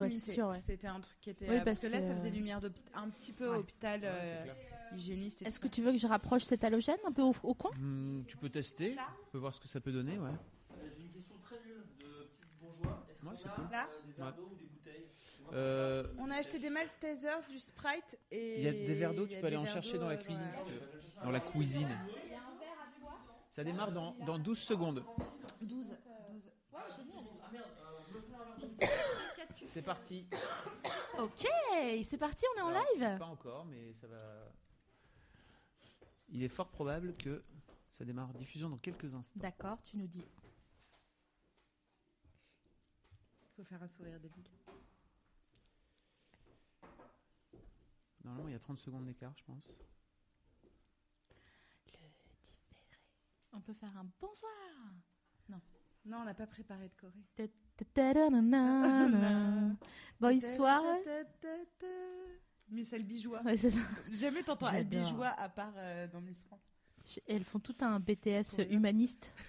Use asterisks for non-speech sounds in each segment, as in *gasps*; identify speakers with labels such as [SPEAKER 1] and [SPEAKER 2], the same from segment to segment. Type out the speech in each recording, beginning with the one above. [SPEAKER 1] Ouais,
[SPEAKER 2] Oui,
[SPEAKER 1] c'est
[SPEAKER 2] c'est-
[SPEAKER 1] sûr, ouais.
[SPEAKER 2] C'était un truc qui était.
[SPEAKER 1] Oui,
[SPEAKER 2] euh, parce,
[SPEAKER 1] parce
[SPEAKER 2] que là,
[SPEAKER 1] que-
[SPEAKER 2] ça faisait lumière d'hôpital, un petit peu hôpital euh, hygiéniste. et tout
[SPEAKER 1] Est-ce que
[SPEAKER 2] ça.
[SPEAKER 1] tu veux que je rapproche cet halogène un peu au, au coin
[SPEAKER 3] Hmm, tu peux tester, tu peux voir ce que ça peut donner, ouais. J'ai une question très nulle de petite bourgeois.
[SPEAKER 2] Là,
[SPEAKER 3] Euh,
[SPEAKER 2] on a acheté des Maltesers, du Sprite et.
[SPEAKER 3] il y a des verres d'eau,
[SPEAKER 2] il y
[SPEAKER 3] tu
[SPEAKER 2] a
[SPEAKER 3] peux aller
[SPEAKER 2] des
[SPEAKER 3] en
[SPEAKER 2] verres
[SPEAKER 3] chercher
[SPEAKER 2] d'eau,
[SPEAKER 3] dans la
[SPEAKER 2] euh,
[SPEAKER 3] cuisine, si
[SPEAKER 2] la-
[SPEAKER 3] tu veux. Dans la cuisine. Ça démarre dans, dans 12 secondes.
[SPEAKER 2] 12.
[SPEAKER 1] euh,
[SPEAKER 2] 12.
[SPEAKER 3] C'est parti.
[SPEAKER 1] Ok, c'est parti, on est en
[SPEAKER 3] Alors,
[SPEAKER 1] live
[SPEAKER 3] Pas encore, mais ça va. Il est fort probable que ça démarre diffusion dans quelques instants.
[SPEAKER 1] D'accord, tu nous dis.
[SPEAKER 2] Faut faire un sourire débile.
[SPEAKER 3] Normalement, il y a 30 secondes d'écart, je pense.
[SPEAKER 1] On peut faire un bonsoir
[SPEAKER 2] Non, on n'a pas préparé de Corée.
[SPEAKER 1] *laughs* Ta-ta-da-na-na-na. Bonsoir
[SPEAKER 2] *laughs* Ta- ta- ta- ta- Miss El Bijoua.
[SPEAKER 1] Ouais, c'est ça.
[SPEAKER 2] Jamais t'entends El
[SPEAKER 1] J'adore.
[SPEAKER 2] Bijoua à part euh, dans Miss France.
[SPEAKER 1] Je- Elles font tout un BTS
[SPEAKER 2] Pour les
[SPEAKER 1] humaniste.
[SPEAKER 2] *laughs*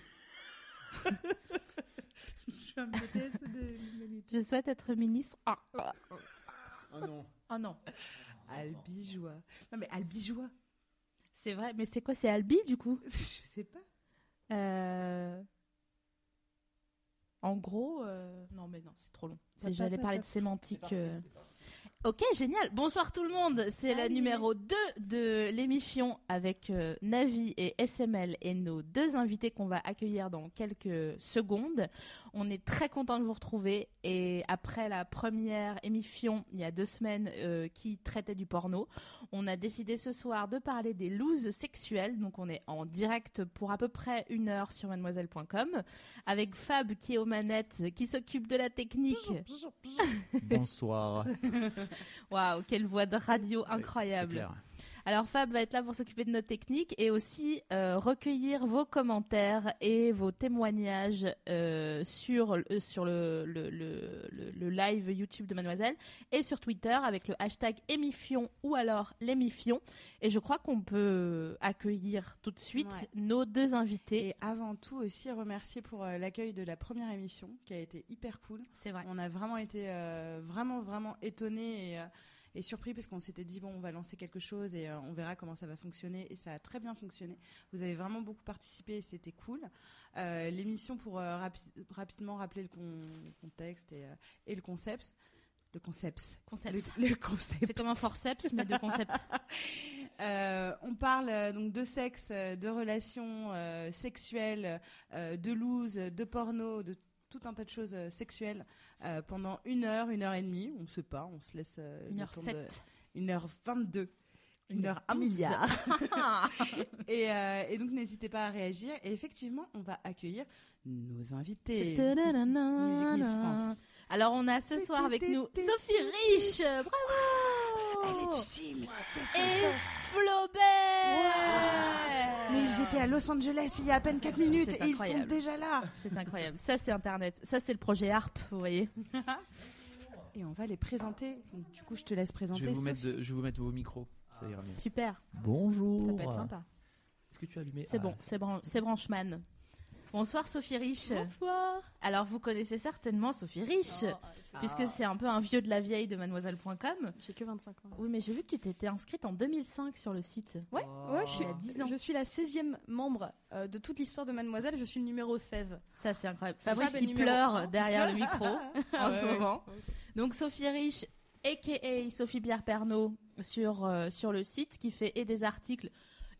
[SPEAKER 2] Je suis un BTS de
[SPEAKER 3] *laughs*
[SPEAKER 2] l'humanité.
[SPEAKER 1] Je souhaite être ministre. Ah, ah.
[SPEAKER 3] Oh non.
[SPEAKER 1] Oh non,
[SPEAKER 2] Al Bijoua. Non, mais Al Bijoua.
[SPEAKER 1] c'est vrai, mais c'est quoi C'est Albi du coup
[SPEAKER 2] *laughs* Je sais pas.
[SPEAKER 1] Euh, En gros, euh, non mais non, c'est trop long.
[SPEAKER 2] Pas, pas,
[SPEAKER 1] J'allais
[SPEAKER 2] pas,
[SPEAKER 1] parler
[SPEAKER 2] pas.
[SPEAKER 1] de sémantique. euh. Ok, génial. Bonsoir tout le monde. C'est la
[SPEAKER 2] Salut.
[SPEAKER 1] numéro 2 de l'émission avec euh, Navi et SML et nos deux invités qu'on va accueillir dans quelques secondes. On est très content de vous retrouver et après la première émission il y a deux semaines euh, qui traitait du porno, on a décidé ce soir de parler des looses sexuelles. Donc on est en direct pour à peu près une heure sur mademoiselle.com avec Fab qui est aux manettes, qui s'occupe de la technique.
[SPEAKER 3] Bonsoir.
[SPEAKER 1] *laughs* Waouh, quelle voix de radio
[SPEAKER 3] C'est
[SPEAKER 1] incroyable.
[SPEAKER 3] clair.
[SPEAKER 1] Alors Fab va être là pour s'occuper de notre technique et aussi euh, recueillir vos commentaires et vos témoignages euh, sur, le- euh, sur le, le, le- le- le live YouTube de Mademoiselle et sur Twitter avec le hashtag émifion ou alors l'émifion. Et je crois qu'on peut accueillir tout de suite
[SPEAKER 2] Ouais.
[SPEAKER 1] nos deux invités.
[SPEAKER 2] Et avant tout aussi remercier pour euh, l'accueil de la première émission qui a été hyper cool.
[SPEAKER 1] C'est vrai.
[SPEAKER 2] On a vraiment été euh, vraiment vraiment étonnés et, euh, et surpris parce qu'on s'était dit bon on va lancer quelque chose et euh, on verra comment ça va fonctionner et ça a très bien fonctionné. Vous avez vraiment beaucoup participé et c'était cool. Euh, L'émission pour euh, rapi- rapidement rappeler le con- contexte et, euh, et le concept. Le concept.
[SPEAKER 1] Concept.
[SPEAKER 2] Le, le concept.
[SPEAKER 1] C'est comme un forceps mais de concept.
[SPEAKER 2] Euh, on parle euh, donc de sexe, euh, de relations euh, sexuelles, euh, de loose, de porno, de tout un tas de choses euh, sexuelles euh, pendant une heure, une heure et demie. On ne sait pas, on se laisse euh, *laughs* le
[SPEAKER 1] Une heure
[SPEAKER 2] temps de-
[SPEAKER 1] sept.
[SPEAKER 2] Une heure vingt-deux. Une
[SPEAKER 1] Une
[SPEAKER 2] heure un
[SPEAKER 1] douze.
[SPEAKER 2] milliard.
[SPEAKER 1] *laughs*
[SPEAKER 2] et, euh, et donc n'hésitez pas à réagir. Et effectivement, on va accueillir nos invités. Musique Miss France.
[SPEAKER 1] Alors on a ce soir avec nous Sophie Rich,
[SPEAKER 2] Elle est
[SPEAKER 1] bravo
[SPEAKER 2] ici, mais qu'est-ce qu'on
[SPEAKER 1] Ah, Et
[SPEAKER 2] fait
[SPEAKER 1] Flaubert
[SPEAKER 2] Mais ils étaient à Los Angeles il y a à peine 4 minutes
[SPEAKER 1] C'est
[SPEAKER 2] et ils sont
[SPEAKER 1] incroyable.
[SPEAKER 2] déjà là.
[SPEAKER 1] C'est incroyable, ça c'est Internet, ça c'est le projet HARP, vous voyez.
[SPEAKER 2] Et on va les présenter. Donc, du coup, je te laisse
[SPEAKER 3] Je
[SPEAKER 2] présenter.
[SPEAKER 3] vais, vous mettre
[SPEAKER 2] Sophie.
[SPEAKER 3] de- je vais vous mettre vos micros. Ça ira mieux.
[SPEAKER 1] Super,
[SPEAKER 4] Bonjour.
[SPEAKER 5] Ça peut
[SPEAKER 6] euh,
[SPEAKER 5] être sympa.
[SPEAKER 4] Est-ce que tu as allumé
[SPEAKER 1] c'est
[SPEAKER 4] Ah,
[SPEAKER 1] bon, c'est bran- c'est Branchman. Bonsoir Sophie Rich.
[SPEAKER 5] Bonsoir. Oh,
[SPEAKER 1] Alors vous connaissez certainement Sophie Rich, puisque c'est un peu un vieux de la vieille de mademoiselle.com.
[SPEAKER 5] J'ai que 25 ans.
[SPEAKER 1] Oui mais j'ai vu que tu t'étais inscrite en 2005 sur le site.
[SPEAKER 5] Ouais, ouais, je suis
[SPEAKER 1] Il y a 10 ans.
[SPEAKER 5] Je suis la 16e membre euh, de toute l'histoire de Mademoiselle. Je suis le numéro 16.
[SPEAKER 1] Ça, c'est incroyable.
[SPEAKER 5] C'est
[SPEAKER 1] Fabrice
[SPEAKER 5] ça, le
[SPEAKER 1] qui
[SPEAKER 5] numéro
[SPEAKER 1] pleure
[SPEAKER 5] un. Ah
[SPEAKER 1] derrière le
[SPEAKER 5] *laughs*
[SPEAKER 1] micro en
[SPEAKER 5] ouais,
[SPEAKER 1] ce
[SPEAKER 5] ouais.
[SPEAKER 1] moment. Donc, Sophie Rich, a.k.a. Sophie Pierre Pernaud, sur, euh, sur le site, qui fait et des articles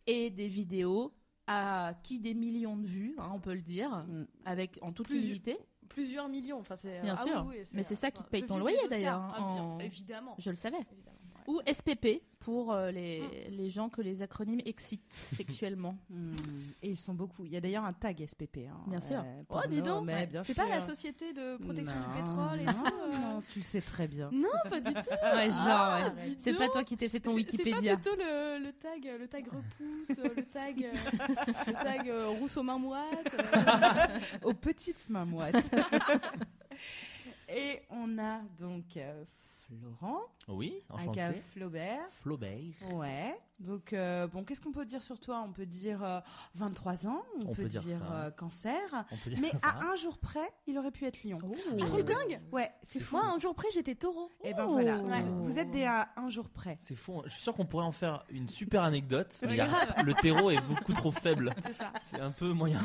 [SPEAKER 1] et des vidéos, à qui des millions de vues, hein, on peut le dire,
[SPEAKER 2] Mm.
[SPEAKER 1] avec en toute
[SPEAKER 5] Plus-
[SPEAKER 1] humilité.
[SPEAKER 5] Plusieurs millions. Enfin, c'est. euh,
[SPEAKER 1] Bien
[SPEAKER 5] ah
[SPEAKER 1] sûr.
[SPEAKER 5] oui, oui,
[SPEAKER 1] Mais c'est ça qui te paye
[SPEAKER 5] je
[SPEAKER 1] ton
[SPEAKER 5] vise
[SPEAKER 1] loyer,
[SPEAKER 5] les Oscars.
[SPEAKER 1] d'ailleurs,
[SPEAKER 5] Ah, bien,
[SPEAKER 1] en-
[SPEAKER 5] Évidemment.
[SPEAKER 1] Je le savais.
[SPEAKER 5] Évidemment, ouais.
[SPEAKER 1] Ou SPP pour euh, les,
[SPEAKER 5] Ah.
[SPEAKER 1] les gens que les acronymes
[SPEAKER 5] *laughs*
[SPEAKER 1] excitent sexuellement.
[SPEAKER 2] Hmm. Et ils sont beaucoup. Il y a d'ailleurs un tag SPP. hein,
[SPEAKER 1] Bien sûr.
[SPEAKER 5] Oh, dis
[SPEAKER 2] porno,
[SPEAKER 5] donc
[SPEAKER 2] mais bien
[SPEAKER 5] C'est
[SPEAKER 2] sûr.
[SPEAKER 5] pas la société de protection
[SPEAKER 2] Non,
[SPEAKER 5] du pétrole et
[SPEAKER 2] non,
[SPEAKER 5] tout euh,
[SPEAKER 2] non, tu le sais très bien.
[SPEAKER 5] Non, pas du tout.
[SPEAKER 1] Ouais,
[SPEAKER 5] Ah,
[SPEAKER 1] genre, ouais.
[SPEAKER 5] dis
[SPEAKER 1] c'est
[SPEAKER 5] donc.
[SPEAKER 1] pas toi qui t'es fait ton
[SPEAKER 5] C'est-
[SPEAKER 1] Wikipédia.
[SPEAKER 5] C'est pas plutôt le, le tag, le tag repousse, euh, le tag, euh, le tag euh, rousse aux mains moites. euh.
[SPEAKER 2] aux petites mains
[SPEAKER 5] *laughs*
[SPEAKER 2] moites. Et on a donc euh, Florent,
[SPEAKER 6] Oui,
[SPEAKER 2] aka
[SPEAKER 6] enchanté.
[SPEAKER 2] Flaubert.
[SPEAKER 6] Flaubert.
[SPEAKER 2] Ouais. Donc, euh, bon, qu'est-ce qu'on peut dire sur toi On peut dire euh, 23 ans, on, peut, dire,
[SPEAKER 6] ça.
[SPEAKER 2] euh, cancer,
[SPEAKER 6] On *laughs* peut dire
[SPEAKER 2] mais
[SPEAKER 6] ça.
[SPEAKER 2] à un jour près, il aurait pu être lion.
[SPEAKER 6] Oh.
[SPEAKER 5] Ah,
[SPEAKER 6] *laughs*
[SPEAKER 5] c'est dingue
[SPEAKER 2] Ouais, c'est fou.
[SPEAKER 5] Moi, un jour près, j'étais taureau.
[SPEAKER 2] Et ben voilà,
[SPEAKER 6] Oh.
[SPEAKER 5] Ouais.
[SPEAKER 2] vous, vous êtes des à un jour près.
[SPEAKER 6] C'est fou. hein. Je suis sûr qu'on pourrait en faire une super anecdote. mais
[SPEAKER 5] Ouais,
[SPEAKER 6] il y a-
[SPEAKER 5] grave.
[SPEAKER 6] le terreau est beaucoup
[SPEAKER 2] *laughs*
[SPEAKER 6] trop faible.
[SPEAKER 5] C'est ça.
[SPEAKER 6] C'est un peu moyen.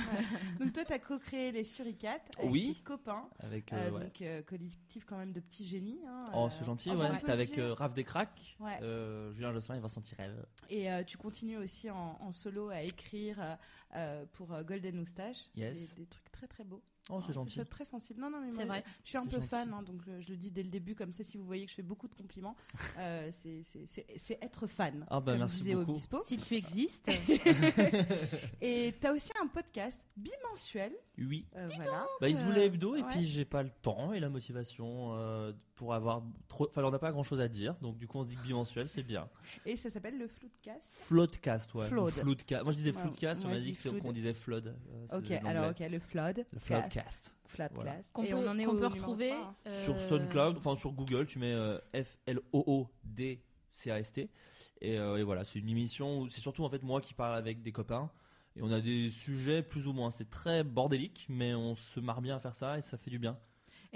[SPEAKER 2] Donc toi, t'as co-créé les Suricates avec
[SPEAKER 6] Oui.
[SPEAKER 2] tes copains,
[SPEAKER 6] Avec,
[SPEAKER 2] euh,
[SPEAKER 6] euh, ouais.
[SPEAKER 2] donc euh, collectif quand même de petits génies. hein,
[SPEAKER 6] Oh,
[SPEAKER 2] euh,
[SPEAKER 6] c'est gentil,
[SPEAKER 2] on
[SPEAKER 6] ouais.
[SPEAKER 2] peut
[SPEAKER 6] C'était
[SPEAKER 2] le
[SPEAKER 6] avec
[SPEAKER 2] dire.
[SPEAKER 6] euh, Raph Descraques,
[SPEAKER 2] Ouais.
[SPEAKER 6] euh, Julien Josselin et Vincent Tirel. Oh,
[SPEAKER 2] Et euh, tu continues aussi en, en solo à écrire euh, euh, pour euh, Golden Moustache.
[SPEAKER 6] Yes.
[SPEAKER 2] Des, des trucs très très beaux.
[SPEAKER 6] Oh, c'est
[SPEAKER 2] Ah,
[SPEAKER 6] gentil.
[SPEAKER 2] ça, très sensible. Non, non, mais
[SPEAKER 1] C'est
[SPEAKER 2] moi,
[SPEAKER 1] vrai.
[SPEAKER 2] Je suis un
[SPEAKER 6] C'est
[SPEAKER 2] peu
[SPEAKER 6] gentil.
[SPEAKER 2] fan, hein, donc euh, je le dis dès le début, comme ça, si vous voyez que je fais beaucoup de
[SPEAKER 6] *laughs*
[SPEAKER 2] compliments, euh, c'est- c'est c'est- c'est être fan.
[SPEAKER 6] Ah, bah,
[SPEAKER 2] comme
[SPEAKER 6] merci
[SPEAKER 2] disait
[SPEAKER 6] beaucoup.
[SPEAKER 2] Obispo.
[SPEAKER 1] Si tu
[SPEAKER 5] *laughs*
[SPEAKER 1] existes,
[SPEAKER 2] Et t'as aussi un podcast bimensuel.
[SPEAKER 6] Oui.
[SPEAKER 2] euh, voilà.
[SPEAKER 6] Bah, ils se voulaient hebdo et
[SPEAKER 2] euh, ouais.
[SPEAKER 6] puis j'ai pas le temps et la motivation euh, pour avoir trop. Enfin, on n'a pas grand chose à dire, donc du coup, on se dit que bimensuel, c'est bien.
[SPEAKER 2] Et ça s'appelle le Floodcast.
[SPEAKER 6] Floodcast, ouais.
[SPEAKER 2] Flood.
[SPEAKER 6] Ou Floodcast. Moi, je disais
[SPEAKER 2] Ouais,
[SPEAKER 6] floodcast, on
[SPEAKER 2] moi,
[SPEAKER 6] m'a
[SPEAKER 2] je
[SPEAKER 6] dit
[SPEAKER 2] dis
[SPEAKER 6] que c'est-
[SPEAKER 2] flood.
[SPEAKER 6] qu'on disait flood. euh, c'est
[SPEAKER 2] Ok,
[SPEAKER 6] de l'anglais.
[SPEAKER 2] alors ok, le Flood.
[SPEAKER 6] Le floodcast.
[SPEAKER 2] Floodcast.
[SPEAKER 6] Voilà.
[SPEAKER 1] qu'on
[SPEAKER 2] Et
[SPEAKER 1] peut,
[SPEAKER 2] on en est
[SPEAKER 1] qu'on
[SPEAKER 2] au
[SPEAKER 1] peut
[SPEAKER 2] numéro
[SPEAKER 1] retrouver.
[SPEAKER 2] trois, hein.
[SPEAKER 1] euh,
[SPEAKER 6] Sur SoundCloud, enfin sur Google, tu mets euh, F-L-O-O-D-C-A-S-T. Et, euh, et voilà, c'est une émission où c'est surtout en fait moi qui parle avec des copains. Et on a des sujets plus ou moins. C'est très bordélique, mais on se marre bien à faire ça et ça fait du bien.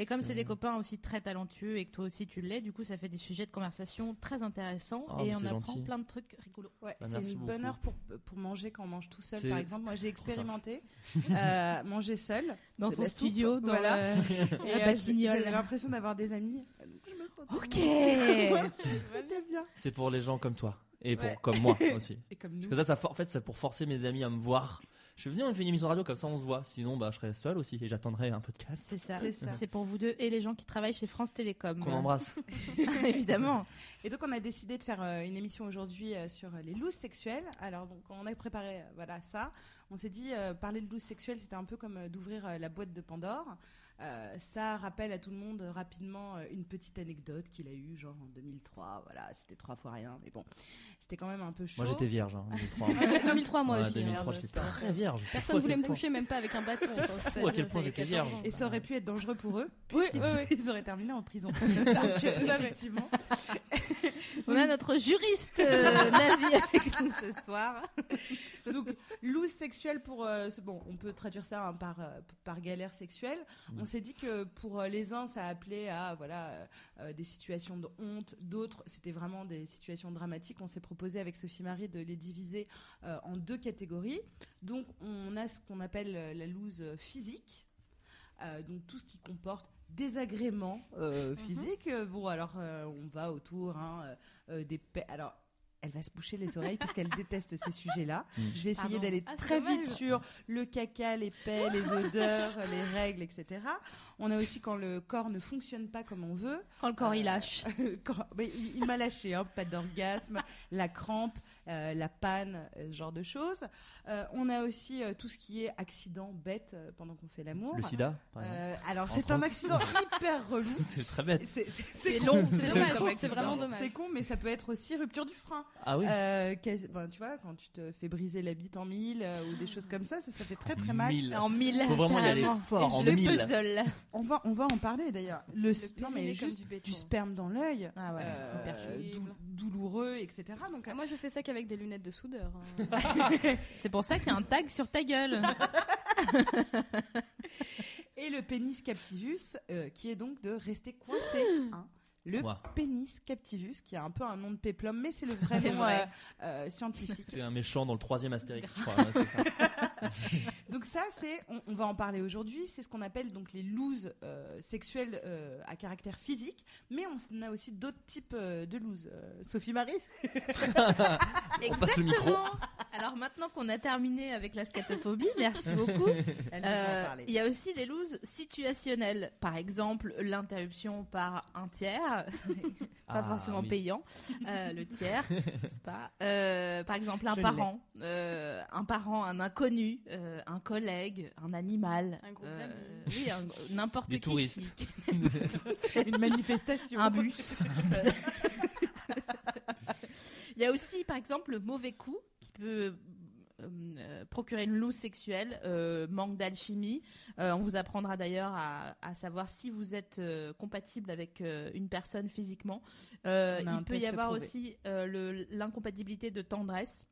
[SPEAKER 1] Et comme c'est
[SPEAKER 6] C'est-
[SPEAKER 1] des copains aussi très talentueux et que toi aussi tu l'es, du coup ça fait des sujets de conversation très intéressants
[SPEAKER 6] Ah, mais
[SPEAKER 1] et on
[SPEAKER 6] c'est
[SPEAKER 1] apprend
[SPEAKER 6] gentil.
[SPEAKER 1] plein de trucs rigolos.
[SPEAKER 2] Ouais,
[SPEAKER 6] Bah,
[SPEAKER 2] c'est
[SPEAKER 6] merci
[SPEAKER 2] une
[SPEAKER 6] beaucoup.
[SPEAKER 2] bonne heure pour, pour manger quand on mange tout seul,
[SPEAKER 6] C'est-
[SPEAKER 2] par exemple. Moi, j'ai
[SPEAKER 6] trop simple. *laughs*
[SPEAKER 2] expérimenté euh, manger seul.
[SPEAKER 1] Dans
[SPEAKER 2] De
[SPEAKER 1] son
[SPEAKER 2] la Eh ben, soupe,
[SPEAKER 1] studio, dans
[SPEAKER 2] voilà. *laughs*
[SPEAKER 1] euh,
[SPEAKER 2] Et
[SPEAKER 1] la
[SPEAKER 2] euh, j'ai-
[SPEAKER 1] batignolles.
[SPEAKER 2] j'avais l'impression d'avoir des amis. Je me sentais
[SPEAKER 1] Ok.
[SPEAKER 6] *laughs*
[SPEAKER 2] bien. C'était bien.
[SPEAKER 6] C'est pour les gens comme toi et pour
[SPEAKER 2] Ouais.
[SPEAKER 6] comme
[SPEAKER 5] *laughs*
[SPEAKER 6] moi aussi.
[SPEAKER 2] Et comme nous.
[SPEAKER 6] Parce que ça, ça for- en fait, c'est pour forcer mes amis à me voir. Je viens, on fait une émission de radio comme ça, on se voit. Sinon, bah, je serais seul aussi et j'attendrai un podcast.
[SPEAKER 1] C'est ça.
[SPEAKER 2] C'est ça.
[SPEAKER 1] C'est pour vous deux et les gens qui travaillent chez France Télécom.
[SPEAKER 6] Qu'on
[SPEAKER 5] *laughs*
[SPEAKER 6] embrasse.
[SPEAKER 1] *laughs* Évidemment.
[SPEAKER 2] Et donc on a décidé de faire euh, une émission aujourd'hui euh, sur euh, les looses sexuelles. Alors donc on a préparé euh, voilà ça. On s'est dit euh, parler de looses sexuelles, c'était un peu comme euh, d'ouvrir euh, la boîte de Pandore. Euh, ça rappelle à tout le monde euh, rapidement euh, une petite anecdote qu'il a eue genre en 2003. Voilà, c'était trois fois rien, mais bon, c'était quand même un peu chaud.
[SPEAKER 6] moi, j'étais vierge hein, en 2003.
[SPEAKER 5] Ouais, 2003, moi
[SPEAKER 6] Ouais,
[SPEAKER 5] aussi.
[SPEAKER 6] 2003,
[SPEAKER 5] merde,
[SPEAKER 6] j'étais
[SPEAKER 5] c'est-
[SPEAKER 6] très vierge. C'est
[SPEAKER 5] Personne
[SPEAKER 6] fou à
[SPEAKER 5] voulait
[SPEAKER 6] quel
[SPEAKER 5] me
[SPEAKER 6] point.
[SPEAKER 5] toucher, même pas avec un bâton. *laughs*
[SPEAKER 6] C'est fou à quel point j'étais vierge.
[SPEAKER 2] Et ça aurait pu être dangereux pour eux.
[SPEAKER 5] Oui,
[SPEAKER 2] Ils,
[SPEAKER 5] oui,
[SPEAKER 2] *laughs*
[SPEAKER 5] oui. Bah,
[SPEAKER 2] ils auraient terminé en prison. *laughs* Donc, euh,
[SPEAKER 5] Non, mais-
[SPEAKER 2] effectivement.
[SPEAKER 1] On a notre juriste *laughs* euh, Navi avec nous ce soir.
[SPEAKER 2] *laughs* Donc, loose sexuelle pour. euh, ce- bon, on peut traduire ça hein, par, euh, p- par galère sexuelle.
[SPEAKER 6] Mm.
[SPEAKER 2] On s'est dit que pour euh, les uns, ça appelait à voilà, euh, euh, des situations de honte. D'autres, c'était vraiment des situations dramatiques. On s'est proposé avec Sophie Marie de les diviser euh, en deux catégories. Donc, on a ce qu'on appelle euh, la loose physique. Euh, donc tout ce qui comporte désagréments euh, physiques. Euh, Bon, alors euh, on va autour hein, euh, euh, des... pa- Alors, elle va se boucher les oreilles parce qu'elle déteste ces sujets-là.
[SPEAKER 6] Mm.
[SPEAKER 2] Je vais essayer
[SPEAKER 1] Pardon.
[SPEAKER 2] d'aller
[SPEAKER 5] Ah, c'est
[SPEAKER 2] très vite
[SPEAKER 5] dommage.
[SPEAKER 2] sur le caca, les pets, les odeurs, les règles, etc. On a aussi quand le corps ne fonctionne pas comme on veut.
[SPEAKER 1] Quand le corps il lâche.
[SPEAKER 2] *laughs* Quand- mais il il m'a lâché, hein, pas d'orgasme, la crampe, euh, la panne, euh, ce genre de choses. Euh, on a aussi euh, tout ce qui est accident bête euh, pendant qu'on fait l'amour.
[SPEAKER 6] Le sida, par exemple. *laughs*
[SPEAKER 2] Euh, alors
[SPEAKER 6] En
[SPEAKER 2] c'est un
[SPEAKER 6] France. *laughs*
[SPEAKER 2] accident hyper relou.
[SPEAKER 6] C'est très bête.
[SPEAKER 2] C'est
[SPEAKER 5] C'est
[SPEAKER 2] con.
[SPEAKER 5] long, c'est dommage,
[SPEAKER 2] con.
[SPEAKER 5] c'est vraiment dommage.
[SPEAKER 2] C'est con, mais ça peut être aussi rupture du frein.
[SPEAKER 6] Ah oui
[SPEAKER 2] Euh, qu'est-ce- enfin, tu vois, quand tu te fais briser la bite en mille euh, ou des choses comme ça, ça, ça fait très très mal.
[SPEAKER 6] Mille.
[SPEAKER 1] En mille.
[SPEAKER 6] Faut vraiment y aller
[SPEAKER 1] carrément.
[SPEAKER 6] fort, en
[SPEAKER 1] Le
[SPEAKER 6] mille.
[SPEAKER 1] puzzle.
[SPEAKER 2] On va, on va en parler d'ailleurs. Le, sp- non, mais
[SPEAKER 5] périnée comme
[SPEAKER 2] juste
[SPEAKER 5] du
[SPEAKER 2] du,
[SPEAKER 5] béton.
[SPEAKER 2] sperme dans l'œil,
[SPEAKER 1] Ah ouais,
[SPEAKER 2] euh,
[SPEAKER 1] hyper
[SPEAKER 2] dou- douloureux, etc. Donc,
[SPEAKER 5] Ah,
[SPEAKER 2] euh,
[SPEAKER 5] Moi, je fais ça qu'avec des lunettes de soudeur. hein.
[SPEAKER 1] C'est pour ça qu'il y a un tag sur ta gueule.
[SPEAKER 2] et le pénis captivus, euh, qui est donc de rester
[SPEAKER 1] *gasps*
[SPEAKER 2] coincé. hein. Le
[SPEAKER 6] Ouah.
[SPEAKER 2] pénis captivus, qui a un peu un nom de péplum, mais c'est le vrai
[SPEAKER 1] *laughs* C'est
[SPEAKER 2] nom
[SPEAKER 1] vrai.
[SPEAKER 2] euh, euh, scientifique.
[SPEAKER 6] C'est un méchant dans le troisième Astérix. je crois, ouais, c'est
[SPEAKER 2] *laughs*
[SPEAKER 6] ça.
[SPEAKER 2] Donc ça, c'est, on, on va en parler aujourd'hui, c'est ce qu'on appelle donc les looses euh, sexuelles euh, à caractère physique, mais on s- a aussi d'autres types euh, de looses. Euh, Sophie Marie
[SPEAKER 6] *laughs* On passe le micro.
[SPEAKER 1] Exactement. Alors maintenant qu'on a terminé avec la scatophobie, merci beaucoup.
[SPEAKER 2] Elle nous en
[SPEAKER 1] Euh,
[SPEAKER 2] parlait.
[SPEAKER 1] Il y a aussi les looses situationnelles, par exemple l'interruption par un tiers, *laughs* pas
[SPEAKER 6] Ah,
[SPEAKER 1] forcément
[SPEAKER 6] oui.
[SPEAKER 1] payant, euh, le tiers, n'est-ce pas Euh, Par exemple un
[SPEAKER 2] Je l'ai.
[SPEAKER 1] parent, euh, un parent, un inconnu, euh, un collègue, un animal, Euh,
[SPEAKER 5] Un groupe d'amis.
[SPEAKER 1] oui, un- n'importe
[SPEAKER 6] Des
[SPEAKER 1] qui
[SPEAKER 6] touristes.
[SPEAKER 1] qui- *laughs*
[SPEAKER 2] Une manifestation.
[SPEAKER 1] un bus. Euh, *laughs* Il y a aussi, par exemple, le mauvais coup qui peut euh, euh, procurer une loose sexuelle, euh, manque d'alchimie. Euh, on vous apprendra d'ailleurs à, à savoir si vous êtes euh, compatible avec euh, une personne physiquement. Euh,
[SPEAKER 2] On a un
[SPEAKER 1] il peut y
[SPEAKER 2] test
[SPEAKER 1] avoir
[SPEAKER 2] prouvé.
[SPEAKER 1] aussi euh, le- l'incompatibilité de tendresse.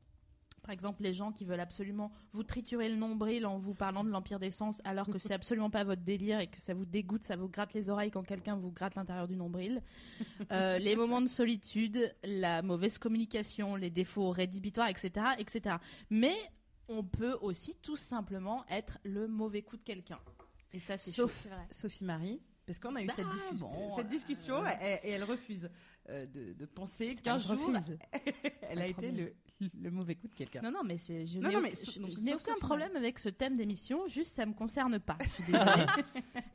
[SPEAKER 1] Par exemple, les gens qui veulent absolument vous triturer le nombril en vous parlant de l'empire des sens, alors
[SPEAKER 2] *laughs*
[SPEAKER 1] que c'est absolument pas votre délire et que ça vous dégoûte, ça vous gratte les oreilles quand quelqu'un vous gratte l'intérieur
[SPEAKER 2] *laughs*
[SPEAKER 1] du nombril. Euh, les moments de solitude, la mauvaise communication, les défauts rédhibitoires, etc., etc. Mais on peut aussi tout simplement être le mauvais coup de quelqu'un. Et ça, c'est chaud.
[SPEAKER 2] Sauf Sophie Marie. Parce qu'on a eu
[SPEAKER 1] Ah,
[SPEAKER 2] cette, discu-
[SPEAKER 1] bon,
[SPEAKER 2] cette
[SPEAKER 1] euh,
[SPEAKER 2] discussion et, et elle refuse euh, de, de penser
[SPEAKER 1] C'est pas
[SPEAKER 2] qu'un
[SPEAKER 1] que je
[SPEAKER 2] jour
[SPEAKER 1] refuse.
[SPEAKER 2] elle a
[SPEAKER 1] le
[SPEAKER 2] été le,
[SPEAKER 1] problème.
[SPEAKER 2] le mauvais coup de quelqu'un.
[SPEAKER 1] Non, non, mais c'est- je
[SPEAKER 2] Non,
[SPEAKER 1] n'ai
[SPEAKER 2] non,
[SPEAKER 1] au-
[SPEAKER 2] mais
[SPEAKER 1] je-
[SPEAKER 2] sa- donc,
[SPEAKER 1] je n'ai
[SPEAKER 2] sauf
[SPEAKER 1] aucun
[SPEAKER 2] Sophie
[SPEAKER 1] problème avec ce thème d'émission, juste ça me concerne pas.
[SPEAKER 2] *laughs*
[SPEAKER 1] Je suis désolée.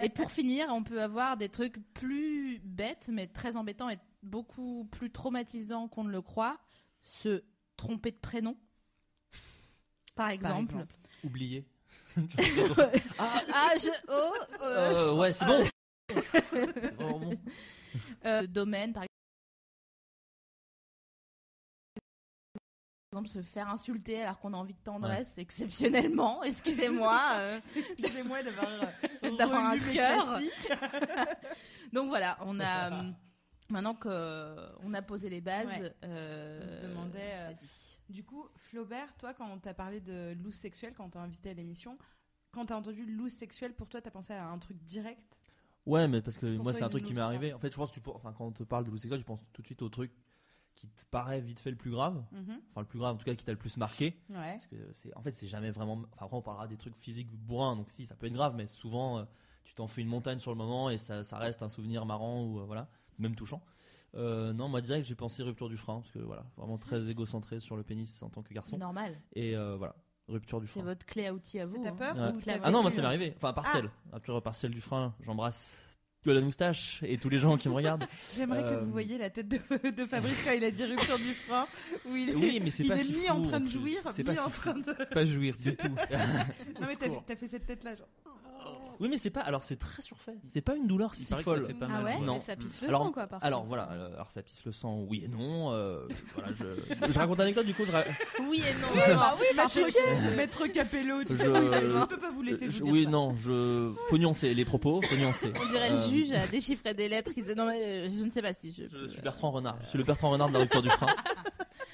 [SPEAKER 1] et pour finir, on peut avoir des trucs plus bêtes, mais très embêtants et beaucoup plus traumatisants qu'on ne le croit. Se tromper de prénom, par exemple.
[SPEAKER 2] exemple. *laughs*
[SPEAKER 6] Oublié. *laughs*
[SPEAKER 1] ah, ah, je. Oh, euh,
[SPEAKER 6] Euh, ouais, c'est
[SPEAKER 2] *laughs*
[SPEAKER 6] bon. C'est vraiment bon.
[SPEAKER 1] euh, domaine, par exemple se faire insulter alors qu'on a envie de tendresse exceptionnellement *laughs* excusez-moi euh,
[SPEAKER 2] Excusez-moi d'avoir *laughs* euh,
[SPEAKER 1] D'avoir un
[SPEAKER 2] relu mes
[SPEAKER 1] cœur.
[SPEAKER 2] classiques.
[SPEAKER 1] donc voilà on a euh, maintenant que euh, on a posé les bases
[SPEAKER 2] Ouais.
[SPEAKER 1] euh,
[SPEAKER 2] On se demandait, euh,
[SPEAKER 1] vas-y.
[SPEAKER 2] Du coup, Flaubert, toi, quand on t'a parlé de loose sexuelle, quand t'as invité à l'émission, quand t'as entendu loose sexuelle, pour toi, t'as pensé à un truc direct
[SPEAKER 6] Ouais, mais parce que
[SPEAKER 2] toi,
[SPEAKER 6] moi, c'est un
[SPEAKER 2] il
[SPEAKER 6] truc
[SPEAKER 2] nous
[SPEAKER 6] qui m'est
[SPEAKER 2] parle.
[SPEAKER 6] arrivé. En fait, je pense que tu peux- enfin, quand on te parle de loup sexuel, tu penses tout de suite au truc qui te paraît vite fait le plus grave. Enfin, le plus grave, en tout cas, qui t'a le plus marqué.
[SPEAKER 2] Mm-hmm. Ouais.
[SPEAKER 6] Parce que c'est, en fait, c'est jamais vraiment. Enfin, après, on parlera des trucs physiques bourrins, donc si, ça peut être grave, mais souvent, euh, tu t'en fais une montagne sur le moment et ça, ça reste un souvenir marrant ou euh, voilà, même touchant. Euh, non, moi, direct, j'ai pensé rupture du frein, parce que voilà, vraiment
[SPEAKER 1] Mm.
[SPEAKER 6] très égocentré sur le pénis en tant que garçon.
[SPEAKER 1] normal
[SPEAKER 6] Et euh, voilà, rupture du
[SPEAKER 1] c'est
[SPEAKER 6] frein.
[SPEAKER 1] votre clé à outils à
[SPEAKER 2] C'est
[SPEAKER 1] vous
[SPEAKER 2] ta
[SPEAKER 1] hein.
[SPEAKER 2] peur
[SPEAKER 6] Ouais.
[SPEAKER 2] ou
[SPEAKER 1] Ah
[SPEAKER 2] t'avais
[SPEAKER 6] Ah non, moi,
[SPEAKER 2] eu-
[SPEAKER 6] ça m'est arrivé. Enfin, partielle. Rupture partielle du frein, j'embrasse de la moustache et tous les gens qui me regardent.
[SPEAKER 2] J'aimerais que
[SPEAKER 6] Euh,
[SPEAKER 2] vous voyiez la tête de, *laughs* de Fabrice quand il a dit rupture du frein, où il est,
[SPEAKER 6] Oui, mais c'est
[SPEAKER 2] il
[SPEAKER 6] pas
[SPEAKER 2] est
[SPEAKER 6] si
[SPEAKER 2] mis
[SPEAKER 6] fou,
[SPEAKER 2] en train
[SPEAKER 6] en
[SPEAKER 2] de
[SPEAKER 6] plus.
[SPEAKER 2] jouir,
[SPEAKER 6] C'est
[SPEAKER 2] mis
[SPEAKER 6] pas si
[SPEAKER 2] en
[SPEAKER 6] fou.
[SPEAKER 2] train de.
[SPEAKER 3] *laughs* Pas jouir du tout.
[SPEAKER 2] Non mais t'as,
[SPEAKER 3] secours.
[SPEAKER 2] t'as fait cette tête là, genre.
[SPEAKER 6] *laughs* oui, mais c'est pas. Alors, c'est très surfait. C'est pas une douleur
[SPEAKER 3] Il
[SPEAKER 6] si
[SPEAKER 3] paraît que ça
[SPEAKER 6] folle.
[SPEAKER 3] fait pas
[SPEAKER 5] Ah
[SPEAKER 3] mal.
[SPEAKER 5] ouais
[SPEAKER 6] Non.
[SPEAKER 5] Mais ça pisse le
[SPEAKER 6] Alors-
[SPEAKER 5] sang, quoi, par
[SPEAKER 6] Alors
[SPEAKER 5] contre.
[SPEAKER 6] voilà, euh, alors ça pisse le sang, oui et non. euh, voilà, je, je raconte l'anecdote du coup. Je, ra-
[SPEAKER 1] oui et non
[SPEAKER 2] Oui, *laughs*
[SPEAKER 1] vraiment.
[SPEAKER 2] bah
[SPEAKER 5] par
[SPEAKER 2] Maître,
[SPEAKER 6] Ah pitié.
[SPEAKER 2] Maître Capello, tu
[SPEAKER 6] Je-
[SPEAKER 2] sais, je peux pas vous laisser vous
[SPEAKER 6] je-
[SPEAKER 2] dire
[SPEAKER 6] oui,
[SPEAKER 2] ça.
[SPEAKER 6] non, je faut nuancer les propos, faut nuancer.
[SPEAKER 1] on dirait le
[SPEAKER 6] Euh,
[SPEAKER 1] juge à déchiffrer des lettres il disait, non mais euh, je ne sais pas si je,
[SPEAKER 6] Je suis Bertrand Renard, je suis le Bertrand Renard de la rupture du frein.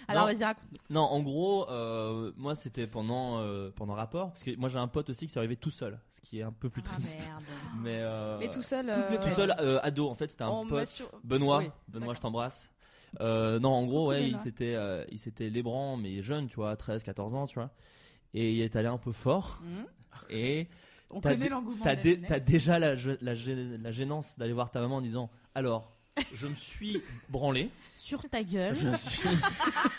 [SPEAKER 1] alors
[SPEAKER 6] Non.
[SPEAKER 1] vas-y raconte
[SPEAKER 6] Non, en gros, euh, moi c'était pendant euh, pendant rapport, parce que moi j'ai un pote aussi qui s'est arrivé tout seul, ce qui est un peu plus
[SPEAKER 1] Ah,
[SPEAKER 6] triste. mais euh,
[SPEAKER 5] Mais tout seul.
[SPEAKER 6] tout seul, euh, ado en fait, c'était un
[SPEAKER 5] en
[SPEAKER 6] pote.
[SPEAKER 5] mature-
[SPEAKER 6] Benoît,
[SPEAKER 5] Oui,
[SPEAKER 6] Benoît,
[SPEAKER 5] d'accord.
[SPEAKER 6] je t'embrasse. Euh, non, en gros, ouais, il
[SPEAKER 5] Benoît.
[SPEAKER 6] s'était, euh, il s'était lébran, mais jeune, tu vois, 13, 14 ans, tu vois. Et il est allé un peu fort.
[SPEAKER 5] Hmm.
[SPEAKER 2] Mhm.
[SPEAKER 6] Et
[SPEAKER 2] On
[SPEAKER 6] T'as
[SPEAKER 2] connaît
[SPEAKER 6] dé-
[SPEAKER 2] l'engouement.
[SPEAKER 6] t'as,
[SPEAKER 2] de la
[SPEAKER 6] dé-
[SPEAKER 2] jeunesse.
[SPEAKER 6] t'as déjà la, je- la gê- la gênance d'aller voir ta maman en disant Alors, je me suis branlé.
[SPEAKER 1] sur ta gueule
[SPEAKER 6] Je suis-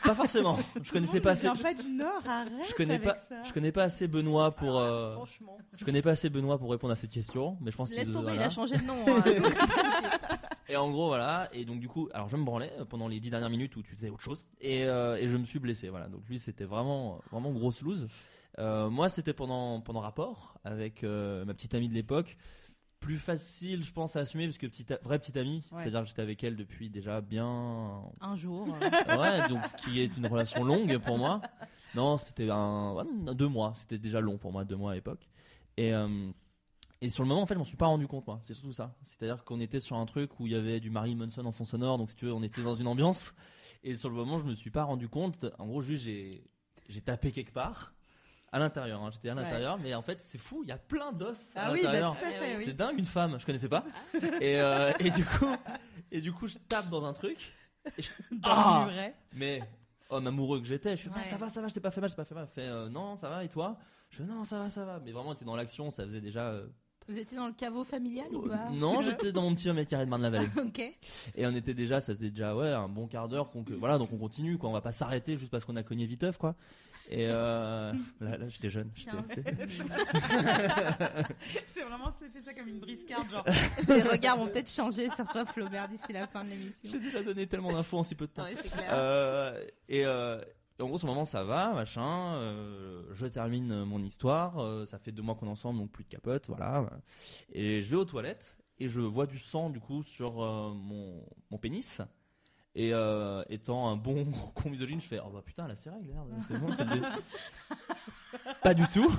[SPEAKER 6] pas forcément. Je connaissais pas
[SPEAKER 2] Tout
[SPEAKER 6] assez.
[SPEAKER 2] le monde ne vient pas du Nord, arrête.
[SPEAKER 6] Je connais
[SPEAKER 2] avec
[SPEAKER 6] pas,
[SPEAKER 2] ça.
[SPEAKER 6] je connais pas assez Benoît pour. euh,
[SPEAKER 5] Franchement.
[SPEAKER 6] je connais pas assez Benoît pour répondre à cette question, mais je pense
[SPEAKER 1] laisse
[SPEAKER 6] qu'il
[SPEAKER 1] tomber il
[SPEAKER 6] voilà.
[SPEAKER 1] a changé de nom hein.
[SPEAKER 6] Et en gros, voilà. Et donc, du coup, alors je me branlais euh, pendant les dix dernières minutes où tu faisais autre chose. Et, euh, et je me suis blessé. Voilà. Donc, lui, c'était vraiment, vraiment grosse loose. Euh, moi, c'était pendant, pendant rapport avec euh, ma petite amie de l'époque. Plus facile, je pense, à assumer, parce que petite, a- vraie petite amie.
[SPEAKER 2] Ouais.
[SPEAKER 6] C'est-à-dire que j'étais avec elle depuis déjà bien.
[SPEAKER 1] un jour euh,
[SPEAKER 6] Ouais, donc ce qui est une relation longue pour moi. Non, c'était un, ouais, non, deux mois. C'était déjà long pour moi, deux mois à l'époque. Et, euh, et sur le moment, en fait, je m'en suis pas rendu compte, moi. C'est surtout ça. C'est-à-dire qu'on était sur un truc où il y avait du Marilyn Manson en fond sonore. Donc, si tu veux, on était dans une ambiance. Et sur le moment, je me suis pas rendu compte. En gros, juste, j'ai, j'ai tapé quelque part. À l'intérieur, hein. j'étais à
[SPEAKER 2] Ouais.
[SPEAKER 6] l'intérieur, mais en fait c'est fou, il y a plein d'os à
[SPEAKER 2] Ah oui, bah,
[SPEAKER 6] l'intérieur.
[SPEAKER 2] tout à fait,
[SPEAKER 6] C'est
[SPEAKER 2] oui. Ah.
[SPEAKER 6] dingue une femme, je connaissais pas. Et, euh, et du coup, et du coup, je tape dans un truc. Et je...
[SPEAKER 2] Dans
[SPEAKER 6] Ah
[SPEAKER 2] le muret.
[SPEAKER 6] mais homme amoureux que j'étais, je suis
[SPEAKER 1] Ouais.
[SPEAKER 6] ça va, ça va, je t'ai pas fait mal, je t'ai pas fait mal. Elle fait euh, non, ça va et toi Je fais, non, ça va, ça va. Mais vraiment, t'es dans l'action, ça faisait déjà. euh,
[SPEAKER 1] vous étiez dans le caveau familial ou
[SPEAKER 6] euh,
[SPEAKER 1] pas
[SPEAKER 6] *laughs* non, j'étais dans mon petit 1 mètre carré de Marne-la-Vallée.
[SPEAKER 1] ok
[SPEAKER 6] Et on était déjà, ça faisait déjà ouais un bon quart d'heure qu'on que- voilà, donc on continue quoi. On va pas s'arrêter juste parce qu'on a cogné viteuf quoi. Et euh, là, là, j'étais jeune. j'étais-
[SPEAKER 1] Quinze.
[SPEAKER 6] c'était-
[SPEAKER 2] J'ai vraiment fait ça comme une briscarde, genre.
[SPEAKER 1] Les regards vont peut-être changer sur toi, Flaubert, d'ici la fin de l'émission.
[SPEAKER 6] J'ai déjà donné tellement d'infos en si peu de temps.
[SPEAKER 1] Ouais, c'est clair.
[SPEAKER 6] Euh, et, euh, et en gros, ce moment, ça va, machin. euh, je termine euh, mon histoire. euh, ça fait deux mois qu'on est ensemble, donc plus de capote, voilà. Et je vais aux toilettes et je vois du sang, du coup, sur euh, mon, mon pénis. Et euh, étant un bon *laughs* gros con misogyne, je fais Oh bah putain, la série, merde, c'est bon, c'est
[SPEAKER 2] *laughs*
[SPEAKER 6] dé- Pas du tout.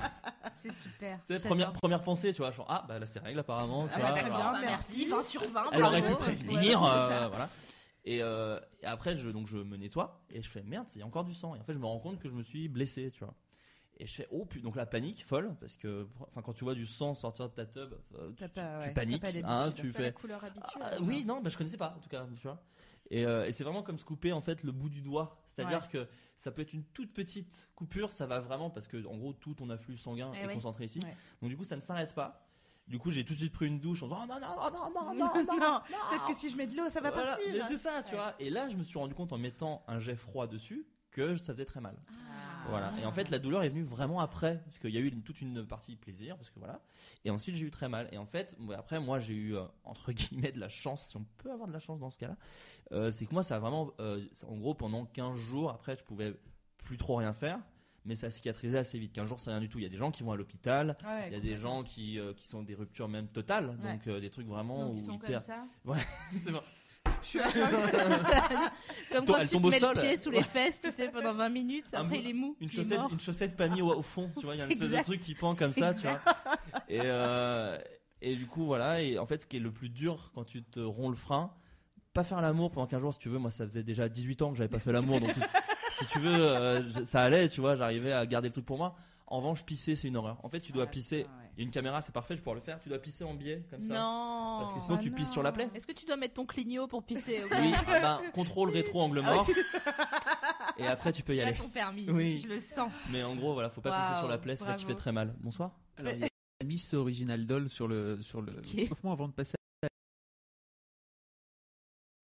[SPEAKER 1] C'est super.
[SPEAKER 6] Tu sais, Euh, première, première pensée, tu vois, genre ah bah la série, apparemment. Tu
[SPEAKER 2] Ah,
[SPEAKER 6] vois,
[SPEAKER 2] bah, d'accord.
[SPEAKER 6] genre,
[SPEAKER 2] Bien, merci.
[SPEAKER 1] 20 sur 20.
[SPEAKER 6] elle aurait pu
[SPEAKER 1] bravo.
[SPEAKER 6] prévenir,
[SPEAKER 1] Ouais, *laughs*
[SPEAKER 6] euh,
[SPEAKER 1] c'est ça.
[SPEAKER 6] voilà. Et, euh, et après, je, donc je me nettoie et je fais merde, il y a encore du sang. Et en fait, je me rends compte que je me suis blessé, tu vois. Et je fais oh putain, donc la panique folle parce que enfin quand tu vois du sang sortir de ta tub, euh, tu,
[SPEAKER 2] T'as pas,
[SPEAKER 6] tu
[SPEAKER 2] ouais,
[SPEAKER 6] paniques,
[SPEAKER 2] t'as pas l'habitude,
[SPEAKER 6] hein,
[SPEAKER 2] t'as
[SPEAKER 6] tu
[SPEAKER 5] Pas la
[SPEAKER 6] fais.
[SPEAKER 5] couleur habituelle.
[SPEAKER 6] Ah, oui, non, bah, je connaissais pas en tout cas, tu vois. Et, euh, et c'est vraiment comme se couper en fait le bout du doigt, c'est-à-dire que ça peut être une toute petite coupure, ça va vraiment parce que en gros tout ton afflux sanguin
[SPEAKER 1] Eh
[SPEAKER 6] est
[SPEAKER 1] ouais.
[SPEAKER 6] concentré ici.
[SPEAKER 2] Ouais.
[SPEAKER 6] Donc du coup ça ne s'arrête pas. Du coup j'ai tout de suite pris une douche en disant oh, non non non *laughs* non non non
[SPEAKER 2] *laughs* non, peut-être que si je mets de l'eau, ça va
[SPEAKER 6] voilà,
[SPEAKER 2] partir.
[SPEAKER 6] Mais c'est ça, tu vois. Et là, je me suis rendu compte en mettant un jet froid dessus que ça faisait très mal.
[SPEAKER 2] Ah.
[SPEAKER 6] Voilà. Et en fait, la douleur est venue vraiment après, parce qu'il y a eu une- toute une partie plaisir, parce que voilà. Et ensuite, j'ai eu très mal. Et en fait, bon, après, moi, j'ai eu euh, entre guillemets de la chance, si on peut avoir de la chance dans ce cas-là, euh, c'est que moi, ça a vraiment, euh, ça- en gros, pendant 15 jours, après, je pouvais plus trop rien faire. Mais ça cicatrisait assez vite. 15 jours, c'est rien du tout. Il y a des gens qui vont à l'hôpital,
[SPEAKER 2] Ah Ouais,
[SPEAKER 6] il y a des gens qui, euh, qui sont des ruptures même totales,
[SPEAKER 2] Ouais.
[SPEAKER 6] donc euh, des trucs vraiment
[SPEAKER 1] Donc,
[SPEAKER 6] où
[SPEAKER 1] ils sont
[SPEAKER 6] ils
[SPEAKER 2] *laughs*
[SPEAKER 1] comme
[SPEAKER 6] perdent-
[SPEAKER 1] ça.
[SPEAKER 6] C'est vrai.
[SPEAKER 1] Je suis Comme quand
[SPEAKER 6] elle
[SPEAKER 1] tu te
[SPEAKER 6] tombe au
[SPEAKER 1] mets le
[SPEAKER 6] sol.
[SPEAKER 1] pied sous les fesses, tu sais, pendant 20 minutes.
[SPEAKER 6] Un
[SPEAKER 1] Après,
[SPEAKER 6] bout-
[SPEAKER 1] il est mou. il
[SPEAKER 6] une
[SPEAKER 1] est
[SPEAKER 6] chaussette,
[SPEAKER 1] mort.
[SPEAKER 6] une chaussette pas mise au, au fond, tu vois, il y a un espèce de
[SPEAKER 1] Exact.
[SPEAKER 6] truc qui pend comme ça, tu vois. Et, euh, et du coup, voilà, et en fait, ce qui est le plus dur quand tu te ronds le frein, pas faire l'amour pendant 15 jours, si tu veux, moi ça faisait déjà 18 ans que j'avais pas fait l'amour, donc si tu veux, euh, je- ça allait, tu vois, j'arrivais à garder le truc pour moi. En revanche, pisser, c'est une horreur. En fait, tu
[SPEAKER 2] Ah,
[SPEAKER 1] Ah,
[SPEAKER 6] dois pisser,
[SPEAKER 2] *laughs*
[SPEAKER 6] il y a une caméra, c'est parfait, je vais pouvoir le faire, tu dois pisser en biais, comme ça.
[SPEAKER 1] Non. Ah
[SPEAKER 6] Parce que sinon, tu pisses sur la plaie.
[SPEAKER 1] Est-ce que tu dois mettre ton clignot pour pisser au
[SPEAKER 6] Oui, ben, contrôle rétro angle
[SPEAKER 1] Ah
[SPEAKER 6] mort. Et après, tu peux
[SPEAKER 1] *laughs*
[SPEAKER 6] y
[SPEAKER 1] Tu as
[SPEAKER 6] aller.
[SPEAKER 1] ton permis.
[SPEAKER 6] Oui.
[SPEAKER 1] Je le sens.
[SPEAKER 6] Mais en gros, voilà, faut pas pisser
[SPEAKER 1] Waouh,
[SPEAKER 6] sur la plaie, c'est ça qui
[SPEAKER 1] bravo.
[SPEAKER 6] fait très mal. Bonsoir.
[SPEAKER 3] Alors, il y a Miss Original Doll sur le. Sur le...
[SPEAKER 1] Ok.
[SPEAKER 3] Franchement, avant de passer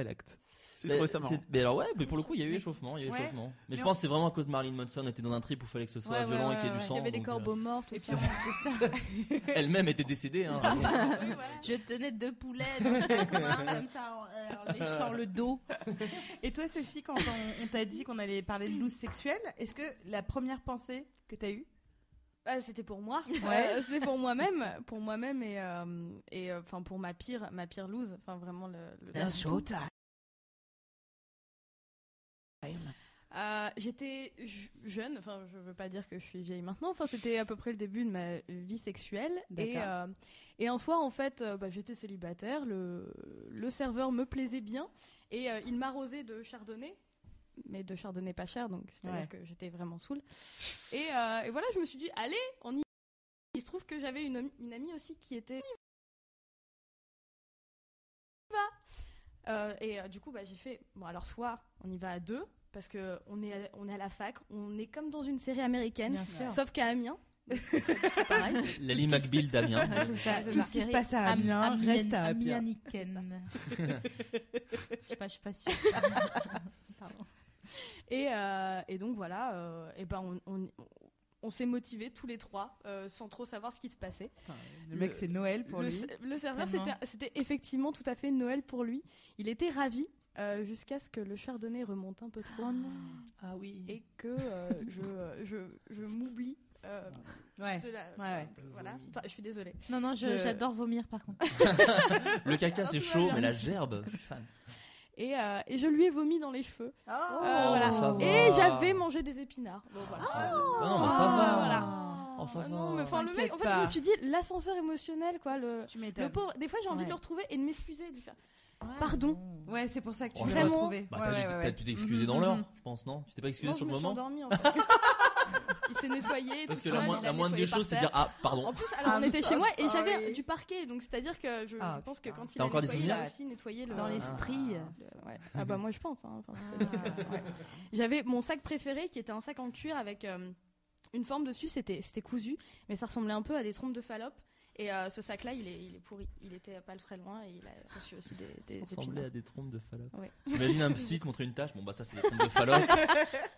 [SPEAKER 3] à l'acte. C'est
[SPEAKER 6] Mais
[SPEAKER 3] trop ça marrant.
[SPEAKER 6] Bah, c'est- Mais alors ouais, mais pour le coup, il y a eu échauffement, il y a eu
[SPEAKER 2] Ouais.
[SPEAKER 6] échauffement. Mais, je
[SPEAKER 2] Mais
[SPEAKER 6] pense que c'est vraiment à cause de Marilyn Manson elle était dans un trip où il fallait que ce soit
[SPEAKER 5] Ouais,
[SPEAKER 6] violent
[SPEAKER 5] ouais,
[SPEAKER 6] et qu'il y ait
[SPEAKER 5] ouais,
[SPEAKER 6] du
[SPEAKER 5] ouais.
[SPEAKER 6] sang.
[SPEAKER 5] Il y avait des
[SPEAKER 6] donc,
[SPEAKER 5] corbeaux
[SPEAKER 6] euh,
[SPEAKER 5] morts, tout
[SPEAKER 2] Et puis,
[SPEAKER 5] ça.
[SPEAKER 6] Elle-même était décédée. hein.
[SPEAKER 5] Oui, voilà.
[SPEAKER 1] *laughs* Je tenais deux poulets dans chaque main, comme ça, en, en léchant le
[SPEAKER 6] *laughs*
[SPEAKER 1] dos.
[SPEAKER 2] Et toi, Sophie, quand on, on t'a dit qu'on allait parler de loose sexuelle, est-ce que la première pensée que t'as eue
[SPEAKER 5] Ah, c'était pour moi.
[SPEAKER 2] Ouais.
[SPEAKER 5] Euh, *laughs* c'est pour moi-même, pour moi-même et euh, et enfin pour ma pire, ma pire loose, enfin vraiment le. le-
[SPEAKER 2] showtime.
[SPEAKER 5] Euh, J'étais ju- jeune, enfin je veux pas dire que je suis vieille maintenant, enfin c'était à peu près le début de ma vie sexuelle et
[SPEAKER 2] D'accord.
[SPEAKER 5] euh, et en soi en fait euh, bah, j'étais célibataire, le le serveur me plaisait bien et euh, il m'arrosait de chardonnay, mais de chardonnay pas cher donc c'est-à-dire
[SPEAKER 2] Ouais.
[SPEAKER 5] que j'étais vraiment saoule et, euh, et voilà je me suis dit allez on y il se trouve que j'avais une, ami- une amie aussi qui était On y va. Euh, et euh, du coup bah, j'ai fait bon alors soit on y va à deux parce que on est à, on est à la fac on est comme dans une série américaine
[SPEAKER 2] sûr.
[SPEAKER 5] sauf qu'à Amiens
[SPEAKER 6] Lally McBeal d'Amiens.
[SPEAKER 1] Ouais, c'est ça.
[SPEAKER 2] Tout ce qui se passe à
[SPEAKER 1] Am-
[SPEAKER 2] Amiens
[SPEAKER 1] Amien-
[SPEAKER 2] reste à Amiens.
[SPEAKER 1] Amienicaine. Je sais pas, je suis pas sûre. Pardon.
[SPEAKER 5] et, euh, et donc voilà euh, et ben on, on- on s'est motivés tous les trois euh, sans trop savoir ce qui se passait
[SPEAKER 2] Putain, Le mec,
[SPEAKER 5] Le-
[SPEAKER 2] c'est Noël pour
[SPEAKER 5] le,
[SPEAKER 2] lui.
[SPEAKER 5] le serveur,
[SPEAKER 1] Tellement.
[SPEAKER 5] c'était c'était effectivement tout à fait Noël pour lui. Il était ravi euh, jusqu'à ce que le chardonnay remonte un peu trop
[SPEAKER 3] Ah oui.
[SPEAKER 5] et que euh, je, je, je m'oublie. euh,
[SPEAKER 2] Ouais.
[SPEAKER 5] de la-
[SPEAKER 2] ouais.
[SPEAKER 5] Voilà. Enfin, je suis désolée.
[SPEAKER 1] *laughs* Non, non, je-
[SPEAKER 5] Je-
[SPEAKER 1] j'adore vomir par contre.
[SPEAKER 6] Le caca
[SPEAKER 5] Ah,
[SPEAKER 6] c'est
[SPEAKER 5] tout va
[SPEAKER 6] chaud,
[SPEAKER 5] bien.
[SPEAKER 6] mais la gerbe, je suis fan.
[SPEAKER 5] Et, euh, et je lui ai vomi dans les cheveux.
[SPEAKER 6] Oh.
[SPEAKER 5] Euh,
[SPEAKER 2] Oh,
[SPEAKER 5] voilà.
[SPEAKER 6] ça va.
[SPEAKER 5] Et j'avais mangé des épinards. Bon, voilà.
[SPEAKER 6] Ah, non, mais ça va. Oh, ça
[SPEAKER 5] non,
[SPEAKER 6] va.
[SPEAKER 5] mais enfin, le mec,
[SPEAKER 2] T'inquiète
[SPEAKER 5] en fait, je me
[SPEAKER 2] pas.
[SPEAKER 5] suis dit l'ascenseur émotionnel, quoi. Le,
[SPEAKER 2] Tu
[SPEAKER 5] le
[SPEAKER 2] m'étonnes.
[SPEAKER 5] pauvre. Des fois, j'ai envie
[SPEAKER 2] Ouais.
[SPEAKER 5] de le retrouver et de m'excuser, de lui faire. Pardon.
[SPEAKER 2] Ouais, c'est pour ça que tu
[SPEAKER 6] Oh,
[SPEAKER 2] l'as
[SPEAKER 6] vraiment
[SPEAKER 2] retrouvé.
[SPEAKER 6] Bah,
[SPEAKER 2] Ouais,
[SPEAKER 6] t'as dû-
[SPEAKER 2] ouais, ouais,
[SPEAKER 6] t'as
[SPEAKER 2] ouais.
[SPEAKER 6] dû t'excuser
[SPEAKER 2] Mhm,
[SPEAKER 6] dans l'heure,
[SPEAKER 2] mhm.
[SPEAKER 6] je pense, non Tu t'es pas excusé
[SPEAKER 5] Non, je
[SPEAKER 6] sur le
[SPEAKER 5] me suis
[SPEAKER 6] moment
[SPEAKER 5] endormie. en fait.
[SPEAKER 6] *laughs*
[SPEAKER 5] Il s'est nettoyé.
[SPEAKER 6] Parce
[SPEAKER 5] tout
[SPEAKER 6] que la,
[SPEAKER 5] seul,
[SPEAKER 6] moindre-
[SPEAKER 5] il a
[SPEAKER 6] la moindre des
[SPEAKER 5] nettoyé par
[SPEAKER 6] choses, c'est de
[SPEAKER 5] terre.
[SPEAKER 6] dire ah pardon.
[SPEAKER 5] En plus, alors on
[SPEAKER 2] I'm
[SPEAKER 5] était
[SPEAKER 2] so
[SPEAKER 5] chez moi et
[SPEAKER 2] sorry.
[SPEAKER 5] j'avais du parquet, donc c'est-à-dire que je, je
[SPEAKER 2] Ah,
[SPEAKER 5] pense que
[SPEAKER 2] putain.
[SPEAKER 5] quand il
[SPEAKER 6] T'as
[SPEAKER 5] a
[SPEAKER 6] encore des
[SPEAKER 5] nettoyé, il a
[SPEAKER 2] souvenirs
[SPEAKER 5] aussi nettoyé le.
[SPEAKER 1] Dans les
[SPEAKER 5] le-
[SPEAKER 1] stries.
[SPEAKER 5] ouais. Ah bah moi je pense. hein. Enfin, c'est-à-dire que, ouais. J'avais mon sac préféré qui était un sac en cuir avec euh, une forme dessus, c'était c'était cousu, mais ça ressemblait un peu à des trompes de Fallope. Et euh, ce sac-là, il est, il est pourri. Il était pas très loin et il a reçu aussi des, des, des
[SPEAKER 6] Ça ressemblait
[SPEAKER 5] pinards.
[SPEAKER 6] à des trompes de fallope.
[SPEAKER 5] Ouais.
[SPEAKER 6] J'imagine un psy te montrer une tâche, bon bah ça c'est des trompes de fallope.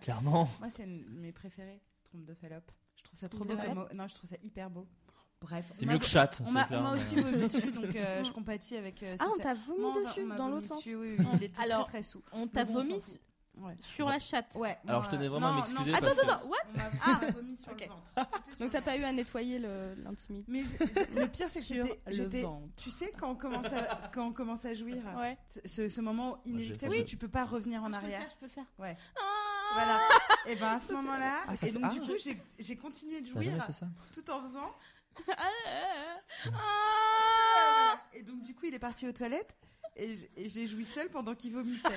[SPEAKER 6] Clairement.
[SPEAKER 2] Moi, c'est une- mes préférés. trompe de Fallope. Je trouve ça trop
[SPEAKER 5] Trompe
[SPEAKER 2] beau
[SPEAKER 5] de
[SPEAKER 2] comme mot. Non, je trouve ça hyper beau. Bref.
[SPEAKER 6] C'est
[SPEAKER 2] on m'a-
[SPEAKER 6] mieux que chatte.
[SPEAKER 2] On
[SPEAKER 6] c'est
[SPEAKER 2] m'a
[SPEAKER 6] clair,
[SPEAKER 2] on m'a
[SPEAKER 6] mais-
[SPEAKER 2] aussi vomi
[SPEAKER 5] *laughs*
[SPEAKER 2] dessus, donc euh, je compatis avec. euh,
[SPEAKER 5] Ah,
[SPEAKER 2] ce-
[SPEAKER 5] on t'a vomi
[SPEAKER 2] Non, on m'a-
[SPEAKER 5] dessus
[SPEAKER 2] on m'a
[SPEAKER 5] dans
[SPEAKER 2] vomi
[SPEAKER 5] l'autre sens. Ah.
[SPEAKER 2] dessus, Oui, oui, il était
[SPEAKER 1] Alors-
[SPEAKER 2] très, très sous.
[SPEAKER 1] *laughs* On t'a
[SPEAKER 2] Bon, on s'en
[SPEAKER 1] vomi
[SPEAKER 2] fout. Ouais.
[SPEAKER 1] sur la chatte.
[SPEAKER 2] Ouais, moi,
[SPEAKER 6] Alors,
[SPEAKER 2] euh,
[SPEAKER 6] je tenais vraiment à
[SPEAKER 2] non, non,
[SPEAKER 6] m'excuser
[SPEAKER 2] c'est-
[SPEAKER 5] Attends,
[SPEAKER 6] parce que-
[SPEAKER 5] attends, attends, what
[SPEAKER 2] On m'a
[SPEAKER 5] Ah,
[SPEAKER 2] vraiment vomi sur
[SPEAKER 5] ok.
[SPEAKER 2] le ventre. C'était sur
[SPEAKER 5] Donc
[SPEAKER 2] le
[SPEAKER 5] t'as pas eu à nettoyer le- *laughs* l'intimide
[SPEAKER 2] Mais le pire, c'est que
[SPEAKER 1] Sur
[SPEAKER 2] c'était-
[SPEAKER 1] le
[SPEAKER 2] j'étais.
[SPEAKER 1] ventre.
[SPEAKER 2] Tu sais, quand on commence
[SPEAKER 1] *laughs*
[SPEAKER 2] à, quand on commence à jouir,
[SPEAKER 5] Ouais.
[SPEAKER 2] ce, ce moment inéluctable,
[SPEAKER 6] Oui.
[SPEAKER 2] où tu peux pas revenir en
[SPEAKER 1] Ah, Je peux le
[SPEAKER 2] arrière.
[SPEAKER 1] faire, je peux le faire.
[SPEAKER 2] Ouais.
[SPEAKER 1] Ah
[SPEAKER 2] Voilà. Et ben à ce moment-là,
[SPEAKER 4] Ah, ça
[SPEAKER 2] et
[SPEAKER 4] fait-
[SPEAKER 2] donc du
[SPEAKER 4] ah.
[SPEAKER 2] coup, j'ai- j'ai continué de
[SPEAKER 4] T'as jamais
[SPEAKER 2] jouir
[SPEAKER 4] fait ça
[SPEAKER 2] tout en faisant.
[SPEAKER 5] ah, *laughs*
[SPEAKER 1] Ah
[SPEAKER 2] Et donc du coup, il est parti aux toilettes et j- et j'ai joui seul pendant qu'il vomissait.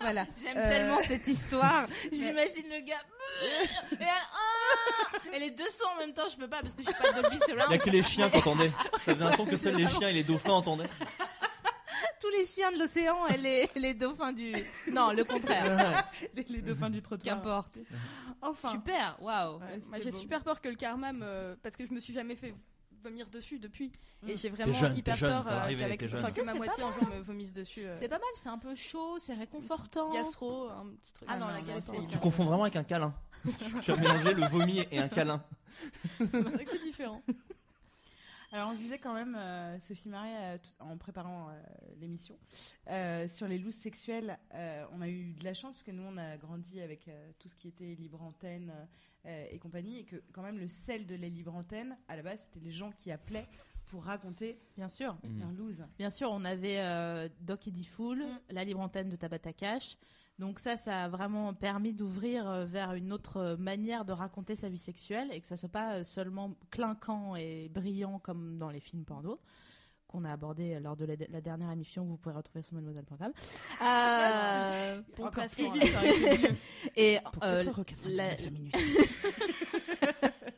[SPEAKER 2] voilà.
[SPEAKER 1] J'aime
[SPEAKER 2] Euh,
[SPEAKER 1] tellement
[SPEAKER 2] *laughs*
[SPEAKER 1] cette histoire. J'imagine le gars.
[SPEAKER 5] Euh.
[SPEAKER 1] Et, elle, Ah et les deux sons en même temps, je peux pas parce que je suis pas Dolby
[SPEAKER 6] Il n'y a
[SPEAKER 1] Surround.
[SPEAKER 6] que les chiens qui entendaient. Ça faisait un son que seuls les chiens et les dauphins entendaient.
[SPEAKER 1] *laughs* Tous les chiens de l'océan et les, les dauphins du. Non, le contraire.
[SPEAKER 2] Les, les dauphins du trottoir.
[SPEAKER 1] *laughs* Qu'importe.
[SPEAKER 2] Enfin.
[SPEAKER 1] Super, waouh.
[SPEAKER 5] Ouais,
[SPEAKER 2] Ouais, c'était
[SPEAKER 5] Euh, moi, j'ai
[SPEAKER 2] beau.
[SPEAKER 5] super peur que le karma me. Parce que je me suis jamais fait vomir dessus depuis.
[SPEAKER 2] Mmh.
[SPEAKER 5] Et j'ai vraiment
[SPEAKER 6] jeune, t'es
[SPEAKER 5] hyper
[SPEAKER 6] jeune,
[SPEAKER 5] peur
[SPEAKER 6] ça va
[SPEAKER 5] euh,
[SPEAKER 6] arriver,
[SPEAKER 5] qu'avec-
[SPEAKER 6] t'es jeune.
[SPEAKER 5] enfin,
[SPEAKER 1] Ça,
[SPEAKER 5] que ma
[SPEAKER 1] c'est pas
[SPEAKER 5] moitié un jour me vomisse dessus. euh,
[SPEAKER 1] C'est pas mal, c'est un peu chaud, c'est réconfortant.
[SPEAKER 5] Gastro, un petit truc.
[SPEAKER 1] Ah non,
[SPEAKER 5] Ouais,
[SPEAKER 1] la
[SPEAKER 5] non,
[SPEAKER 1] gastro,
[SPEAKER 5] c'est-
[SPEAKER 1] c'est-
[SPEAKER 6] Tu confonds vraiment avec un câlin. tu as mélangé le vomi et un câlin.
[SPEAKER 5] C'est vrai que c'est différent.
[SPEAKER 2] Alors on se disait quand même, euh, Sophie Marie, euh, tout- en préparant euh, l'émission, euh, sur les looses sexuelles, euh, on a eu de la chance parce que nous on a grandi avec euh, tout ce qui était libre antenne euh, et compagnie et que quand même le sel de la libre antenne, à la base c'était les gens qui appelaient pour raconter
[SPEAKER 1] Bien sûr.
[SPEAKER 6] Mm.
[SPEAKER 2] un loose.
[SPEAKER 1] Bien sûr, on avait euh, Doc et Diffoul,
[SPEAKER 5] Mm.
[SPEAKER 1] la libre antenne de Tabata Cash. Donc ça, ça a vraiment permis d'ouvrir euh, vers une autre euh, manière de raconter sa vie sexuelle et que ça soit pas euh, seulement clinquant et brillant comme dans les films porno qu'on a abordé lors de la, la dernière émission que vous pouvez retrouver sur mademoiselle.com. Euh, pour
[SPEAKER 2] Encore
[SPEAKER 1] passer-
[SPEAKER 2] plus vite, hein, ça aurait été mieux.
[SPEAKER 1] *laughs* et
[SPEAKER 2] Pour
[SPEAKER 1] euh,
[SPEAKER 2] 4,99
[SPEAKER 1] la-
[SPEAKER 2] la minute.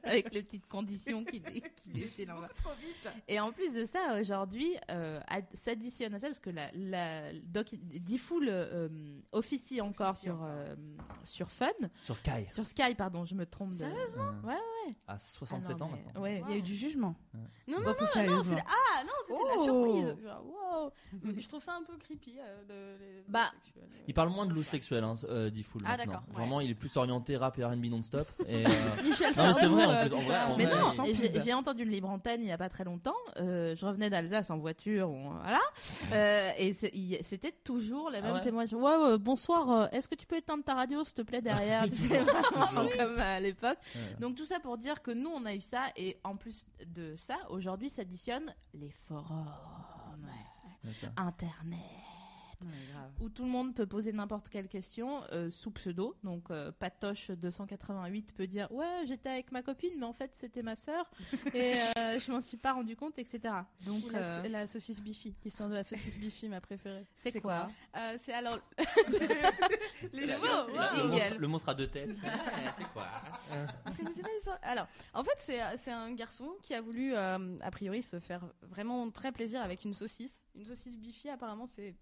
[SPEAKER 1] avec les petites conditions qui, dé- qui défilent en bas.
[SPEAKER 2] Beaucoup trop vite.
[SPEAKER 1] Et en plus de ça, aujourd'hui, euh, ad- s'additionne à ça, parce que la, la Doc Diffoul euh, officie encore
[SPEAKER 2] Officie
[SPEAKER 1] sur,
[SPEAKER 2] encore.
[SPEAKER 1] euh, sur Fun,
[SPEAKER 6] Sur Sky.
[SPEAKER 1] sur Sky, pardon, je me trompe. de-
[SPEAKER 5] Sérieusement
[SPEAKER 1] Ouais, Ah
[SPEAKER 6] À
[SPEAKER 1] non,
[SPEAKER 6] 67 ans
[SPEAKER 1] mais-
[SPEAKER 6] maintenant.
[SPEAKER 1] ouais.
[SPEAKER 2] Il y a eu du jugement.
[SPEAKER 5] Non, non,
[SPEAKER 2] Dans tout sérieusement.
[SPEAKER 5] c'est- Ah non, c'était de
[SPEAKER 2] Bah,
[SPEAKER 5] la
[SPEAKER 2] Oh.
[SPEAKER 5] surprise. Genre, wow. Mais Je trouve ça un peu creepy. euh, de- les- les
[SPEAKER 1] Bah,
[SPEAKER 5] sexuels.
[SPEAKER 6] Il parle moins de loose sexuelle, hein, euh, Diffoul.
[SPEAKER 5] Ah,
[SPEAKER 6] maintenant.
[SPEAKER 5] d'accord, ouais.
[SPEAKER 6] Vraiment, il est plus orienté rap et RB non-stop. *laughs* Et, euh,
[SPEAKER 5] Michel
[SPEAKER 6] Non, mais c'est
[SPEAKER 5] Sardou,
[SPEAKER 6] vrai, hein. en
[SPEAKER 5] euh,
[SPEAKER 6] plus,
[SPEAKER 5] tout
[SPEAKER 6] en vrai,
[SPEAKER 5] ça.
[SPEAKER 6] en
[SPEAKER 1] Mais
[SPEAKER 6] vrai,
[SPEAKER 1] non,
[SPEAKER 2] sans
[SPEAKER 1] et j'ai
[SPEAKER 2] pub.
[SPEAKER 1] j'ai entendu une libre antenne il n'y a pas très longtemps. euh, je revenais d'Alsace en voiture, on- voilà. euh, et c'est- il- c'était toujours la
[SPEAKER 6] Ah
[SPEAKER 1] même
[SPEAKER 6] ouais
[SPEAKER 1] témoignage. Ouais, ouais, bonsoir, euh, est-ce que tu peux éteindre ta radio, s'il te plaît,
[SPEAKER 6] *laughs*
[SPEAKER 1] derrière Tu sais, vraiment
[SPEAKER 6] Toujours.
[SPEAKER 1] comme à l'époque.
[SPEAKER 6] Ouais.
[SPEAKER 1] Donc tout ça pour dire que nous, on a eu ça. Et en plus de ça, aujourd'hui s'additionnent les forums,
[SPEAKER 6] ouais, ça.
[SPEAKER 1] Internet
[SPEAKER 2] Non, mais grave.
[SPEAKER 1] où tout le monde peut poser n'importe quelle question euh, sous pseudo. Donc euh, Patoche 288 peut dire ouais j'étais avec ma copine mais en fait c'était ma sœur et euh, je m'en suis pas rendu compte etc. Donc
[SPEAKER 5] Ou la,
[SPEAKER 1] euh,
[SPEAKER 5] la saucisse Bifi, l'histoire de la *laughs* saucisse Bifi, ma préférée.
[SPEAKER 1] c'est quoi,
[SPEAKER 5] Euh, C'est alors *laughs*
[SPEAKER 2] Les
[SPEAKER 5] Wow,
[SPEAKER 2] gens-
[SPEAKER 5] wow.
[SPEAKER 6] Le monstre-
[SPEAKER 1] Jingle.
[SPEAKER 6] le monstre à deux têtes. Ouais, c'est quoi hein
[SPEAKER 5] Connaissez pas l'histoire Alors, en fait, c'est euh, c'est un garçon qui a voulu, euh, a priori, se faire vraiment très plaisir avec une saucisse. Une saucisse bifi, apparemment, c'est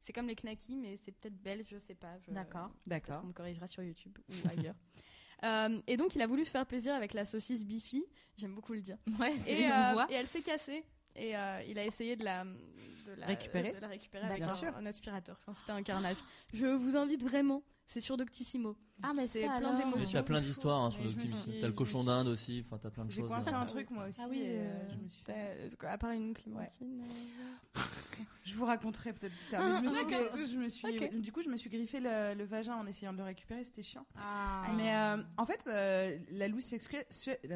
[SPEAKER 5] c'est comme les knackis, mais c'est peut-être belge, je sais pas. je-
[SPEAKER 1] D'accord.
[SPEAKER 5] Parce
[SPEAKER 2] D'accord.
[SPEAKER 5] qu'on me corrigera sur YouTube ou ailleurs. *laughs* Euh, et donc, il a voulu se faire plaisir avec la saucisse bifi. J'aime beaucoup le dire.
[SPEAKER 1] *laughs* Ouais c'est
[SPEAKER 5] Et,
[SPEAKER 1] une
[SPEAKER 5] euh,
[SPEAKER 1] voix.
[SPEAKER 5] et elle s'est cassée. Et euh, il a essayé de la, de la
[SPEAKER 2] Récupérer
[SPEAKER 5] de la récupérer avec
[SPEAKER 2] Bien
[SPEAKER 5] un,
[SPEAKER 2] sûr.
[SPEAKER 5] un aspirateur. Enfin, c'était un carnage. Je vous invite vraiment. C'est sur Doctissimo.
[SPEAKER 1] Ah mais
[SPEAKER 5] c'est
[SPEAKER 1] ça
[SPEAKER 5] plein
[SPEAKER 1] alors.
[SPEAKER 5] d'émotions.
[SPEAKER 6] Mais tu as plein d'histoires hein, sur
[SPEAKER 2] Mais
[SPEAKER 6] le
[SPEAKER 2] je me
[SPEAKER 6] Tim.
[SPEAKER 2] suis-
[SPEAKER 6] T'as le cochon
[SPEAKER 2] je-
[SPEAKER 6] d'Inde aussi. Enfin, t'as plein de
[SPEAKER 2] J'ai
[SPEAKER 6] choses.
[SPEAKER 2] coincé
[SPEAKER 6] euh,
[SPEAKER 2] un truc moi aussi.
[SPEAKER 1] Ah oui,
[SPEAKER 2] et, euh,
[SPEAKER 1] euh,
[SPEAKER 2] je me suis.
[SPEAKER 5] T'as- euh, quoi, À part une clémentine. euh,
[SPEAKER 2] Je vous raconterai peut-être plus tard. mais je me suis,
[SPEAKER 5] Ah, D'accord.
[SPEAKER 2] je me suis-
[SPEAKER 5] Ok.
[SPEAKER 2] du coup, je me suis griffé le, le vagin en essayant de le récupérer, c'était chiant.
[SPEAKER 1] Ah.
[SPEAKER 2] Mais euh, en fait, euh, la loose sexuelle, se-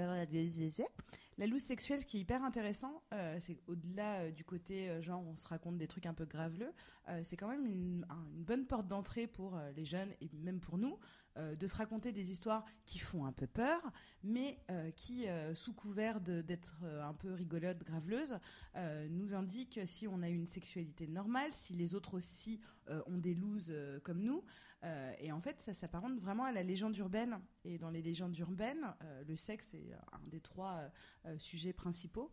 [SPEAKER 2] la loose sexuelle qui est hyper intéressant, euh, c'est au-delà euh, du côté euh, genre on se raconte des trucs un peu graveleux, euh, c'est quand même une, un- une bonne porte d'entrée pour euh, les jeunes et même pour nous euh, de se raconter des histoires qui font un peu peur, mais euh, qui, euh, sous couvert de- d'être euh, un peu rigolote, graveleuse, euh, nous indique si on a une sexualité normale, si les autres aussi euh, ont des looses euh, comme nous. Euh, et en fait, ça s'apparente vraiment à la légende urbaine. Et dans les légendes urbaines, euh, le sexe est un des trois euh, euh, sujets principaux.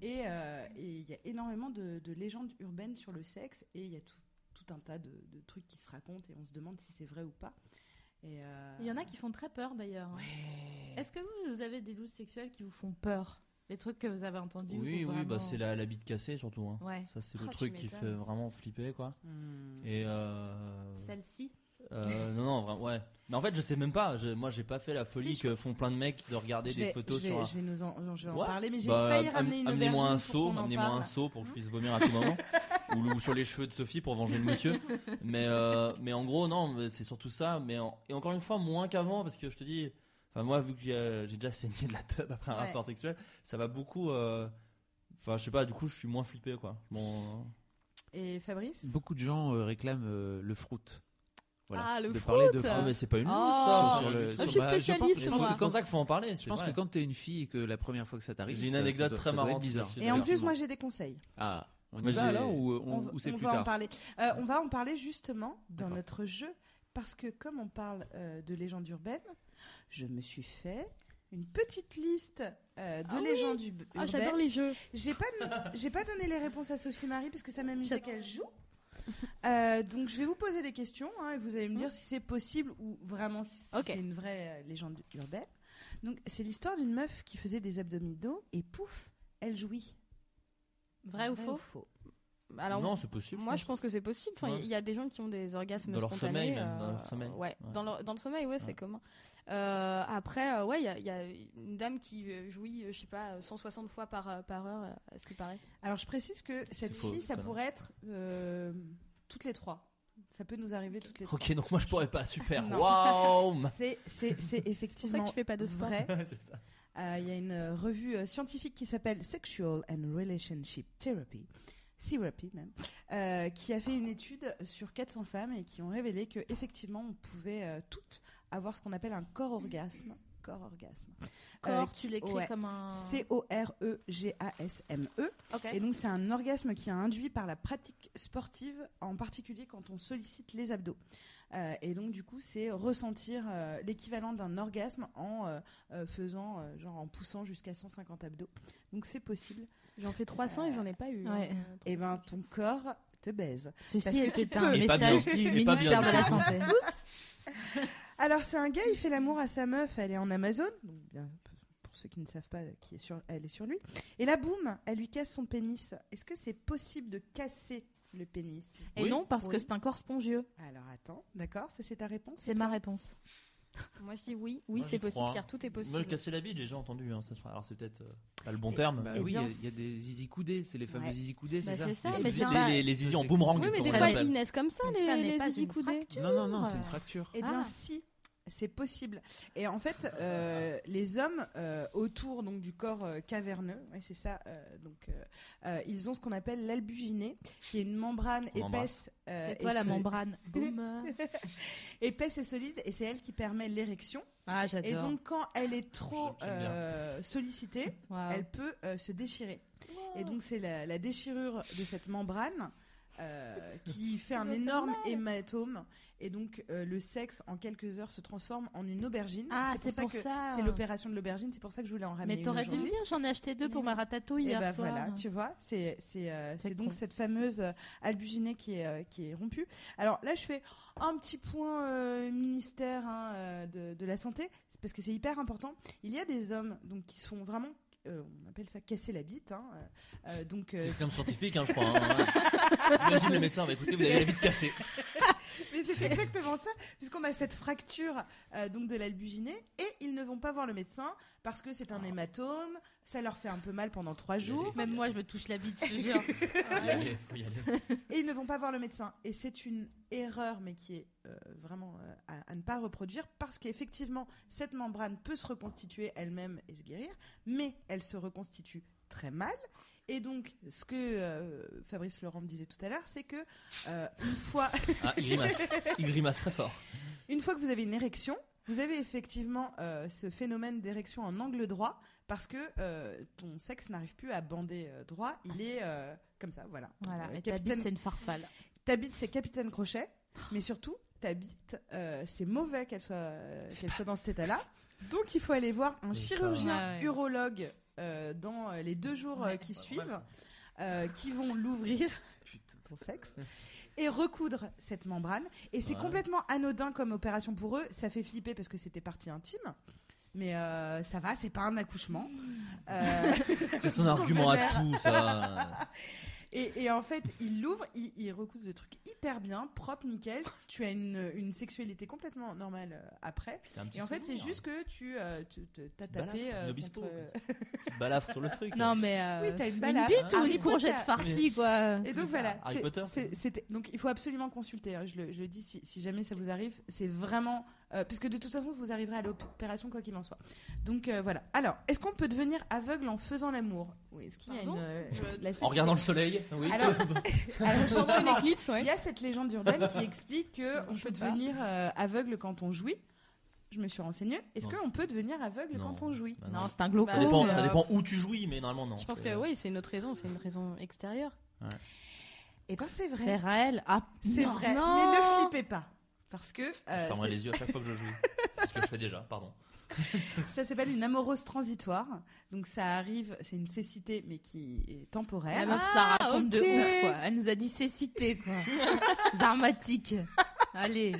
[SPEAKER 2] Et euh, et il y a énormément de, de légendes urbaines sur le sexe. Et il y a tout, tout un tas de, de trucs qui se racontent et on se demande si c'est vrai ou pas. Et, euh,
[SPEAKER 1] Il y en a qui font très peur d'ailleurs. Est-ce que vous, vous avez des loups sexuels qui vous font peur Des trucs que vous avez entendus
[SPEAKER 6] Oui, oui,
[SPEAKER 1] ou
[SPEAKER 6] bah
[SPEAKER 1] vraiment-
[SPEAKER 6] c'est la, la bite cassée surtout. hein.
[SPEAKER 1] Ouais.
[SPEAKER 6] Ça, c'est
[SPEAKER 5] Ah,
[SPEAKER 6] le
[SPEAKER 5] tu
[SPEAKER 6] truc qui fait
[SPEAKER 5] m'étonnes.
[SPEAKER 2] Mm.
[SPEAKER 6] vraiment flipper, quoi.
[SPEAKER 2] Hmm.
[SPEAKER 6] Et euh,
[SPEAKER 1] Celle-ci.
[SPEAKER 6] Euh, non, non, vraiment, ouais. Mais en fait, je sais même pas. Je- moi, j'ai pas fait la folie
[SPEAKER 2] je
[SPEAKER 6] que font plein de mecs de regarder
[SPEAKER 2] je
[SPEAKER 6] des
[SPEAKER 2] vais,
[SPEAKER 6] photos
[SPEAKER 2] je vais-
[SPEAKER 6] sur. un-
[SPEAKER 2] je vais nous en, je vais en
[SPEAKER 6] Ouais.
[SPEAKER 2] parler, mais j'ai
[SPEAKER 6] Bah,
[SPEAKER 2] failli
[SPEAKER 6] am-
[SPEAKER 2] ramener une
[SPEAKER 6] Amenez-moi un
[SPEAKER 2] aubergine pour
[SPEAKER 6] seau,
[SPEAKER 2] qu'on en
[SPEAKER 6] amenez-moi un
[SPEAKER 2] parle.
[SPEAKER 6] seau pour que je puisse vomir à tout moment,
[SPEAKER 2] *laughs*
[SPEAKER 6] ou, le- ou sur les cheveux de Sophie pour venger le monsieur. Mais euh, mais en gros non, mais c'est surtout ça. Mais en- et encore une fois moins qu'avant parce que je te dis, enfin moi vu que euh, j'ai- j'ai déjà saigné de la teub après un
[SPEAKER 2] Ouais.
[SPEAKER 6] rapport sexuel, ça va beaucoup. euh, Enfin je sais pas, du coup je suis moins flippé quoi. Bon,
[SPEAKER 2] Et Fabrice
[SPEAKER 3] Beaucoup de gens euh, réclament euh, le fruit.
[SPEAKER 5] Ah, le
[SPEAKER 3] de parler de
[SPEAKER 5] fruit
[SPEAKER 6] ah
[SPEAKER 3] fruit.
[SPEAKER 6] mais c'est pas une. hein,
[SPEAKER 5] Oh.
[SPEAKER 3] sur le-
[SPEAKER 5] je
[SPEAKER 3] sur-
[SPEAKER 5] suis
[SPEAKER 3] bah, je pense-
[SPEAKER 5] spécialiste,
[SPEAKER 3] je pense
[SPEAKER 6] pense
[SPEAKER 5] moi.
[SPEAKER 6] que c'est comme ça qu'il faut en parler.
[SPEAKER 3] Je pense que quand t'es une fille et que la première fois que ça t'arrive,
[SPEAKER 6] J'ai une
[SPEAKER 3] ça- ça
[SPEAKER 6] anecdate
[SPEAKER 3] doit-
[SPEAKER 6] très
[SPEAKER 3] ça doit être
[SPEAKER 6] marrante
[SPEAKER 3] bizarre.
[SPEAKER 6] là-dessus.
[SPEAKER 2] Et en plus,
[SPEAKER 6] Effectivement.
[SPEAKER 2] moi j'ai des conseils.
[SPEAKER 3] Ah, on
[SPEAKER 6] Moi,
[SPEAKER 3] y va
[SPEAKER 6] j'ai-
[SPEAKER 3] alors ou, euh, on-
[SPEAKER 2] va-
[SPEAKER 3] ou c'est plus
[SPEAKER 2] va en
[SPEAKER 3] tard
[SPEAKER 2] parler. Euh, on va en parler justement dans
[SPEAKER 3] D'accord.
[SPEAKER 2] notre jeu parce que comme on parle euh, de légendes urbaines, je me suis fait une petite liste euh, de
[SPEAKER 5] Ah oui.
[SPEAKER 2] légendes ub-
[SPEAKER 5] Ah,
[SPEAKER 2] urbaines.
[SPEAKER 5] j'adore les jeux.
[SPEAKER 2] J'ai pas, don- j'ai pas donné les réponses à Sophie Marie parce que ça m'amusait qu'elle joue. Euh, donc je vais vous poser des questions hein, et vous allez me dire si c'est possible ou vraiment si si
[SPEAKER 5] Ok.
[SPEAKER 2] c'est une vraie euh, légende urbaine. Donc c'est l'histoire d'une meuf qui faisait des abdominaux et pouf, elle jouit.
[SPEAKER 1] Vrai ou faux
[SPEAKER 5] Alors,
[SPEAKER 6] non c'est possible.
[SPEAKER 5] moi, je pense que c'est possible. Enfin, il
[SPEAKER 6] Ouais.
[SPEAKER 5] y a des gens qui ont des orgasmes
[SPEAKER 6] Dans leur
[SPEAKER 5] spontanés.
[SPEAKER 6] sommeil, même, dans
[SPEAKER 5] euh,
[SPEAKER 6] leur sommeil.
[SPEAKER 5] Ouais,
[SPEAKER 6] Ouais.
[SPEAKER 5] Dans, leur- dans le sommeil, ouais, c'est
[SPEAKER 6] Ouais.
[SPEAKER 5] commun. Euh, après, euh, ouais, il y a- il y, a une dame qui euh, jouit, euh, je sais pas, euh, 160 fois par, euh, par heure, euh, à ce qui paraît.
[SPEAKER 2] Alors je précise que cette
[SPEAKER 6] faux,
[SPEAKER 2] fille, ça
[SPEAKER 6] putain.
[SPEAKER 2] pourrait être euh, toutes les trois. Ça peut nous arriver toutes les trois.
[SPEAKER 6] Ok donc moi je pourrais pas super.
[SPEAKER 2] Non. *laughs*
[SPEAKER 6] Waouh.
[SPEAKER 2] C'est, c'est, c'est
[SPEAKER 5] *laughs* C'est pour ça
[SPEAKER 2] effectivement
[SPEAKER 5] que tu fais pas de sport.
[SPEAKER 2] vrai.
[SPEAKER 6] *laughs* C'est ça.
[SPEAKER 2] Euh, Il y a une euh, revue euh, scientifique qui s'appelle Sexual and Relationship Therapy, Therapy même, euh, qui a fait une étude sur 400 femmes et qui ont révélé que effectivement on pouvait euh, toutes avoir ce qu'on appelle un corps orgasme. Corps orgasme. Euh,
[SPEAKER 1] Corps,
[SPEAKER 2] qui-
[SPEAKER 1] tu l'écris
[SPEAKER 2] ouais.
[SPEAKER 1] comme un.
[SPEAKER 2] E C-O-R-E-G-A-S-M-E.
[SPEAKER 1] Ok.
[SPEAKER 2] Et donc, c'est un orgasme qui est induit par la pratique sportive, en particulier quand on sollicite les abdos. Euh, et donc, du coup, c'est ressentir euh, l'équivalent d'un orgasme en euh, euh, faisant, euh, genre en poussant jusqu'à 150 abdos. Donc, c'est possible.
[SPEAKER 5] J'en fais 300 et j'en ai pas eu.
[SPEAKER 1] Ouais.
[SPEAKER 5] hein,
[SPEAKER 2] Et ben, ton corps te baise. Parce
[SPEAKER 1] Ceci
[SPEAKER 2] que
[SPEAKER 1] était
[SPEAKER 2] tu
[SPEAKER 1] un
[SPEAKER 2] peux.
[SPEAKER 6] Et pas
[SPEAKER 1] message
[SPEAKER 6] bien.
[SPEAKER 1] du
[SPEAKER 6] Et pas
[SPEAKER 1] ministère de
[SPEAKER 6] bien.
[SPEAKER 1] la Santé.
[SPEAKER 2] Alors, c'est un gars, il fait l'amour à sa meuf, elle est en Amazon. Donc, bien, pour ceux qui ne savent pas, qui est sur, elle est sur lui. Et là, boum, elle lui casse son pénis. Est-ce que c'est possible de casser le pénis
[SPEAKER 1] *laughs* Et non, parce que c'est un corps spongieux.
[SPEAKER 2] Alors attends, d'accord, ça c'est ta réponse
[SPEAKER 1] C'est ma réponse.
[SPEAKER 5] Moi, je dis oui, oui,
[SPEAKER 6] Moi,
[SPEAKER 5] c'est
[SPEAKER 6] j'y
[SPEAKER 5] possible,
[SPEAKER 6] crois.
[SPEAKER 5] car tout est
[SPEAKER 6] Moi,
[SPEAKER 5] possible.
[SPEAKER 6] le casser la bite, j'ai déjà entendu. hein, ça se fera. Alors, c'est peut-être euh, pas le bon terme.
[SPEAKER 3] Bah
[SPEAKER 2] Eh
[SPEAKER 3] oui, il y
[SPEAKER 2] bien,
[SPEAKER 3] a- il y, a des zizi coudés, c'est les fameux
[SPEAKER 2] Ouais.
[SPEAKER 3] zizi coudés,
[SPEAKER 1] Bah,
[SPEAKER 3] c'est ça
[SPEAKER 1] c'est ça,
[SPEAKER 3] Les
[SPEAKER 1] mais
[SPEAKER 3] zizi-
[SPEAKER 1] c'est pas-
[SPEAKER 6] les, les, les zizi en
[SPEAKER 3] c'est-
[SPEAKER 6] boomerang.
[SPEAKER 5] Oui, mais
[SPEAKER 6] comme
[SPEAKER 5] des
[SPEAKER 6] on
[SPEAKER 5] fois,
[SPEAKER 6] l'appelle.
[SPEAKER 5] ils naissent comme ça,
[SPEAKER 1] Mais
[SPEAKER 5] les,
[SPEAKER 1] ça n'est
[SPEAKER 5] les
[SPEAKER 1] pas une
[SPEAKER 5] zizi coudés.
[SPEAKER 1] fracture.
[SPEAKER 3] Non, non, non, c'est une
[SPEAKER 1] Euh,
[SPEAKER 3] fracture.
[SPEAKER 2] Eh bien
[SPEAKER 1] Ah.
[SPEAKER 2] si, c'est possible. Et en fait,
[SPEAKER 1] *laughs*
[SPEAKER 2] euh, les hommes euh, autour donc du corps euh, caverneux, ouais, c'est ça. euh, donc euh, euh, ils ont ce qu'on appelle l'albuginée, qui est une membrane
[SPEAKER 6] On
[SPEAKER 2] épaisse,
[SPEAKER 6] embrasse.
[SPEAKER 2] euh,
[SPEAKER 1] C'est toi
[SPEAKER 2] et
[SPEAKER 1] la
[SPEAKER 2] so-
[SPEAKER 1] membrane. Boum.
[SPEAKER 2] épaisse et solide, et c'est elle qui permet l'érection.
[SPEAKER 1] Ah, j'adore.
[SPEAKER 2] Et donc quand elle est trop
[SPEAKER 6] J'aime bien.
[SPEAKER 2] euh, sollicitée,
[SPEAKER 1] Waouh.
[SPEAKER 2] elle peut euh, se déchirer. Et donc c'est la, la déchirure de cette membrane euh,
[SPEAKER 1] *laughs*
[SPEAKER 2] qui fait un
[SPEAKER 5] doit faire
[SPEAKER 2] énorme hématome. Et donc euh, le sexe en quelques heures se transforme en une aubergine.
[SPEAKER 1] Ah, c'est pour
[SPEAKER 2] que
[SPEAKER 1] ça.
[SPEAKER 2] c'est l'opération de l'aubergine. C'est pour ça que je voulais en ramener
[SPEAKER 1] Mais t'aurais
[SPEAKER 2] une
[SPEAKER 1] dû me
[SPEAKER 2] aujourd'hui.
[SPEAKER 1] dire, j'en ai acheté deux pour ma ratatouille
[SPEAKER 2] Et
[SPEAKER 1] hier
[SPEAKER 2] bah
[SPEAKER 1] soir.
[SPEAKER 2] voilà, tu vois, c'est c'est euh,
[SPEAKER 1] C'est
[SPEAKER 2] c'est donc
[SPEAKER 1] con.
[SPEAKER 2] cette fameuse euh, albuginée qui est euh, qui est rompue. Alors là, je fais un petit point euh, ministère hein, euh, de, de la santé, c'est parce que c'est hyper important. Il y a des hommes donc qui se font vraiment, euh, on appelle ça casser la bite. hein, euh, euh, donc euh,
[SPEAKER 6] C'est comme scientifique, hein, je crois. Hein, J'imagine le médecin, bah, écoutez, vous avez la vite cassée.
[SPEAKER 2] Mais c'est exactement ça, puisqu'on a cette fracture euh, donc de l'albuginée et ils ne vont pas voir le médecin parce que c'est un hématome, ça leur fait un peu mal pendant trois jours
[SPEAKER 1] Même moi, je me touche la bite, je te jure.
[SPEAKER 6] Faut y aller, faut y aller.
[SPEAKER 2] et ils ne vont pas voir le médecin. Et c'est une erreur, mais qui est euh, vraiment euh, à, à ne pas reproduire parce qu'effectivement, cette membrane peut se reconstituer elle-même et se guérir, mais elle se reconstitue très mal. Et donc, ce que euh, Fabrice Laurent me disait tout à l'heure, c'est que euh, une fois
[SPEAKER 6] Ah, il grimace. Il grimace très fort.
[SPEAKER 2] Une fois que vous avez une érection, vous avez effectivement euh, ce phénomène d'érection en angle droit parce que euh, ton sexe n'arrive plus à bander euh, droit, il est euh, comme ça, voilà.
[SPEAKER 1] Voilà,
[SPEAKER 2] Euh,
[SPEAKER 1] et ta bite,
[SPEAKER 2] capitaine,
[SPEAKER 1] c'est une farfale.
[SPEAKER 2] ta bite, c'est capitaine crochet, mais surtout ta bite, euh, c'est mauvais qu'elle soit euh, qu'elle soit dans cet état-là. Donc il faut aller voir un
[SPEAKER 6] Mais ça-
[SPEAKER 2] chirurgien
[SPEAKER 1] Ah Ouais, ouais.
[SPEAKER 2] urologue euh, dans euh, les deux jours euh, qui
[SPEAKER 6] Pas
[SPEAKER 2] suivent,
[SPEAKER 6] normal.
[SPEAKER 2] euh, qui vont l'ouvrir ton sexe et recoudre cette membrane. Et c'est
[SPEAKER 6] Ouais.
[SPEAKER 2] complètement anodin comme opération pour eux. Ça fait flipper parce que c'était partie intime. Mais euh, ça *laughs* va, c'est pas un accouchement. Euh,
[SPEAKER 6] C'est son argument à
[SPEAKER 2] vénère.
[SPEAKER 6] tout, ça.
[SPEAKER 2] Et, et en fait, il l'ouvre, il, il recoupe le truc hyper bien, propre, nickel. Tu as une, une sexualité complètement normale euh, après.
[SPEAKER 6] T'as un petit hein.
[SPEAKER 2] Et en fait, c'est
[SPEAKER 6] souvenir.
[SPEAKER 2] juste que tu euh, tu- te- t'as
[SPEAKER 6] Petite balafre,
[SPEAKER 2] tapé. euh,
[SPEAKER 6] un obispo,
[SPEAKER 2] contre-
[SPEAKER 6] quoi. Tu te balafres sur le truc.
[SPEAKER 1] Non, mais. euh,
[SPEAKER 2] Oui, t'as une
[SPEAKER 1] une
[SPEAKER 2] balafre.
[SPEAKER 1] bite ou
[SPEAKER 2] Harry
[SPEAKER 1] une courgette
[SPEAKER 2] Potter.
[SPEAKER 1] farcie, quoi.
[SPEAKER 2] Et donc voilà.
[SPEAKER 6] Harry
[SPEAKER 2] c'est-
[SPEAKER 6] Potter.
[SPEAKER 2] c'est- c'était- donc il faut absolument consulter. hein, je, le, je le dis si, si jamais ça vous arrive, c'est vraiment euh, parce que de toute façon vous arriverez à l'opération quoi qu'il en soit. Donc euh, voilà. Alors, est-ce qu'on peut devenir aveugle en faisant l'amour Ou est-ce qu'il y a une
[SPEAKER 5] Pardon
[SPEAKER 2] euh,
[SPEAKER 5] Je-
[SPEAKER 2] la
[SPEAKER 6] En
[SPEAKER 2] cécité-
[SPEAKER 6] regardant le soleil. Oui.
[SPEAKER 2] *laughs* Alors- Alors,
[SPEAKER 5] Pendant
[SPEAKER 2] justement,
[SPEAKER 5] l'éclipse,
[SPEAKER 2] il
[SPEAKER 5] ouais.
[SPEAKER 2] y a cette légende urbaine qui explique que on peut devenir euh, aveugle quand on jouit. Je me suis renseignée. Est-ce
[SPEAKER 6] Non.
[SPEAKER 2] qu'on peut devenir aveugle
[SPEAKER 6] Non.
[SPEAKER 2] quand on jouit
[SPEAKER 6] Bah
[SPEAKER 1] Non, c'est un glauque.
[SPEAKER 6] Ça
[SPEAKER 5] Bah,
[SPEAKER 6] dépend,
[SPEAKER 5] non,
[SPEAKER 6] ça
[SPEAKER 5] mais,
[SPEAKER 6] dépend où tu jouis, mais normalement non.
[SPEAKER 5] Je pense
[SPEAKER 6] C'est- euh,
[SPEAKER 5] que oui, c'est une autre raison, c'est une raison extérieure.
[SPEAKER 2] Eh ben c'est vrai.
[SPEAKER 1] C'est réel. Ah,
[SPEAKER 2] C'est
[SPEAKER 1] non.
[SPEAKER 2] vrai.
[SPEAKER 1] Non.
[SPEAKER 2] Mais ne flippez pas. Parce que euh,
[SPEAKER 6] Je fermerai
[SPEAKER 2] c'est-
[SPEAKER 6] les yeux à chaque fois que je joue. Ce que je fais déjà, pardon.
[SPEAKER 2] Ça s'appelle une amorose transitoire. Donc ça arrive, c'est une cécité mais qui est
[SPEAKER 1] La
[SPEAKER 2] temporaire.
[SPEAKER 1] meuf, ça
[SPEAKER 5] Ah,
[SPEAKER 1] raconte de
[SPEAKER 5] ok.
[SPEAKER 1] ouf, quoi. Elle nous a dit cécité, *laughs* quoi. Zarmatique. Allez.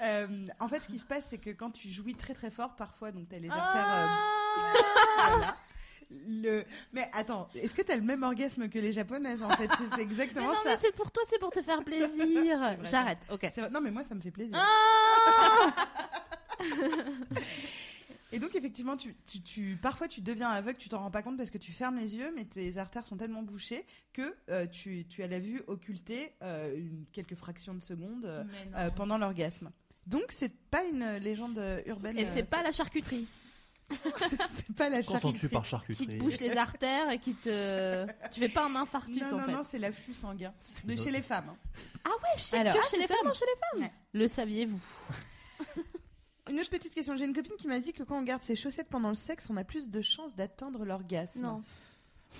[SPEAKER 2] Euh, en fait, ce qui se passe, c'est que quand tu jouis très très fort, parfois, donc t'as les artères.
[SPEAKER 5] Ah
[SPEAKER 2] euh, *laughs* voilà. Le... Mais attends, est-ce que t'as le même orgasme que les japonaises en fait
[SPEAKER 1] *laughs*
[SPEAKER 2] C'est- C'est
[SPEAKER 1] Mais
[SPEAKER 2] exactement
[SPEAKER 1] non,
[SPEAKER 2] ça.
[SPEAKER 1] mais c'est pour toi, c'est pour te faire plaisir.
[SPEAKER 2] vrai.
[SPEAKER 1] J'arrête, ok.
[SPEAKER 2] C'est vrai- Non, mais moi, ça me fait plaisir. Ah Et donc, effectivement, tu, tu, tu- parfois, tu deviens aveugle, tu t'en rends pas compte parce que tu fermes les yeux, mais tes artères sont tellement bouchées que euh, tu, tu as la vue occultée euh, une, quelques fractions de secondes euh, euh, pendant l'orgasme. Donc, c'est pas une légende euh, urbaine.
[SPEAKER 1] Et
[SPEAKER 2] euh,
[SPEAKER 1] c'est pas la charcuterie
[SPEAKER 2] *laughs* c'est pas la charcuterie.
[SPEAKER 1] qui te
[SPEAKER 6] charcuterie
[SPEAKER 1] bouche les artères et qui *laughs* te. Tu fais pas un infarctus
[SPEAKER 2] Non,
[SPEAKER 1] en
[SPEAKER 2] non,
[SPEAKER 1] fait.
[SPEAKER 2] non, c'est l'afflux sanguin. De chez les femmes. hein.
[SPEAKER 1] Alors,
[SPEAKER 5] chez les femmes, chez
[SPEAKER 1] le saviez-vous
[SPEAKER 2] Une autre petite question. J'ai une copine qui m'a dit que quand on garde ses chaussettes pendant le sexe, on a plus de chances d'atteindre l'orgasme.
[SPEAKER 5] Non,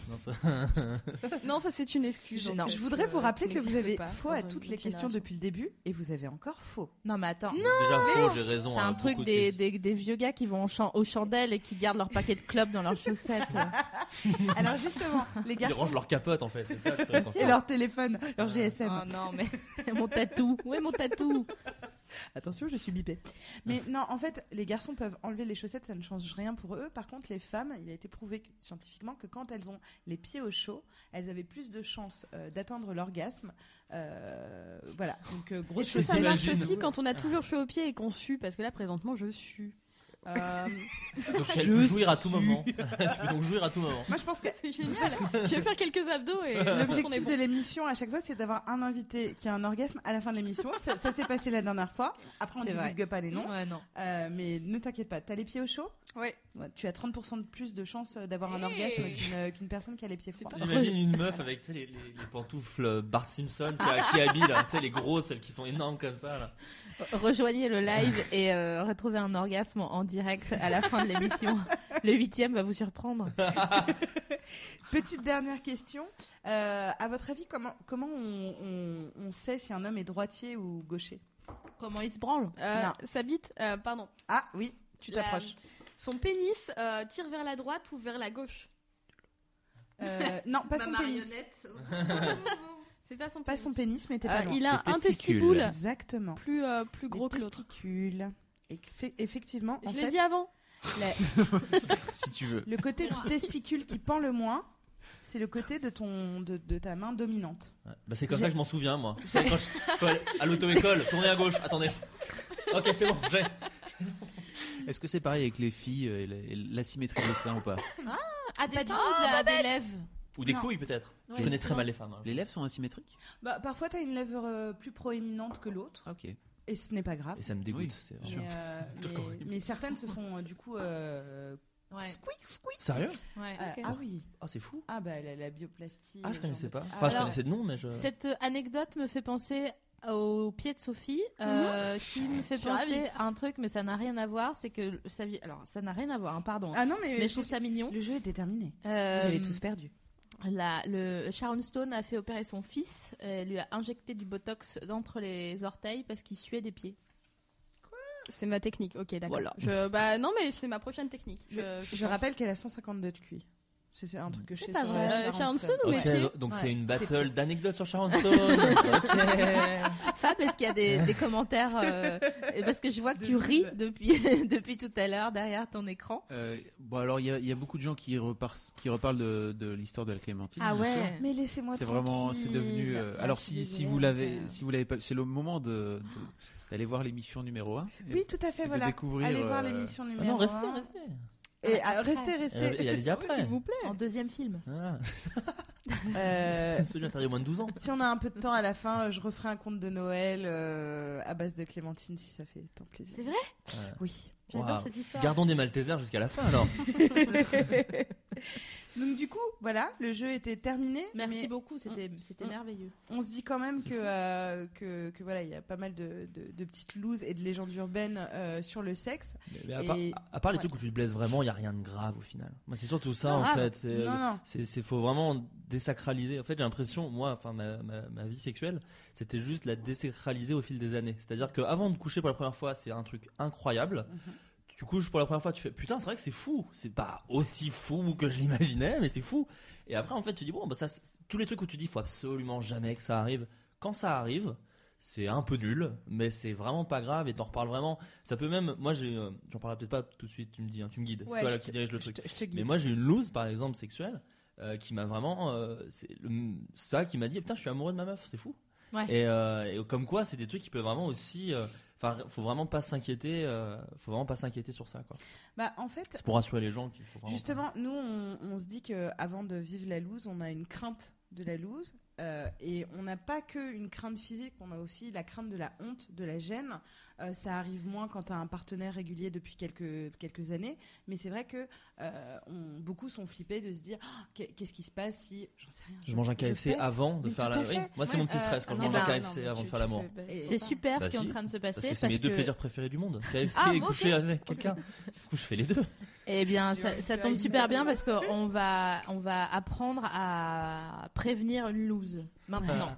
[SPEAKER 6] Non, ça-
[SPEAKER 5] non, ça c'est une excuse.
[SPEAKER 2] Je,
[SPEAKER 5] en
[SPEAKER 2] je
[SPEAKER 5] fait,
[SPEAKER 2] voudrais
[SPEAKER 5] euh,
[SPEAKER 2] vous rappeler
[SPEAKER 5] qui
[SPEAKER 2] que vous
[SPEAKER 5] n'existe
[SPEAKER 2] avez
[SPEAKER 5] pas
[SPEAKER 2] faux
[SPEAKER 5] dans
[SPEAKER 2] à
[SPEAKER 5] une
[SPEAKER 2] toutes les
[SPEAKER 5] autre
[SPEAKER 2] questions
[SPEAKER 5] génération.
[SPEAKER 2] depuis le début et vous avez encore
[SPEAKER 5] *laughs*
[SPEAKER 2] faux.
[SPEAKER 1] Non, mais attends.
[SPEAKER 6] Déjà faux, j'ai raison.
[SPEAKER 1] C'est
[SPEAKER 6] hein,
[SPEAKER 1] un
[SPEAKER 6] beaucoup
[SPEAKER 1] truc
[SPEAKER 6] de
[SPEAKER 1] des,
[SPEAKER 6] questions.
[SPEAKER 1] des- des vieux gars qui vont en chan- aux chandelles et qui gardent leur paquet de clubs dans leurs *laughs* chaussettes.
[SPEAKER 2] Alors justement, *laughs* les
[SPEAKER 6] Ils
[SPEAKER 2] garçons
[SPEAKER 6] rangent leur capote en fait. c'est ça, le truc, en
[SPEAKER 2] et
[SPEAKER 6] fait.
[SPEAKER 2] leur téléphone, leur
[SPEAKER 5] Euh,
[SPEAKER 2] GSM.
[SPEAKER 5] ah.
[SPEAKER 1] oh non, mais *laughs* mon tatou. Où est mon tatou
[SPEAKER 2] Attention, je suis bipée.
[SPEAKER 5] *laughs*
[SPEAKER 2] Mais non, en fait, les garçons peuvent enlever les chaussettes, ça ne change rien pour eux. Par contre, les femmes, il a été prouvé que- scientifiquement que quand elles ont les pieds au chaud, elles avaient plus de chances euh, d'atteindre l'orgasme. Euh, voilà, donc euh, grosse
[SPEAKER 5] Est-ce que
[SPEAKER 6] Je
[SPEAKER 5] ça marche
[SPEAKER 6] t'imagine.
[SPEAKER 5] aussi quand on a toujours chaud aux pieds et qu'on sue Parce que là, présentement, je sue. Euh,
[SPEAKER 6] Donc elle peut jouir à tout moment. *laughs* tu peux donc jouir à tout moment.
[SPEAKER 2] Moi, je pense que
[SPEAKER 5] *laughs* c'est génial. *laughs* je vais faire quelques abdos *laughs* et on est
[SPEAKER 2] L'objectif
[SPEAKER 5] bon.
[SPEAKER 2] de l'émission à chaque fois, c'est d'avoir un invité qui a un orgasme à la fin de l'émission. ça ça s'est passé la dernière fois. Après, on
[SPEAKER 1] C'est
[SPEAKER 2] divulgue pas les noms.
[SPEAKER 1] Ouais, non.
[SPEAKER 2] Euh, mais ne t'inquiète pas, t'as les pieds au chaud.
[SPEAKER 5] Ouais.
[SPEAKER 2] Ouais, tu as 30% de plus de chances euh, d'avoir un
[SPEAKER 5] Hey.
[SPEAKER 2] orgasme qu'une euh, qu'une personne qui a les pieds froids.
[SPEAKER 6] J'imagine une meuf avec tu sais, les, les- les pantoufles euh, Bart Simpson qui, a- qui habille là, tu sais, les grosses, celles qui sont énormes comme ça. Là.
[SPEAKER 1] Rejoignez le live et euh, retrouvez un orgasme en direct à la fin de l'émission. Le huitième va vous surprendre.
[SPEAKER 2] Petite dernière question. Euh, à votre avis, comment, comment on, on- on sait si un homme est droitier ou gaucher
[SPEAKER 1] Comment il se branle
[SPEAKER 5] Euh,
[SPEAKER 2] Non.
[SPEAKER 5] Sa bite, euh, pardon.
[SPEAKER 2] Ah oui, tu
[SPEAKER 5] La-
[SPEAKER 2] t'approches.
[SPEAKER 5] Son pénis euh, tire vers la droite ou vers la gauche *laughs*
[SPEAKER 2] Euh, non, pas son pénis.
[SPEAKER 5] C'est pas son
[SPEAKER 2] Pas
[SPEAKER 5] pénis.
[SPEAKER 2] son pénis, mais t'es
[SPEAKER 5] Euh,
[SPEAKER 2] pas loin.
[SPEAKER 5] il a
[SPEAKER 6] Ses
[SPEAKER 5] un
[SPEAKER 6] testicules.
[SPEAKER 5] testicule
[SPEAKER 2] Exactement.
[SPEAKER 5] plus, euh, plus gros
[SPEAKER 2] Les
[SPEAKER 5] que l'autre.
[SPEAKER 2] testicules. Et que- effectivement, en
[SPEAKER 5] Je
[SPEAKER 2] fait,
[SPEAKER 5] l'ai dit avant.
[SPEAKER 2] la-
[SPEAKER 3] si tu veux.
[SPEAKER 2] Le côté du testicule qui pend le moins, c'est le côté de, ton, de, de ta main dominante.
[SPEAKER 6] Ouais. Bah, c'est comme
[SPEAKER 2] J'ai-
[SPEAKER 6] ça que je m'en souviens moi. C'est quand je- quand elle- à l'auto-école, tournez à gauche, attendez. Ok, c'est bon, j'ai.
[SPEAKER 3] Est-ce que c'est pareil avec les filles euh, et la- et l'asymétrie des seins ou pas
[SPEAKER 1] Ah, des seins ou de la- des lèvres
[SPEAKER 6] Ou des
[SPEAKER 2] Non.
[SPEAKER 6] couilles peut-être. je
[SPEAKER 3] Ouais,
[SPEAKER 6] connais
[SPEAKER 3] c'est
[SPEAKER 6] très mal les femmes. hein.
[SPEAKER 3] Les lèvres sont asymétriques
[SPEAKER 2] Bah, parfois, tu as une lèvre euh, plus proéminente que l'autre,
[SPEAKER 3] Ah, ok.
[SPEAKER 2] et ce n'est pas grave.
[SPEAKER 6] Et ça me dégoûte. c'est
[SPEAKER 2] Mais,
[SPEAKER 6] vraiment-
[SPEAKER 2] euh,
[SPEAKER 3] Truc
[SPEAKER 2] mais-
[SPEAKER 3] horrible.
[SPEAKER 2] mais certaines se font euh, du coup. euh,
[SPEAKER 1] Ouais.
[SPEAKER 2] Squeak, squeak.
[SPEAKER 6] Sérieux
[SPEAKER 1] ouais.
[SPEAKER 2] Euh,
[SPEAKER 5] Ok.
[SPEAKER 2] Ah oui.
[SPEAKER 6] Ah, c'est fou.
[SPEAKER 2] Ah bah la, la bioplastie.
[SPEAKER 6] Ah, je
[SPEAKER 2] genre
[SPEAKER 6] connaissais
[SPEAKER 2] de
[SPEAKER 6] pas.
[SPEAKER 2] truc.
[SPEAKER 6] Enfin, je
[SPEAKER 1] Alors-
[SPEAKER 6] connaissais de nom, mais je.
[SPEAKER 1] Cette euh, anecdote me fait penser au pied de Sophie, euh,
[SPEAKER 2] Mhm.
[SPEAKER 1] qui me fait
[SPEAKER 5] suis ravie.
[SPEAKER 1] penser à un truc, mais ça n'a rien à voir. C'est que sa vie. Alors, ça n'a rien à voir, hein, pardon.
[SPEAKER 2] Ah non, mais,
[SPEAKER 1] mais je trouve ça mignon.
[SPEAKER 2] le jeu était terminé.
[SPEAKER 1] Euh,
[SPEAKER 2] Vous avez tous perdu.
[SPEAKER 1] la- le Sharon Stone a fait opérer son fils. Elle lui a injecté du botox d'entre les orteils parce qu'il suait des pieds.
[SPEAKER 5] C'est ma technique, ok, d'accord.
[SPEAKER 1] Voilà.
[SPEAKER 5] Je- bah, non, mais c'est ma prochaine technique. Je,
[SPEAKER 2] Je rappelle qu'elle a 152 de QI. C'est c'est un truc que je sais.
[SPEAKER 5] pas
[SPEAKER 2] sur,
[SPEAKER 5] vrai.
[SPEAKER 2] euh,
[SPEAKER 5] Euh,
[SPEAKER 2] Sharon
[SPEAKER 5] Sharon
[SPEAKER 2] Stone.
[SPEAKER 5] Stone ou
[SPEAKER 6] Ok,
[SPEAKER 5] mes pieds
[SPEAKER 6] do- donc c'est
[SPEAKER 2] Ouais.
[SPEAKER 6] une battle d'anecdotes
[SPEAKER 2] *laughs*
[SPEAKER 6] sur Sharon Stone. Ok.
[SPEAKER 1] Fab, est-ce qu'il y a des, des commentaires euh, Parce que je vois que
[SPEAKER 2] De
[SPEAKER 1] tu ris
[SPEAKER 2] bise.
[SPEAKER 1] depuis, *laughs* depuis tout à l'heure derrière ton écran.
[SPEAKER 3] Euh, bon, alors, il y, a- il y a beaucoup de gens qui, reparsent- qui reparlent de, de l'histoire de la Clémentine.
[SPEAKER 1] Ah
[SPEAKER 3] bien sûr.
[SPEAKER 2] Mais laissez-moi
[SPEAKER 3] C'est vraiment, c'est devenu. euh,
[SPEAKER 2] Ah tranquille. Ah,
[SPEAKER 3] alors
[SPEAKER 2] Je suis
[SPEAKER 3] si, si
[SPEAKER 2] désolée,
[SPEAKER 3] vous l'avez,
[SPEAKER 2] mais, euh, Ah,
[SPEAKER 3] si vous l'avez pas, c'est le moment de de- d'aller voir l'émission numéro 1
[SPEAKER 2] Oui, tout à fait,
[SPEAKER 3] de
[SPEAKER 2] voilà.
[SPEAKER 3] découvrir,
[SPEAKER 2] Allez
[SPEAKER 3] euh,
[SPEAKER 2] voir l'émission
[SPEAKER 6] Ah non,
[SPEAKER 2] numéro
[SPEAKER 6] restez,
[SPEAKER 2] un.
[SPEAKER 6] restez.
[SPEAKER 2] Et ah, restez,
[SPEAKER 6] Euh, Il y
[SPEAKER 2] restez.
[SPEAKER 6] a déjà après.
[SPEAKER 5] S'il vous plaît.
[SPEAKER 1] En deuxième film.
[SPEAKER 6] Ah, Eh,
[SPEAKER 2] Euh,
[SPEAKER 6] Celui interdit au moins de 12 ans.
[SPEAKER 2] Si on a un peu de temps à la fin, euh, je referai un conte de Noël euh, à base de Clémentine si ça fait tant plaisir.
[SPEAKER 5] C'est vrai
[SPEAKER 2] Oui.
[SPEAKER 5] J'adore
[SPEAKER 6] Waouh.
[SPEAKER 5] cette histoire.
[SPEAKER 6] Gardons des Maltesers jusqu'à la
[SPEAKER 2] *laughs*
[SPEAKER 6] fin alors.
[SPEAKER 2] Donc du coup, voilà, le jeu était terminé.
[SPEAKER 1] Merci
[SPEAKER 2] mais
[SPEAKER 1] beaucoup, c'était c'était
[SPEAKER 2] on-
[SPEAKER 1] merveilleux.
[SPEAKER 2] On se dit quand même que, euh, que, que voilà, il y a pas mal de, de- de petites looses et de légendes urbaines euh, sur le sexe.
[SPEAKER 6] Mais- mais à, part,
[SPEAKER 2] Et-
[SPEAKER 6] à part les
[SPEAKER 2] ouais.
[SPEAKER 6] trucs où tu te blesses vraiment, il n'y a rien de grave au final. Moi, c'est surtout ça en
[SPEAKER 2] ah,
[SPEAKER 6] fait. C'est-
[SPEAKER 2] non, non.
[SPEAKER 6] C'est, c'est faut vraiment désacraliser. En fait, j'ai l'impression, moi, enfin, ma, ma- ma vie sexuelle, c'était juste la désacraliser au fil des années. C'est-à-dire qu'avant de coucher pour la première fois, c'est un truc incroyable.
[SPEAKER 2] Mm-hmm.
[SPEAKER 6] Tu couches pour la première fois, tu fais putain, c'est vrai que c'est fou. C'est pas aussi fou que je l'imaginais, mais c'est fou. Et après, en fait, tu dis bon, bah ça, c'est- tous les trucs où tu dis faut absolument jamais que ça arrive. Quand ça arrive, c'est un peu nul, mais c'est vraiment pas grave et t'en reparles vraiment. Ça peut même, moi, j'ai, euh, j'en parlerai peut-être pas tout de suite. Tu me dis, hein, tu me guides.
[SPEAKER 2] Ouais,
[SPEAKER 6] c'est toi
[SPEAKER 2] je
[SPEAKER 6] là,
[SPEAKER 2] te-
[SPEAKER 6] qui dirige le
[SPEAKER 2] je
[SPEAKER 6] truc.
[SPEAKER 2] te- je te guide.
[SPEAKER 6] Mais moi, j'ai une loose, par exemple, sexuelle, euh, qui m'a vraiment. euh, c'est le- ça qui m'a dit Putain, je suis amoureux de ma meuf, c'est fou.
[SPEAKER 1] Ouais.
[SPEAKER 6] Et, euh, et comme quoi, c'est des trucs qui peuvent vraiment aussi. euh, Enfin, faut vraiment pas s'inquiéter. euh, faut vraiment pas s'inquiéter sur ça, quoi.
[SPEAKER 2] Bah, en fait,
[SPEAKER 6] C'est pour rassurer les gens qu'il faut vraiment.
[SPEAKER 2] Justement, nous, on, on se dit que avant de vivre la loose, on a une crainte de la loose. euh, et on n'a pas que une crainte physique, on a aussi la crainte de la honte, de la gêne. Euh, ça arrive moins quand tu as un partenaire régulier depuis quelques, quelques années. Mais c'est vrai que euh, on- beaucoup sont flippés de se dire Ah, qu'est- qu'est-ce qui se passe si. J'en sais rien.
[SPEAKER 6] Je mange un KFC
[SPEAKER 2] pète.
[SPEAKER 6] avant de
[SPEAKER 2] Mais
[SPEAKER 6] faire
[SPEAKER 2] tout
[SPEAKER 6] la.
[SPEAKER 2] à fait.
[SPEAKER 6] oui. Moi, c'est
[SPEAKER 2] Ouais,
[SPEAKER 6] mon petit
[SPEAKER 2] euh,
[SPEAKER 6] stress quand
[SPEAKER 5] Ah
[SPEAKER 6] je
[SPEAKER 5] non,
[SPEAKER 6] mange
[SPEAKER 5] bah,
[SPEAKER 6] un
[SPEAKER 5] non,
[SPEAKER 6] KFC
[SPEAKER 5] mais
[SPEAKER 6] avant
[SPEAKER 5] tu-
[SPEAKER 6] de faire
[SPEAKER 5] tu
[SPEAKER 6] l'amour.
[SPEAKER 5] fais- bah,
[SPEAKER 2] Et-
[SPEAKER 5] c'est
[SPEAKER 1] C'est
[SPEAKER 5] pas-
[SPEAKER 1] super
[SPEAKER 6] Bah
[SPEAKER 1] ce qui est en
[SPEAKER 6] si.
[SPEAKER 1] train de se
[SPEAKER 6] Parce
[SPEAKER 1] passer
[SPEAKER 6] que
[SPEAKER 1] parce,
[SPEAKER 6] c'est mes deux
[SPEAKER 1] que-
[SPEAKER 6] plaisirs préférés du monde. KFC
[SPEAKER 1] Ah,
[SPEAKER 6] et
[SPEAKER 1] ok.
[SPEAKER 6] coucher avec quelqu'un. Du coup, je fais les deux.
[SPEAKER 1] Eh bien,
[SPEAKER 2] Tu
[SPEAKER 1] ça,
[SPEAKER 2] vas-
[SPEAKER 1] ça
[SPEAKER 2] tu vas
[SPEAKER 1] tombe
[SPEAKER 2] y
[SPEAKER 1] super
[SPEAKER 2] aller.
[SPEAKER 1] bien parce qu'on va, on va apprendre à prévenir une loose maintenant.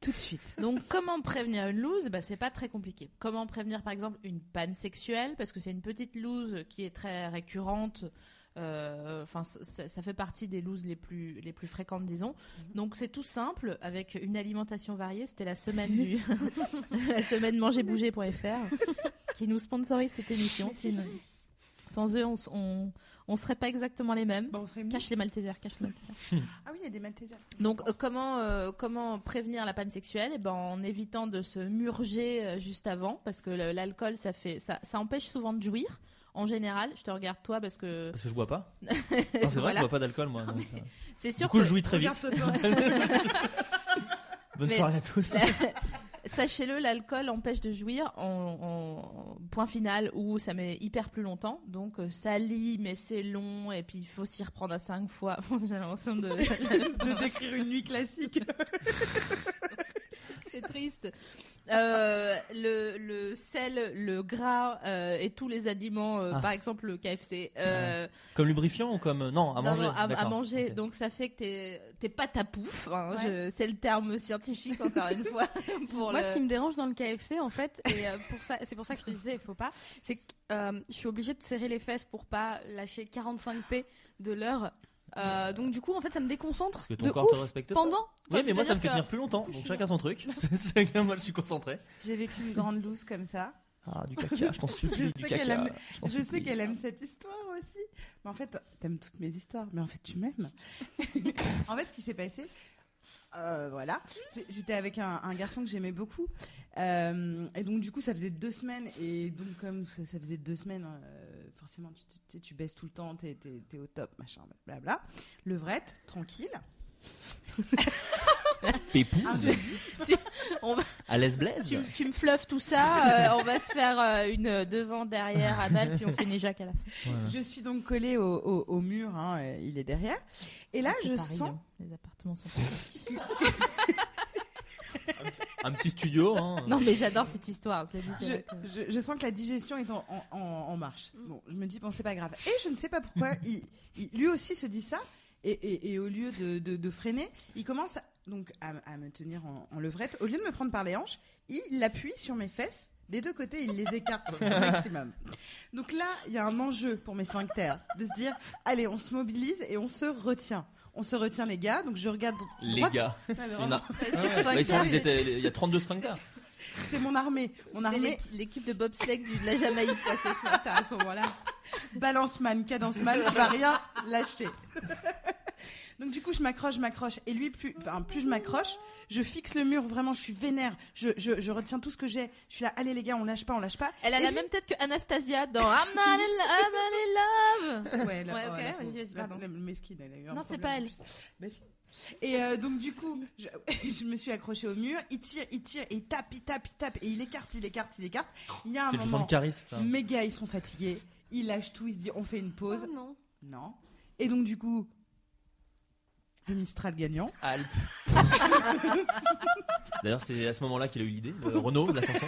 [SPEAKER 2] Tout de suite.
[SPEAKER 1] Donc, comment prévenir une loose bah, C'est pas très compliqué. Comment prévenir, par exemple, une panne sexuelle Parce que c'est une petite loose qui est très récurrente. Euh, Enfin, c- ça, ça fait partie des looses les plus, les plus fréquentes, disons. Donc, c'est tout simple avec une alimentation variée. C'était la semaine du, *laughs* la semaine mangerbouger.fr qui nous sponsorise cette émission. Sans eux, on, s- on, on serait pas exactement les mêmes.
[SPEAKER 2] Bah, on serait mou-
[SPEAKER 1] Cache les Maltesers, cache les Maltesers.
[SPEAKER 2] Ah oui, il y a des Maltesers.
[SPEAKER 1] Donc euh, comment euh, comment prévenir la panne sexuelle Eh ben en évitant de se murger euh, juste avant parce que le- l'alcool ça fait ça, ça empêche souvent de jouir. En général, je te regarde toi parce que
[SPEAKER 6] Parce que je bois pas. Non, c'est vrai,
[SPEAKER 1] Voilà.
[SPEAKER 6] je bois pas d'alcool, moi. donc, euh,
[SPEAKER 1] c'est sûr
[SPEAKER 6] Du coup,
[SPEAKER 1] que
[SPEAKER 6] je jouis très vite.
[SPEAKER 2] Regarde-toi,
[SPEAKER 6] *laughs*
[SPEAKER 2] toi.
[SPEAKER 6] Bonne
[SPEAKER 1] Mais-
[SPEAKER 6] soirée à tous.
[SPEAKER 1] sachez-le, l'alcool empêche de jouir en, en- en point final où ça met hyper plus longtemps. Donc euh, ça lit mais c'est long et puis il faut s'y reprendre à cinq fois. *laughs* J'ai l'impression
[SPEAKER 6] *laughs*
[SPEAKER 1] de-
[SPEAKER 2] de décrire une nuit classique.
[SPEAKER 1] C'est triste. Euh, le, le sel, le gras euh, et tous les aliments, euh,
[SPEAKER 6] Ah.
[SPEAKER 1] par exemple le KFC, euh,
[SPEAKER 6] *laughs* Comme lubrifiant ou comme. euh, Non, à
[SPEAKER 1] non,
[SPEAKER 6] manger.
[SPEAKER 1] non, à, à
[SPEAKER 6] d'accord.
[SPEAKER 1] manger.
[SPEAKER 6] Ok.
[SPEAKER 1] Donc ça fait que t'es t'es pas ta pouf. hein,
[SPEAKER 5] Ouais.
[SPEAKER 1] je- C'est le terme scientifique encore une fois. *laughs* Pour
[SPEAKER 5] Moi,
[SPEAKER 1] le-
[SPEAKER 6] *laughs*
[SPEAKER 5] ce qui me dérange dans le KFC, en fait, et euh, pour ça, c'est pour ça que je te disais, il faut pas, c'est que euh, je suis obligée de serrer les fesses pour pas lâcher 45p de l'heure. Euh, donc, du coup, en fait, ça me déconcentre
[SPEAKER 6] Parce que ton
[SPEAKER 5] de
[SPEAKER 6] corps
[SPEAKER 5] ouf
[SPEAKER 6] te respecte pas.
[SPEAKER 5] pendant.
[SPEAKER 6] Oui,
[SPEAKER 5] Enfin,
[SPEAKER 6] mais moi ça me fait
[SPEAKER 5] c'est-à-dire
[SPEAKER 6] tenir
[SPEAKER 5] que-
[SPEAKER 6] plus longtemps.
[SPEAKER 5] je
[SPEAKER 6] Donc
[SPEAKER 5] suis
[SPEAKER 6] chacun son truc. *laughs* C'est- Chacun, moi je suis concentré.
[SPEAKER 2] J'ai vécu une grande loose comme ça.
[SPEAKER 6] Ah, du caca, je t'en
[SPEAKER 2] Je
[SPEAKER 6] supplie.
[SPEAKER 2] sais
[SPEAKER 6] du
[SPEAKER 2] qu'elle
[SPEAKER 6] caca,
[SPEAKER 2] aime-
[SPEAKER 6] t'en
[SPEAKER 2] Je sais
[SPEAKER 6] supplie.
[SPEAKER 2] qu'elle aime cette histoire aussi. Mais en fait, t'aimes toutes mes histoires. Mais en fait, tu m'aimes. en fait, ce qui s'est passé, euh, voilà, C'est- j'étais avec un, un garçon que j'aimais beaucoup. Euh, et donc, du coup, ça faisait deux semaines. Et donc, comme ça, ça faisait deux semaines, euh, forcément, tu, tu- tu sais, tu baisses tout le temps, t'es t'es- t'es au top, machin, blabla. Levrette, tranquille. Un
[SPEAKER 6] Pépouse.
[SPEAKER 2] jeudi,
[SPEAKER 6] À l'aise blaise.
[SPEAKER 1] Tu, tu me fluffes tout ça, euh, on va se faire euh, une devant, derrière, anal, puis on finit Jacques à la fin.
[SPEAKER 2] je suis donc collée au, au- au mur, hein, euh, il est derrière. Et là,
[SPEAKER 1] C'est
[SPEAKER 2] je
[SPEAKER 1] Paris,
[SPEAKER 2] sens.
[SPEAKER 1] hein, Les appartements
[SPEAKER 6] *laughs*
[SPEAKER 1] sont Paris.
[SPEAKER 6] Un petit studio. hein.
[SPEAKER 1] Non, mais j'adore cette histoire. Je Bah, l'ai dit, c'est
[SPEAKER 2] je,
[SPEAKER 1] vrai Mm. que-
[SPEAKER 2] je- je sens que la digestion est en, en- en- en marche. Bon, je me dis, bon, c'est pas grave. Et je ne sais pas
[SPEAKER 1] *laughs*
[SPEAKER 2] pourquoi, il, il- lui aussi se dit ça. Et, et- et au lieu de, de- de freiner, il commence à- donc à, à me tenir en, en levrette. Au lieu de me prendre par les hanches, il appuie sur mes fesses, Des deux côtés, il les écarte
[SPEAKER 1] *laughs*
[SPEAKER 2] au maximum. Donc là, il y a un enjeu pour mes sphincters de se dire allez, on se mobilise et on se retient. On se retient, les gars. Donc je regarde.
[SPEAKER 6] Les
[SPEAKER 2] droite-
[SPEAKER 6] gars.
[SPEAKER 2] Ah, mais
[SPEAKER 6] Il y en a-
[SPEAKER 2] vraiment, ces
[SPEAKER 6] Là, bah, ils sont-
[SPEAKER 2] sphincters,
[SPEAKER 6] ils étaient- il y a 32 sphincters.
[SPEAKER 2] C'est mon armée. Mon
[SPEAKER 1] C'était
[SPEAKER 2] armée
[SPEAKER 1] l'équ- L'équipe de bobsleigh du- de la Jamaïque passait ce matin à ce moment-là.
[SPEAKER 2] balance man, cadence man, tu vas rien
[SPEAKER 1] *laughs*
[SPEAKER 2] lâcher. Donc du coup, je m'accroche, je m'accroche. Et lui, plus, enfin, plus je m'accroche, je fixe le mur, vraiment, je suis vénère. Je, je, je retiens tout ce que j'ai. Je suis là, allez les gars, on lâche pas, on lâche pas.
[SPEAKER 1] Elle a
[SPEAKER 2] Et
[SPEAKER 1] la
[SPEAKER 2] lui-
[SPEAKER 1] même tête que Anastasia dans I'm not in love, I'm not in love.
[SPEAKER 2] Ouais, la-
[SPEAKER 1] Ouais,
[SPEAKER 2] oh,
[SPEAKER 1] ok,
[SPEAKER 2] la
[SPEAKER 1] vas-y,
[SPEAKER 2] pauvre.
[SPEAKER 1] vas-y,
[SPEAKER 2] La-
[SPEAKER 1] pardon.
[SPEAKER 2] la- le mesquine, elle a eu un
[SPEAKER 1] Non, c'est
[SPEAKER 2] problème
[SPEAKER 1] pas
[SPEAKER 2] en
[SPEAKER 1] elle.
[SPEAKER 2] plus. Bah, si. Et euh, donc du coup, je, *laughs* je me suis accrochée au mur. Il tire, il tire, et il tape, il tape, il tape, et il écarte, il écarte, il écarte. Il y a un
[SPEAKER 6] C'est une forme
[SPEAKER 2] moment,
[SPEAKER 6] de charisme, ça.
[SPEAKER 2] mes gars, ils sont fatigués. Ils lâchent tout, ils se disent, on fait une pause.
[SPEAKER 5] Oh non.
[SPEAKER 2] Non. Et donc du coup, le Mistral gagnant.
[SPEAKER 6] Alpes. D'ailleurs, c'est à ce moment-là qu'il a eu l'idée, de Renaud, de la chanson.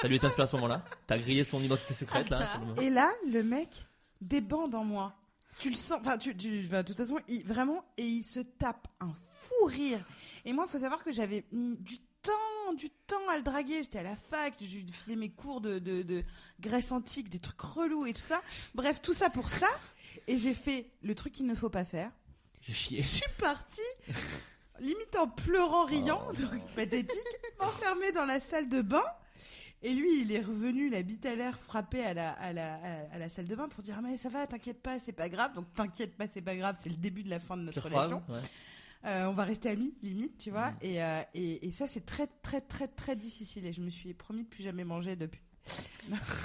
[SPEAKER 6] Ça lui est inspiré à ce moment-là. T'as grillé son identité secrète, là. sur
[SPEAKER 2] *laughs*
[SPEAKER 6] le moment.
[SPEAKER 2] Et là, le mec débande en moi. Tu le sens. Enfin, tu, tu- enfin, de toute façon, il, vraiment, et il se tape un fou rire. Et moi, il faut savoir que j'avais mis du temps, du temps à le draguer. J'étais à la fac, j'ai filé mes cours de, de, de Grèce antique, des trucs relous et tout ça. Bref, tout ça pour ça. Et j'ai fait le truc qu'il ne faut pas faire.
[SPEAKER 6] J'ai chié.
[SPEAKER 2] Je suis partie, limite en pleurant, riant,
[SPEAKER 6] Oh.
[SPEAKER 2] donc pathétique, enfermée dans la salle de bain. Et lui, il est revenu, la bite à l'air, frappé à la, à, la, à la salle de bain pour dire Ah, Mais ça va, t'inquiète pas, c'est pas grave. Donc t'inquiète pas, c'est pas grave, c'est le début de la fin de notre
[SPEAKER 6] Pire
[SPEAKER 2] relation.
[SPEAKER 6] phrase, ouais.
[SPEAKER 2] Euh, on va rester amis, limite, tu vois.
[SPEAKER 6] Mm.
[SPEAKER 2] Et, euh, et, et ça, c'est très, très, très, très difficile. Et je me suis promis de plus jamais manger depuis.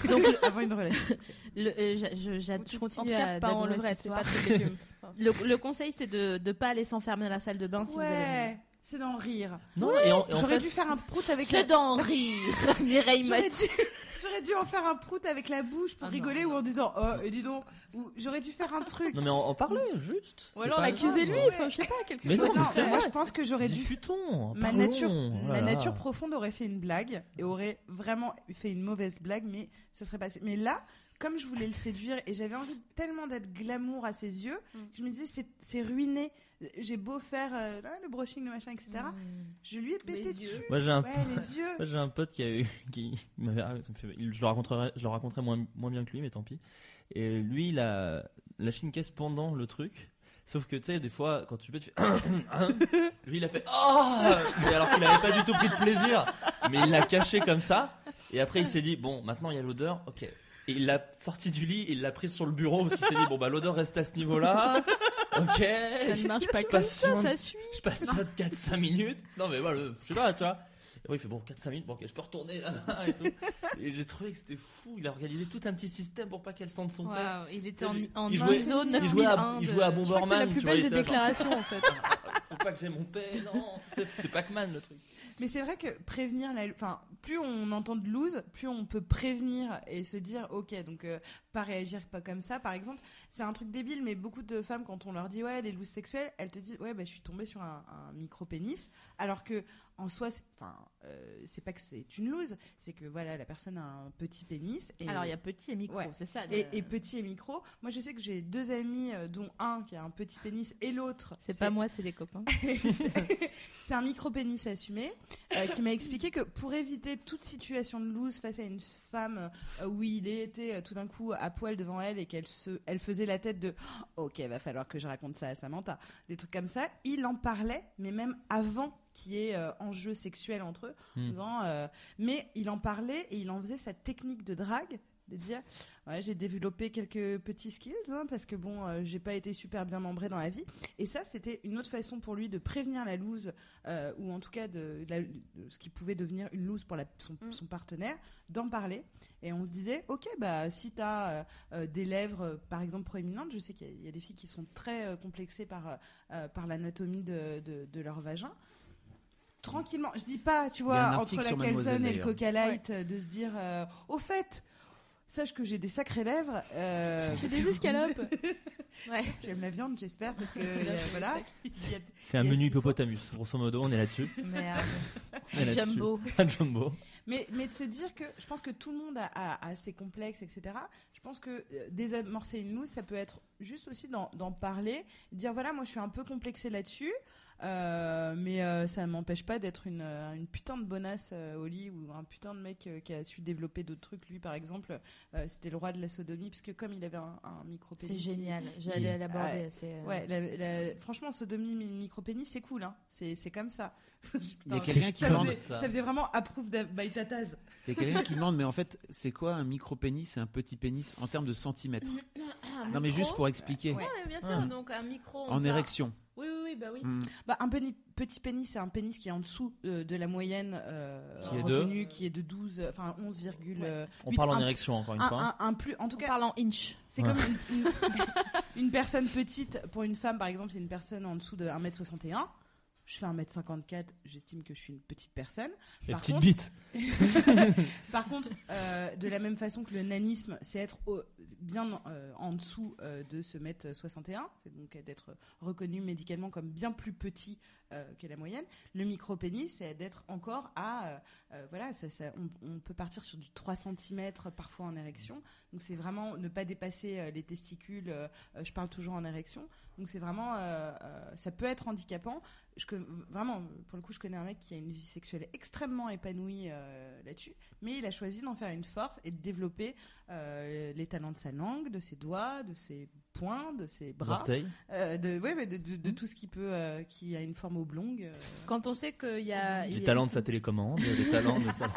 [SPEAKER 2] Donc, avant une relation.
[SPEAKER 1] Le- euh, j'a- je, j'a-
[SPEAKER 5] Ou
[SPEAKER 1] je
[SPEAKER 5] tu- en
[SPEAKER 1] continue
[SPEAKER 5] tout cas,
[SPEAKER 1] à
[SPEAKER 5] pas en
[SPEAKER 1] d'adorer
[SPEAKER 5] levrette,
[SPEAKER 1] cette
[SPEAKER 5] c'est pas
[SPEAKER 1] histoire.
[SPEAKER 5] trop de légumes.
[SPEAKER 1] le, le conseil, c'est de ne pas aller s'enfermer dans la salle de bain si vous avez
[SPEAKER 2] ouais, c'est d'en rire.
[SPEAKER 6] Non, et en, et en
[SPEAKER 2] J'aurais
[SPEAKER 6] fait,
[SPEAKER 2] dû faire un prout avec la-
[SPEAKER 1] C'est d'en rire, Mireille
[SPEAKER 2] J'aurais
[SPEAKER 1] Mathieu.
[SPEAKER 2] dû, j'aurais dû en faire un prout avec la bouche pour
[SPEAKER 1] Ah non,
[SPEAKER 2] rigoler
[SPEAKER 1] non.
[SPEAKER 2] ou en disant oh et dis donc ou j'aurais dû faire un truc.
[SPEAKER 6] Non, mais en, en parler, juste.
[SPEAKER 5] Ou
[SPEAKER 6] C'est
[SPEAKER 5] alors
[SPEAKER 6] pas
[SPEAKER 5] l'accusez-lui,
[SPEAKER 6] grave.
[SPEAKER 5] enfin, je sais pas, quelque
[SPEAKER 6] Mais
[SPEAKER 5] chose.
[SPEAKER 6] non, mais
[SPEAKER 2] Non,
[SPEAKER 6] c'est
[SPEAKER 2] moi
[SPEAKER 6] vrai.
[SPEAKER 2] je pense que j'aurais dû
[SPEAKER 6] Discutons.
[SPEAKER 2] ma
[SPEAKER 6] parlons,
[SPEAKER 2] nature
[SPEAKER 6] oh
[SPEAKER 2] ma
[SPEAKER 6] là là.
[SPEAKER 2] nature profonde aurait fait une blague et aurait vraiment fait une mauvaise blague mais ça serait passé. Mais là comme je voulais le séduire et j'avais envie tellement d'être glamour à ses yeux,
[SPEAKER 5] Mm.
[SPEAKER 2] je me disais c'est- c'est ruiné. J'ai beau faire euh, ah, le brushing, le machin, etc. Je lui ai pété
[SPEAKER 1] Mm. Les yeux.
[SPEAKER 2] dessus.
[SPEAKER 6] Moi, j'ai un
[SPEAKER 2] Ouais, les yeux.
[SPEAKER 6] Moi, J'ai un pote qui a eu, *laughs* qui m'avait- ah, ça me fait- je le raconterai, je le raconterai moins, moins bien que lui, mais tant pis. Et lui, il a lâché une caisse pendant le truc. Sauf que tu sais, des fois, quand tu peux, tu *coughs* fais. lui, il a fait. Ah Mais alors qu'il n'avait pas du tout pris de plaisir. Mais il l'a caché comme ça. Et après, il s'est dit bon, maintenant il y a l'odeur. Ok. Et il l'a sorti du lit, il l'a prise sur le bureau parce qu'il s'est dit bon bah l'odeur reste à ce niveau-là. Ok.
[SPEAKER 5] Ça ne marche pas
[SPEAKER 6] Je
[SPEAKER 5] comme ça,
[SPEAKER 6] patiente
[SPEAKER 5] ça suit.
[SPEAKER 6] je passe *laughs* 4-5 minutes. Non, mais voilà, je sais pas, tu vois. Et après, il fait bon, 4-5 minutes, bon, ok, je peux retourner là-bas et tout. Et j'ai trouvé que c'était fou. Il a organisé tout un petit système pour pas qu'elle sente son père.
[SPEAKER 1] Waouh, il était en, en
[SPEAKER 6] Il jouait-
[SPEAKER 1] ISO
[SPEAKER 6] Il jouait à,
[SPEAKER 1] 9001.
[SPEAKER 6] il
[SPEAKER 1] de-
[SPEAKER 6] jouait à
[SPEAKER 5] Je crois que c'est la
[SPEAKER 6] Bomberman.
[SPEAKER 5] plus
[SPEAKER 6] tu vois,
[SPEAKER 5] belle
[SPEAKER 6] il
[SPEAKER 5] des
[SPEAKER 6] était là, genre, Ah,
[SPEAKER 5] déclarations, en fait.
[SPEAKER 6] Faut pas que j'ai mon père, non. C'était Pac-Man le truc.
[SPEAKER 2] Mais c'est vrai que prévenir, la... enfin, plus on entend de loose, plus on peut prévenir et se dire, ok, donc euh, pas réagir pas comme ça, par exemple. C'est un truc débile, mais beaucoup de femmes, quand on leur dit, ouais, les looses sexuelles, elles te disent, ouais, bah, je suis tombée sur un, un micro-pénis, alors que en soi, c'est enfin, euh, c'est pas que c'est une loose, c'est que voilà, la personne a un petit pénis. Et...
[SPEAKER 1] Alors, il y a petit et micro,
[SPEAKER 2] Ouais.
[SPEAKER 1] c'est ça. le-
[SPEAKER 2] Et, et petit et micro. Moi, je sais que j'ai deux amis, euh, dont un qui a un petit pénis et l'autre.
[SPEAKER 1] C'est pas moi, c'est des copains.
[SPEAKER 2] C'est un micro-pénis assumé euh, qui m'a expliqué que pour éviter toute situation de loose face à une femme euh, où il était euh, tout d'un coup à poil devant elle et qu'elle se, elle faisait la tête de Ok, va falloir que je raconte ça à Samantha, des trucs comme ça, il en parlait, mais même avant qu'il y ait euh, enjeu sexuel entre eux. en
[SPEAKER 6] Hmm.
[SPEAKER 2] disant, euh, mais il en parlait et il en faisait sa technique de drague de dire ouais j'ai développé quelques petits skills hein, parce que bon euh, j'ai pas été super bien membré dans la vie et ça c'était une autre façon pour lui de prévenir la loose euh, ou en tout cas de, la- de ce qui pouvait devenir une loose pour la- son,
[SPEAKER 5] Mm.
[SPEAKER 2] son partenaire, d'en parler. Et on se disait, ok, bah si t'as euh, euh, des lèvres, euh, par exemple proéminentes, je sais qu'il y, a- il y a des filles qui sont très euh, complexées par euh, euh, par l'anatomie de, de- de leur vagin. Tranquillement, je dis pas, tu
[SPEAKER 3] Il y a
[SPEAKER 2] vois,
[SPEAKER 3] un
[SPEAKER 2] entre
[SPEAKER 3] article
[SPEAKER 2] la
[SPEAKER 3] sur Mademoiselle,
[SPEAKER 2] calzone et le
[SPEAKER 3] d'ailleurs.
[SPEAKER 2] coca light, euh, de se dire, euh, au fait. Sache que j'ai des sacrées lèvres. euh,
[SPEAKER 5] J'ai des escalopes.
[SPEAKER 2] *laughs* tu aimes la viande, j'espère, parce
[SPEAKER 1] *laughs*
[SPEAKER 2] que euh, voilà. Il y a-
[SPEAKER 6] C'est un
[SPEAKER 2] Et est-ce
[SPEAKER 6] menu
[SPEAKER 2] qu'il faut-
[SPEAKER 6] hippopotamus. Grosso modo, on est là-dessus.
[SPEAKER 1] Merde.
[SPEAKER 6] On est là-dessus.
[SPEAKER 1] euh, Jumbo.
[SPEAKER 6] Un *laughs* jumbo.
[SPEAKER 2] Mais, mais de se dire que je pense que tout le monde a, a- a ses complexes, etc. Je pense que euh, désamorcer une loose, ça peut être juste aussi d'en d'en parler, dire voilà, moi je suis un peu complexée là-dessus. Euh, mais euh, ça m'empêche pas d'être une, euh, une putain de bonasse euh, au lit ou un putain de mec euh, qui a su développer d'autres trucs. Lui, par exemple, euh, c'était le roi de la sodomie, parce que comme il avait un, un micro-pénis,
[SPEAKER 1] C'est
[SPEAKER 2] il- Ah,
[SPEAKER 1] génial, j'allais l'aborder. c'est, euh,
[SPEAKER 2] Ouais, la- la- franchement, sodomie, mi- micro-pénis, c'est cool, hein. c'est c'est comme ça. *laughs*
[SPEAKER 3] Il y a
[SPEAKER 2] Putain,
[SPEAKER 3] quelqu'un qui
[SPEAKER 2] ça,
[SPEAKER 3] demande.
[SPEAKER 2] faisait, ça faisait vraiment approve da- by Tataz.
[SPEAKER 3] Il y a
[SPEAKER 2] *laughs*
[SPEAKER 3] quelqu'un qui demande, mais en fait, c'est quoi un micro-pénis et un petit pénis en termes
[SPEAKER 2] *coughs*
[SPEAKER 3] de centimètres
[SPEAKER 1] un
[SPEAKER 3] Non, mais
[SPEAKER 1] micro.
[SPEAKER 3] juste pour expliquer.
[SPEAKER 2] Ouais.
[SPEAKER 1] Ouais, bien sûr,
[SPEAKER 3] Ah.
[SPEAKER 1] donc un micro. on
[SPEAKER 3] En
[SPEAKER 1] part-
[SPEAKER 3] érection.
[SPEAKER 1] Oui, oui, oui, bah oui.
[SPEAKER 3] Mm.
[SPEAKER 2] Bah, un péni- petit pénis, c'est un pénis qui est en dessous euh, de la moyenne euh,
[SPEAKER 6] Qui est de
[SPEAKER 2] reconnue, qui est de 12, euh, enfin 11, virgule,
[SPEAKER 1] Ouais.
[SPEAKER 2] euh,
[SPEAKER 6] On
[SPEAKER 2] huit,
[SPEAKER 6] parle en
[SPEAKER 2] un-
[SPEAKER 6] érection encore une
[SPEAKER 2] un-
[SPEAKER 6] fois. hein.
[SPEAKER 2] un- un plus, en tout
[SPEAKER 1] On
[SPEAKER 2] cas,
[SPEAKER 1] parle en inch.
[SPEAKER 2] C'est
[SPEAKER 6] Ouais.
[SPEAKER 2] comme une, une- *laughs* une personne petite, pour une femme par exemple, c'est une personne en dessous de 1m61. Je fais 1m54, j'estime que je suis une petite personne.
[SPEAKER 6] Les
[SPEAKER 2] par
[SPEAKER 6] petites
[SPEAKER 2] contre-
[SPEAKER 6] bites.
[SPEAKER 2] Par contre, euh, de la même façon que le nanisme, c'est être au- bien euh, en dessous euh, de ce mètre 61, c'est donc euh, d'être reconnu médicalement comme bien plus petit euh, que la moyenne. Le micro-pénis, c'est d'être encore à. euh, euh, voilà, ça, ça- on, on peut partir sur du 3 cm parfois en érection. Donc c'est vraiment ne pas dépasser euh, les testicules. euh, euh, je parle toujours en érection. Donc c'est vraiment. euh, euh, ça peut être handicapant. Je, con- vraiment, pour le coup, je connais un mec qui a une vie sexuelle extrêmement épanouie euh, là-dessus mais il a choisi d'en faire une force et de développer euh, les talents de sa langue, de ses doigts, de ses poings, de ses bras,
[SPEAKER 6] Orteils.
[SPEAKER 2] euh, de, ouais, mais de, de-
[SPEAKER 1] Mm.
[SPEAKER 2] de tout ce qui peut, euh, qui a une forme oblongue. euh.
[SPEAKER 1] Quand on sait qu'il y a. il
[SPEAKER 6] Les
[SPEAKER 1] y a-
[SPEAKER 6] talents de sa télécommande, les talents de
[SPEAKER 5] *laughs*
[SPEAKER 6] sa.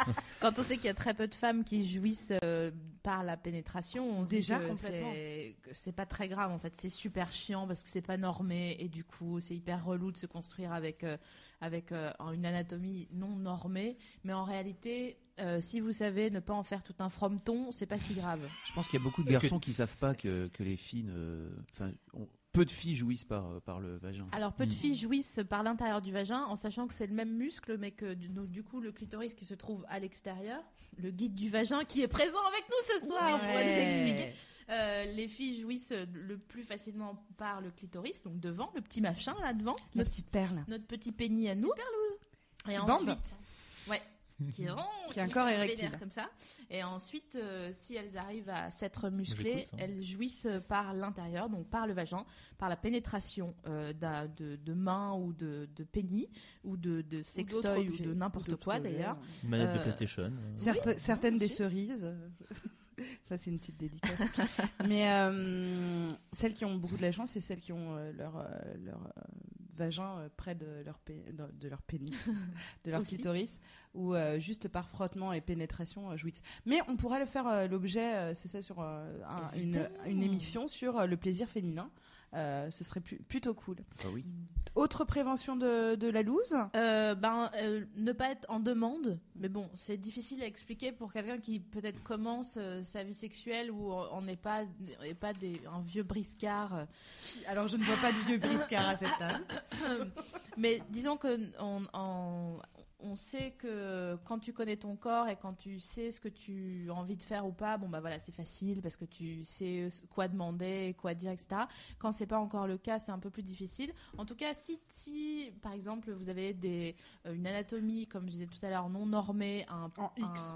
[SPEAKER 1] Quand on sait qu'il y a très peu de femmes qui jouissent euh, par la pénétration, on se
[SPEAKER 2] Déjà,
[SPEAKER 1] dit que
[SPEAKER 2] complètement.
[SPEAKER 1] c'est- que c'est pas très grave en fait. C'est super chiant parce que c'est pas normé et du coup c'est hyper relou de se construire avec euh, avec euh, une anatomie non normée. Mais en réalité, euh, si vous savez ne pas en faire tout un frometon, c'est pas si grave.
[SPEAKER 3] Je pense qu'il y a beaucoup de
[SPEAKER 6] Parce que-
[SPEAKER 3] garçons qui savent pas que, que les filles. ne- Enfin, on- peu de filles jouissent par, euh, par le vagin.
[SPEAKER 2] Ah.
[SPEAKER 1] Alors peu de
[SPEAKER 6] Mm.
[SPEAKER 1] filles jouissent par l'intérieur du vagin en sachant que c'est le même muscle, mais que du- donc, du coup le clitoris qui se trouve à l'extérieur, le guide du vagin qui est présent avec nous ce soir pour nous expliquer. Euh, les filles jouissent le plus facilement par le clitoris, donc devant, le petit machin là devant,
[SPEAKER 2] La
[SPEAKER 1] notre,
[SPEAKER 2] petite perle,
[SPEAKER 1] notre petit pénis à nous. Et
[SPEAKER 2] Qui
[SPEAKER 1] ensuite,
[SPEAKER 2] bande.
[SPEAKER 1] ouais, qui est rond,
[SPEAKER 2] Qui est encore
[SPEAKER 1] vénère
[SPEAKER 2] érectile.
[SPEAKER 1] comme ça. Et ensuite, euh, si elles arrivent à s'être musclées,
[SPEAKER 6] j'écoute, hein.
[SPEAKER 1] elles jouissent par l'intérieur, donc par le vagin, par la pénétration euh, d'un- de, de mains ou de, de pénis ou de, de sextoy ou,
[SPEAKER 2] objets,
[SPEAKER 1] de n'importe
[SPEAKER 2] d'autres
[SPEAKER 1] quoi
[SPEAKER 2] objets,
[SPEAKER 1] d'ailleurs.
[SPEAKER 2] ouais.
[SPEAKER 6] Une manette de
[SPEAKER 1] Euh,
[SPEAKER 6] PlayStation.
[SPEAKER 2] Certes- certaines des
[SPEAKER 1] aussi.
[SPEAKER 2] cerises. *laughs* euh, Ça, c'est une petite dédicace. Mais euh, celles qui ont beaucoup de la chance, c'est celles qui ont euh, leur, euh, leur euh, vagin euh, près de leur, pé- de de leur *laughs* pénis, de leur
[SPEAKER 1] Aussi.
[SPEAKER 2] clitoris, ou euh, juste par frottement et pénétration euh, jouissent. Mais on pourra le faire euh, l'objet, euh, c'est ça, sur euh, un- une,
[SPEAKER 1] Évidemment.
[SPEAKER 2] une émission sur euh, le plaisir féminin. Euh, ce serait plu- plutôt cool.
[SPEAKER 3] Ah oui.
[SPEAKER 2] Autre prévention de, de la loose
[SPEAKER 1] Euh, ben, euh, ne pas être en demande, mais bon, c'est difficile à expliquer pour quelqu'un qui peut-être commence euh, sa vie sexuelle ou euh, on n'est pas, n'est pas des, un vieux briscard. euh.
[SPEAKER 2] Alors, je ne vois pas de vieux briscard à cette table.
[SPEAKER 1] Mais disons que on, on- on sait que quand tu connais ton corps et quand tu sais ce que tu as envie de faire ou pas, bon bah voilà, c'est facile parce que tu sais euh, ce- quoi demander, quoi dire, etc. Quand c'est pas encore le cas, c'est un peu plus difficile. En tout cas, si, si par exemple vous avez des, euh, une anatomie, comme je disais tout à l'heure, non normée, un,
[SPEAKER 2] En X.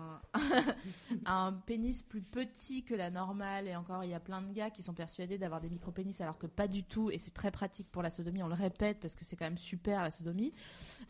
[SPEAKER 1] un, *laughs* un pénis plus petit que la normale, et encore il y a plein de gars qui sont persuadés d'avoir des micro-pénis alors que pas du tout, et c'est très pratique pour la sodomie, on le répète parce que c'est quand même super la sodomie.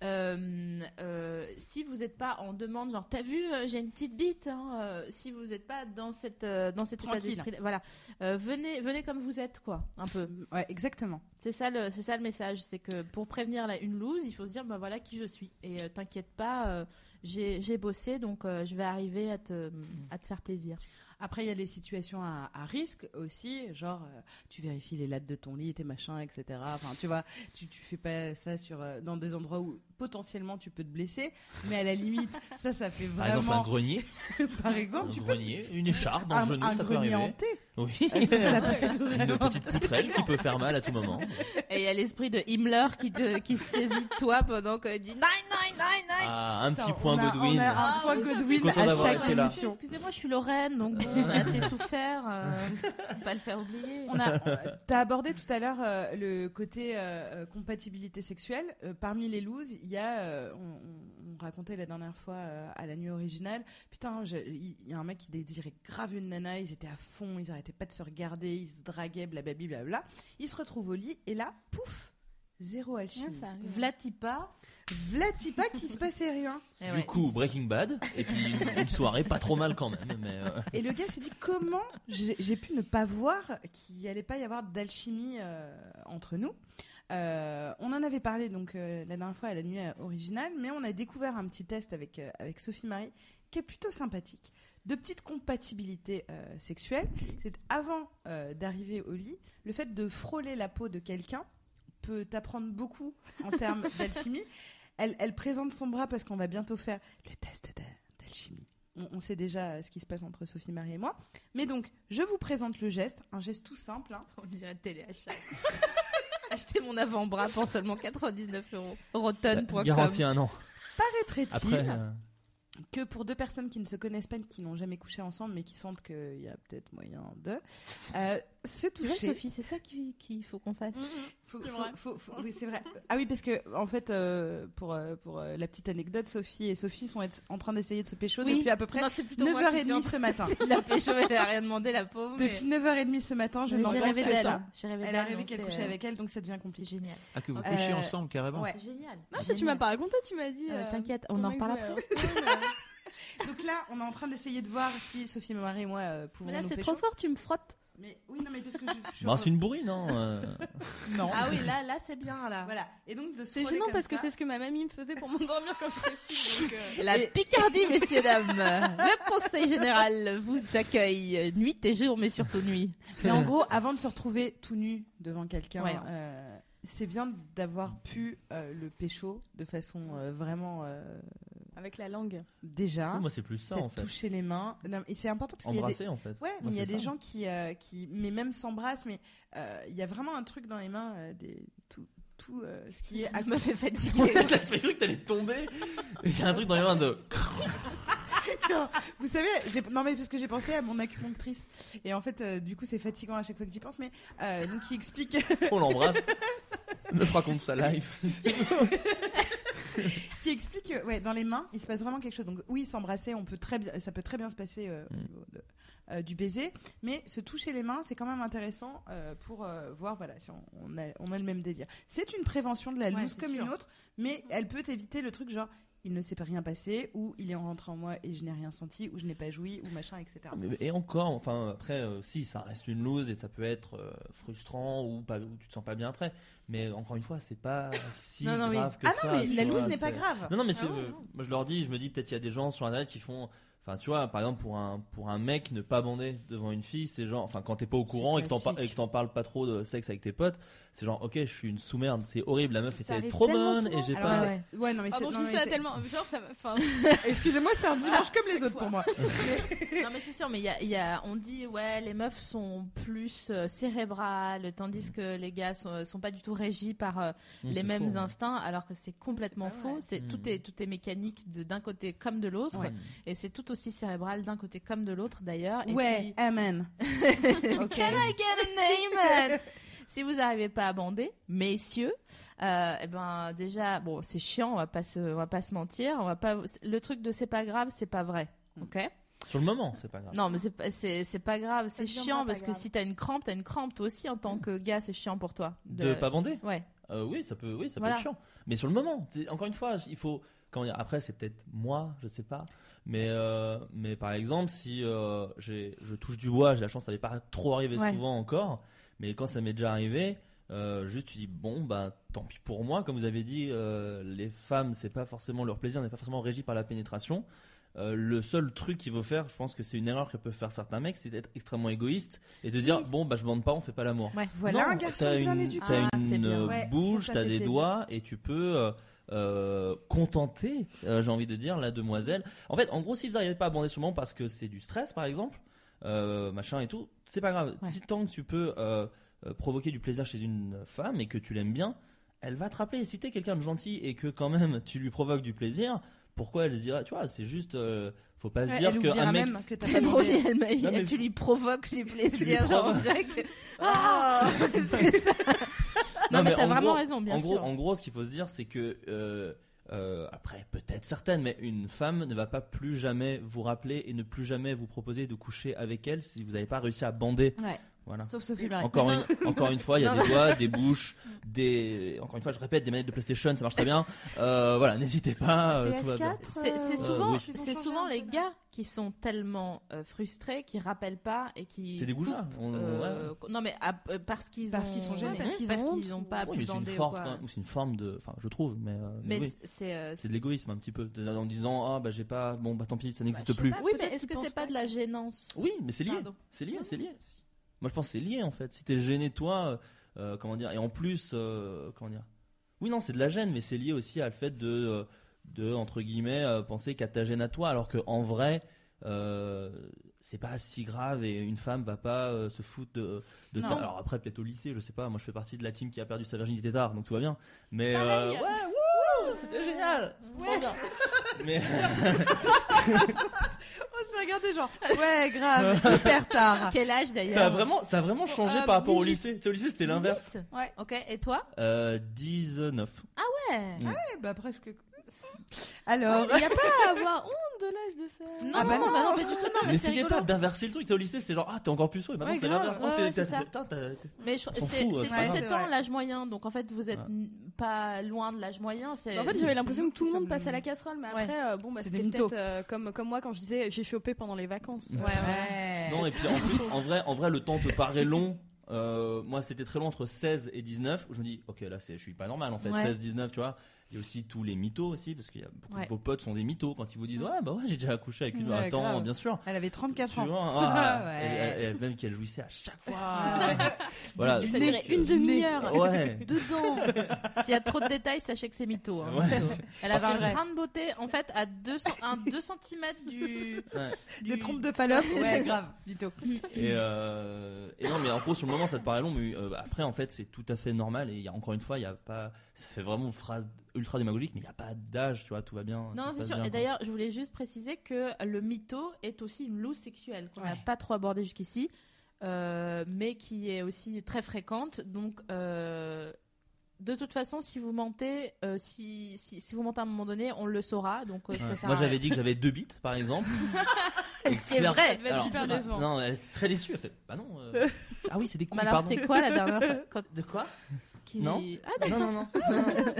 [SPEAKER 1] Euh, euh, si vous n'êtes pas en demande, genre t'as vu, euh, j'ai une petite bite, hein, euh, si vous n'êtes pas dans cette euh, dans cet état
[SPEAKER 2] Tranquille.
[SPEAKER 1] d'esprit, voilà, Euh, venez venez comme vous êtes quoi, un peu.
[SPEAKER 2] Ouais, exactement.
[SPEAKER 1] C'est ça, le, c'est ça le message, c'est que pour prévenir la, une loose, il faut se dire, bah voilà qui je suis. Et euh, t'inquiète pas, euh, j'ai j'ai bossé, donc euh, je vais arriver à te, à te faire plaisir.
[SPEAKER 2] Après, il y a les situations à, à risque aussi, genre euh, tu vérifies les lattes de ton lit, tes machins, etc. Enfin, tu vois, tu, tu fais pas ça sur euh, dans des endroits où potentiellement tu peux te blesser, mais à la
[SPEAKER 1] *laughs*
[SPEAKER 2] limite, ça, ça fait
[SPEAKER 6] Par exemple, un
[SPEAKER 2] vraiment.
[SPEAKER 6] grenier.
[SPEAKER 2] Par
[SPEAKER 6] Un
[SPEAKER 2] exemple, tu peux
[SPEAKER 6] grenier, une écharpe dans
[SPEAKER 2] un,
[SPEAKER 6] le genou,
[SPEAKER 2] un
[SPEAKER 6] ça peut
[SPEAKER 2] grenier
[SPEAKER 6] arriver. *laughs*
[SPEAKER 2] hanté.
[SPEAKER 6] Oui.
[SPEAKER 2] Euh, ça, ça peut être
[SPEAKER 6] Une
[SPEAKER 2] vraiment-
[SPEAKER 6] petite poutrelle qui peut faire mal à
[SPEAKER 2] *laughs*
[SPEAKER 6] tout moment.
[SPEAKER 1] *laughs* Et il y a l'esprit de Himmler qui, te, qui se saisit de toi pendant qu'il dit,
[SPEAKER 6] Ah, un petit
[SPEAKER 2] Attends,
[SPEAKER 6] point
[SPEAKER 2] on a-
[SPEAKER 6] Godwin.
[SPEAKER 2] On a un
[SPEAKER 1] Ah,
[SPEAKER 2] point
[SPEAKER 1] oui, ça,
[SPEAKER 2] Godwin
[SPEAKER 6] oui. Content
[SPEAKER 2] à
[SPEAKER 6] d'avoir
[SPEAKER 2] chaque
[SPEAKER 6] été là.
[SPEAKER 2] émission.
[SPEAKER 1] excusez-moi, je suis Lorraine, donc bon, on a assez souffert, euh, *laughs* faut pas le faire oublier.
[SPEAKER 2] On a, t'as abordé tout à l'heure euh, le côté euh, euh, compatibilité sexuelle. Euh, parmi les looses, il y a, euh, on, on- on racontait la dernière fois euh, à la nuit originale, putain, je- il il y, a un mec qui désirait grave une nana, ils étaient à fond, ils arrêtaient pas de se regarder, ils se draguaient, blablabla, blabla. Ils se retrouvent au lit et là, pouf, Zéro alchimie.
[SPEAKER 1] Vlatipa.
[SPEAKER 2] Vlatipa qui se passait rien.
[SPEAKER 1] Eh
[SPEAKER 6] Du
[SPEAKER 1] ouais.
[SPEAKER 6] coup, Breaking Bad, et puis une, une soirée pas trop mal quand même. Mais euh,
[SPEAKER 2] Et le gars s'est dit comment j'ai j'ai pu ne pas voir qu'il allait pas y avoir d'alchimie euh, entre nous. Euh, on en avait parlé donc euh, la dernière fois à la nuit euh, originale, mais on a découvert un petit test avec, euh, avec Sophie Marie qui est plutôt sympathique. De petites compatibilités euh, sexuelles. C'est avant euh, d'arriver au lit, le fait de frôler la peau de quelqu'un peut t'apprendre beaucoup en termes d'alchimie. Elle, elle présente son bras parce qu'on va bientôt faire le test d'a- d'alchimie. On, on sait déjà euh, ce qui se passe entre Sophie Marie et moi. Mais donc, je vous présente le geste, un geste tout simple. hein.
[SPEAKER 1] On dirait téléachat. *laughs* Acheter mon avant-bras pour seulement 99 euros. Rotten.com.
[SPEAKER 6] garantie un an.
[SPEAKER 2] Paraîtrait-il
[SPEAKER 6] Après, euh,
[SPEAKER 2] que pour deux personnes qui ne se connaissent pas, qui n'ont jamais couché ensemble, mais qui sentent qu'il y a peut-être moyen de euh, se
[SPEAKER 1] Tu vois,
[SPEAKER 2] toucher.
[SPEAKER 1] Sophie, c'est ça qu'il qu'il faut qu'on fasse.
[SPEAKER 2] Faut-
[SPEAKER 5] C'est
[SPEAKER 2] faut-
[SPEAKER 5] vrai.
[SPEAKER 2] faut- faut- oui, c'est vrai. Ah oui, parce que en fait, euh, pour euh, pour euh, la petite anecdote, Sophie et Sophie sont être- en train d'essayer de se pécho
[SPEAKER 1] Oui.
[SPEAKER 2] depuis à peu près
[SPEAKER 1] Non, c'est plutôt moi qui suis en
[SPEAKER 2] 9h30 ce
[SPEAKER 1] *laughs*
[SPEAKER 2] matin.
[SPEAKER 1] train de La pécho, elle a rien demandé, la pauvre. mais-
[SPEAKER 2] Depuis 9h30 ce matin, je
[SPEAKER 1] Mais
[SPEAKER 2] n'entends
[SPEAKER 1] J'ai rêvé
[SPEAKER 2] que
[SPEAKER 1] d'elle.
[SPEAKER 2] ça.
[SPEAKER 1] hein. J'ai rêvé euh,
[SPEAKER 2] Elle
[SPEAKER 1] d'elle,
[SPEAKER 2] a rêvé
[SPEAKER 1] donc
[SPEAKER 2] qu'elle
[SPEAKER 1] c'est-
[SPEAKER 2] couchait avec elle, donc ça devient
[SPEAKER 1] C'est
[SPEAKER 2] compliqué.
[SPEAKER 1] génial.
[SPEAKER 3] Ah, que vous
[SPEAKER 2] Euh,
[SPEAKER 3] couchez ensemble carrément.
[SPEAKER 2] ouais.
[SPEAKER 1] Génial.
[SPEAKER 5] Non, ça, tu m'as pas raconté, tu m'as dit.
[SPEAKER 1] Ah, mais
[SPEAKER 5] euh,
[SPEAKER 1] t'inquiète,
[SPEAKER 5] ton
[SPEAKER 1] on en
[SPEAKER 5] mec
[SPEAKER 1] parle
[SPEAKER 5] jouait
[SPEAKER 1] après.
[SPEAKER 5] ensemble, euh.
[SPEAKER 2] Donc là, on est en train d'essayer de voir si Sophie, ma mari et moi euh, pouvons
[SPEAKER 1] Mais là,
[SPEAKER 2] nous
[SPEAKER 1] c'est
[SPEAKER 2] pécho.
[SPEAKER 1] trop fort, tu me frottes.
[SPEAKER 2] Mais oui, non, mais parce que je, je-
[SPEAKER 6] bah, c'est une bourrine, hein. euh.
[SPEAKER 2] non.
[SPEAKER 1] Ah oui, là, là, c'est bien, là.
[SPEAKER 2] Voilà. Et donc de se
[SPEAKER 5] C'est
[SPEAKER 2] frôler
[SPEAKER 5] gênant
[SPEAKER 2] comme
[SPEAKER 5] parce que
[SPEAKER 2] ça.
[SPEAKER 5] c'est ce que ma mamie me faisait pour m'endormir quand j'étais petite. donc, euh,
[SPEAKER 1] La *laughs* Picardie, messieurs, dames. Le Conseil Général vous accueille nuit et jour, mais surtout nuit.
[SPEAKER 2] Mais en gros, avant de se retrouver tout nu devant quelqu'un,
[SPEAKER 1] Ouais.
[SPEAKER 2] euh, c'est bien d'avoir pu euh, le pécho de façon euh, vraiment euh,
[SPEAKER 5] Avec la langue.
[SPEAKER 2] déjà.
[SPEAKER 6] Moi, c'est plus ça
[SPEAKER 2] Hein C'est
[SPEAKER 6] en fait.
[SPEAKER 2] toucher les mains. Non, et c'est important parce qu'il y a des,
[SPEAKER 6] Embrasser en *laughs* fait.
[SPEAKER 2] *laughs* Ouais, mais
[SPEAKER 6] Moi,
[SPEAKER 2] il y a
[SPEAKER 6] c'est
[SPEAKER 2] des
[SPEAKER 6] ça.
[SPEAKER 2] gens qui, euh, qui, mais même s'embrassent, mais euh, il y a vraiment un truc dans les mains, euh, des, tout, tout euh, ce qui est.
[SPEAKER 1] *laughs* Elle me fait
[SPEAKER 2] *laughs*
[SPEAKER 1] fatiguer.
[SPEAKER 6] T'as fait cru que t'allais tomber. Il y a un truc dans les mains de.
[SPEAKER 2] Vous savez, j'ai- non mais parce que j'ai pensé à mon acupunctrice et en fait, euh, du coup, c'est fatigant à chaque fois que j'y pense, mais euh, donc il explique *laughs*
[SPEAKER 6] On l'embrasse. Meuf raconte sa life.
[SPEAKER 2] qui explique que, ouais, dans les mains, il se passe vraiment quelque chose. Donc oui, s'embrasser, on peut très bien, ça peut très bien se passer euh, au
[SPEAKER 6] Mm.
[SPEAKER 2] niveau de- euh, du baiser, mais se toucher les mains, c'est quand même intéressant euh, pour euh, voir, voilà, si on, on a, on a le même délire. C'est une prévention de la
[SPEAKER 1] Ouais,
[SPEAKER 2] loose
[SPEAKER 1] c'est
[SPEAKER 2] comme
[SPEAKER 1] sûr.
[SPEAKER 2] une autre, mais elle peut éviter le truc genre. Il ne s'est pas rien passé, ou il est rentré en moi et je n'ai rien senti, ou je n'ai pas joui, ou machin, etc.
[SPEAKER 6] Mais- Et encore, enfin après, euh, si ça reste une lose et ça peut être euh, frustrant ou pas, ou tu te sens pas bien après. Mais encore une fois, c'est pas si
[SPEAKER 1] Non, non, mais-
[SPEAKER 6] grave que
[SPEAKER 2] Ah
[SPEAKER 6] ça.
[SPEAKER 2] non, mais
[SPEAKER 6] tu
[SPEAKER 2] la
[SPEAKER 6] vois,
[SPEAKER 2] loose n'est pas
[SPEAKER 6] c'est-
[SPEAKER 2] grave.
[SPEAKER 6] Non, non, mais c'est,
[SPEAKER 5] Ah ouais,
[SPEAKER 6] euh,
[SPEAKER 5] non.
[SPEAKER 6] moi je leur dis, je me dis peut-être qu'il y a des gens sur internet qui font, enfin tu vois, par exemple pour un pour un mec ne pas bander devant une fille, c'est genre, enfin quand t'es pas au courant et que t'en par-
[SPEAKER 2] classique.
[SPEAKER 6] et que t'en parles pas trop de sexe avec tes potes, c'est genre ok, je suis une sous merde, c'est horrible, la meuf
[SPEAKER 5] Ça
[SPEAKER 6] était
[SPEAKER 5] arrive
[SPEAKER 6] trop
[SPEAKER 5] tellement
[SPEAKER 6] bonne et
[SPEAKER 5] souvent.
[SPEAKER 6] j'ai
[SPEAKER 2] Alors,
[SPEAKER 6] pas.
[SPEAKER 2] c'est- ouais, non, mais
[SPEAKER 5] Ah
[SPEAKER 2] c'est-
[SPEAKER 5] bon,
[SPEAKER 2] non,
[SPEAKER 5] je dis
[SPEAKER 2] mais
[SPEAKER 5] ça
[SPEAKER 2] c'est-
[SPEAKER 5] tellement. Genre, ça. m'a- Enfin,
[SPEAKER 2] *laughs* Excusez-moi, c'est un dimanche comme les autres pour moi.
[SPEAKER 1] Non mais c'est sûr, mais il y a- il y a- on dit ouais les meufs sont plus euh, cérébrales, tandis que les gars sont, sont pas du tout régis par euh,
[SPEAKER 6] Mm,
[SPEAKER 1] les
[SPEAKER 6] c'est
[SPEAKER 1] mêmes
[SPEAKER 6] faux.
[SPEAKER 1] instincts, alors que c'est complètement
[SPEAKER 5] C'est pas
[SPEAKER 1] faux.
[SPEAKER 5] vrai.
[SPEAKER 1] C'est
[SPEAKER 6] Mm.
[SPEAKER 1] tout est tout est mécanique de- d'un côté comme de l'autre,
[SPEAKER 2] Ouais.
[SPEAKER 1] et c'est tout aussi cérébral d'un côté comme de l'autre d'ailleurs. Et
[SPEAKER 2] Ouais, amen. Ok.
[SPEAKER 1] si... I get a name, man *laughs* Si vous n'arrivez pas à bander, messieurs, euh, eh ben déjà bon c'est chiant, on va pas se on va pas se mentir, on va pas le truc de c'est pas grave, c'est pas vrai, ok
[SPEAKER 6] Sur le moment, c'est pas grave.
[SPEAKER 1] non, mais c'est pas, c'est- c'est pas grave, c'est
[SPEAKER 5] deviendra
[SPEAKER 1] chiant
[SPEAKER 5] pas
[SPEAKER 1] parce que
[SPEAKER 5] grave.
[SPEAKER 1] si t'as une crampe, t'as une crampe toi aussi en tant que gars, c'est chiant pour toi.
[SPEAKER 6] De pas bander
[SPEAKER 1] Ouais.
[SPEAKER 6] Euh, oui, ça peut, oui, ça
[SPEAKER 1] Voilà.
[SPEAKER 6] peut être chiant. Mais sur le moment, c'est- encore une fois, il faut. Comment dire Après, c'est peut-être moi, je sais pas. Mais, euh, mais par exemple, si euh, j'ai- je touche du bois, j'ai la chance, ça m'est pas trop arrivé
[SPEAKER 1] Ouais.
[SPEAKER 6] souvent encore. Mais quand ça m'est déjà arrivé, euh, juste tu dis bon, bah tant pis pour moi. Comme vous avez dit, euh, les femmes, c'est pas forcément leur plaisir, n'est pas forcément régi par la pénétration. Euh, le seul truc qu'il faut faire, je pense que c'est une erreur que peuvent faire certains mecs, c'est d'être extrêmement égoïste et de dire bon, bah je bande pas, on fait pas l'amour.
[SPEAKER 2] Voilà
[SPEAKER 6] Non,
[SPEAKER 2] un garçon
[SPEAKER 6] t'as
[SPEAKER 2] bien
[SPEAKER 6] une-
[SPEAKER 2] éduqué.
[SPEAKER 6] T'as
[SPEAKER 1] Ah, c'est
[SPEAKER 6] une
[SPEAKER 1] bien.
[SPEAKER 6] euh,
[SPEAKER 2] Ouais,
[SPEAKER 6] bouche,
[SPEAKER 2] ça, ça
[SPEAKER 6] t'as
[SPEAKER 2] fait
[SPEAKER 6] des
[SPEAKER 2] plaisir.
[SPEAKER 6] doigts et tu peux euh, euh, contenter, euh, j'ai envie de dire, la demoiselle. En fait, en gros, si vous n'arrivez pas à bander sur le moment parce que c'est du stress, par exemple, euh, machin et tout, c'est pas grave.
[SPEAKER 1] Ouais.
[SPEAKER 6] Si tant que tu peux euh, euh, provoquer du plaisir chez une femme et que tu l'aimes bien, elle va te rappeler. Si t'es quelqu'un de gentil et que quand même tu lui provoques du plaisir, pourquoi elle se dira, tu vois, c'est juste, euh, faut pas se
[SPEAKER 2] Ouais,
[SPEAKER 6] dire
[SPEAKER 2] elle
[SPEAKER 6] qu'un
[SPEAKER 2] oubliera
[SPEAKER 6] mec
[SPEAKER 2] même que t'as pas
[SPEAKER 1] C'est drôle,
[SPEAKER 2] demandé.
[SPEAKER 1] elle, m'a-
[SPEAKER 6] Non, mais-
[SPEAKER 1] tu lui provoques du plaisir.
[SPEAKER 6] provoques.
[SPEAKER 1] genre, on dirait
[SPEAKER 6] *laughs*
[SPEAKER 1] que- Ah *laughs* C'est ça. Non,
[SPEAKER 6] Non,
[SPEAKER 1] mais
[SPEAKER 6] mais
[SPEAKER 1] t'as
[SPEAKER 6] en
[SPEAKER 1] vraiment
[SPEAKER 6] gros-
[SPEAKER 1] raison, bien
[SPEAKER 6] en
[SPEAKER 1] sûr.
[SPEAKER 6] gros, en gros, ce qu'il faut se dire, c'est que euh, euh, après, peut-être certaines, mais une femme ne va pas plus jamais vous rappeler et ne plus jamais vous proposer de coucher avec elle si vous n'avez pas réussi à bander.
[SPEAKER 1] Ouais.
[SPEAKER 6] Voilà.
[SPEAKER 2] Sauf Sophie Marie.
[SPEAKER 6] Encore une, encore une fois, il y a des doigts, des bouches, des. Encore une fois, je répète, des manettes de PlayStation, ça marche très bien. Euh, voilà, n'hésitez pas. euh, tout va bien.
[SPEAKER 1] C'est c'est souvent,
[SPEAKER 6] Euh, oui.
[SPEAKER 1] c'est souvent les gars qui sont tellement euh, frustrés, qui rappellent pas et qui.
[SPEAKER 6] C'est des goujats. On- ouais,
[SPEAKER 1] Euh,
[SPEAKER 6] ouais.
[SPEAKER 1] qu- Non mais ah, euh, parce qu'ils
[SPEAKER 2] Parce
[SPEAKER 1] ont-
[SPEAKER 2] qu'ils sont gênés.
[SPEAKER 1] parce qu'ils
[SPEAKER 5] Parce
[SPEAKER 1] ont,
[SPEAKER 5] qu'ils ont
[SPEAKER 1] pas
[SPEAKER 6] Oui,
[SPEAKER 1] pu
[SPEAKER 6] mais c'est une
[SPEAKER 1] bander ou
[SPEAKER 6] force,
[SPEAKER 1] quoi.
[SPEAKER 6] quand même, ou c'est une forme de. Enfin, je trouve, mais. euh, mais
[SPEAKER 1] Mais
[SPEAKER 6] oui.
[SPEAKER 1] c- c'est euh,
[SPEAKER 6] C'est de l'égoïsme un petit peu, de- en disant ah bah j'ai pas bon bah tant pis ça n'existe
[SPEAKER 5] je sais
[SPEAKER 6] plus.
[SPEAKER 5] pas.
[SPEAKER 1] Oui, mais
[SPEAKER 5] Peut-être
[SPEAKER 1] est-ce
[SPEAKER 5] qu'ils
[SPEAKER 1] que c'est
[SPEAKER 5] pensent
[SPEAKER 1] pas de la gênance
[SPEAKER 6] Oui mais c'est lié,
[SPEAKER 1] Pardon.
[SPEAKER 6] c'est lié, c'est lié. Moi je pense que c'est lié en fait. Si t'es gêné toi, euh, euh, comment dire et en plus euh, comment dire. Oui non c'est de la gêne mais c'est lié aussi à le fait de euh, de entre guillemets euh, penser qu'à ta gêne à toi alors que en vrai euh, c'est pas si grave et une femme va pas euh, se foutre de, de
[SPEAKER 2] Non.
[SPEAKER 6] ta- alors après peut-être au lycée je sais pas moi je fais partie de la team qui a perdu sa virginité tard donc tout va bien mais euh,
[SPEAKER 5] Pareil.
[SPEAKER 6] ouais wouh, c'était génial Trop bien. *laughs*
[SPEAKER 5] *laughs*
[SPEAKER 6] mais
[SPEAKER 2] On s'est regardé genre, ouais,
[SPEAKER 6] *laughs*
[SPEAKER 2] grave, hyper tard.
[SPEAKER 1] Quel âge d'ailleurs
[SPEAKER 6] Ça a vraiment, ça a vraiment changé
[SPEAKER 5] euh,
[SPEAKER 6] par rapport au
[SPEAKER 5] 18.
[SPEAKER 6] lycée. Tu sais, au lycée, c'était l'inverse.
[SPEAKER 1] 18?
[SPEAKER 5] Ouais.
[SPEAKER 1] Ok, et toi
[SPEAKER 6] Euh, 19.
[SPEAKER 1] Ouais.
[SPEAKER 2] Ouais, bah presque. Alors,
[SPEAKER 5] Il n'y a pas à avoir honte de l'âge de ça.
[SPEAKER 1] Non,
[SPEAKER 2] Ah bah
[SPEAKER 1] non,
[SPEAKER 2] non.
[SPEAKER 1] bah non, mais du tout, non, mais c'est
[SPEAKER 6] N'essayez
[SPEAKER 1] rigolo.
[SPEAKER 6] pas d'inverser le truc. T'es au lycée, c'est genre, ah, t'es encore plus sourd. Et maintenant,
[SPEAKER 5] Ouais,
[SPEAKER 6] c'est
[SPEAKER 5] grave.
[SPEAKER 6] l'inverse. Oh,
[SPEAKER 1] Ouais,
[SPEAKER 6] t'es-
[SPEAKER 1] ouais,
[SPEAKER 6] t'as-
[SPEAKER 1] c'est ça.
[SPEAKER 6] putain, t'as- t'as-
[SPEAKER 1] Mais je-
[SPEAKER 6] On s'en
[SPEAKER 1] c'est
[SPEAKER 6] fout,
[SPEAKER 1] c'est
[SPEAKER 6] c'est pas grave.
[SPEAKER 1] 17 ans
[SPEAKER 2] Ouais.
[SPEAKER 1] l'âge moyen, donc en fait vous êtes
[SPEAKER 6] Ouais.
[SPEAKER 1] n- pas loin de l'âge moyen. c'est-
[SPEAKER 5] Bah, En fait,
[SPEAKER 1] c'est-
[SPEAKER 5] j'avais l'impression que tout le
[SPEAKER 2] ça
[SPEAKER 5] monde
[SPEAKER 2] me-
[SPEAKER 5] passait à la casserole, mais
[SPEAKER 1] Ouais.
[SPEAKER 5] après, euh, bon, bah,
[SPEAKER 2] C'est
[SPEAKER 5] c'était
[SPEAKER 2] des mythos.
[SPEAKER 5] peut-être euh, comme, comme moi quand je disais j'ai chopé pendant les vacances.
[SPEAKER 1] Ouais, ouais.
[SPEAKER 2] euh, ouais.
[SPEAKER 6] Non, et puis en plus, en vrai, en vrai, le temps peut paraître long. Euh, moi, c'était très long entre 16 et 19 où je me dis, ok, là, c'est- je suis pas normal en fait.
[SPEAKER 1] Ouais.
[SPEAKER 6] 16, 19, tu vois. Il y a aussi tous les mythos aussi, parce que beaucoup
[SPEAKER 1] Ouais.
[SPEAKER 6] de vos potes sont des mythos quand ils vous disent, ouais, bah ouais, j'ai déjà accouché avec une.
[SPEAKER 2] Ouais,
[SPEAKER 6] Attends,
[SPEAKER 2] grave.
[SPEAKER 6] bien sûr.
[SPEAKER 2] Elle avait 34
[SPEAKER 6] Tu
[SPEAKER 2] ans.
[SPEAKER 6] vois, ah,
[SPEAKER 2] Ouais.
[SPEAKER 6] et- et- et même qu'elle jouissait à chaque
[SPEAKER 2] *laughs*
[SPEAKER 6] fois.
[SPEAKER 5] Ça
[SPEAKER 6] voilà.
[SPEAKER 5] durait
[SPEAKER 6] Donc,
[SPEAKER 5] une
[SPEAKER 6] euh,
[SPEAKER 5] demi-heure.
[SPEAKER 6] Ouais. *laughs*
[SPEAKER 1] Dedans, s'il y a trop de détails, sachez que c'est mytho. hein.
[SPEAKER 6] Ouais.
[SPEAKER 1] Elle
[SPEAKER 5] Ah,
[SPEAKER 1] avait un
[SPEAKER 2] C'est vrai.
[SPEAKER 1] grain de beauté, en fait, à 200, un 2 cm du,
[SPEAKER 6] Ouais.
[SPEAKER 1] du-
[SPEAKER 2] Des trompes de Fallope,
[SPEAKER 1] C'est
[SPEAKER 2] ouais,
[SPEAKER 1] ça.
[SPEAKER 2] grave, mytho.
[SPEAKER 6] Et, euh, et non, mais en gros, sur le moment, ça te paraît long, mais euh, bah, après, en fait, c'est tout à fait normal. Et il y a, encore une fois, il y a pas. Ça fait vraiment phrase ultra démagogique, mais il n'y a pas d'âge, tu vois, tout va bien. tout
[SPEAKER 1] Non,
[SPEAKER 6] se
[SPEAKER 1] c'est
[SPEAKER 6] passe
[SPEAKER 1] sûr.
[SPEAKER 6] bien,
[SPEAKER 1] Et
[SPEAKER 6] quoi.
[SPEAKER 1] d'ailleurs, je voulais juste préciser que le mytho est aussi une loose sexuelle qu'on n'a
[SPEAKER 2] Ouais.
[SPEAKER 1] pas trop abordée jusqu'ici, euh, mais qui est aussi très fréquente. Donc, euh, de toute façon, si vous mentez, euh, si, si, si vous mentez à un moment donné, on le saura. Donc, euh,
[SPEAKER 6] Ouais.
[SPEAKER 1] ça sert
[SPEAKER 6] Moi,
[SPEAKER 1] à
[SPEAKER 6] j'avais dit que j'avais deux bits,
[SPEAKER 1] *laughs*
[SPEAKER 6] par exemple. Et
[SPEAKER 1] Ce qui est
[SPEAKER 6] Claire-
[SPEAKER 1] vrai,
[SPEAKER 5] va être
[SPEAKER 6] alors, bah,
[SPEAKER 5] super décevant.
[SPEAKER 6] Non, elle est très déçue. Elle fait Bah non.
[SPEAKER 1] *laughs*
[SPEAKER 6] euh, Ah oui, c'est des
[SPEAKER 1] Mais
[SPEAKER 6] couilles,
[SPEAKER 1] Bah alors,
[SPEAKER 6] pardon.
[SPEAKER 1] c'était quoi la dernière fois
[SPEAKER 6] *laughs*
[SPEAKER 1] quand-
[SPEAKER 6] De quoi
[SPEAKER 1] qui-
[SPEAKER 6] Non.
[SPEAKER 1] Ah,
[SPEAKER 6] Non, non, non.
[SPEAKER 1] *laughs*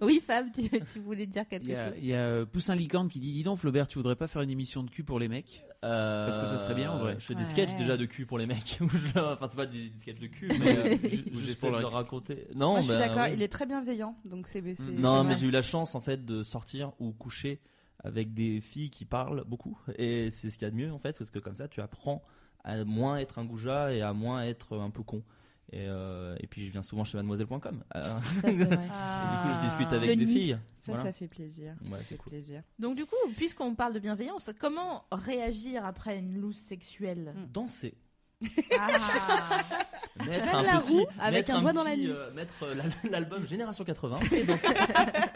[SPEAKER 1] oui, Fab, tu, tu voulais dire quelque
[SPEAKER 3] Il y a,
[SPEAKER 1] chose.
[SPEAKER 3] il y a, euh, Poussin Licorne qui dit Dis donc, Flaubert, tu voudrais pas faire une émission de cul pour les mecs
[SPEAKER 6] Euh,
[SPEAKER 3] Parce que ça serait bien, en vrai.
[SPEAKER 6] Je fais des
[SPEAKER 2] Ouais.
[SPEAKER 6] sketchs déjà de cul pour les mecs. *laughs* où je- enfin, c'est pas des, des sketchs de cul, mais euh, ju-
[SPEAKER 3] Ou
[SPEAKER 6] juste
[SPEAKER 3] juste
[SPEAKER 6] pour
[SPEAKER 3] pour
[SPEAKER 6] de
[SPEAKER 3] leur
[SPEAKER 6] leur
[SPEAKER 3] expliquer.
[SPEAKER 6] raconter. Non,
[SPEAKER 2] Moi, je suis
[SPEAKER 6] bah,
[SPEAKER 2] d'accord,
[SPEAKER 6] oui.
[SPEAKER 2] il est très bienveillant, donc c'est. c'est-
[SPEAKER 6] Non,
[SPEAKER 2] c'est
[SPEAKER 6] mais
[SPEAKER 2] vrai.
[SPEAKER 6] j'ai eu la chance en fait de sortir ou coucher avec des filles qui parlent beaucoup et c'est ce qu'il y a de mieux en fait parce que comme ça tu apprends à moins être un goujat et à moins être un peu con. Et, euh, et puis je viens souvent chez mademoiselle.com. Euh, *laughs*
[SPEAKER 1] Ça, c'est vrai.
[SPEAKER 6] et du coup je discute avec
[SPEAKER 1] Le
[SPEAKER 6] des
[SPEAKER 1] nid.
[SPEAKER 6] filles.
[SPEAKER 2] Ah. Ça,
[SPEAKER 6] Voilà.
[SPEAKER 2] ça fait plaisir.
[SPEAKER 6] Ouais,
[SPEAKER 2] Ça
[SPEAKER 6] c'est
[SPEAKER 2] fait *laughs*
[SPEAKER 6] cool.
[SPEAKER 2] plaisir.
[SPEAKER 1] Donc, du coup, puisqu'on parle de bienveillance, comment réagir après une loose sexuelle
[SPEAKER 6] Danser.
[SPEAKER 2] Ah.
[SPEAKER 6] Mettre
[SPEAKER 5] Faire
[SPEAKER 6] un
[SPEAKER 5] la
[SPEAKER 6] petit,
[SPEAKER 5] roue avec
[SPEAKER 6] mettre
[SPEAKER 5] un doigt dans
[SPEAKER 6] petit,
[SPEAKER 5] l'anus.
[SPEAKER 6] euh, mettre euh, l'al- *laughs* l'album Génération 80 et danser.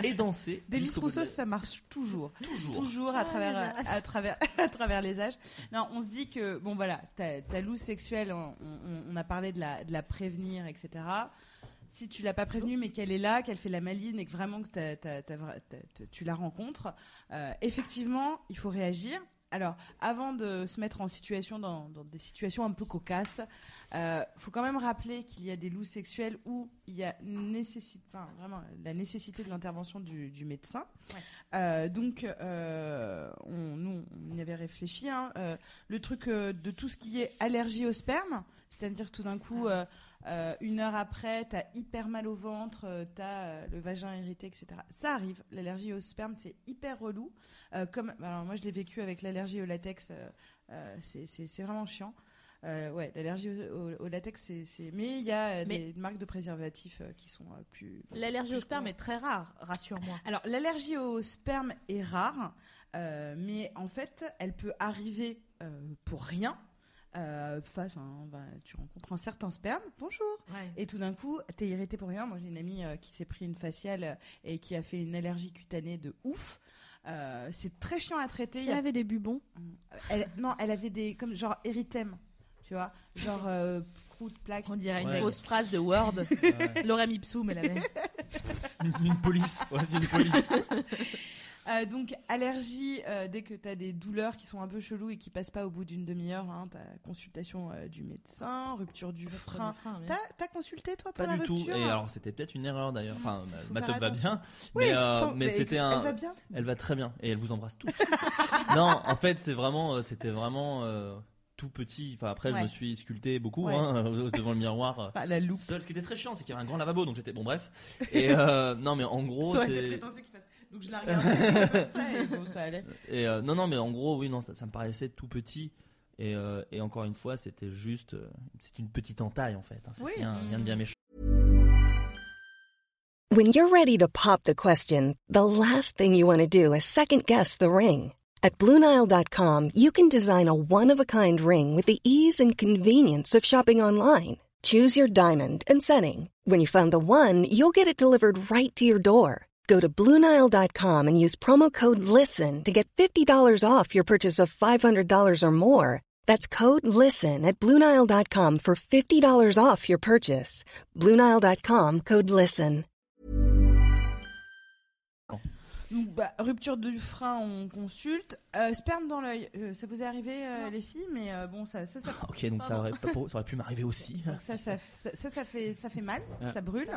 [SPEAKER 6] et danser
[SPEAKER 2] Denis
[SPEAKER 6] jusqu'au bout de
[SPEAKER 2] Rousseau,
[SPEAKER 6] la-
[SPEAKER 2] ça marche toujours.
[SPEAKER 6] toujours.
[SPEAKER 2] Toujours à travers, à travers, *laughs* à travers les âges. Non, on se dit que, bon voilà, ta, ta loose sexuelle, on, on- on a parlé de la, de la prévenir, etc. Si tu l'as pas prévenue, mais qu'elle est là, qu'elle fait la maline et que vraiment que t'as- t'as- t'as vra- t'as- t'as- tu la rencontres, euh, effectivement, il faut réagir. Alors, avant de se mettre en situation, dans, dans des situations un peu cocasses, euh, faut quand même rappeler qu'il y a des loups sexuels où il y a nécessité, enfin, vraiment la nécessité de l'intervention du, du médecin. Euh, donc, euh, on, nous, on y avait réfléchi. hein, euh, le truc euh, de tout ce qui est allergie au sperme, c'est-à-dire tout d'un coup,
[SPEAKER 1] Ah.
[SPEAKER 2] euh, euh, une heure après, t'as hyper mal au ventre, euh, t'as euh, le vagin irrité, etc. Ça arrive. L'allergie au sperme, c'est hyper relou. Euh, comme, alors moi, je l'ai vécu avec l'allergie au latex. euh, euh, c'est- c'est c'est vraiment chiant. Euh, ouais, l'allergie au, au- au latex, c'est. c'est- Mais il y a euh,
[SPEAKER 1] Mais-
[SPEAKER 2] des marques de préservatifs euh, qui sont euh, plus.
[SPEAKER 1] L'allergie au
[SPEAKER 2] Plus
[SPEAKER 1] sperme
[SPEAKER 2] qu'on-
[SPEAKER 1] est très rare, rassure-moi.
[SPEAKER 2] Alors, l'allergie au sperme est rare, euh, mais en fait, elle peut arriver euh, pour rien. Euh, face, à un- bah, tu rencontres un certain sperme, bonjour. Et tout d'un coup, t'es irrité pour rien. Moi, j'ai une amie euh, qui s'est pris une faciale euh, et qui a fait une allergie cutanée de ouf. Euh, c'est très chiant à traiter. Il y
[SPEAKER 5] Elle
[SPEAKER 2] a-
[SPEAKER 5] avait des bubons.
[SPEAKER 2] elle- non, elle avait des comme genre érythème, tu vois, genre euh, croûte, plaque.
[SPEAKER 1] On dirait une
[SPEAKER 6] Ouais.
[SPEAKER 1] fausse phrase de *laughs* Word.
[SPEAKER 6] Ouais.
[SPEAKER 1] Lorem ipsum, elle avait.
[SPEAKER 6] Une, une police. Ouais, c'est une police.
[SPEAKER 2] Euh, donc, allergie, euh, dès que tu as des douleurs qui sont un peu cheloues et qui passent pas au bout d'une demi-heure, hein, t'as consultation euh, du médecin, rupture du frein. T'as t'as consulté, toi, pour
[SPEAKER 6] Pas
[SPEAKER 2] la
[SPEAKER 6] du tout.
[SPEAKER 2] rupture
[SPEAKER 6] Et alors, c'était peut-être une erreur d'ailleurs. Enfin, ma- ma
[SPEAKER 2] faire
[SPEAKER 6] teub va
[SPEAKER 2] attention.
[SPEAKER 6] bien,
[SPEAKER 2] Oui,
[SPEAKER 6] mais, euh,
[SPEAKER 2] attends,
[SPEAKER 6] mais c'était
[SPEAKER 2] elle-
[SPEAKER 6] un.
[SPEAKER 2] Elle va bien
[SPEAKER 6] Elle va très bien et elle vous embrasse tous.
[SPEAKER 2] *laughs*
[SPEAKER 6] non, en fait, c'est vraiment, euh, c'était vraiment euh, tout petit. Enfin, après, je
[SPEAKER 2] Ouais.
[SPEAKER 6] me suis sculpté beaucoup
[SPEAKER 2] Ouais.
[SPEAKER 6] hein, euh, devant le miroir. euh,
[SPEAKER 2] Bah, La loupe.
[SPEAKER 6] Seul, ce qui était très chiant, c'est qu'il y avait un grand lavabo, donc j'étais
[SPEAKER 2] *laughs*
[SPEAKER 6] bon, bref. Et euh, non, mais en gros,
[SPEAKER 2] Ça aurait été
[SPEAKER 6] c'est.
[SPEAKER 2] prétentieux qu'il fasse. Donc, je la regardais comme ça et bon, ça
[SPEAKER 6] *laughs*
[SPEAKER 2] allait.
[SPEAKER 6] et, euh, non, non, mais en gros, oui, non, ça, ça me paraissait tout petit. Et, euh, et encore une fois, c'était juste, euh, c'est une petite entaille en fait. hein. c'est
[SPEAKER 2] Oui. Mm.
[SPEAKER 6] rien, rien de bien méchant. *laughs*
[SPEAKER 7] When you're ready to pop the question, the last thing you want to do is second guess the ring. At Bluenile.com, you can design a one of a kind ring with the ease and convenience of shopping online. Choose your diamond and setting. When you find the one, you'll get it delivered right to your door. Go to Bluenile.com and use promo code LISTEN to get $50 off your purchase of $500 or more. That's code LISTEN at Bluenile.com for $50 off your purchase. Bluenile.com code LISTEN.
[SPEAKER 2] Donc, bah, rupture du frein, on consulte. Euh, sperme dans l'œil, Euh, ça vous est arrivé, euh, les filles, mais euh, bon, ça, ça,
[SPEAKER 6] *laughs*
[SPEAKER 2] ça,
[SPEAKER 6] Ok, donc ça aurait, pas- ça aurait pu m'arriver
[SPEAKER 2] *laughs*
[SPEAKER 6] aussi.
[SPEAKER 2] donc ça, ça, ça, ça, ça fait, ça fait mal,
[SPEAKER 6] Ah, Ouais.
[SPEAKER 2] ça brûle.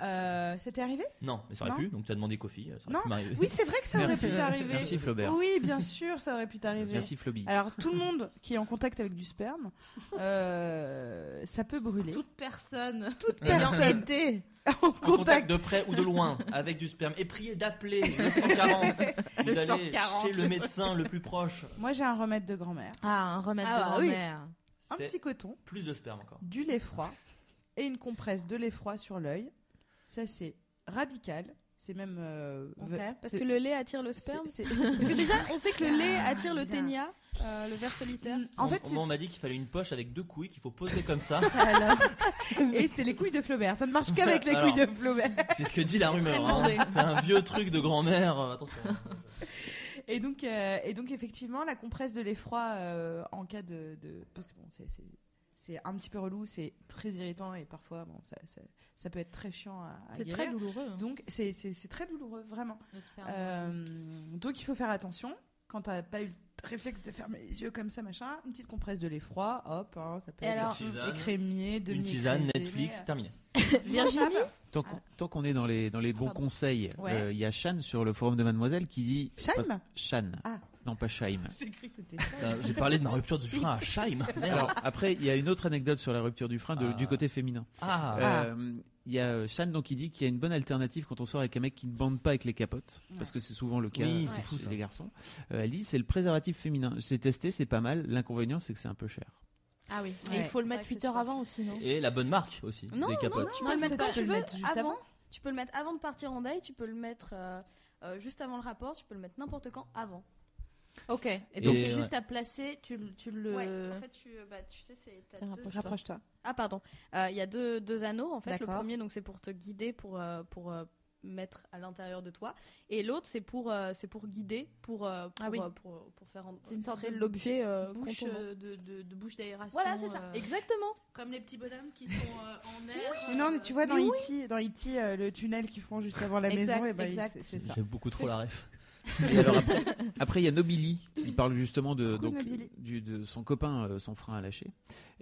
[SPEAKER 2] Euh, ça t'est arrivé
[SPEAKER 6] Non, mais ça aurait
[SPEAKER 2] Non.
[SPEAKER 6] pu. Donc tu as demandé Kofi, ça aurait
[SPEAKER 2] Non.
[SPEAKER 6] pu m'arriver. *laughs*
[SPEAKER 2] Oui, c'est vrai que ça aurait
[SPEAKER 3] Merci.
[SPEAKER 2] pu t'arriver.
[SPEAKER 3] Merci Flaubert.
[SPEAKER 2] Oui, bien sûr, ça aurait pu t'arriver.
[SPEAKER 3] Merci Floby.
[SPEAKER 2] Alors, tout le monde qui est en contact avec du sperme, euh, ça peut brûler.
[SPEAKER 1] Toute personne
[SPEAKER 2] Toute
[SPEAKER 1] ayant
[SPEAKER 2] personne
[SPEAKER 1] été
[SPEAKER 2] *laughs* en
[SPEAKER 6] Euh, en contact
[SPEAKER 2] contact.
[SPEAKER 6] de près ou de loin avec du sperme et priez d'appeler
[SPEAKER 2] *laughs*
[SPEAKER 6] le 140 ou
[SPEAKER 1] Le
[SPEAKER 6] d'aller
[SPEAKER 1] 140.
[SPEAKER 6] chez le médecin le plus proche.
[SPEAKER 2] Moi, j'ai un remède de grand-mère.
[SPEAKER 1] Ah, un remède
[SPEAKER 5] Ah,
[SPEAKER 1] de
[SPEAKER 5] bah oui.
[SPEAKER 1] grand-mère.
[SPEAKER 2] Un
[SPEAKER 6] C'est
[SPEAKER 2] petit coton,
[SPEAKER 6] plus de sperme encore.
[SPEAKER 2] du lait froid et une compresse de lait froid sur l'œil. Ça, c'est radical. C'est même... euh,
[SPEAKER 1] Ok.
[SPEAKER 5] Parce que le lait attire le
[SPEAKER 2] c'est-
[SPEAKER 5] sperme. *laughs*
[SPEAKER 2] c'est-
[SPEAKER 5] Parce que déjà, on sait que le lait
[SPEAKER 2] Ah,
[SPEAKER 5] attire le
[SPEAKER 2] bien.
[SPEAKER 5] ténia, euh, le ver solitaire.
[SPEAKER 2] En
[SPEAKER 6] on,
[SPEAKER 2] fait,
[SPEAKER 6] on-
[SPEAKER 2] c'est-
[SPEAKER 6] on m'a dit qu'il fallait une poche avec deux couilles qu'il faut poser
[SPEAKER 2] *laughs*
[SPEAKER 6] comme ça.
[SPEAKER 2] Alors, et c'est les couilles de Flaubert. Ça ne marche
[SPEAKER 6] *laughs*
[SPEAKER 2] qu'avec les
[SPEAKER 6] Alors.
[SPEAKER 2] couilles de Flaubert.
[SPEAKER 6] C'est ce que dit la rumeur. hein.
[SPEAKER 5] demandé.
[SPEAKER 6] C'est un vieux truc de grand-mère. Euh, Attention.
[SPEAKER 2] Et donc, euh, et donc effectivement, la compresse de l'effroi euh, en cas de, de- parce que bon, c'est- c'est c'est un petit peu relou, c'est très irritant et parfois bon, ça, ça, ça peut être très chiant à, à
[SPEAKER 1] C'est
[SPEAKER 2] guérir.
[SPEAKER 1] très Ah, douloureux. hein,
[SPEAKER 2] Donc c'est c'est- c'est très douloureux vraiment.
[SPEAKER 1] le sperme.
[SPEAKER 2] Euh, donc il faut faire attention quand t'as pas eu le réflexe de fermer les yeux comme ça machin, une petite compresse de l'effroi, hop, hein, ça peut
[SPEAKER 1] Et
[SPEAKER 2] être
[SPEAKER 1] alors-
[SPEAKER 6] Une tisane.
[SPEAKER 2] écrémié,
[SPEAKER 6] Une tisane,
[SPEAKER 2] euh,
[SPEAKER 6] Netflix, terminé.
[SPEAKER 1] Virginie
[SPEAKER 3] Tant qu'on tant qu'on est dans les, dans les bons
[SPEAKER 1] Pardon.
[SPEAKER 3] conseils, euh, il
[SPEAKER 2] Ouais.
[SPEAKER 3] y a Shan sur le forum de Mademoiselle qui dit.
[SPEAKER 2] Chaim
[SPEAKER 3] Shan.
[SPEAKER 2] Ah.
[SPEAKER 3] Non, pas Shaim.
[SPEAKER 2] J'ai cru que c'était
[SPEAKER 6] Putain, Euh, J'ai parlé de ma rupture
[SPEAKER 2] *laughs*
[SPEAKER 6] du frein à Scheim.
[SPEAKER 3] Alors, après, il y a une autre anecdote sur la rupture du frein de-
[SPEAKER 6] Ah.
[SPEAKER 3] du côté féminin.
[SPEAKER 6] Ah,
[SPEAKER 2] Ah.
[SPEAKER 3] Euh, Il y a euh, Shan donc, qui dit qu'il y a une bonne alternative quand on sort avec un mec qui ne bande pas avec les capotes, parce que c'est souvent le cas
[SPEAKER 6] Oui,
[SPEAKER 3] euh,
[SPEAKER 6] c'est fou,
[SPEAKER 3] chez
[SPEAKER 6] ça.
[SPEAKER 3] les garçons. Euh, elle dit c'est le préservatif féminin. C'est testé, c'est pas mal. L'inconvénient, c'est que c'est un peu
[SPEAKER 6] *laughs*
[SPEAKER 3] cher.
[SPEAKER 1] Ah oui,
[SPEAKER 2] Ouais.
[SPEAKER 1] mais il faut le
[SPEAKER 5] C'est
[SPEAKER 1] mettre
[SPEAKER 5] vrai que
[SPEAKER 1] 8
[SPEAKER 5] c'est
[SPEAKER 1] heures
[SPEAKER 5] super
[SPEAKER 1] avant aussi, non
[SPEAKER 6] et la bonne marque aussi,
[SPEAKER 5] Non,
[SPEAKER 6] des capotes.
[SPEAKER 5] Tu peux le mettre quand tu
[SPEAKER 2] le
[SPEAKER 5] veux,
[SPEAKER 2] mettre juste
[SPEAKER 5] avant.
[SPEAKER 2] avant.
[SPEAKER 5] Tu peux le mettre avant de partir en date, tu peux le mettre euh, euh, juste avant le rapport, tu peux le mettre n'importe quand avant.
[SPEAKER 1] Ok, et donc
[SPEAKER 6] Et
[SPEAKER 1] c'est
[SPEAKER 6] ouais.
[SPEAKER 1] juste à placer, tu, le- tu le.
[SPEAKER 5] Ouais, en fait, tu, bah, tu sais, c'est. t'as
[SPEAKER 1] Tiens,
[SPEAKER 5] deux-
[SPEAKER 2] Rapproche-toi.
[SPEAKER 5] Ah, pardon. Euh, Il y a deux, deux anneaux, en fait. Le
[SPEAKER 1] D'accord.
[SPEAKER 5] premier, donc, c'est pour te guider, pour, euh, pour euh, mettre à l'intérieur de toi. Et l'autre, c'est pour, euh, c'est pour guider, pour, euh, pour,
[SPEAKER 1] Ah oui.
[SPEAKER 5] euh, pour, pour faire en-
[SPEAKER 1] C'est une sorte
[SPEAKER 5] entrer
[SPEAKER 1] de
[SPEAKER 5] l'objet euh,
[SPEAKER 1] bouche
[SPEAKER 5] contournant.
[SPEAKER 1] euh, de, de- de bouche d'aération.
[SPEAKER 5] Voilà, c'est ça.
[SPEAKER 1] euh,
[SPEAKER 5] Exactement.
[SPEAKER 1] Comme les petits bonhommes qui sont euh, en air. euh,
[SPEAKER 2] Mais non, mais tu vois dans
[SPEAKER 5] Mais
[SPEAKER 2] E.T., dans E.T., euh, le tunnel qu'ils font juste avant la
[SPEAKER 1] Exact,
[SPEAKER 2] maison, et ben, il-
[SPEAKER 1] exact.
[SPEAKER 2] c'est- c'est ça.
[SPEAKER 6] J'aime beaucoup trop la ref.
[SPEAKER 3] Et alors après, après, il y a Nobili qui parle justement de,
[SPEAKER 2] Coucou,
[SPEAKER 3] donc,
[SPEAKER 2] Nobili.
[SPEAKER 3] du- de son copain, euh, son frein à lâcher.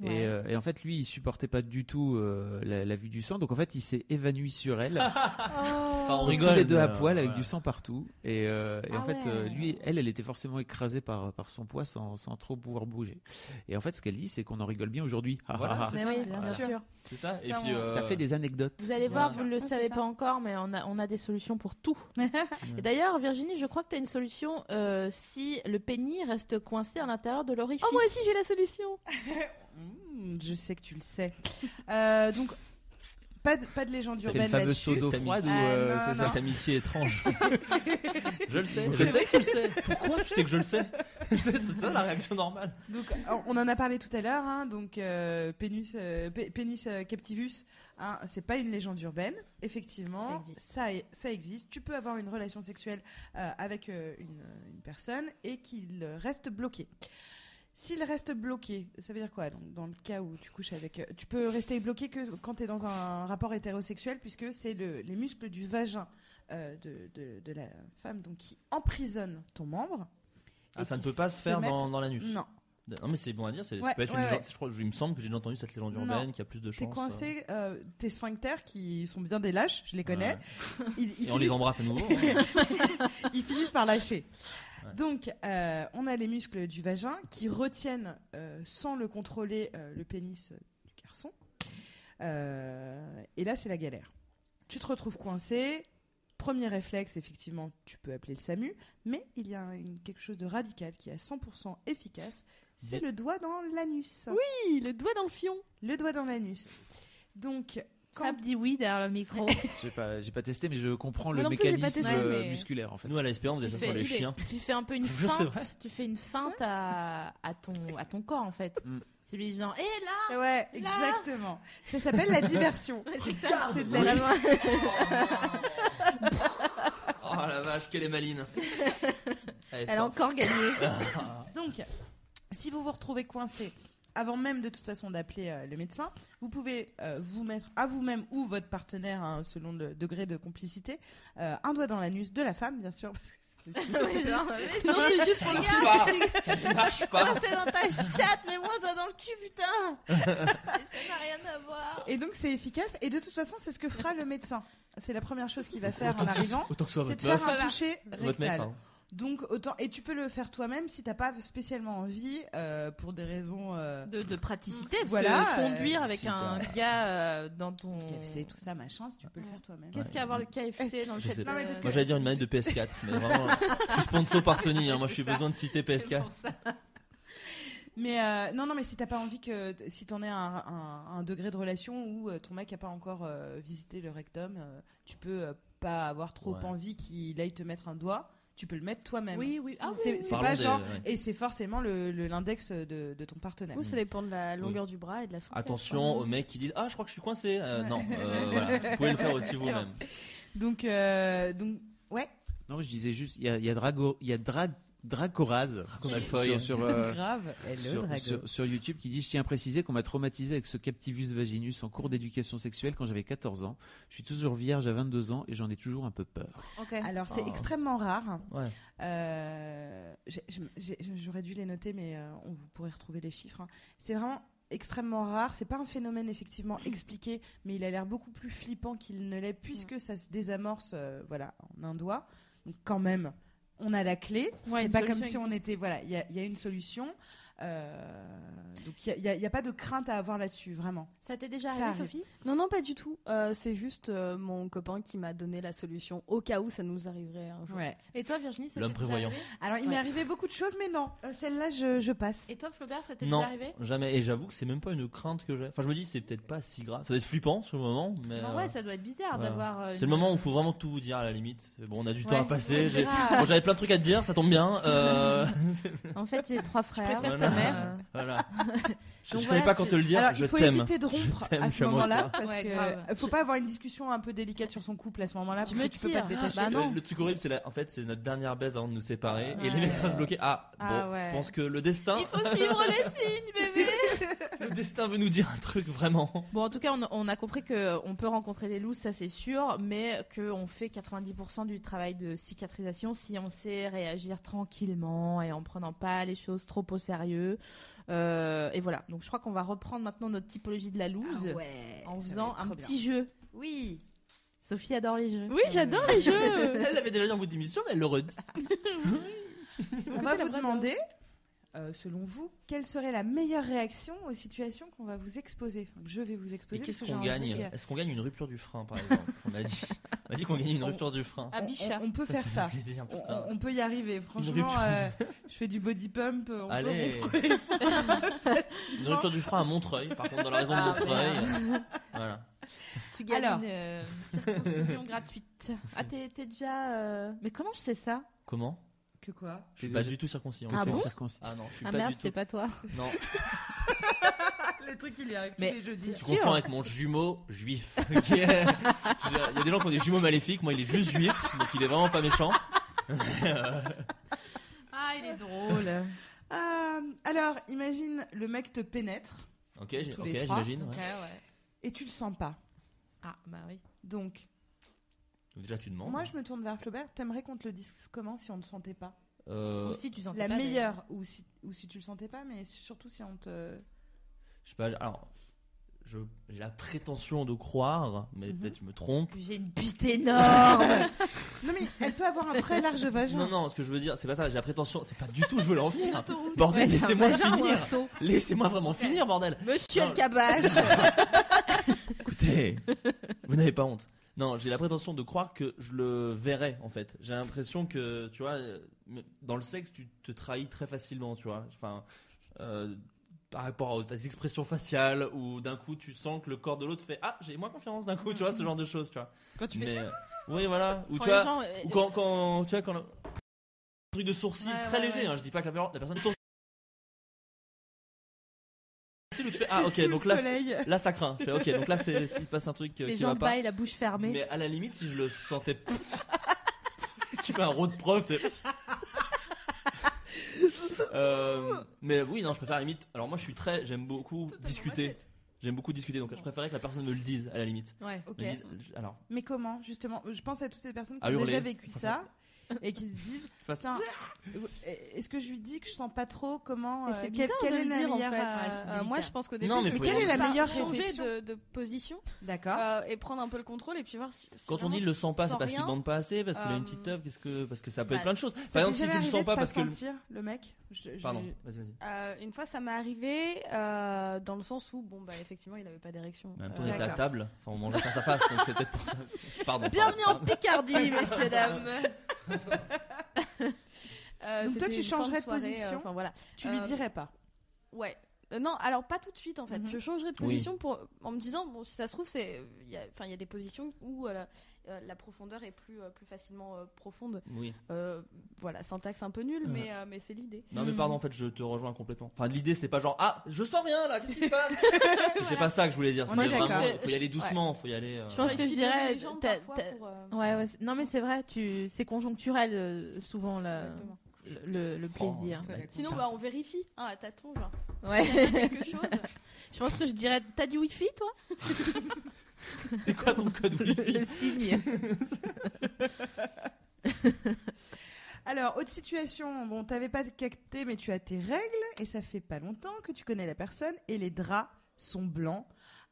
[SPEAKER 1] Ouais.
[SPEAKER 3] Et, euh, et en fait, lui, il supportait pas du tout euh, la, la vue du sang. Donc en fait, il s'est évanoui sur
[SPEAKER 1] *laughs*
[SPEAKER 3] elle.
[SPEAKER 6] Enfin, on
[SPEAKER 3] Tous
[SPEAKER 6] rigole.
[SPEAKER 3] les deux
[SPEAKER 6] mais,
[SPEAKER 3] à
[SPEAKER 6] euh,
[SPEAKER 3] poil avec
[SPEAKER 6] voilà.
[SPEAKER 3] du sang partout. Et, euh, et en
[SPEAKER 1] Oh. Ah
[SPEAKER 3] fait, euh,
[SPEAKER 1] ouais.
[SPEAKER 3] lui, elle, elle était forcément écrasée par, par son poids sans, sans trop pouvoir bouger. Et en fait, ce qu'elle dit, c'est qu'on en rigole bien aujourd'hui. Ah,
[SPEAKER 6] Voilà,
[SPEAKER 3] ah, ah.
[SPEAKER 1] Mais
[SPEAKER 2] ça,
[SPEAKER 1] oui,
[SPEAKER 2] bien
[SPEAKER 1] bien
[SPEAKER 2] sûr.
[SPEAKER 1] sûr.
[SPEAKER 6] C'est ça. Et
[SPEAKER 2] Ça,
[SPEAKER 6] puis,
[SPEAKER 2] on-
[SPEAKER 6] euh,
[SPEAKER 3] Ça fait des anecdotes.
[SPEAKER 1] Vous allez
[SPEAKER 3] Bien
[SPEAKER 1] voir,
[SPEAKER 3] sûr.
[SPEAKER 1] vous ne le
[SPEAKER 2] c'est
[SPEAKER 1] savez
[SPEAKER 2] ça.
[SPEAKER 1] pas encore, mais on a, on a des solutions pour tout. Et D'ailleurs, Virginie, je crois que tu as une solution euh, si le pénis reste coincé à l'intérieur de l'orifice.
[SPEAKER 5] Oh, moi aussi, j'ai la solution.
[SPEAKER 2] Mm, je sais que tu le sais. Euh, donc, pas de, pas de légende
[SPEAKER 3] C'est le
[SPEAKER 2] urbaine
[SPEAKER 3] fameux
[SPEAKER 2] là-dessus.
[SPEAKER 3] saut d'eau
[SPEAKER 6] T'as mis-
[SPEAKER 3] froide ou,
[SPEAKER 2] Ah,
[SPEAKER 3] euh,
[SPEAKER 2] non,
[SPEAKER 3] c'est ça
[SPEAKER 6] Cette amitié étrange. je le sais.
[SPEAKER 3] Je
[SPEAKER 6] Je sais que tu le sais. Pourquoi tu sais que je le sais C'est ça la réaction normale.
[SPEAKER 2] Donc, on- on en a parlé tout à l'heure. hein, donc, euh, pénus, euh, pé- pénis euh, captivus, hein, c'est pas une légende urbaine.
[SPEAKER 1] Ça
[SPEAKER 2] Effectivement,
[SPEAKER 1] existe.
[SPEAKER 2] ça, e- ça existe. Tu peux avoir une relation sexuelle euh, avec euh, une, une personne et qu'il euh, reste bloqué. S'il reste bloqué, ça veut dire quoi Donc, Dans le cas où tu couches avec. euh, Tu peux rester bloqué que quand tu es dans un rapport hétérosexuel, puisque c'est le- les muscles du vagin euh, de, de- de la femme donc, qui emprisonnent ton membre.
[SPEAKER 6] Ah,
[SPEAKER 2] et
[SPEAKER 6] ça ne
[SPEAKER 2] qui
[SPEAKER 6] peut pas se faire
[SPEAKER 2] mettent-
[SPEAKER 6] dans, dans l'anus.
[SPEAKER 2] Non.
[SPEAKER 6] Non, mais c'est bon à dire. c'est-
[SPEAKER 2] Ouais,
[SPEAKER 6] ça peut être
[SPEAKER 2] ouais,
[SPEAKER 6] une légende-
[SPEAKER 2] ouais.
[SPEAKER 6] je crois, je- il me semble que j'ai déjà entendu cette légende
[SPEAKER 2] Non.
[SPEAKER 6] urbaine qui a plus de hein. chances.
[SPEAKER 2] T'es coincé, euh, tes sphincters qui sont bien des lâches, je les connais. Ils-
[SPEAKER 6] Et
[SPEAKER 2] ils
[SPEAKER 6] on les
[SPEAKER 2] finissent-
[SPEAKER 6] embrasse à nouveau.
[SPEAKER 2] ils finissent par lâcher.
[SPEAKER 6] Ouais.
[SPEAKER 2] Donc, euh, on a les muscles du vagin qui retiennent, euh, sans le contrôler, euh, le pénis euh, du garçon. Euh, et là, c'est la galère. Tu te retrouves coincé. Premier réflexe, effectivement, tu peux appeler le SAMU, mais il y a une- quelque chose de radical qui est à 100% efficace, c'est
[SPEAKER 6] Des-
[SPEAKER 2] le doigt dans l'anus.
[SPEAKER 5] Oui, le doigt dans le fion.
[SPEAKER 2] Le doigt dans l'anus. Donc, quand
[SPEAKER 1] Fab dit oui derrière le micro.
[SPEAKER 3] J'ai pas, j'ai pas testé, mais je comprends le
[SPEAKER 1] Moi non plus, j'ai pas
[SPEAKER 3] mécanisme
[SPEAKER 1] testé,
[SPEAKER 3] euh,
[SPEAKER 1] mais-
[SPEAKER 3] musculaire en fait.
[SPEAKER 6] Nous, à la SPA, on faisait
[SPEAKER 1] tu,
[SPEAKER 6] ça
[SPEAKER 1] fais,
[SPEAKER 6] sur les
[SPEAKER 1] il est-
[SPEAKER 6] chiens.
[SPEAKER 1] tu fais un peu une
[SPEAKER 6] *laughs* Je sais vrai.
[SPEAKER 1] feinte. Tu fais une feinte à, à ton, à ton corps, en fait.
[SPEAKER 3] Mm.
[SPEAKER 1] C'est lui disant, hé là
[SPEAKER 2] Ouais, exactement. Ça s'appelle la diversion.
[SPEAKER 1] Ouais, C'est ça,
[SPEAKER 2] C'est de la-
[SPEAKER 1] vraiment.
[SPEAKER 6] Oh la vache, qu'elle est maline. Elle est
[SPEAKER 1] Elle a *laughs*
[SPEAKER 6] forte.
[SPEAKER 1] encore gagné.
[SPEAKER 2] Donc, si vous vous retrouvez coincé, avant même de toute façon d'appeler euh, le médecin, vous pouvez euh, vous mettre à vous-même ou votre partenaire, hein, selon le degré de complicité, euh, un doigt dans l'anus de la femme, bien sûr. Parce que *laughs* c'est-
[SPEAKER 1] Ouais, *laughs* genre, mais Bah,
[SPEAKER 5] Non, c'est juste pour le
[SPEAKER 1] *laughs* regarde,
[SPEAKER 6] pas.
[SPEAKER 1] je suis-
[SPEAKER 6] Lâche pas.
[SPEAKER 1] coincée dans ta chatte, mais moi, toi dans le cul,
[SPEAKER 6] *laughs*
[SPEAKER 1] putain Mais Ça n'a rien à voir
[SPEAKER 2] Et donc, c'est efficace. Et de toute façon, c'est ce que fera le médecin. C'est la première chose qu'il va faire en
[SPEAKER 6] Autant que ce-
[SPEAKER 2] arrivant.
[SPEAKER 6] Autant que ce soit
[SPEAKER 2] C'est de
[SPEAKER 6] votre
[SPEAKER 2] faire un
[SPEAKER 6] meuf.
[SPEAKER 1] Voilà.
[SPEAKER 2] toucher
[SPEAKER 6] Votre mec,
[SPEAKER 2] rectal.
[SPEAKER 6] pardon.
[SPEAKER 2] Donc autant et tu peux le faire toi-même si t'as pas spécialement envie euh, pour des raisons euh,
[SPEAKER 1] de, de praticité, parce
[SPEAKER 2] Voilà,
[SPEAKER 1] que
[SPEAKER 2] euh,
[SPEAKER 1] conduire avec
[SPEAKER 6] si
[SPEAKER 1] un gars euh, dans ton...
[SPEAKER 2] KFC tout ça machin si tu peux le faire toi-même.
[SPEAKER 1] Qu'est-ce qu'il y a à voir le KFC dans le
[SPEAKER 6] Eh, Je
[SPEAKER 1] fait
[SPEAKER 6] sais
[SPEAKER 1] de-
[SPEAKER 6] pas.
[SPEAKER 2] Non, mais parce que-
[SPEAKER 6] Moi, j'allais dire une manette de PS4. Mais vraiment, je suis sponsor par Sony. hein, Moi, je suis besoin de citer PS4.
[SPEAKER 2] Mais euh, non, non, mais si t'as pas envie que t- si t'en es à un, un- un degré de relation où euh, ton mec a pas encore euh, visité le rectum, euh, tu peux euh, pas avoir trop
[SPEAKER 6] Ouais.
[SPEAKER 2] envie qu'il aille te mettre un doigt. Tu peux le mettre toi-même.
[SPEAKER 1] Oui, oui. Ah, oui,
[SPEAKER 2] c'est
[SPEAKER 1] oui.
[SPEAKER 2] c'est
[SPEAKER 6] Parlons
[SPEAKER 2] pas
[SPEAKER 6] des-
[SPEAKER 2] genre
[SPEAKER 6] ouais.
[SPEAKER 2] et c'est forcément le le- l'index de, de ton partenaire.
[SPEAKER 5] Ou ça dépend de la longueur du bras et de la souplesse. hein.
[SPEAKER 6] Attention aux mecs qui disent Ah, je crois que je suis coincé. Euh, Non,
[SPEAKER 1] *laughs*
[SPEAKER 6] euh, voilà. vous pouvez le faire aussi vous-même.
[SPEAKER 2] Donc euh, donc ouais.
[SPEAKER 3] Non, je disais juste, il y a, il y a Drago, il y a Dra- Dracoraz sur-
[SPEAKER 6] Comme Malfoy.
[SPEAKER 3] sur, sur, euh,
[SPEAKER 2] Grave. Hello,
[SPEAKER 3] sur,
[SPEAKER 2] Drago.
[SPEAKER 3] sur- sur YouTube qui dit Je tiens à préciser qu'on m'a traumatisé avec ce Captivus vaginus en cours d'éducation sexuelle quand j'avais 14 ans. Je suis toujours vierge à 22 ans et j'en ai toujours un peu peur.
[SPEAKER 1] Ok.
[SPEAKER 2] Alors c'est
[SPEAKER 6] Oh.
[SPEAKER 2] extrêmement rare.
[SPEAKER 6] Ouais.
[SPEAKER 2] Euh, j'ai- j'ai- j'ai- J'aurais dû les noter, mais euh, on vous pourrez retrouver les chiffres. hein. C'est vraiment extrêmement rare. C'est pas un phénomène
[SPEAKER 1] *coughs*
[SPEAKER 2] effectivement expliqué, mais il a l'air beaucoup plus flippant qu'il ne l'est puisque ça se désamorce, euh, voilà, en un doigt. Donc quand même, on a la clé.
[SPEAKER 1] Ouais,
[SPEAKER 2] C'est
[SPEAKER 1] une
[SPEAKER 2] pas comme si
[SPEAKER 1] solution
[SPEAKER 2] on
[SPEAKER 1] existe.
[SPEAKER 2] était, voilà, il y, a- il y a une solution. Euh, donc il n'y a, il y a pas de crainte à avoir là-dessus, vraiment.
[SPEAKER 1] Ça t'est
[SPEAKER 2] Ça
[SPEAKER 1] déjà arrivé,
[SPEAKER 2] arrive.
[SPEAKER 1] Sophie
[SPEAKER 5] Non, non, pas du tout. Euh, c'est juste euh, mon copain qui m'a donné la solution au cas où ça nous arriverait un jour.
[SPEAKER 2] Ouais.
[SPEAKER 1] Et toi, Virginie, ça t'est
[SPEAKER 6] L'homme
[SPEAKER 1] déjà
[SPEAKER 6] prévoyant.
[SPEAKER 1] arrivé
[SPEAKER 2] Alors il
[SPEAKER 1] Ouais.
[SPEAKER 2] m'est arrivé beaucoup de choses, mais non, euh, celle-là je, je passe.
[SPEAKER 1] Et toi, Flaubert, ça t'est
[SPEAKER 6] Non,
[SPEAKER 1] déjà arrivé
[SPEAKER 6] jamais. Et j'avoue que c'est même pas une crainte que j'ai. Enfin, je me dis, c'est peut-être pas si grave. Ça va être flippant sur le moment, mais.
[SPEAKER 1] Non,
[SPEAKER 6] euh,
[SPEAKER 1] ouais, ça doit être bizarre
[SPEAKER 6] ouais.
[SPEAKER 1] d'avoir. euh,
[SPEAKER 6] C'est le
[SPEAKER 1] une-
[SPEAKER 6] moment où il faut vraiment tout vous dire à la limite. C'est Bon, on a du
[SPEAKER 1] Ouais,
[SPEAKER 6] temps à passer.
[SPEAKER 1] ouais, c'est
[SPEAKER 6] j'ai-
[SPEAKER 1] ça.
[SPEAKER 6] Bon, j'avais plein de trucs à te dire, ça tombe bien.
[SPEAKER 1] *laughs*
[SPEAKER 6] Euh...
[SPEAKER 1] En fait, j'ai trois frères.
[SPEAKER 6] préfère ta
[SPEAKER 1] Euh,
[SPEAKER 6] mère. voilà. Je,
[SPEAKER 1] Donc
[SPEAKER 6] je savais
[SPEAKER 1] voilà,
[SPEAKER 6] pas
[SPEAKER 1] tu-
[SPEAKER 6] quand te le dire.
[SPEAKER 2] Alors,
[SPEAKER 6] je
[SPEAKER 2] il faut
[SPEAKER 6] t'aime.
[SPEAKER 2] éviter de rompre
[SPEAKER 6] Je t'aime,
[SPEAKER 2] à
[SPEAKER 6] je suis
[SPEAKER 2] ce moment-là
[SPEAKER 6] amoureux de
[SPEAKER 2] parce
[SPEAKER 1] Ouais, grave.
[SPEAKER 2] que euh, faut pas avoir une discussion un peu délicate sur son couple à ce moment-là
[SPEAKER 1] Tu
[SPEAKER 2] parce
[SPEAKER 1] me
[SPEAKER 2] que tu peux pas te
[SPEAKER 1] tires.
[SPEAKER 2] détacher.
[SPEAKER 1] Bah non.
[SPEAKER 6] Le, le truc horrible, c'est la- en fait, c'est notre dernière baise avant de nous séparer. Et
[SPEAKER 1] Ouais.
[SPEAKER 6] les mecs restent bloqués. Ah, bon,
[SPEAKER 1] Ah ouais.
[SPEAKER 6] je pense que le destin,
[SPEAKER 1] *laughs* Il faut suivre les signes, bébé
[SPEAKER 6] le destin veut nous dire un truc vraiment.
[SPEAKER 1] Bon, en tout cas, on, on a compris qu'on peut rencontrer des loups, ça c'est sûr, mais qu'on fait 90% du travail de cicatrisation si on sait réagir tranquillement et en prenant pas les choses trop au sérieux. Euh, et voilà, donc je crois qu'on va reprendre maintenant notre typologie de la loose
[SPEAKER 2] Ah ouais,
[SPEAKER 1] en
[SPEAKER 2] ça
[SPEAKER 1] faisant
[SPEAKER 2] va être
[SPEAKER 1] un
[SPEAKER 2] trop
[SPEAKER 1] petit
[SPEAKER 2] bien.
[SPEAKER 1] jeu. *laughs*
[SPEAKER 2] Oui.
[SPEAKER 1] Sophie adore les jeux.
[SPEAKER 5] Oui, j'adore les *laughs* jeux.
[SPEAKER 6] Elle l'avait déjà dit en bout d'émission, mais elle le redit.
[SPEAKER 2] On va vous demander, euh, selon vous, quelle serait la meilleure réaction aux situations qu'on va vous exposer. Enfin, que je vais vous
[SPEAKER 6] Et
[SPEAKER 2] exposer.
[SPEAKER 6] qu'est-ce
[SPEAKER 2] parce que
[SPEAKER 6] qu'on
[SPEAKER 2] j'ai envie
[SPEAKER 6] gagne
[SPEAKER 2] que-
[SPEAKER 6] Est-ce qu'on gagne une rupture du frein, par exemple On a dit, on a dit qu'on gagnait une
[SPEAKER 2] On-
[SPEAKER 6] rupture du frein.
[SPEAKER 1] Ah, Bicha.
[SPEAKER 2] On, on peut faire
[SPEAKER 6] fait
[SPEAKER 2] ça.
[SPEAKER 6] plaisir,
[SPEAKER 2] On,
[SPEAKER 6] putain.
[SPEAKER 2] on peut y arriver. Franchement,
[SPEAKER 6] rupture.
[SPEAKER 2] euh, je fais du body pump. On peut
[SPEAKER 6] Allez.
[SPEAKER 2] rompre les
[SPEAKER 6] *laughs*
[SPEAKER 2] freins.
[SPEAKER 6] Une rupture du frein à Montreuil, par contre, dans la
[SPEAKER 2] Ah,
[SPEAKER 6] raison de Montreuil. voilà.
[SPEAKER 1] Tu gagnes
[SPEAKER 2] Alors.
[SPEAKER 1] une euh, *laughs* circoncision gratuite. Ah, t'es t'es déjà. euh, Mais comment je sais ça
[SPEAKER 6] Comment
[SPEAKER 2] Que quoi *laughs*
[SPEAKER 6] Je suis pas du tout circoncis. en
[SPEAKER 1] Ah
[SPEAKER 6] fait.
[SPEAKER 1] bon
[SPEAKER 3] Circoncis-
[SPEAKER 6] Ah non, je suis
[SPEAKER 1] Ah
[SPEAKER 6] pas
[SPEAKER 1] merde,
[SPEAKER 6] du tout.
[SPEAKER 1] c'était pas toi.
[SPEAKER 2] *laughs*
[SPEAKER 6] Non,
[SPEAKER 2] Le truc, il y arrive
[SPEAKER 1] Mais
[SPEAKER 2] tous les jeudis.
[SPEAKER 6] je
[SPEAKER 1] Sûr.
[SPEAKER 6] confonds avec mon jumeau juif. ok *laughs* Il y a des gens qui ont des jumeaux maléfiques. Moi, il est juste juif, donc il est vraiment pas méchant.
[SPEAKER 1] Ah, il est drôle.
[SPEAKER 2] Ah, alors, imagine le mec te pénètre.
[SPEAKER 6] Ok,
[SPEAKER 2] tous
[SPEAKER 6] j'ai-
[SPEAKER 2] les
[SPEAKER 6] ok,
[SPEAKER 2] trois,
[SPEAKER 6] j'imagine, ouais.
[SPEAKER 1] Ouais, ouais.
[SPEAKER 2] Et tu le sens pas.
[SPEAKER 1] Ah, bah oui.
[SPEAKER 2] Donc,
[SPEAKER 6] Déjà, tu demandes.
[SPEAKER 2] moi, je me tourne vers Flaubert. T'aimerais qu'on te le dise comment si on ne sentait pas
[SPEAKER 6] Euh,
[SPEAKER 1] Ou si tu sentais
[SPEAKER 2] La
[SPEAKER 1] pas, mais-
[SPEAKER 2] meilleure, ou, si, ou si tu le sentais pas, mais surtout si on
[SPEAKER 5] *laughs*
[SPEAKER 2] te.
[SPEAKER 6] Je sais pas, alors, je- j'ai la prétention de croire, mais peut-être je me trompe.
[SPEAKER 1] Que j'ai une bite *laughs* énorme
[SPEAKER 2] Non, mais elle peut avoir un très large vagin.
[SPEAKER 6] Non, non, ce que je veux dire, c'est pas ça, j'ai la prétention, c'est pas du tout, je veux l'en venir.
[SPEAKER 1] L'autoroute.
[SPEAKER 6] bordel,
[SPEAKER 1] Ouais, j'ai un
[SPEAKER 6] laissez-moi
[SPEAKER 1] vagin ou un
[SPEAKER 6] finir.
[SPEAKER 1] seau.
[SPEAKER 6] Laissez-moi vraiment finir, bordel.
[SPEAKER 1] Monsieur
[SPEAKER 6] Non.
[SPEAKER 1] le cabage
[SPEAKER 6] Écoutez, *laughs* vous n'avez pas honte. Non, j'ai la prétention de croire que je le verrai, en fait. J'ai l'impression que, tu vois, euh, dans le sexe, tu te trahis très facilement, tu vois. Enfin, euh, par rapport aux- à des expressions faciales, ou d'un coup, tu sens que le corps de l'autre fait Ah, j'ai moins confiance d'un coup, tu vois, ce genre de choses, tu vois.
[SPEAKER 2] Quand tu
[SPEAKER 6] Mais, euh, oui, voilà. Ou
[SPEAKER 1] Quand
[SPEAKER 6] tu
[SPEAKER 1] les
[SPEAKER 6] vois,
[SPEAKER 1] gens, euh,
[SPEAKER 6] ou quand, quand- tu vois, quand le truc de sourcil
[SPEAKER 1] Ouais,
[SPEAKER 6] très
[SPEAKER 1] ouais,
[SPEAKER 6] léger,
[SPEAKER 1] ouais.
[SPEAKER 6] hein, je dis pas que la, la personne sourcil. où tu fais ah ok
[SPEAKER 2] Sous
[SPEAKER 6] donc
[SPEAKER 2] le
[SPEAKER 6] là c'est-
[SPEAKER 2] soleil.
[SPEAKER 6] là ça craint. Je fais, ok donc là c'est *laughs* s'il se passe un truc euh,
[SPEAKER 1] Les
[SPEAKER 6] qui va
[SPEAKER 1] gens
[SPEAKER 6] pas.
[SPEAKER 1] baillent la bouche fermée.
[SPEAKER 6] Mais à la limite si je le sentais *laughs* tu fais un road prof. t'es- *laughs* Euh, mais oui non je préfère à la limite. Alors moi je suis très j'aime beaucoup discuter. J'aime beaucoup discuter donc je préférais que la personne me le dise à la limite.
[SPEAKER 1] Ouais.
[SPEAKER 2] Ok.
[SPEAKER 6] Me dise, alors
[SPEAKER 2] Mais comment, justement Je pense à toutes ces personnes qui
[SPEAKER 6] À
[SPEAKER 2] ont
[SPEAKER 6] Ah, hurler.
[SPEAKER 2] déjà vécu ça et qui se
[SPEAKER 6] *laughs*
[SPEAKER 2] disent
[SPEAKER 6] face-
[SPEAKER 2] Putain, est-ce que je lui dis que je sens pas trop comment
[SPEAKER 5] Et
[SPEAKER 2] euh,
[SPEAKER 5] c'est
[SPEAKER 2] quelle,
[SPEAKER 5] bizarre
[SPEAKER 2] quelle
[SPEAKER 5] de
[SPEAKER 2] est
[SPEAKER 5] le
[SPEAKER 2] la
[SPEAKER 5] dire en
[SPEAKER 2] meilleure
[SPEAKER 5] fait.
[SPEAKER 2] euh,
[SPEAKER 5] Euh,
[SPEAKER 1] c'est
[SPEAKER 5] moi,
[SPEAKER 1] délicat.
[SPEAKER 5] je pense qu'au début,
[SPEAKER 6] Non, mais
[SPEAKER 5] je
[SPEAKER 6] faut
[SPEAKER 5] vais
[SPEAKER 6] y aller.
[SPEAKER 2] Quelle est la meilleure
[SPEAKER 5] changer
[SPEAKER 2] réflexion
[SPEAKER 5] de, de position
[SPEAKER 2] D'accord.
[SPEAKER 5] euh, et prendre un peu le contrôle et puis voir si. si
[SPEAKER 6] Ah. Quand on
[SPEAKER 5] vraiment
[SPEAKER 6] dit il le sent pas,
[SPEAKER 5] sens
[SPEAKER 6] c'est parce qu'il
[SPEAKER 5] rien,
[SPEAKER 6] bande pas assez, parce qu'il a une
[SPEAKER 5] euh,
[SPEAKER 6] petite œuvre, qu'est-ce que parce que ça peut être
[SPEAKER 5] bah,
[SPEAKER 6] plein de choses.
[SPEAKER 2] Ça
[SPEAKER 6] Par exemple,
[SPEAKER 2] t'est
[SPEAKER 6] si
[SPEAKER 2] jamais
[SPEAKER 6] tu le
[SPEAKER 2] arrivé
[SPEAKER 6] sens
[SPEAKER 2] de
[SPEAKER 6] pas parce que le-
[SPEAKER 2] sentir le mec. Je- je-
[SPEAKER 6] pardon, vas-y vas-y.
[SPEAKER 5] Euh, une fois, ça m'est arrivé euh, dans le sens où, bon, bah, effectivement, il n'avait pas d'érection.
[SPEAKER 6] En même temps,
[SPEAKER 5] Euh,
[SPEAKER 6] on était à
[SPEAKER 2] D'accord.
[SPEAKER 6] table, enfin on mangeait face à face, donc c'est peut-être pour ça. Pardon.
[SPEAKER 1] Bienvenue en
[SPEAKER 6] pardon.
[SPEAKER 1] Picardie, messieurs,
[SPEAKER 5] *laughs*
[SPEAKER 1] dames
[SPEAKER 5] euh,
[SPEAKER 2] Donc toi,
[SPEAKER 5] c'était
[SPEAKER 2] tu
[SPEAKER 5] une fin
[SPEAKER 2] changerais de
[SPEAKER 5] soirée, euh,
[SPEAKER 2] position
[SPEAKER 5] Enfin voilà.
[SPEAKER 2] Tu lui
[SPEAKER 5] Euh,
[SPEAKER 2] dirais pas.
[SPEAKER 5] Ouais. Euh, non, alors pas tout de suite en fait.
[SPEAKER 1] Mm-hmm.
[SPEAKER 2] Mhm.
[SPEAKER 5] Je changerai de
[SPEAKER 6] Oui.
[SPEAKER 5] position pour, en me disant, bon, si ça se trouve, c'est, il y a- enfin, il y a des positions où euh, la, euh, la profondeur est plus, euh, plus facilement euh, profonde.
[SPEAKER 6] Oui.
[SPEAKER 5] Euh, voilà, syntaxe un peu nulle,
[SPEAKER 6] Ouais.
[SPEAKER 5] mais, euh, mais c'est l'idée.
[SPEAKER 6] Non mais pardon, en fait, je te rejoins complètement. Enfin, l'idée c'était pas genre ah, je sens rien là, qu'est-ce qui se passe C'était pas ça que je voulais dire.
[SPEAKER 2] On est
[SPEAKER 6] C'était
[SPEAKER 2] d'accord.
[SPEAKER 6] vraiment, faut y
[SPEAKER 1] Je-
[SPEAKER 6] aller doucement, faut y aller. euh,
[SPEAKER 1] Je pense
[SPEAKER 6] ouais.
[SPEAKER 1] que je
[SPEAKER 5] Équilibrer
[SPEAKER 1] dirais,
[SPEAKER 5] les jambes
[SPEAKER 1] t'as-
[SPEAKER 5] parfois
[SPEAKER 1] t'as-
[SPEAKER 5] pour, euh,
[SPEAKER 1] Ouais, ouais, c'est- non mais c'est vrai, tu... c'est conjoncturel euh, souvent la-
[SPEAKER 5] exactement.
[SPEAKER 1] le, le,
[SPEAKER 6] Oh,
[SPEAKER 1] le plaisir.
[SPEAKER 5] Sinon, bah, on vérifie hein, à tâtons, genre, *laughs*
[SPEAKER 1] Ouais. *laughs*
[SPEAKER 5] quelque chose.
[SPEAKER 1] je pense que je dirais, t'as du wifi toi
[SPEAKER 6] *laughs* *laughs* C'est quoi ton code wifi
[SPEAKER 1] *laughs* Le signe.
[SPEAKER 2] Alors, autre situation, bon, t'avais pas capté, mais tu as tes règles, et ça fait pas longtemps que tu connais la personne, et les draps sont blancs,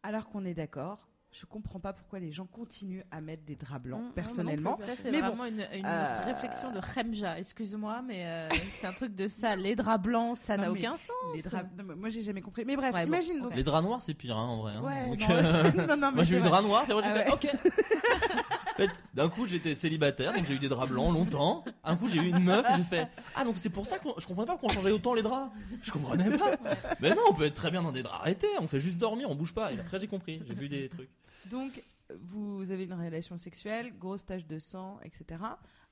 [SPEAKER 2] alors qu'on est d'accord. Je comprends pas pourquoi les gens continuent à mettre des draps blancs,
[SPEAKER 5] Mm, non,
[SPEAKER 2] personnellement.
[SPEAKER 5] moi non
[SPEAKER 1] Ça c'est
[SPEAKER 2] Mais bon,
[SPEAKER 1] vraiment une, une
[SPEAKER 2] euh,
[SPEAKER 1] réflexion de Remja, excuse-moi, mais euh, *laughs* c'est un truc de ça. Les draps blancs, ça
[SPEAKER 2] Non,
[SPEAKER 1] n'a
[SPEAKER 2] mais
[SPEAKER 1] aucun sens.
[SPEAKER 2] les draps, non, mais moi j'ai jamais compris. Mais bref,
[SPEAKER 1] Ouais, bon,
[SPEAKER 2] imagine
[SPEAKER 1] ok.
[SPEAKER 2] donc.
[SPEAKER 6] Les draps noirs, c'est pire hein, en vrai. hein.
[SPEAKER 2] Ouais,
[SPEAKER 6] Donc,
[SPEAKER 2] *laughs* non,
[SPEAKER 6] *laughs* euh,
[SPEAKER 2] c'est- non, non, mais
[SPEAKER 6] Moi j'ai
[SPEAKER 2] c'est
[SPEAKER 6] eu des
[SPEAKER 2] vrai.
[SPEAKER 6] draps noirs, puis après j'ai
[SPEAKER 2] Ah
[SPEAKER 6] fait ok. En fait, d'un coup j'étais célibataire, donc j'ai eu des draps blancs longtemps. Un coup j'ai eu une meuf, et j'ai fait ah donc c'est pour ça que je comprenais pas qu'on changeait autant les draps. Je comprenais pas. Mais non, on peut être très bien dans des draps arrêtés, on fait juste dormir, on bouge pas. Et après j'ai compris, j'ai vu des trucs.
[SPEAKER 2] Donc, vous avez une relation sexuelle, grosse tache de sang, etc.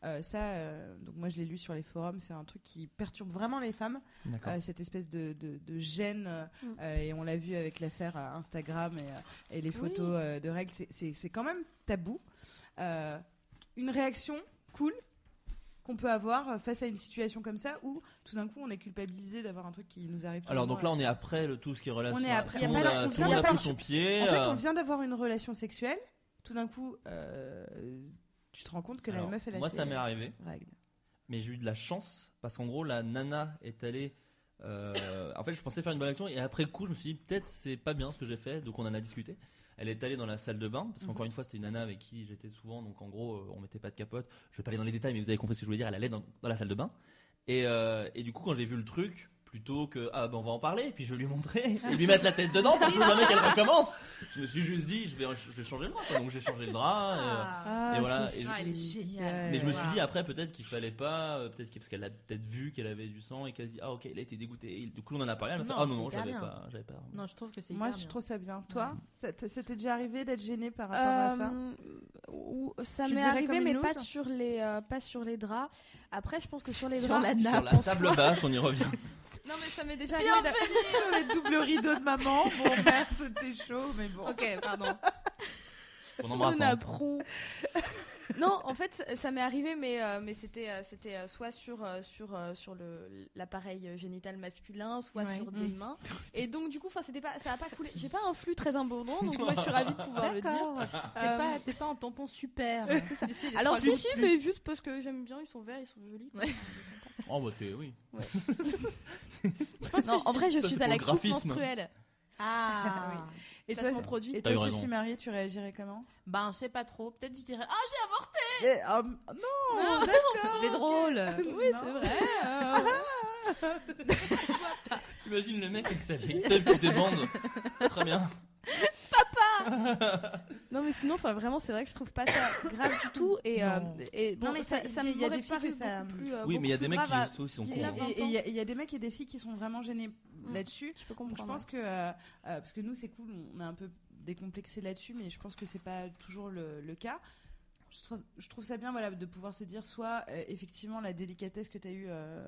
[SPEAKER 2] Euh, ça, euh, donc moi je l'ai lu sur les forums, c'est un truc qui perturbe vraiment les femmes,
[SPEAKER 6] D'accord.
[SPEAKER 2] euh, cette espèce de, de- de gêne, euh,
[SPEAKER 5] Mm.
[SPEAKER 2] euh, et on l'a vu avec l'affaire euh, Instagram et, euh, et les photos
[SPEAKER 5] Oui.
[SPEAKER 2] euh, de règles, c'est- c'est c'est quand même tabou. Euh, une réaction cool qu'on peut avoir euh, face à une situation comme ça où tout d'un coup on est culpabilisé d'avoir un truc qui nous arrive.
[SPEAKER 6] Alors donc là on est après le tout ce qui est relation.
[SPEAKER 2] Ah, On est après.
[SPEAKER 6] Tout le
[SPEAKER 2] Y a
[SPEAKER 6] monde
[SPEAKER 2] pas-
[SPEAKER 6] a,
[SPEAKER 2] on
[SPEAKER 6] tout le
[SPEAKER 2] vient
[SPEAKER 6] monde a
[SPEAKER 2] d'avoir-
[SPEAKER 6] pris son pied.
[SPEAKER 2] En fait,
[SPEAKER 6] euh,
[SPEAKER 2] on vient d'avoir une relation sexuelle. Tout d'un coup, euh, tu te rends compte que
[SPEAKER 6] alors,
[SPEAKER 2] la meuf, elle a
[SPEAKER 6] moi
[SPEAKER 2] ses
[SPEAKER 6] ça m'est arrivé.
[SPEAKER 2] règles.
[SPEAKER 6] mais j'ai eu de la chance parce qu'en gros la nana est allée euh, en fait je pensais faire une bonne action et après coup je me suis dit peut-être c'est pas bien ce que j'ai fait donc on en a discuté elle est allée dans la salle de bain parce qu'encore une fois c'était une nana avec qui j'étais souvent donc en gros euh, on mettait pas de capote je vais pas aller dans les détails mais vous avez compris ce que je voulais dire elle allait dans, dans la salle de bain et, euh, et du coup quand j'ai vu le truc plutôt que ah ben on va en parler puis je vais lui montrer et lui mettre la tête dedans pour que jamais qu'elle recommence je me suis juste dit je vais, je vais changer le drap quoi. donc j'ai changé le drap euh,
[SPEAKER 2] Ah,
[SPEAKER 6] Et voilà,
[SPEAKER 2] c'est
[SPEAKER 6] et je-
[SPEAKER 1] Ah, elle est
[SPEAKER 2] génial.
[SPEAKER 1] géniale.
[SPEAKER 6] mais je me suis
[SPEAKER 1] Wow.
[SPEAKER 6] dit après peut-être qu'il fallait pas, euh, peut-être que- parce qu'elle a peut-être vu qu'elle avait du sang et qu'elle se dit ah ok elle a été dégoûtée. Et du coup on en a parlé. Elle m'a fait
[SPEAKER 1] Non,
[SPEAKER 6] ah
[SPEAKER 1] c'est
[SPEAKER 6] non non
[SPEAKER 1] hyper
[SPEAKER 6] j'avais
[SPEAKER 1] bien.
[SPEAKER 6] pas, j'avais pas.
[SPEAKER 1] Non, je trouve que c'est
[SPEAKER 2] Moi,
[SPEAKER 1] hyper
[SPEAKER 2] je
[SPEAKER 1] bien.
[SPEAKER 2] trouve ça bien. Toi, ça t- ça t'est déjà arrivé d'être gêné par rapport à ça
[SPEAKER 5] Euh, ou- ça
[SPEAKER 2] Tu le
[SPEAKER 5] m'est
[SPEAKER 2] dirais
[SPEAKER 5] arrivé,
[SPEAKER 2] comme
[SPEAKER 5] mais
[SPEAKER 2] une
[SPEAKER 5] pas
[SPEAKER 2] loose
[SPEAKER 5] sur, les, euh, pas sur les draps. Après, je pense que sur les
[SPEAKER 1] Sur
[SPEAKER 5] draps.
[SPEAKER 1] la
[SPEAKER 5] *laughs*
[SPEAKER 6] Sur
[SPEAKER 1] nappe.
[SPEAKER 6] la table basse on y *laughs* revient.
[SPEAKER 5] Non, mais ça m'est déjà arrivé.
[SPEAKER 2] Bienvenue
[SPEAKER 5] d'a-
[SPEAKER 2] sur les doubles rideaux de maman. Bon, merde, c'était chaud, mais bon.
[SPEAKER 1] Ok, pardon.
[SPEAKER 6] On
[SPEAKER 5] Sur le
[SPEAKER 6] embrasse. hein.
[SPEAKER 5] napperon. *laughs* non, en fait, ça- ça m'est arrivé, mais, euh, mais c'était, euh, c'était euh, soit sur, euh, sur, euh, sur le, l'appareil génital masculin, soit
[SPEAKER 8] Ouais.
[SPEAKER 5] sur des
[SPEAKER 8] Mm.
[SPEAKER 5] mains. Et donc, du coup, 'fin, c'était pas, ça a pas coulé. J'ai pas un flux très abondant, donc moi, je *laughs* suis ravie de pouvoir le
[SPEAKER 1] D'accord.
[SPEAKER 5] dire.
[SPEAKER 1] T'es pas- t'es pas en tampon super.
[SPEAKER 5] Euh, *laughs* c'est ça.
[SPEAKER 1] Tu sais, les
[SPEAKER 5] Alors,
[SPEAKER 1] trois
[SPEAKER 5] si,
[SPEAKER 1] couches
[SPEAKER 5] si,
[SPEAKER 1] plus.
[SPEAKER 5] mais juste parce que j'aime bien, ils sont verts, ils sont jolis.
[SPEAKER 6] Oh, bah, t'es, oui.
[SPEAKER 5] Je pense
[SPEAKER 6] Non,
[SPEAKER 5] que en vrai, je
[SPEAKER 6] Ça,
[SPEAKER 5] suis
[SPEAKER 6] c'est
[SPEAKER 5] à
[SPEAKER 6] pour
[SPEAKER 5] la
[SPEAKER 6] le
[SPEAKER 5] coupe
[SPEAKER 6] graphisme.
[SPEAKER 5] menstruelle.
[SPEAKER 1] *laughs* Ah.
[SPEAKER 5] Oui.
[SPEAKER 2] Et toi,
[SPEAKER 1] Placement
[SPEAKER 2] c'est-
[SPEAKER 1] produit.
[SPEAKER 2] et
[SPEAKER 6] T'as eu
[SPEAKER 2] toi,
[SPEAKER 6] raison.
[SPEAKER 2] Sophie Marie, tu réagirais comment
[SPEAKER 1] Ben, je sais pas trop. Peut-être je dirais Ah, j'ai avorté
[SPEAKER 2] Eh, ah, m- Non,
[SPEAKER 1] Non,
[SPEAKER 2] d'accord,
[SPEAKER 1] C'est
[SPEAKER 2] ok.
[SPEAKER 1] drôle. Oui,
[SPEAKER 2] Non.
[SPEAKER 1] c'est vrai. Ah,
[SPEAKER 5] *laughs*
[SPEAKER 6] Imagine le mec avec sa vieille tête qui débande. Très bien.
[SPEAKER 5] Non, mais sinon, 'fin, vraiment, c'est vrai que je trouve pas ça grave du tout. Et, euh,
[SPEAKER 2] Non.
[SPEAKER 5] et bon,
[SPEAKER 2] Non, mais ça- il y a- il y a
[SPEAKER 5] m'aurait
[SPEAKER 2] des filles
[SPEAKER 5] paru
[SPEAKER 2] que ça-
[SPEAKER 5] beaucoup plus, euh,
[SPEAKER 6] Oui, mais il y a
[SPEAKER 5] beaucoup
[SPEAKER 6] des
[SPEAKER 5] plus
[SPEAKER 6] mecs qui
[SPEAKER 5] grave à
[SPEAKER 6] sont hein. aussi en
[SPEAKER 5] 19,
[SPEAKER 6] courant.
[SPEAKER 5] 20
[SPEAKER 2] Et
[SPEAKER 5] ans.
[SPEAKER 2] il y, a- il y a des mecs et des filles qui sont vraiment gênés
[SPEAKER 5] Mm.
[SPEAKER 2] là-dessus.
[SPEAKER 5] Je peux
[SPEAKER 2] Donc
[SPEAKER 5] comprendre.
[SPEAKER 2] je pense que, euh, euh, parce que nous c'est cool, on a un peu décomplexé là-dessus, mais je pense que c'est pas toujours le, le cas. Je trouve, je trouve ça bien voilà, de pouvoir se dire soit euh, effectivement la délicatesse que tu as eue, euh,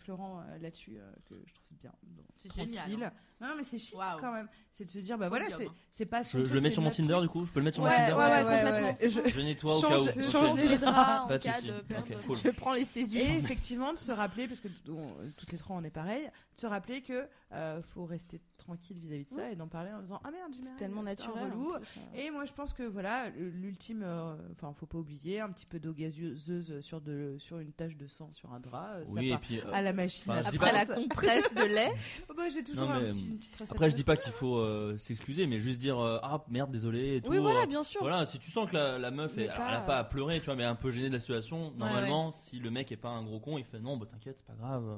[SPEAKER 2] Florent, euh, là-dessus, euh, que je trouve bien. Donc,
[SPEAKER 1] C'est
[SPEAKER 2] tranquille.
[SPEAKER 1] génial, hein.
[SPEAKER 2] Non, non, mais c'est chic
[SPEAKER 1] Waouh.
[SPEAKER 2] quand même. C'est de se dire, bah voilà,
[SPEAKER 1] Podium,
[SPEAKER 2] c'est
[SPEAKER 1] hein.
[SPEAKER 2] c'est pas son
[SPEAKER 6] Je, je
[SPEAKER 2] truc,
[SPEAKER 6] le mets
[SPEAKER 2] c'est
[SPEAKER 6] sur mon
[SPEAKER 2] notre truc.
[SPEAKER 6] Tinder, du coup. Je peux le mettre sur mon
[SPEAKER 2] Ouais,
[SPEAKER 6] Tinder
[SPEAKER 2] ouais, ouais,
[SPEAKER 5] ouais,
[SPEAKER 2] ouais, ouais. Je-
[SPEAKER 6] Je nettoie au
[SPEAKER 2] Change-
[SPEAKER 6] cas où.
[SPEAKER 5] Je
[SPEAKER 2] change
[SPEAKER 6] Ok.
[SPEAKER 5] change les draps
[SPEAKER 6] Ah, Pas
[SPEAKER 5] en
[SPEAKER 6] de
[SPEAKER 5] cas
[SPEAKER 6] souci.
[SPEAKER 5] de perte
[SPEAKER 6] Ok,
[SPEAKER 5] de-
[SPEAKER 6] cool.
[SPEAKER 1] Je prends les césures.
[SPEAKER 2] Et effectivement, de se rappeler, parce que t- on- toutes les trois on est pareil, de se rappeler que euh, faut rester tranquille vis-à-vis de ça et d'en parler en disant Ah merde, j'ai
[SPEAKER 5] C'est
[SPEAKER 2] merdé,
[SPEAKER 5] tellement
[SPEAKER 2] putain,
[SPEAKER 5] naturel. en
[SPEAKER 2] relou.
[SPEAKER 5] plus, euh.
[SPEAKER 2] Et moi, je pense que voilà, l'ultime, euh, enfin, faut pas oublier, un petit peu d'eau gazeuse sur, de, sur une tache de sang sur un drap, euh,
[SPEAKER 6] Oui,
[SPEAKER 2] ça
[SPEAKER 6] et
[SPEAKER 2] part
[SPEAKER 6] puis. euh,
[SPEAKER 2] à la machine.
[SPEAKER 6] enfin,
[SPEAKER 2] à
[SPEAKER 6] je dis
[SPEAKER 2] part.
[SPEAKER 1] Après la compresse de lait.
[SPEAKER 2] Oh, bah, j'ai toujours
[SPEAKER 6] Non,
[SPEAKER 2] un
[SPEAKER 6] mais,
[SPEAKER 2] petit- une petite recette.
[SPEAKER 6] Après, je dis pas qu'il faut euh, s'excuser, mais juste dire euh, ah merde, désolé. Et tout,
[SPEAKER 5] *laughs* Oui,
[SPEAKER 6] euh,
[SPEAKER 5] voilà, bien sûr.
[SPEAKER 6] Voilà, si tu sens que la, la meuf,
[SPEAKER 5] Mais
[SPEAKER 6] est- alors, elle a
[SPEAKER 5] pas,
[SPEAKER 6] pas à
[SPEAKER 5] euh,
[SPEAKER 6] pleurer, tu vois, mais un peu gênée de la situation, normalement, si le mec est pas un gros con, il fait non, bah t'inquiète, c'est pas grave. euh.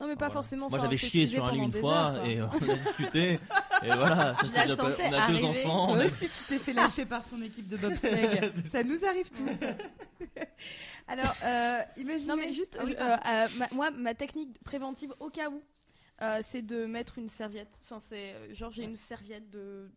[SPEAKER 5] Non, mais
[SPEAKER 6] Enfin,
[SPEAKER 5] pas
[SPEAKER 6] voilà.
[SPEAKER 5] forcément.
[SPEAKER 6] Moi,
[SPEAKER 5] enfin,
[SPEAKER 6] j'avais chié
[SPEAKER 5] s'excuser
[SPEAKER 6] sur un lit
[SPEAKER 5] pendant
[SPEAKER 6] une
[SPEAKER 5] des
[SPEAKER 6] fois
[SPEAKER 5] heures, quoi.
[SPEAKER 6] et euh, on a discuté. et voilà, ça
[SPEAKER 1] Je
[SPEAKER 6] s'est
[SPEAKER 1] la
[SPEAKER 6] bien pas-
[SPEAKER 1] sentais
[SPEAKER 6] On a deux
[SPEAKER 1] arriver,
[SPEAKER 6] enfants.
[SPEAKER 2] Toi
[SPEAKER 6] on a-
[SPEAKER 2] aussi, tu t'es fait lâcher par son équipe de bobsleigh. ça nous arrive tous. Alors, euh, imaginez.
[SPEAKER 5] Non, mais juste,
[SPEAKER 2] Ah oui,
[SPEAKER 5] je-
[SPEAKER 2] pardon.
[SPEAKER 5] euh, euh, ma- moi, ma technique préventive au cas où, euh, c'est de mettre une serviette. Enfin, c'est euh, genre, j'ai une serviette de.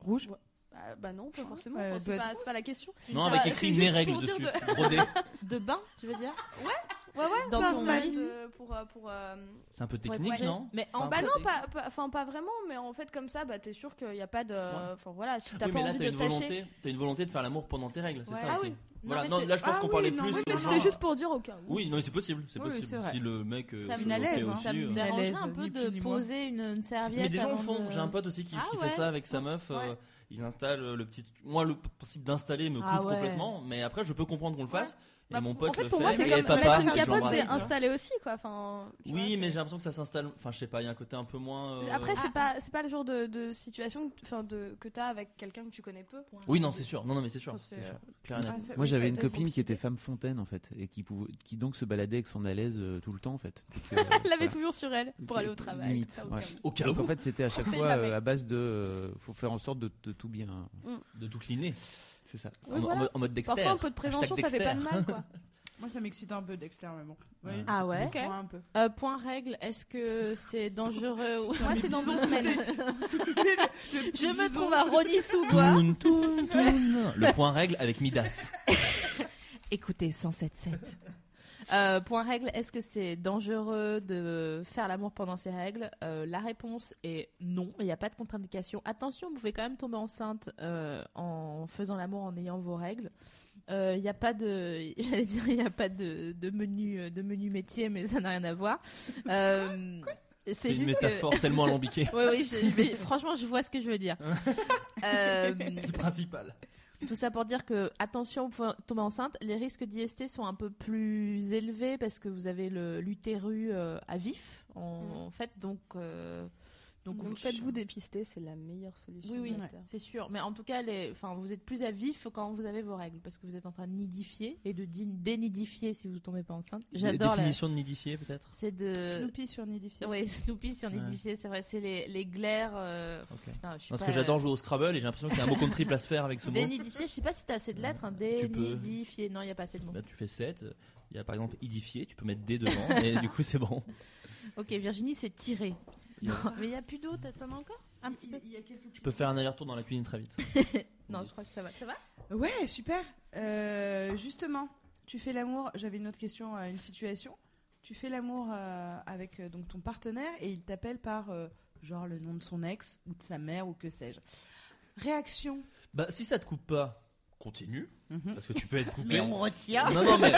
[SPEAKER 2] rouge.
[SPEAKER 5] Ah, bah non, pas forcément.
[SPEAKER 2] Ouais,
[SPEAKER 5] Enfin,
[SPEAKER 2] elle
[SPEAKER 5] c'est
[SPEAKER 2] doit
[SPEAKER 5] pas,
[SPEAKER 2] être
[SPEAKER 5] c'est pas la question.
[SPEAKER 6] Non,
[SPEAKER 5] Ça
[SPEAKER 6] avec
[SPEAKER 5] va,
[SPEAKER 6] écrit
[SPEAKER 5] c'est
[SPEAKER 6] mes
[SPEAKER 5] juste
[SPEAKER 6] règles
[SPEAKER 5] pour dire
[SPEAKER 6] dessus.
[SPEAKER 5] de-
[SPEAKER 6] Brodé.
[SPEAKER 1] De bain, tu veux dire
[SPEAKER 5] Ouais, ouais,
[SPEAKER 1] Dans
[SPEAKER 5] par
[SPEAKER 1] ton
[SPEAKER 5] serviette,
[SPEAKER 1] lit.
[SPEAKER 5] euh, Pour. euh, pour, euh,
[SPEAKER 6] C'est un peu technique,
[SPEAKER 1] Ouais, ouais.
[SPEAKER 6] non
[SPEAKER 1] Mais en
[SPEAKER 6] Enfin,
[SPEAKER 5] Bah
[SPEAKER 1] bas,
[SPEAKER 5] non, pas, pas- enfin pas vraiment, mais en fait comme ça, bah t'es sûr qu'il n'y a pas de, enfin voilà, si t'as
[SPEAKER 6] Oui,
[SPEAKER 5] pas
[SPEAKER 6] mais là,
[SPEAKER 5] envie
[SPEAKER 6] t'as
[SPEAKER 5] de
[SPEAKER 6] une
[SPEAKER 5] tâcher.
[SPEAKER 6] volonté. T'as une volonté de faire l'amour pendant tes règles, c'est
[SPEAKER 5] Ouais.
[SPEAKER 6] ça
[SPEAKER 5] Ah
[SPEAKER 6] aussi.
[SPEAKER 5] oui.
[SPEAKER 6] Voilà,
[SPEAKER 1] mais
[SPEAKER 6] non,
[SPEAKER 1] c'est-
[SPEAKER 6] là, je pense
[SPEAKER 2] Ah
[SPEAKER 6] qu'on
[SPEAKER 2] oui,
[SPEAKER 6] parlait
[SPEAKER 2] non,
[SPEAKER 6] plus.
[SPEAKER 2] oui, mais
[SPEAKER 6] aux
[SPEAKER 5] C'était
[SPEAKER 6] gens.
[SPEAKER 5] juste pour dire au cas où.
[SPEAKER 6] Oui, non, mais c'est possible, c'est
[SPEAKER 2] Oui, oui,
[SPEAKER 6] possible.
[SPEAKER 2] c'est vrai.
[SPEAKER 6] Si le mec. euh,
[SPEAKER 1] Ça me,
[SPEAKER 6] se le fait
[SPEAKER 2] l'aise, hein.
[SPEAKER 6] aussi,
[SPEAKER 1] ça me
[SPEAKER 6] euh.
[SPEAKER 1] dérangerait
[SPEAKER 2] l'aise,
[SPEAKER 1] un peu
[SPEAKER 2] ni plus
[SPEAKER 1] de
[SPEAKER 2] ni moins.
[SPEAKER 1] poser une, une serviette.
[SPEAKER 6] Mais des gens
[SPEAKER 1] avant
[SPEAKER 6] le font.
[SPEAKER 1] de-
[SPEAKER 6] J'ai un pote aussi qui,
[SPEAKER 1] Ah
[SPEAKER 6] qui
[SPEAKER 1] ouais.
[SPEAKER 6] fait ça avec sa meuf. euh,
[SPEAKER 2] Ouais.
[SPEAKER 6] ils installent euh, le petit. Moi, le principe d'installer me coupe
[SPEAKER 1] Ah ouais.
[SPEAKER 6] complètement, mais après, je peux comprendre qu'on le fasse. Et
[SPEAKER 5] Bah,
[SPEAKER 6] mon pote
[SPEAKER 5] en fait
[SPEAKER 6] le
[SPEAKER 5] pour
[SPEAKER 6] fait.
[SPEAKER 5] moi c'est
[SPEAKER 6] mais
[SPEAKER 5] comme
[SPEAKER 6] papa,
[SPEAKER 5] mettre une
[SPEAKER 6] je
[SPEAKER 5] capote,
[SPEAKER 6] l'embrasse,
[SPEAKER 5] c'est
[SPEAKER 6] tu vois.
[SPEAKER 5] installé aussi quoi. Enfin. tu vois,
[SPEAKER 6] Oui, mais
[SPEAKER 5] c'est-
[SPEAKER 6] j'ai l'impression que ça s'installe. Enfin, je sais pas, il y a un côté un peu moins. euh,
[SPEAKER 5] Après c'est pas c'est pas le genre de, de situation, que- enfin de que t'as avec quelqu'un que tu connais peu.
[SPEAKER 6] Oui, non, c'est sûr. Non, non, mais c'est sûr.
[SPEAKER 5] Ça, c'est,
[SPEAKER 6] c'est sûr.
[SPEAKER 5] euh,
[SPEAKER 6] Clair et net.
[SPEAKER 2] Ah, ça-
[SPEAKER 3] Moi,
[SPEAKER 2] oui,
[SPEAKER 3] j'avais
[SPEAKER 2] ça-
[SPEAKER 3] une
[SPEAKER 2] ça-
[SPEAKER 3] copine qui était femme fontaine, en fait, et qui, pouvait, qui donc se baladait avec son alaise euh, tout le temps, en fait. Donc, euh,
[SPEAKER 5] Elle l'avait
[SPEAKER 3] voilà.
[SPEAKER 5] toujours sur elle pour aller au
[SPEAKER 3] Limite,
[SPEAKER 5] travail. tout ça, au cas
[SPEAKER 3] ouais.
[SPEAKER 5] où.
[SPEAKER 6] Au cas
[SPEAKER 3] Donc, en
[SPEAKER 6] où,
[SPEAKER 3] fait, c'était à chaque
[SPEAKER 5] sait
[SPEAKER 3] fois
[SPEAKER 5] jamais.
[SPEAKER 3] euh, à base de. euh, faut faire en sorte de, de tout bien.
[SPEAKER 6] de tout cliner.
[SPEAKER 3] C'est ça.
[SPEAKER 5] Oui,
[SPEAKER 6] en,
[SPEAKER 5] voilà.
[SPEAKER 6] en mode- en mode Dexter.
[SPEAKER 5] Parfois un peu de prévention
[SPEAKER 6] Hashtag
[SPEAKER 5] ça fait pas de
[SPEAKER 6] Dexter.
[SPEAKER 5] mal *laughs* quoi.
[SPEAKER 2] Moi, ça m'excite un peu Dexter, mais bon.
[SPEAKER 3] Ouais.
[SPEAKER 1] Ah ouais
[SPEAKER 2] je comprends un
[SPEAKER 5] *laughs*
[SPEAKER 2] peu.
[SPEAKER 1] Euh, point règle, est-ce que c'est dangereux ou...
[SPEAKER 5] Moi c'est dans
[SPEAKER 1] *laughs*
[SPEAKER 5] deux semaines.
[SPEAKER 1] Je me trouve à Ronny Sous-Bois.
[SPEAKER 6] Toun, toun,
[SPEAKER 5] *laughs*
[SPEAKER 6] toun. Le point règle avec Midas.
[SPEAKER 1] Écoutez 107.7. *laughs* Euh, point règle, est-ce que c'est dangereux de faire l'amour pendant ces règles Euh, La réponse est non, il n'y a pas de contre-indication. Attention, vous pouvez quand même tomber enceinte euh, en faisant l'amour en ayant vos règles. Euh, Il n'y a pas de, *laughs* j'allais dire, il n'y a pas de, de menu, de menu métier, mais ça n'a rien à voir. Euh,
[SPEAKER 6] C'est une
[SPEAKER 1] juste que-
[SPEAKER 6] métaphore tellement alambiquée. *laughs*
[SPEAKER 1] Oui, oui, je- mais franchement, je vois ce que je veux dire. Euh,
[SPEAKER 6] Le principal.
[SPEAKER 1] tout ça pour dire que, attention, vous pouvez tomber enceinte, les risques d'IST sont un peu plus élevés parce que vous avez le- l'utérus euh, à vif, en, en fait. Donc, euh, donc, vous-
[SPEAKER 5] faites-vous dépister, c'est la meilleure solution. euh,
[SPEAKER 1] Oui, oui,
[SPEAKER 5] docteur.
[SPEAKER 1] c'est sûr. Mais en tout cas, les, enfin, vous êtes plus à vif quand vous avez vos règles parce que vous êtes en train de nidifier et de di- dénidifier si vous tombez pas enceinte. J'adore la.
[SPEAKER 6] Définition de nidifier, peut-être
[SPEAKER 1] C'est de.
[SPEAKER 2] Snoopy sur Nidifié.
[SPEAKER 1] Oui, Snoopy sur nidifier, c'est vrai. C'est les, les glaires. euh,
[SPEAKER 6] Ok.
[SPEAKER 1] pff, putain, je suis
[SPEAKER 6] Parce
[SPEAKER 1] pas-
[SPEAKER 6] que j'adore jouer au Scrabble et j'ai l'impression qu'il y a un mot contre à se faire avec ce mot.
[SPEAKER 1] Dénidifié, je sais pas si t'as assez de lettres. Hein.
[SPEAKER 6] Tu peux.
[SPEAKER 1] Dénidifié, non, il n'y a pas assez de mots.
[SPEAKER 6] Bah, tu fais 7. Il y a par exemple idifié, tu peux mettre
[SPEAKER 2] *laughs*
[SPEAKER 6] D devant et du coup c'est bon.
[SPEAKER 1] Ok, Virginie, c'est tiré.
[SPEAKER 6] Yes.
[SPEAKER 1] Non, mais il n'y a plus d'eau, t'as- t'en as encore Un petit peu
[SPEAKER 2] Il y a quelques
[SPEAKER 6] Je peux faire un aller-retour dans la cuisine très vite.
[SPEAKER 1] Non, je crois que ça va. Ça va
[SPEAKER 2] Ouais, super. Euh, justement, tu fais l'amour. J'avais une autre question, euh, une situation. Tu fais l'amour euh, avec euh, donc ton partenaire et il t'appelle par euh, genre le nom de son ex ou de sa mère ou que sais-je. Réaction.
[SPEAKER 6] Bah si ça te coupe pas, continue,
[SPEAKER 2] Mhm.
[SPEAKER 6] parce que tu peux être coupé.
[SPEAKER 2] Mais on retient.
[SPEAKER 6] Non, non, mais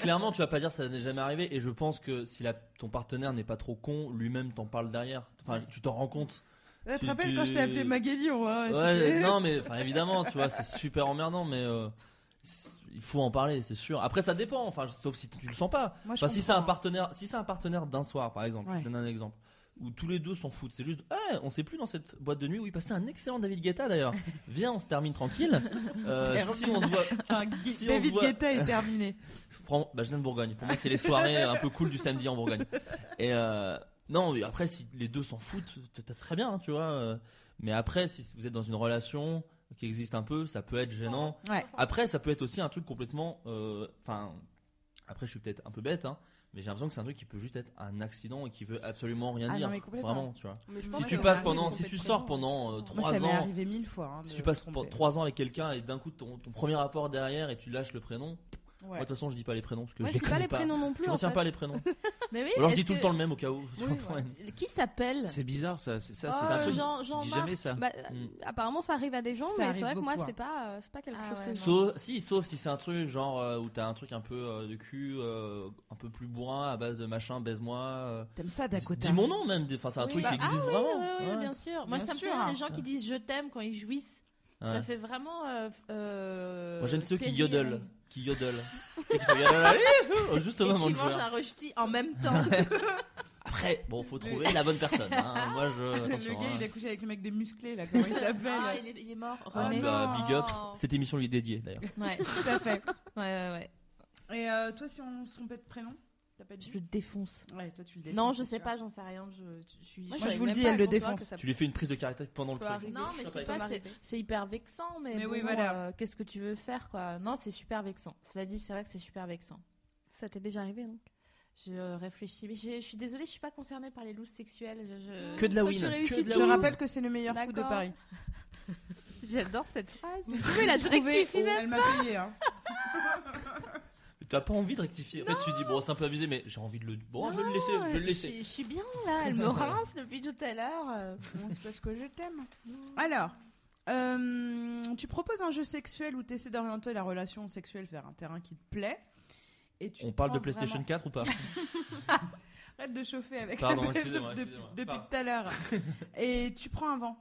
[SPEAKER 6] clairement, tu vas pas dire ça n'est jamais arrivé. Et je pense que si la- ton partenaire n'est pas trop con, lui-même t'en parle derrière. Enfin, tu t'en rends compte.
[SPEAKER 2] Ouais, tu
[SPEAKER 6] Tu-
[SPEAKER 2] te rappelles
[SPEAKER 6] tu-
[SPEAKER 2] quand je t'ai appelé Maguélion hein, et
[SPEAKER 6] Ouais,
[SPEAKER 2] c'était-
[SPEAKER 6] non, mais enfin, évidemment, tu vois, c'est super emmerdant, mais euh, c'est- il faut en parler, c'est sûr. Après, ça dépend, enfin, sauf si tu le sens pas.
[SPEAKER 2] Moi, je
[SPEAKER 6] Enfin, si c'est un
[SPEAKER 2] comprends. hein.
[SPEAKER 6] partenaire, si c'est un partenaire d'un soir, par exemple,
[SPEAKER 2] Ouais.
[SPEAKER 6] je te donne un exemple, où tous les deux s'en foutent, c'est juste, Eh, on sait plus dans cette boîte de nuit où il passait un excellent David Guetta d'ailleurs. Viens, on se termine tranquille.
[SPEAKER 2] *laughs*
[SPEAKER 6] Euh, si on se voit,
[SPEAKER 2] Enfin, Gu-
[SPEAKER 6] si on se
[SPEAKER 2] David
[SPEAKER 6] voit-
[SPEAKER 2] Guetta
[SPEAKER 6] *laughs*
[SPEAKER 2] est terminé.
[SPEAKER 6] Fran- bah, je viens de Bourgogne. Pour moi, c'est les soirées un peu cool du samedi en Bourgogne. Et euh, non, mais après, si les deux s'en foutent, t- t'as très bien, tu vois. euh, Mais après, si vous êtes dans une relation qui existe un peu, ça peut être gênant.
[SPEAKER 2] Ouais.
[SPEAKER 6] Après, ça peut être aussi un truc complètement. euh, Enfin, après, je suis peut-être un peu bête, hein, mais j'ai l'impression que c'est un truc qui peut juste être un accident et qui veut absolument rien
[SPEAKER 2] Ah non,
[SPEAKER 6] dire.
[SPEAKER 2] mais complètement.
[SPEAKER 6] Vraiment, tu vois.
[SPEAKER 5] Mais je
[SPEAKER 2] Si
[SPEAKER 5] pense
[SPEAKER 6] Si
[SPEAKER 2] Ouais,
[SPEAKER 5] que
[SPEAKER 6] tu
[SPEAKER 2] ça
[SPEAKER 5] ça
[SPEAKER 6] passes
[SPEAKER 2] m'arrive,
[SPEAKER 5] arrive,
[SPEAKER 6] pendant,
[SPEAKER 5] ils
[SPEAKER 6] si
[SPEAKER 5] sont
[SPEAKER 6] tu
[SPEAKER 5] très
[SPEAKER 6] sors
[SPEAKER 5] bons.
[SPEAKER 6] pendant euh,
[SPEAKER 2] Moi,
[SPEAKER 6] trois
[SPEAKER 2] ça m'est
[SPEAKER 6] ans,
[SPEAKER 2] arrivé mille fois. hein,
[SPEAKER 6] si
[SPEAKER 2] de
[SPEAKER 6] tu passes
[SPEAKER 2] tromper.
[SPEAKER 6] trois ans avec quelqu'un et d'un coup ton, ton premier rapport derrière et tu lâches le prénom.
[SPEAKER 2] Ouais.
[SPEAKER 6] Moi, de toute façon, je dis pas les prénoms parce que
[SPEAKER 5] Moi,
[SPEAKER 6] je
[SPEAKER 5] je
[SPEAKER 6] les
[SPEAKER 5] dis pas
[SPEAKER 6] connais
[SPEAKER 5] les prénoms non plus.
[SPEAKER 6] je
[SPEAKER 5] en
[SPEAKER 6] retiens
[SPEAKER 5] fait.
[SPEAKER 6] pas les prénoms.
[SPEAKER 1] *laughs* Mais oui,
[SPEAKER 6] Ou alors je
[SPEAKER 1] est-ce
[SPEAKER 6] dis tout le
[SPEAKER 1] que-
[SPEAKER 6] temps le même au cas où.
[SPEAKER 5] Oui, voilà.
[SPEAKER 1] Qui s'appelle
[SPEAKER 3] C'est bizarre ça, c'est ça,
[SPEAKER 1] Oh,
[SPEAKER 3] c'est un truc.
[SPEAKER 1] Jean-
[SPEAKER 3] tu dis
[SPEAKER 1] Jean-Marc.
[SPEAKER 3] jamais ça.
[SPEAKER 5] Bah, euh,
[SPEAKER 6] Mm.
[SPEAKER 5] Apparemment, ça arrive à des gens,
[SPEAKER 2] Ça
[SPEAKER 5] mais
[SPEAKER 2] arrive
[SPEAKER 5] c'est vrai que moi,
[SPEAKER 2] beaucoup, hein.
[SPEAKER 5] c'est pas, euh, c'est pas quelque
[SPEAKER 1] Ah
[SPEAKER 5] chose
[SPEAKER 1] ouais.
[SPEAKER 5] que je.
[SPEAKER 6] Sauf, si, sauf si c'est un truc genre euh, où t'as un truc un peu euh, de cul, euh, un peu plus bourrin à base de machin, baise-moi. euh,
[SPEAKER 2] T'aimes ça, hein.
[SPEAKER 6] dis-
[SPEAKER 2] Dakota
[SPEAKER 6] dis
[SPEAKER 2] *laughs*
[SPEAKER 6] mon nom même, des- enfin c'est un
[SPEAKER 1] Oui,
[SPEAKER 6] truc
[SPEAKER 1] bah,
[SPEAKER 6] qui existe vraiment.
[SPEAKER 1] Oui, oui,
[SPEAKER 6] ouais.
[SPEAKER 1] bien sûr. Moi,
[SPEAKER 2] Bien
[SPEAKER 1] ça me fait
[SPEAKER 2] sûr.
[SPEAKER 1] rire les gens qui disent je t'aime quand ils jouissent.
[SPEAKER 6] Ouais.
[SPEAKER 1] Ça fait vraiment. euh, euh,
[SPEAKER 6] Moi j'aime ceux qui
[SPEAKER 1] série,
[SPEAKER 6] yodelent, *laughs*
[SPEAKER 1] euh,
[SPEAKER 6] qui yodelent, Et qui font yodel, allez, oh, juste au
[SPEAKER 1] Et
[SPEAKER 6] moment
[SPEAKER 1] qui
[SPEAKER 6] de jouer.
[SPEAKER 1] mangent un rusty en même
[SPEAKER 6] *laughs*
[SPEAKER 1] temps. Ah,
[SPEAKER 6] Après, bon faut trouver la bonne personne. hein. Moi je
[SPEAKER 2] Le
[SPEAKER 6] attention.
[SPEAKER 2] gars,
[SPEAKER 6] hein.
[SPEAKER 2] il a couché avec le mec des musclés, là, comment il
[SPEAKER 1] Ah,
[SPEAKER 2] s'appelle
[SPEAKER 1] il est, il est mort.
[SPEAKER 6] Ah,
[SPEAKER 1] René.
[SPEAKER 6] bah,
[SPEAKER 5] non.
[SPEAKER 6] big up. Cette émission lui est dédiée d'ailleurs.
[SPEAKER 1] Ouais,
[SPEAKER 2] Tout à fait.
[SPEAKER 1] ouais, ouais, ouais.
[SPEAKER 2] Et euh, toi, si on se trompait de prénom T'as pas
[SPEAKER 1] Je
[SPEAKER 2] dit
[SPEAKER 1] le défonce.
[SPEAKER 2] Ouais, toi, tu le défends,
[SPEAKER 1] Non, je
[SPEAKER 2] c'est
[SPEAKER 1] sais
[SPEAKER 2] sûr.
[SPEAKER 1] pas, j'en sais rien. Je, je suis.
[SPEAKER 2] Moi, je
[SPEAKER 5] savais
[SPEAKER 2] vous le
[SPEAKER 5] même
[SPEAKER 2] dis,
[SPEAKER 5] pas
[SPEAKER 2] elle le
[SPEAKER 5] qu'on soit
[SPEAKER 2] défonce.
[SPEAKER 5] que ça
[SPEAKER 6] Tu lui fais une prise de caractère pendant le
[SPEAKER 5] Peut
[SPEAKER 6] truc.
[SPEAKER 5] arriver.
[SPEAKER 1] Non, mais
[SPEAKER 5] Ça
[SPEAKER 1] c'est
[SPEAKER 5] peut
[SPEAKER 1] pas, c'est
[SPEAKER 5] m'arriver.
[SPEAKER 1] c'est hyper vexant, mais,
[SPEAKER 2] Mais oui,
[SPEAKER 1] bon,
[SPEAKER 2] voilà.
[SPEAKER 1] euh, qu'est-ce que tu veux faire, quoi Non, c'est super vexant. Cela dit, c'est vrai que c'est super vexant.
[SPEAKER 5] Ça t'est déjà arrivé, non
[SPEAKER 1] Je euh, réfléchis, mais j'ai- je suis désolée, je suis pas concernée par les loups sexuelles. je- je-
[SPEAKER 3] Que de la
[SPEAKER 1] Toi, tu
[SPEAKER 3] win,
[SPEAKER 1] réussis
[SPEAKER 3] que de la
[SPEAKER 1] tout.
[SPEAKER 2] Je rappelle que c'est le meilleur coup de
[SPEAKER 5] D'accord.
[SPEAKER 2] Paris.
[SPEAKER 1] J'adore cette phrase.
[SPEAKER 5] Vous pouvez la trouver.
[SPEAKER 1] rectifie
[SPEAKER 2] Elle m'a payé, hein.
[SPEAKER 6] Mais T'as pas envie de rectifier. En fait tu dis bon c'est un peu abusé mais j'ai envie de le. Bon je vais le laisser, Oh, je vais le laisser.
[SPEAKER 1] Je, suis bien là, elle me rince depuis tout à l'heure. euh.
[SPEAKER 2] Bon, c'est parce que je t'aime. Alors, euh, tu proposes un jeu sexuel où tu essaies d'orienter la relation sexuelle vers un terrain qui te plaît. Et tu
[SPEAKER 6] On
[SPEAKER 2] te
[SPEAKER 6] parle de
[SPEAKER 2] prends
[SPEAKER 6] PlayStation
[SPEAKER 2] vraiment-
[SPEAKER 6] 4 ou pas
[SPEAKER 2] Arrête de chauffer avec *laughs*
[SPEAKER 6] Pardon,
[SPEAKER 2] la-
[SPEAKER 6] excusez-moi,
[SPEAKER 2] de- de-
[SPEAKER 6] excusez-moi.
[SPEAKER 2] depuis
[SPEAKER 6] Pardon.
[SPEAKER 2] tout à
[SPEAKER 6] *laughs*
[SPEAKER 2] l'heure. Et tu prends un vent.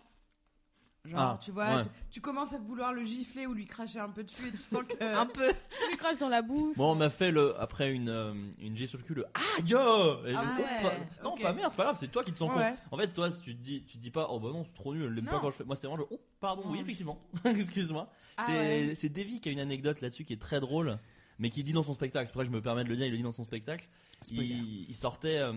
[SPEAKER 2] Genre,
[SPEAKER 6] Ah,
[SPEAKER 2] tu vois,
[SPEAKER 6] ouais.
[SPEAKER 2] tu, tu commences à vouloir le gifler ou lui cracher un peu dessus et tu sens que.
[SPEAKER 6] Ah,
[SPEAKER 1] Un peu.
[SPEAKER 5] Tu lui craches dans la bouche.
[SPEAKER 6] Moi, on m'a fait le après une euh, une G sur le cul le ah yo Et
[SPEAKER 2] Ah
[SPEAKER 6] je-
[SPEAKER 2] ouais,
[SPEAKER 6] pas- non
[SPEAKER 2] ok.
[SPEAKER 6] pas merde c'est pas grave c'est toi qui te sens con
[SPEAKER 2] Ouais.
[SPEAKER 6] en fait toi si tu te dis tu te dis pas oh bah non c'est trop nul elle l'aime pas
[SPEAKER 2] Non.
[SPEAKER 6] quand je fais moi c'était vraiment le oh pardon oui
[SPEAKER 2] Oh.
[SPEAKER 6] effectivement *laughs* excuse-moi
[SPEAKER 2] Ah
[SPEAKER 6] c'est
[SPEAKER 2] ouais.
[SPEAKER 6] c'est Davy qui a une anecdote là-dessus qui est très drôle mais qui dit dans son spectacle c'est pour ça que je me permets de le dire il le dit dans son spectacle il, il sortait euh,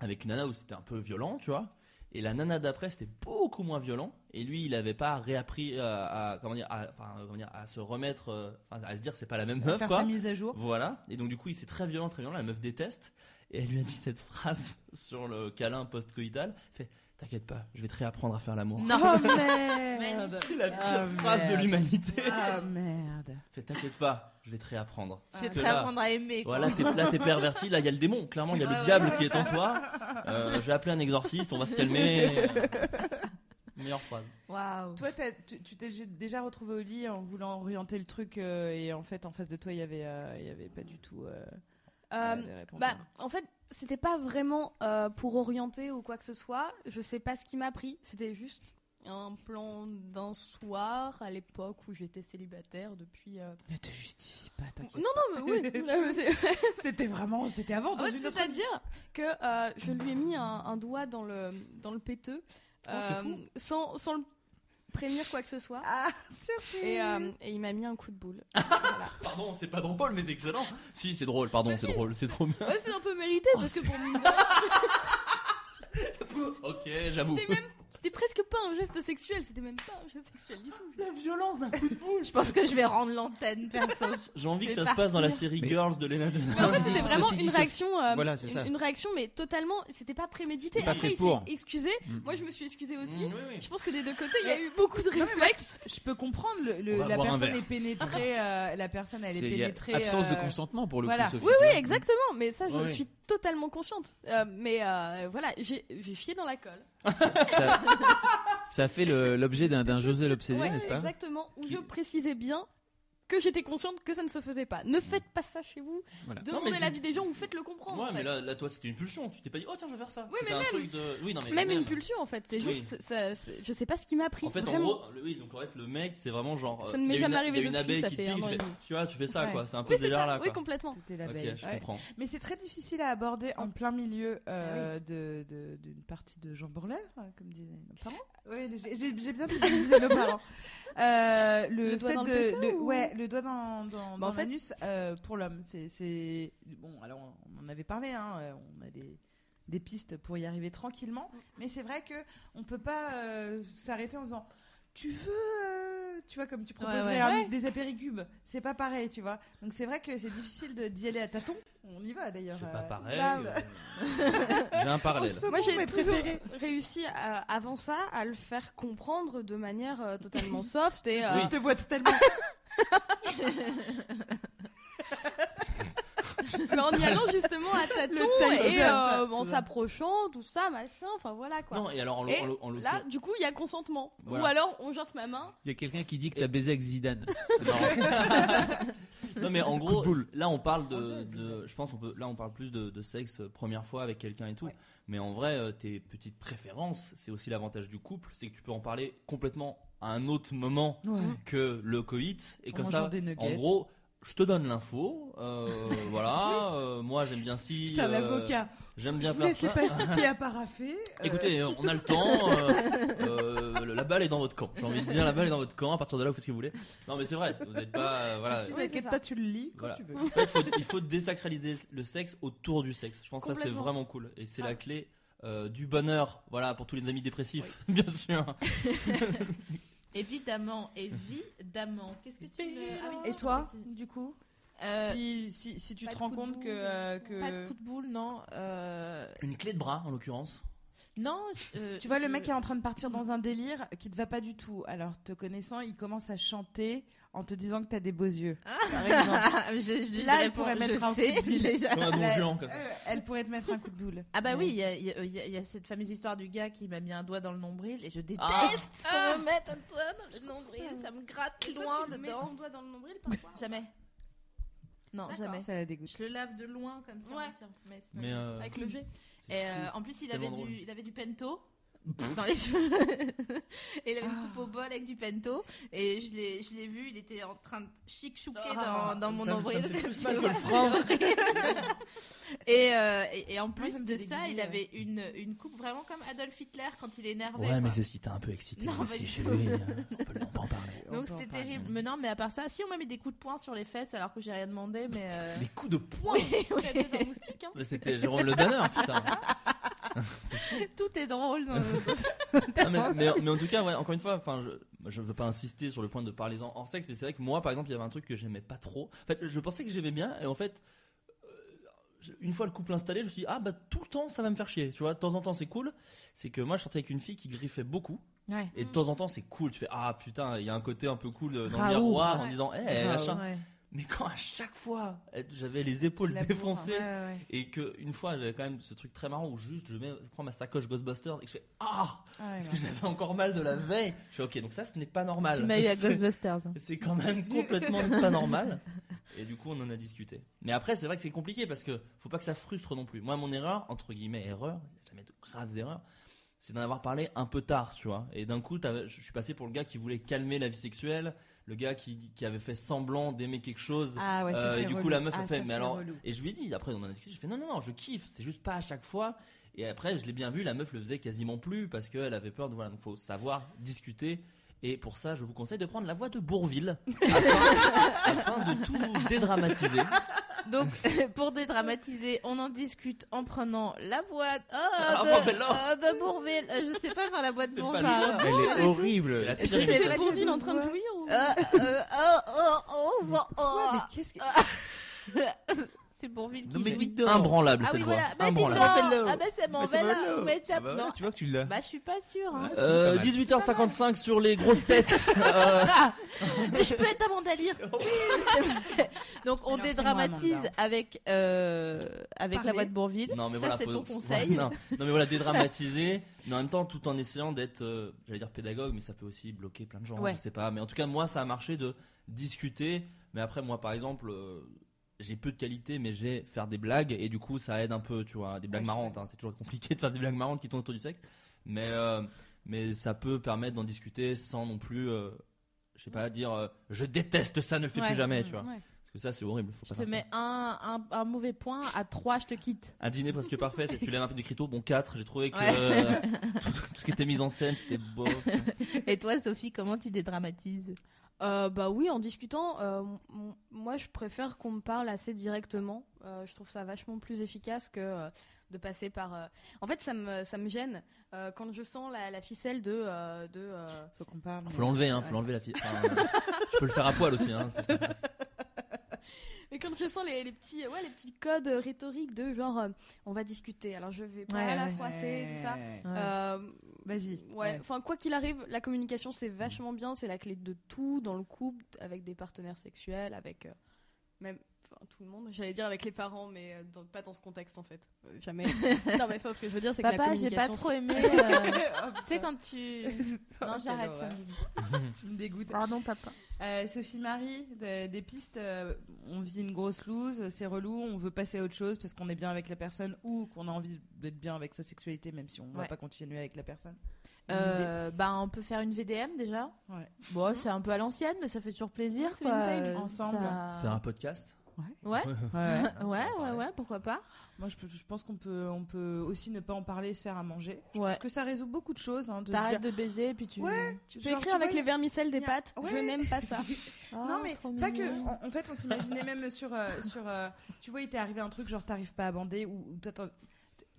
[SPEAKER 6] avec une nana où c'était un peu violent tu vois et la nana d'après c'était beaucoup moins violent et lui il avait pas réappris euh, à comment dire à, enfin, comment dire, à se remettre euh, enfin, à se dire que c'est pas la même meuf
[SPEAKER 2] faire
[SPEAKER 6] quoi
[SPEAKER 2] sa mise à jour.
[SPEAKER 6] voilà, et donc du coup, il s'est très violent, très violent. La meuf déteste, et elle lui a dit cette phrase *laughs* sur le câlin post-coïtal fait T'inquiète pas, je vais te réapprendre à faire l'amour.
[SPEAKER 1] Non.
[SPEAKER 2] *laughs* Oh merde
[SPEAKER 6] C'est la pire
[SPEAKER 2] Ah,
[SPEAKER 6] phrase de
[SPEAKER 2] merde.
[SPEAKER 6] l'humanité.
[SPEAKER 2] Ah merde
[SPEAKER 6] Fait T'inquiète pas, je vais te réapprendre.
[SPEAKER 1] Je vais
[SPEAKER 6] Parce
[SPEAKER 1] te
[SPEAKER 6] que là-
[SPEAKER 1] apprendre à aimer. quoi.
[SPEAKER 6] Voilà, t'es- là t'es perverti, là il y a le démon, clairement il y a
[SPEAKER 1] Ouais,
[SPEAKER 6] le
[SPEAKER 1] ouais.
[SPEAKER 6] diable qui est en toi. Euh, je vais appeler un exorciste, on va se calmer. Meilleure phrase.
[SPEAKER 1] Waouh.
[SPEAKER 2] Toi, t'as- tu tu t'es déjà retrouvé au lit en voulant orienter le truc euh, et en fait, en face de toi, il y avait, euh, il y avait pas du tout. euh,
[SPEAKER 5] Euh,
[SPEAKER 2] de réponse.
[SPEAKER 5] Bah, en fait, c'était pas vraiment euh, pour orienter ou quoi que ce soit. Je sais pas ce qui m'a pris. C'était juste un plan d'un soir à l'époque où j'étais célibataire depuis. euh,
[SPEAKER 2] Ne te justifie pas, t'inquiète.
[SPEAKER 5] Non, non, mais oui. Là, mais *laughs* c'est-
[SPEAKER 2] *laughs* C'était vraiment, c'était avant dans
[SPEAKER 5] En fait,
[SPEAKER 2] une autre.
[SPEAKER 5] C'est-à-dire que euh, je lui ai mis un, un doigt dans le, dans le péteux
[SPEAKER 2] c'est
[SPEAKER 5] euh,
[SPEAKER 2] fou.
[SPEAKER 5] sans, sans le prévenir quoi que ce soit.
[SPEAKER 2] Ah, surprise.
[SPEAKER 5] Et, euh, et il m'a mis un coup de *laughs* boule.
[SPEAKER 6] Pardon, c'est pas drôle, mais c'est excellent. Si, c'est drôle, pardon, c'est drôle, c'est trop bien.
[SPEAKER 5] Ouais, Oh, c'est un peu mérité parce que pour moi,
[SPEAKER 6] ok, j'avoue.
[SPEAKER 5] c'était même- c'était presque pas un geste sexuel, c'était même pas un geste sexuel du tout.
[SPEAKER 6] La violence d'un coup de boule,
[SPEAKER 1] Je pense que je vais rendre l'antenne, perso.
[SPEAKER 6] J'ai envie que
[SPEAKER 1] Mais
[SPEAKER 6] ça se passe dans la
[SPEAKER 1] partir.
[SPEAKER 6] série
[SPEAKER 3] Mais-
[SPEAKER 6] Girls de Lena Dunham.
[SPEAKER 5] Non,
[SPEAKER 3] Ceci
[SPEAKER 5] c'était
[SPEAKER 3] dit-
[SPEAKER 5] vraiment
[SPEAKER 3] ceci dit,
[SPEAKER 5] une
[SPEAKER 3] ça-
[SPEAKER 5] réaction, euh,
[SPEAKER 3] Voilà, c'est ça.
[SPEAKER 5] une, une réaction, mais totalement, c'était pas prémédité.
[SPEAKER 3] C'était pas
[SPEAKER 5] Après,
[SPEAKER 3] fait
[SPEAKER 5] il
[SPEAKER 3] pour.
[SPEAKER 5] s'est excusé.
[SPEAKER 3] Mm.
[SPEAKER 5] Moi, je me suis excusée
[SPEAKER 6] Mm,
[SPEAKER 5] aussi.
[SPEAKER 6] oui, oui.
[SPEAKER 5] Je pense que des deux côtés, il y a eu beaucoup de
[SPEAKER 2] mais moi,
[SPEAKER 5] réflexes.
[SPEAKER 2] Je peux comprendre, le, le-
[SPEAKER 6] On va
[SPEAKER 2] la
[SPEAKER 6] boire un
[SPEAKER 2] personne
[SPEAKER 6] verre.
[SPEAKER 2] est pénétrée, euh, la personne elle est,
[SPEAKER 3] C'est- il y a
[SPEAKER 2] pénétrée.
[SPEAKER 3] absence de
[SPEAKER 2] euh,
[SPEAKER 3] consentement pour le
[SPEAKER 2] voilà.
[SPEAKER 3] coup. Sophie,
[SPEAKER 5] Oui,
[SPEAKER 3] tu
[SPEAKER 5] oui,
[SPEAKER 3] vois.
[SPEAKER 5] exactement. Mais ça, je
[SPEAKER 6] Oui, oui.
[SPEAKER 5] suis totalement consciente. Euh, mais euh, voilà, j'ai j'ai chié dans la colle.
[SPEAKER 3] Ça, ça fait le- l'objet d'un d'un José l'obsédé,
[SPEAKER 5] Ouais,
[SPEAKER 3] n'est-ce pas
[SPEAKER 5] exactement. Où
[SPEAKER 6] Qui-
[SPEAKER 5] je précisais bien que j'étais consciente que ça ne se faisait pas. Ne faites pas ça chez vous.
[SPEAKER 6] Voilà. Non,
[SPEAKER 5] Demandez
[SPEAKER 6] mais
[SPEAKER 5] l'avis
[SPEAKER 6] c'est-
[SPEAKER 5] des gens ou faites-le comprendre.
[SPEAKER 6] Ouais,
[SPEAKER 5] en
[SPEAKER 6] mais
[SPEAKER 5] fait.
[SPEAKER 6] là, là, toi, c'était une pulsion. Tu t'es pas dit, oh tiens, je vais faire ça.
[SPEAKER 5] Oui,
[SPEAKER 6] C'était
[SPEAKER 5] mais
[SPEAKER 6] un
[SPEAKER 5] même-
[SPEAKER 6] truc de- Oui, non, mais
[SPEAKER 5] même, une pulsion en fait, c'est
[SPEAKER 6] Oui.
[SPEAKER 5] juste, ça- c'est- je sais pas ce qui m'a pris.
[SPEAKER 6] En fait,
[SPEAKER 5] vraiment.
[SPEAKER 6] en gros, le- oui, donc en fait, le mec, c'est vraiment genre. euh,
[SPEAKER 5] Ça ne m'est
[SPEAKER 6] il y a
[SPEAKER 5] jamais
[SPEAKER 6] une-
[SPEAKER 5] arrivé
[SPEAKER 6] Il y a une
[SPEAKER 5] depuis,
[SPEAKER 6] abeille
[SPEAKER 5] ça
[SPEAKER 6] qui
[SPEAKER 5] fait
[SPEAKER 6] pique,
[SPEAKER 5] un
[SPEAKER 6] il
[SPEAKER 5] an et
[SPEAKER 6] fait-
[SPEAKER 5] demi.
[SPEAKER 6] tu vois, tu fais ça,
[SPEAKER 5] Ouais.
[SPEAKER 6] quoi. C'est un peu
[SPEAKER 5] Oui, c'est
[SPEAKER 6] délire
[SPEAKER 5] ça.
[SPEAKER 6] là.
[SPEAKER 5] Oui,
[SPEAKER 6] quoi.
[SPEAKER 5] complètement.
[SPEAKER 2] C'était la
[SPEAKER 6] Ok,
[SPEAKER 2] belle.
[SPEAKER 6] je
[SPEAKER 5] Ouais.
[SPEAKER 6] comprends.
[SPEAKER 2] Mais c'est très difficile à aborder en plein milieu euh, de- de- d'une partie de Jean Bourler, euh, comme disaient nos parents. Oui, j'ai- j'ai j'ai *laughs* bien dit comme disaient nos parents. Euh, le,
[SPEAKER 5] Le doigt
[SPEAKER 2] fait
[SPEAKER 5] dans le
[SPEAKER 2] de,
[SPEAKER 5] plateau,
[SPEAKER 2] le-
[SPEAKER 5] ou-
[SPEAKER 2] ouais, le doigt dans, dans,
[SPEAKER 5] Bah, en
[SPEAKER 2] dans
[SPEAKER 5] fait-
[SPEAKER 2] l'anus euh, pour l'homme, c'est- c'est bon. Alors on en avait parlé, hein, euh, on a des des pistes pour y arriver tranquillement, mais c'est vrai que on peut pas euh, s'arrêter en disant tu veux, euh, tu vois comme tu proposerais
[SPEAKER 1] ouais.
[SPEAKER 2] un-
[SPEAKER 5] Ouais.
[SPEAKER 2] des apéricubes, c'est pas pareil, tu vois. Donc c'est vrai que c'est difficile de- d'y aller à tâtons. On y va d'ailleurs.
[SPEAKER 6] C'est
[SPEAKER 2] euh,
[SPEAKER 6] pas pareil.
[SPEAKER 5] bah,
[SPEAKER 6] euh,
[SPEAKER 5] *laughs*
[SPEAKER 6] J'ai un
[SPEAKER 2] au
[SPEAKER 6] parallèle.
[SPEAKER 2] second,
[SPEAKER 5] Moi, j'ai
[SPEAKER 2] mais
[SPEAKER 5] toujours
[SPEAKER 2] préféré.
[SPEAKER 5] réussi à- avant ça à le faire comprendre de manière euh,
[SPEAKER 6] *laughs*
[SPEAKER 5] totalement soft et. euh,
[SPEAKER 1] Ah.
[SPEAKER 2] Je te vois totalement.
[SPEAKER 5] mais en y allant justement *laughs* à tâtons
[SPEAKER 2] Le
[SPEAKER 5] et
[SPEAKER 2] Taïwan.
[SPEAKER 5] euh, en s'approchant, tout ça, machin, enfin voilà quoi.
[SPEAKER 6] Non, et alors, en l'oc-
[SPEAKER 5] Et
[SPEAKER 6] en l'oc- en
[SPEAKER 5] là, *laughs*
[SPEAKER 6] l'occurrence.
[SPEAKER 5] du coup, il y a consentement.
[SPEAKER 6] Voilà.
[SPEAKER 5] Ou alors, on jante ma main.
[SPEAKER 3] Il y a quelqu'un qui dit que t'as baisé avec Zidane.
[SPEAKER 6] C'est marrant. non mais en gros,
[SPEAKER 3] de boule.
[SPEAKER 6] là on parle de, de- je pense on peut, là on parle plus de, de sexe euh, première fois avec quelqu'un et tout.
[SPEAKER 2] Ouais.
[SPEAKER 6] Mais en vrai, euh, tes petites préférences, c'est aussi l'avantage du couple, c'est que tu peux en parler complètement à un autre moment que le coït et
[SPEAKER 2] En
[SPEAKER 6] comme
[SPEAKER 2] mangeant
[SPEAKER 6] ça,
[SPEAKER 2] des nuggets.
[SPEAKER 6] en gros. Je te donne l'info, euh, voilà. euh, moi, j'aime bien si.
[SPEAKER 2] Putain,
[SPEAKER 6] euh,
[SPEAKER 2] l'avocat.
[SPEAKER 6] J'aime
[SPEAKER 2] Je
[SPEAKER 6] bien
[SPEAKER 2] vous
[SPEAKER 6] faire
[SPEAKER 2] laisse
[SPEAKER 6] ça.
[SPEAKER 2] les pastilles
[SPEAKER 6] *laughs*
[SPEAKER 2] à paraffer. euh,
[SPEAKER 6] Écoutez, euh, on a le temps. euh, euh, le- la balle est dans votre camp. J'ai envie de dire, la balle est dans votre camp. À partir de là, vous faites ce que vous voulez. Non, mais c'est vrai. Vous n'êtes pas. euh, voilà.
[SPEAKER 2] je suis
[SPEAKER 5] Oui,
[SPEAKER 2] inquiète
[SPEAKER 5] c'est ça.
[SPEAKER 2] pas, tu le lis quand
[SPEAKER 6] Voilà.
[SPEAKER 2] tu veux.
[SPEAKER 6] En fait, faut- il faut désacraliser le sexe autour du sexe. Je pense que ça c'est
[SPEAKER 5] Complètement.
[SPEAKER 6] vraiment cool et c'est
[SPEAKER 5] Ah.
[SPEAKER 6] la clé euh, du bonheur. Voilà pour tous les amis dépressifs, *laughs* bien sûr.
[SPEAKER 1] Évidemment, évidemment. Qu'est-ce que tu me... Ah oui,
[SPEAKER 2] Et toi,
[SPEAKER 1] c'était-
[SPEAKER 2] du coup
[SPEAKER 1] Euh,
[SPEAKER 2] si, si, si tu
[SPEAKER 1] pas
[SPEAKER 2] te
[SPEAKER 1] de
[SPEAKER 2] rends
[SPEAKER 1] coup de
[SPEAKER 2] compte que,
[SPEAKER 1] boule,
[SPEAKER 2] euh, que-
[SPEAKER 1] Pas de coup de boule, non. euh,
[SPEAKER 6] Une clé de bras en l'occurrence.
[SPEAKER 1] Non.
[SPEAKER 2] *laughs*
[SPEAKER 1] euh,
[SPEAKER 2] Tu vois, le
[SPEAKER 1] je-
[SPEAKER 2] mec est en train de partir dans un délire qui te va pas du tout. Alors, te connaissant, il commence à chanter en te disant que t'as des beaux yeux.
[SPEAKER 1] Ah. *laughs*
[SPEAKER 2] Par exemple.
[SPEAKER 1] je, je,
[SPEAKER 2] Là,
[SPEAKER 1] je
[SPEAKER 2] elle pourrait
[SPEAKER 1] réponds,
[SPEAKER 2] mettre
[SPEAKER 1] je
[SPEAKER 2] un
[SPEAKER 1] sais,
[SPEAKER 2] coup de boule.
[SPEAKER 1] déjà.
[SPEAKER 2] *laughs*
[SPEAKER 6] Comme un don
[SPEAKER 2] Ouais.
[SPEAKER 6] Juan, comme ça.
[SPEAKER 2] Euh, elle pourrait te mettre un coup de boule.
[SPEAKER 1] Ah bah oui,
[SPEAKER 2] Ouais.
[SPEAKER 1] il y, a- il y a- il y a- il y a cette fameuse histoire du gars qui m'a mis un doigt dans le nombril et je déteste
[SPEAKER 6] Ah.
[SPEAKER 1] qu'on
[SPEAKER 5] Ah.
[SPEAKER 1] me mette un doigt dans le nombril, ça me gratte
[SPEAKER 5] Et toi,
[SPEAKER 1] loin
[SPEAKER 5] tu le mets
[SPEAKER 1] dedans.
[SPEAKER 5] ton doigt dans le *laughs* nombril parfois.
[SPEAKER 1] Jamais. Non,
[SPEAKER 5] D'accord.
[SPEAKER 1] jamais.
[SPEAKER 2] Ça la dégoûte.
[SPEAKER 1] Je le lave de loin comme ça.
[SPEAKER 5] Ouais.
[SPEAKER 1] tiens, mais c'est
[SPEAKER 6] Mais
[SPEAKER 1] normal.
[SPEAKER 6] euh,
[SPEAKER 5] Avec le jet.
[SPEAKER 6] c'est
[SPEAKER 1] Et
[SPEAKER 6] fou.
[SPEAKER 1] euh, en plus, il avait,
[SPEAKER 6] Tellement
[SPEAKER 1] du,
[SPEAKER 6] drôle.
[SPEAKER 1] il avait du pento dans les cheveux. *laughs* et il avait
[SPEAKER 6] Ah.
[SPEAKER 1] une coupe au bol avec du pento. Et je l'ai je l'ai vu, il était en train de chic-chouquer
[SPEAKER 6] Ah,
[SPEAKER 1] dans, dans mon
[SPEAKER 6] ça me- ça
[SPEAKER 1] nombril.
[SPEAKER 6] me fait plus
[SPEAKER 1] Tu *laughs*
[SPEAKER 6] mal que
[SPEAKER 1] vois,
[SPEAKER 6] le
[SPEAKER 1] c'est
[SPEAKER 6] franc. *laughs*
[SPEAKER 1] horrible. et, euh, et, et en plus
[SPEAKER 2] ça me
[SPEAKER 1] de
[SPEAKER 2] fait
[SPEAKER 1] ça,
[SPEAKER 2] dégueuler,
[SPEAKER 1] il avait une, une coupe vraiment comme Adolf Hitler quand il est énervé.
[SPEAKER 6] Ouais, mais
[SPEAKER 1] Ah quoi.
[SPEAKER 6] c'est ce qui t'a un peu excité
[SPEAKER 1] Non, pas
[SPEAKER 6] aussi
[SPEAKER 1] du
[SPEAKER 6] chez
[SPEAKER 1] tout.
[SPEAKER 6] lui.
[SPEAKER 1] *laughs*
[SPEAKER 6] euh, On peut on peut en parler.
[SPEAKER 2] On
[SPEAKER 1] Donc
[SPEAKER 2] peut en
[SPEAKER 1] c'était
[SPEAKER 2] parler.
[SPEAKER 1] terrible. Mais non, mais à part ça, si on m'a mis des coups de poing sur les fesses alors que j'ai rien demandé, mais.
[SPEAKER 6] *laughs*
[SPEAKER 1] euh,
[SPEAKER 6] Les coups de poing.
[SPEAKER 1] Oui, oui.
[SPEAKER 5] Il y a des armes moustiques, *laughs* hein.
[SPEAKER 6] Mais C'était Jérôme Le Banner,
[SPEAKER 1] *laughs*
[SPEAKER 6] putain.
[SPEAKER 1] tout est drôle.
[SPEAKER 6] *laughs*
[SPEAKER 1] dans le-
[SPEAKER 6] Ah, mais, mais- mais en tout cas, ouais, encore une fois, enfin, je, je veux pas insister sur le point de parler en hors sexe, mais c'est vrai que moi, par exemple, il y avait un truc que j'aimais pas trop. En fait, je pensais que j'aimais bien, et en fait, euh, je- une fois le couple installé, je me suis dit, ah bah tout le temps, ça va me faire chier. Tu vois, de temps en temps, c'est cool. C'est que moi, je sortais avec une fille qui griffait beaucoup,
[SPEAKER 1] Ouais.
[SPEAKER 6] et de temps en temps, c'est cool. Tu fais, ah putain, il y a un côté un peu cool euh, dans
[SPEAKER 1] Raouf.
[SPEAKER 6] le miroir en
[SPEAKER 1] Ouais.
[SPEAKER 6] disant, eh,
[SPEAKER 1] Grave.
[SPEAKER 6] machin.
[SPEAKER 1] Ouais,
[SPEAKER 6] Mais quand à chaque fois, elle- j'avais les épaules
[SPEAKER 2] La bourre,
[SPEAKER 6] défoncées,
[SPEAKER 1] ouais, ouais.
[SPEAKER 6] et que une fois, j'avais quand même ce truc très marrant où juste, je, mets, je prends ma sacoche Ghostbusters, et que je fais, ah!
[SPEAKER 2] Ah ouais,
[SPEAKER 6] Parce
[SPEAKER 2] non.
[SPEAKER 6] que j'avais encore mal de la veille. Je suis ok, donc ça, ce n'est pas normal.
[SPEAKER 1] Tu m'as eu à
[SPEAKER 6] *laughs* C'est-
[SPEAKER 1] Ghostbusters.
[SPEAKER 6] C'est quand même
[SPEAKER 1] *laughs*
[SPEAKER 6] complètement pas normal. Et du coup, on en a discuté. Mais après, c'est vrai que c'est compliqué parce que faut pas que ça frustre non plus. Moi, mon erreur, entre guillemets, erreur, il y a jamais de graves erreurs, c'est d'en avoir parlé un peu tard, tu vois. Et d'un coup, t'avais- je suis passé pour le gars qui voulait calmer la vie sexuelle, le gars qui, qui avait fait semblant d'aimer quelque chose.
[SPEAKER 2] Ah ouais, ça,
[SPEAKER 6] Euh,
[SPEAKER 2] c'est
[SPEAKER 6] et du coup,
[SPEAKER 2] relou.
[SPEAKER 6] la meuf
[SPEAKER 2] Ah,
[SPEAKER 6] a fait,
[SPEAKER 2] ça,
[SPEAKER 6] mais
[SPEAKER 2] c'est
[SPEAKER 6] alors.
[SPEAKER 2] relou.
[SPEAKER 6] Et je lui ai dit, après, on en a discuté, je fais non, non, non, je kiffe, c'est juste pas à chaque fois. Et après, je l'ai bien vu, la meuf le faisait quasiment plus parce qu'elle avait peur de. Voilà, donc faut savoir discuter. Et pour ça, je vous conseille de prendre la voix de
[SPEAKER 2] *laughs*
[SPEAKER 6] Bourville afin, afin de tout dédramatiser.
[SPEAKER 1] Donc, *laughs* pour dédramatiser, on en discute en prenant la boîte oh, de,
[SPEAKER 6] bon, ben là.
[SPEAKER 1] oh, de Bourville. Euh, Je sais pas faire la boîte
[SPEAKER 6] C'est
[SPEAKER 1] de
[SPEAKER 6] pas
[SPEAKER 1] Bourville.
[SPEAKER 6] le cas.
[SPEAKER 1] pardon,
[SPEAKER 3] Elle
[SPEAKER 1] pas du
[SPEAKER 3] est
[SPEAKER 1] tout.
[SPEAKER 6] C'est
[SPEAKER 3] horrible.
[SPEAKER 6] la
[SPEAKER 1] Je
[SPEAKER 6] pire
[SPEAKER 1] sais
[SPEAKER 6] imitation.
[SPEAKER 1] pas.
[SPEAKER 5] C'est Bourville en train de jouir ou...
[SPEAKER 1] Euh, euh, oh, oh, oh, oh,
[SPEAKER 2] Ouais,
[SPEAKER 1] oh.
[SPEAKER 2] mais qu'est-ce que-
[SPEAKER 1] C'est Bourville qui
[SPEAKER 3] Non, mais
[SPEAKER 1] fait.
[SPEAKER 3] dis donc.
[SPEAKER 6] Imbranlable
[SPEAKER 1] Ah
[SPEAKER 6] cette
[SPEAKER 1] oui,
[SPEAKER 6] voix.
[SPEAKER 1] voilà. Bah, dis donc.
[SPEAKER 6] Imbranlable.
[SPEAKER 1] Ah bah c'est bon,
[SPEAKER 3] Mais c'est
[SPEAKER 1] bah là,
[SPEAKER 3] Mano.
[SPEAKER 1] on m'échappe.
[SPEAKER 3] Ah bah ouais,
[SPEAKER 1] Non.
[SPEAKER 3] Tu vois que tu l'as.
[SPEAKER 1] Bah, je suis pas sûre. hein.
[SPEAKER 3] Ouais.
[SPEAKER 6] Euh,
[SPEAKER 3] C'est pas mal.
[SPEAKER 6] 18h55 sur les
[SPEAKER 2] *laughs*
[SPEAKER 6] grosses têtes. Euh,
[SPEAKER 1] Mais *laughs* je peux être Amanda
[SPEAKER 6] *laughs*
[SPEAKER 1] Lear. Oui, c'est vrai. Donc,
[SPEAKER 2] Alors,
[SPEAKER 1] on
[SPEAKER 2] c'est moi,
[SPEAKER 1] dédramatise
[SPEAKER 2] Amanda.
[SPEAKER 1] avec, euh, avec la
[SPEAKER 2] Parler.
[SPEAKER 1] voix de Bourville.
[SPEAKER 6] Non, mais
[SPEAKER 1] Ça,
[SPEAKER 6] voilà,
[SPEAKER 1] c'est
[SPEAKER 6] faut-
[SPEAKER 1] ton
[SPEAKER 6] *laughs* faut-
[SPEAKER 1] conseil.
[SPEAKER 6] non, non, mais voilà, dédramatiser, mais en même temps tout en essayant d'être, euh, j'allais dire pédagogue, mais ça peut aussi bloquer plein de gens,
[SPEAKER 1] Ouais.
[SPEAKER 6] je sais pas. Mais en tout cas, moi, ça a marché de discuter. Mais après, moi, par exemple, euh, j'ai peu de qualité, mais j'ai faire des blagues et du coup, ça aide un peu, tu vois, des blagues
[SPEAKER 2] Ouais, je
[SPEAKER 6] marrantes. hein. C'est toujours compliqué de faire des blagues marrantes qui tournent autour du sexe, mais euh, mais ça peut permettre d'en discuter sans non plus, euh, je sais pas, dire euh, je déteste ça, ne le fais
[SPEAKER 1] Ouais.
[SPEAKER 6] plus jamais,
[SPEAKER 1] Mm,
[SPEAKER 6] tu vois.
[SPEAKER 5] ouais.
[SPEAKER 6] Parce que ça, c'est horrible. Faut pas
[SPEAKER 1] Je te
[SPEAKER 6] faire
[SPEAKER 1] mets
[SPEAKER 6] ça.
[SPEAKER 1] un, un, un mauvais point, à 3, je te quitte.
[SPEAKER 6] Un dîner presque parfait, tu lèves un peu du crito, bon 4, j'ai trouvé que
[SPEAKER 1] Ouais.
[SPEAKER 6] euh, tout, tout ce qui était mis en scène, c'était beau.
[SPEAKER 1] *laughs* Et toi, Sophie, comment tu dédramatises
[SPEAKER 5] Euh, bah oui, en discutant, euh, m- m- moi je préfère qu'on me parle assez directement. Euh, je trouve ça vachement plus efficace que euh, de passer par. euh, En fait, ça me, ça me gêne euh, quand je sens la, la ficelle de. euh, de euh,
[SPEAKER 2] Faut qu'on parle.
[SPEAKER 6] Faut l'enlever, hein, faut l'enlever la fille. Enfin, tu peux le faire à poil aussi. Hein, c'est-
[SPEAKER 5] Et quand je sens les, les petits, ouais, les petits codes rhétoriques de genre, euh, on va discuter. Alors je vais pas
[SPEAKER 1] Ouais,
[SPEAKER 5] la
[SPEAKER 1] ouais.
[SPEAKER 5] froisser, tout ça. Euh,
[SPEAKER 2] Vas-y.
[SPEAKER 5] Ouais, enfin quoi qu'il arrive, la communication c'est vachement bien, c'est la clé de tout dans le couple, avec des partenaires sexuels, avec euh, même enfin, tout le monde. J'allais dire avec les parents, mais euh, dans- pas dans ce contexte en fait, Euh, *laughs* jamais. non mais enfin, ce que je veux dire c'est que la
[SPEAKER 1] Papa, j'ai
[SPEAKER 5] communication.
[SPEAKER 1] pas
[SPEAKER 2] *laughs*
[SPEAKER 1] trop aimé. euh, tu sais, quand tu. Non, j'arrête ça.
[SPEAKER 2] Tu me dégoûtes.
[SPEAKER 1] Pardon, papa.
[SPEAKER 2] Euh, Sophie Marie, de- des pistes, euh, on vit une grosse loose, c'est relou, on veut passer à autre chose parce qu'on est bien avec la personne ou qu'on a envie d'être bien avec sa sexualité même si on va
[SPEAKER 1] Ouais.
[SPEAKER 2] pas continuer avec la personne. Une *laughs* idée.
[SPEAKER 1] Euh, bah, on peut faire une VDM déjà.
[SPEAKER 2] Ouais.
[SPEAKER 1] Bon, c'est un peu à l'ancienne, mais ça fait toujours plaisir.
[SPEAKER 5] Ouais, c'est
[SPEAKER 1] quoi.
[SPEAKER 5] vintage.
[SPEAKER 1] Euh,
[SPEAKER 2] Ensemble.
[SPEAKER 1] ça-
[SPEAKER 6] Faire un podcast.
[SPEAKER 1] Ouais.
[SPEAKER 2] Ouais, ouais.
[SPEAKER 1] ouais, ouais, ouais, pourquoi pas.
[SPEAKER 2] Moi je, peux- je pense qu'on peut, on peut aussi ne pas en parler et se faire à manger. Je
[SPEAKER 1] Ouais.
[SPEAKER 2] pense que ça résout beaucoup de choses. hein, de se
[SPEAKER 1] T'arrêtes
[SPEAKER 2] dire-
[SPEAKER 1] de baiser, puis tu.
[SPEAKER 2] Ouais.
[SPEAKER 5] Tu peux
[SPEAKER 2] Genre,
[SPEAKER 5] écrire
[SPEAKER 2] tu
[SPEAKER 5] avec
[SPEAKER 2] vois,
[SPEAKER 5] les vermicelles des
[SPEAKER 2] y a-
[SPEAKER 5] pattes. Je
[SPEAKER 2] Ouais.
[SPEAKER 5] n'aime
[SPEAKER 2] *laughs*
[SPEAKER 5] pas ça.
[SPEAKER 1] Ah,
[SPEAKER 2] non mais
[SPEAKER 1] trop
[SPEAKER 2] pas que. *laughs*
[SPEAKER 1] mignon.
[SPEAKER 2] En, en fait, on s'imaginait même sur
[SPEAKER 1] *laughs*
[SPEAKER 2] euh, sur. euh, tu vois, il t'est arrivé un truc genre t'arrives pas à bander ou ou t'as- t'as-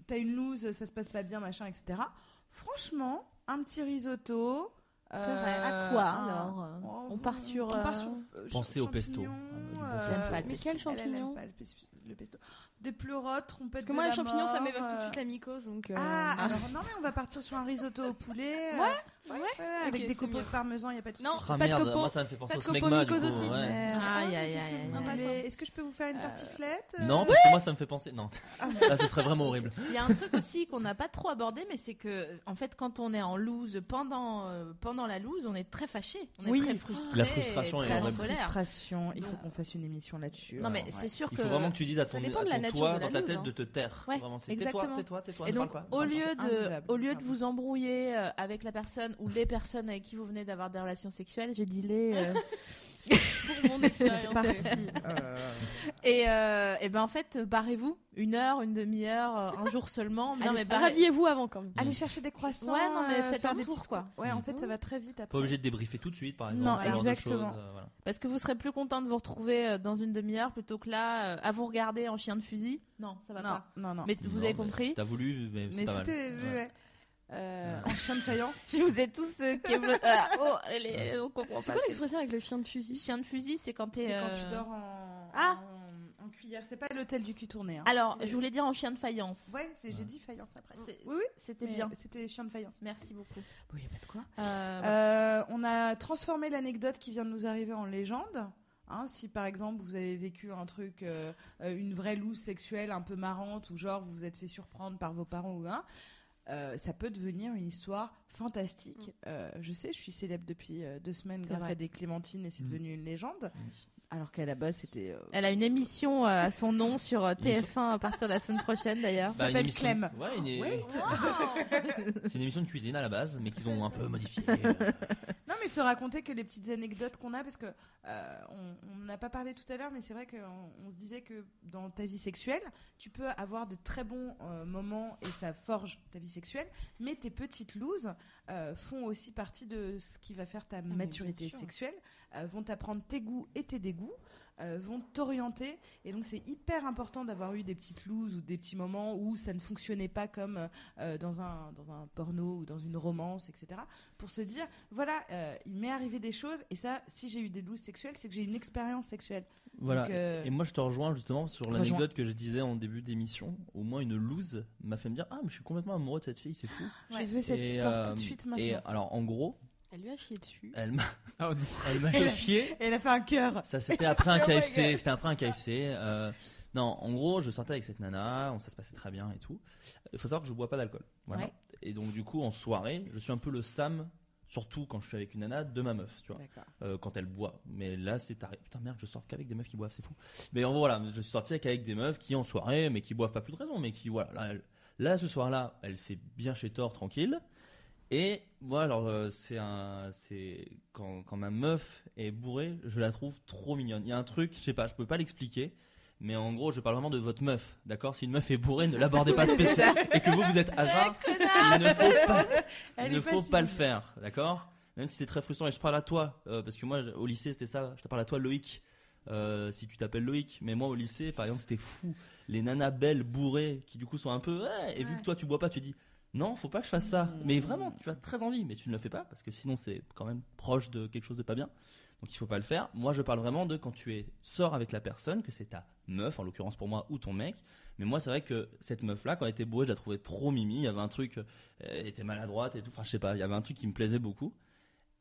[SPEAKER 2] t'as une loose, ça se passe pas bien, machin, etc. Franchement, un petit risotto. euh,
[SPEAKER 1] C'est vrai. À quoi
[SPEAKER 2] un-
[SPEAKER 5] euh,
[SPEAKER 1] alors
[SPEAKER 2] Oh,
[SPEAKER 1] On part sur.
[SPEAKER 2] on part
[SPEAKER 1] euh,
[SPEAKER 2] sur, euh,
[SPEAKER 6] Pensez
[SPEAKER 2] cha-
[SPEAKER 6] au pesto.
[SPEAKER 2] champignons, euh,
[SPEAKER 6] Ah,
[SPEAKER 1] J'aime pas le
[SPEAKER 5] Mais
[SPEAKER 1] pesto.
[SPEAKER 5] quel
[SPEAKER 2] Elle, elle aime
[SPEAKER 5] champignon
[SPEAKER 2] pas le pes- le pesto. Des pleurotes, trompette
[SPEAKER 5] Parce que moi les champignons ça m'évoque tout de suite la mycose donc. euh,
[SPEAKER 2] Ah, alors non, mais on va partir sur un risotto au poulet. euh,
[SPEAKER 5] Ouais,
[SPEAKER 2] ouais,
[SPEAKER 5] Ok,
[SPEAKER 2] avec des
[SPEAKER 5] c'est
[SPEAKER 2] copeaux
[SPEAKER 5] mieux.
[SPEAKER 2] de parmesan, il n'y a pas de
[SPEAKER 5] Non,
[SPEAKER 2] souci.
[SPEAKER 6] Ah
[SPEAKER 5] Pas de
[SPEAKER 6] merde,
[SPEAKER 5] copeaux.
[SPEAKER 6] moi ça me fait penser
[SPEAKER 5] Pas
[SPEAKER 6] au
[SPEAKER 5] de copeaux,
[SPEAKER 6] smegma du coup.
[SPEAKER 5] mycose aussi.
[SPEAKER 6] ouais.
[SPEAKER 2] Euh,
[SPEAKER 1] Aïe,
[SPEAKER 2] ah,
[SPEAKER 1] aïe,
[SPEAKER 2] mais qu'est-ce que
[SPEAKER 1] aïe,
[SPEAKER 2] vous
[SPEAKER 1] aïe,
[SPEAKER 2] voulez
[SPEAKER 5] aïe.
[SPEAKER 2] Est-ce que je peux vous faire une tartiflette euh,
[SPEAKER 6] Non, parce que moi ça me fait penser. Non, là ce serait vraiment horrible.
[SPEAKER 1] Il y a un truc aussi qu'on n'a pas trop abordé, mais c'est que, en fait, quand on est en loose, pendant, euh, pendant la loose, on est très fâché. On est
[SPEAKER 2] Oui.
[SPEAKER 1] très frustré.
[SPEAKER 6] La frustration
[SPEAKER 1] et
[SPEAKER 6] est
[SPEAKER 1] très en
[SPEAKER 6] horrible.
[SPEAKER 1] colère.
[SPEAKER 2] Frustration, il faut
[SPEAKER 1] Donc-
[SPEAKER 2] qu'on fasse une émission là-dessus. Euh,
[SPEAKER 1] Non, mais
[SPEAKER 2] alors,
[SPEAKER 1] c'est
[SPEAKER 2] ouais.
[SPEAKER 1] sûr
[SPEAKER 6] Il
[SPEAKER 1] que.
[SPEAKER 6] faut vraiment que tu dises à
[SPEAKER 5] Ça
[SPEAKER 6] ton,
[SPEAKER 5] dépend
[SPEAKER 6] à
[SPEAKER 5] de la
[SPEAKER 6] ton
[SPEAKER 5] nature
[SPEAKER 6] toi
[SPEAKER 5] de la
[SPEAKER 6] dans ta
[SPEAKER 5] loose,
[SPEAKER 6] tête
[SPEAKER 5] hein.
[SPEAKER 6] de te taire.
[SPEAKER 1] Ouais,
[SPEAKER 6] Vraiment, c'est tais-toi,
[SPEAKER 1] exactement.
[SPEAKER 6] tais-toi, tais-toi.
[SPEAKER 1] Et
[SPEAKER 6] ne
[SPEAKER 1] donc,
[SPEAKER 6] parle pas.
[SPEAKER 1] au
[SPEAKER 6] Enfin,
[SPEAKER 1] lieu,
[SPEAKER 2] c'est
[SPEAKER 1] de,
[SPEAKER 2] invivable,
[SPEAKER 1] au lieu de
[SPEAKER 2] pardon.
[SPEAKER 1] vous embrouiller euh, avec la personne ou les personnes avec qui vous venez d'avoir des relations sexuelles, j'ai dit les. euh,
[SPEAKER 5] Pour mon expérience.
[SPEAKER 2] parti. Euh,
[SPEAKER 1] et, euh, et ben en fait, barrez-vous. Une heure, une demi-heure, euh, un jour seulement. non,
[SPEAKER 5] Allez,
[SPEAKER 1] mais
[SPEAKER 5] faire-
[SPEAKER 1] barrez-
[SPEAKER 5] habillez-vous avant quand même.
[SPEAKER 2] Allez chercher des croissants.
[SPEAKER 1] Ouais, non, mais
[SPEAKER 2] euh,
[SPEAKER 1] faites
[SPEAKER 2] faire
[SPEAKER 1] un
[SPEAKER 2] des
[SPEAKER 1] tour,
[SPEAKER 2] petits
[SPEAKER 1] quoi. Mmh.
[SPEAKER 2] trucs. Ouais, en fait, ça va très vite après.
[SPEAKER 6] Pas obligé de débriefer tout de suite, par exemple.
[SPEAKER 2] Non,
[SPEAKER 6] ce genre de
[SPEAKER 2] exactement.
[SPEAKER 6] choses, euh, voilà.
[SPEAKER 1] Parce que vous serez plus content de vous retrouver euh, dans une demi-heure plutôt que là, euh, à vous regarder en chien de fusil. Non, ça va
[SPEAKER 2] Non,
[SPEAKER 1] pas.
[SPEAKER 2] non, non.
[SPEAKER 1] Mais vous avez
[SPEAKER 6] Non, mais
[SPEAKER 1] compris
[SPEAKER 6] T'as voulu, mais c'est
[SPEAKER 2] Mais
[SPEAKER 6] pas mal.
[SPEAKER 2] c'était. ouais,
[SPEAKER 6] Ouais.
[SPEAKER 2] ouais. Euh, En chien de faïence.
[SPEAKER 1] Je vous ai tous euh, québlo- *laughs* Ah, oh, elle est- on comprend
[SPEAKER 5] C'est
[SPEAKER 1] pas.
[SPEAKER 5] quoi
[SPEAKER 1] c'est-
[SPEAKER 5] l'expression avec le chien de fusil
[SPEAKER 1] Chien de fusil, c'est quand t'es.
[SPEAKER 2] C'est quand
[SPEAKER 1] euh,
[SPEAKER 2] tu dors en.
[SPEAKER 1] Ah.
[SPEAKER 2] en- En cuillère. C'est pas l'hôtel du cul tourné. hein.
[SPEAKER 1] Alors,
[SPEAKER 2] C'est-
[SPEAKER 1] je voulais dire en chien de faïence.
[SPEAKER 2] Ouais, c'est- j'ai dit faïence après.
[SPEAKER 1] Bah, C'est-
[SPEAKER 2] Oui, oui.
[SPEAKER 1] C'était
[SPEAKER 2] mais
[SPEAKER 1] bien.
[SPEAKER 2] C'était chien de faïence.
[SPEAKER 1] Merci beaucoup.
[SPEAKER 2] Bon, y a pas de quoi.
[SPEAKER 1] Euh,
[SPEAKER 2] Euh, on a transformé l'anecdote qui vient de nous arriver en légende. Hein, si par exemple vous avez vécu un truc, euh, euh, une vraie loose sexuelle un peu marrante, ou genre vous vous êtes fait surprendre par vos parents ou un, euh, ça peut devenir une histoire fantastique. Euh, je sais, je suis célèbre depuis euh, deux semaines
[SPEAKER 1] Mm. C'est
[SPEAKER 2] grâce
[SPEAKER 1] vrai.
[SPEAKER 2] à des clémentines et c'est
[SPEAKER 3] Mm.
[SPEAKER 2] devenu une légende.
[SPEAKER 6] Mm.
[SPEAKER 2] Alors qu'à la base c'était. euh,
[SPEAKER 1] Elle a une émission euh, à son nom sur euh, TF1 à partir de la semaine prochaine d'ailleurs.
[SPEAKER 2] Ça s'appelle
[SPEAKER 6] Bah, une émission-
[SPEAKER 2] Clem.
[SPEAKER 6] Ouais, une-
[SPEAKER 2] Wait.
[SPEAKER 6] c'est une émission de cuisine à la base, mais qu'ils ont un
[SPEAKER 2] *laughs*
[SPEAKER 6] peu modifiée.
[SPEAKER 2] Non, mais se raconter que les petites anecdotes qu'on a, parce que euh, on on n'a pas parlé tout à l'heure, mais c'est vrai qu'on on se disait que dans ta vie sexuelle, tu peux avoir des très bons euh, moments et ça forge ta vie sexuelle, mais tes petites looses euh, font aussi partie de ce qui va faire ta
[SPEAKER 5] Ah, mais
[SPEAKER 2] maturité
[SPEAKER 5] bien sûr.
[SPEAKER 2] sexuelle, euh, vont t'apprendre tes goûts et tes dégoûts, euh, vont t'orienter, et donc c'est hyper important d'avoir eu des petites looses ou des petits moments où ça ne fonctionnait pas comme euh, dans, un, dans un porno ou dans une romance, etc pour se dire voilà euh, il m'est arrivé des choses et ça si j'ai eu des looses sexuelles c'est que j'ai une expérience sexuelle
[SPEAKER 6] Voilà.
[SPEAKER 2] Donc, euh,
[SPEAKER 6] Et moi, je te rejoins justement sur
[SPEAKER 2] Rejoins.
[SPEAKER 6] l'anecdote que je disais en début d'émission. Au moins, une loose m'a fait me dire Ah, mais je suis complètement amoureux de cette fille, c'est fou.
[SPEAKER 2] je veux cette
[SPEAKER 6] Et,
[SPEAKER 2] histoire
[SPEAKER 6] euh,
[SPEAKER 2] tout de suite
[SPEAKER 6] Et
[SPEAKER 2] maintenant
[SPEAKER 6] alors, en gros,
[SPEAKER 5] Elle lui a chié dessus.
[SPEAKER 6] elle
[SPEAKER 2] *laughs*
[SPEAKER 6] m'a
[SPEAKER 3] Ah, on-
[SPEAKER 6] elle m'a
[SPEAKER 2] Elle-
[SPEAKER 6] fait chier.
[SPEAKER 2] et elle a fait un cœur
[SPEAKER 6] Ça, c'était après un
[SPEAKER 2] Oh my
[SPEAKER 6] KFC.
[SPEAKER 2] God.
[SPEAKER 6] C'était après un KFC. euh, non, en gros, je sortais avec cette nana, on- ça se passait très bien et tout. Il faut savoir que je bois pas d'alcool. Voilà.
[SPEAKER 2] Ouais.
[SPEAKER 6] Et donc, du coup, en soirée, je suis un peu le Sam Surtout quand je suis avec une nana de ma meuf, tu vois.
[SPEAKER 2] D'accord.
[SPEAKER 6] Euh, quand elle boit. Mais là, c'est taré. Putain, merde, je sors qu'avec des meufs qui boivent, c'est fou. Mais en gros, voilà, je suis sorti avec, avec des meufs qui en soirée, mais qui boivent pas plus de raison, mais qui, voilà. Là, elle- là, ce soir-là, elle s'est bien chez tort, tranquille. Et moi, alors, euh, c'est un. C'est. Quand, quand ma meuf est bourrée, je la trouve trop mignonne. Il y a un truc, je sais pas, je peux pas l'expliquer. Mais en gros, je parle vraiment de votre meuf, d'accord Si une meuf est bourrée, ne l'abordez pas spécialement. et que vous, vous êtes à jeun, il ne faut pas, il ne faut pas le faire, d'accord Même si c'est très frustrant, et je parle à toi, euh, parce que moi, je- au lycée, c'était ça, je te parle à toi, Loïc, euh, si tu t'appelles Loïc. Mais moi, au lycée, par exemple, c'était fou. Les nanas belles, bourrées, qui du coup sont un peu... Ouais, et vu que toi, tu bois pas, tu dis... Non, faut pas que je fasse ça. Mais vraiment, tu as très envie, mais tu ne le fais pas, parce que sinon, c'est quand même proche de quelque chose de pas bien. Donc il faut pas le faire. Moi, je parle vraiment de quand tu es, sors avec la personne, que c'est ta meuf, en l'occurrence pour moi, ou ton mec. Mais moi, c'est vrai que cette meuf-là, quand elle était bourrée, je la trouvais trop mimi. Il y avait un truc, euh, elle était maladroite et tout. Enfin, je sais pas, il y avait un truc qui me plaisait beaucoup.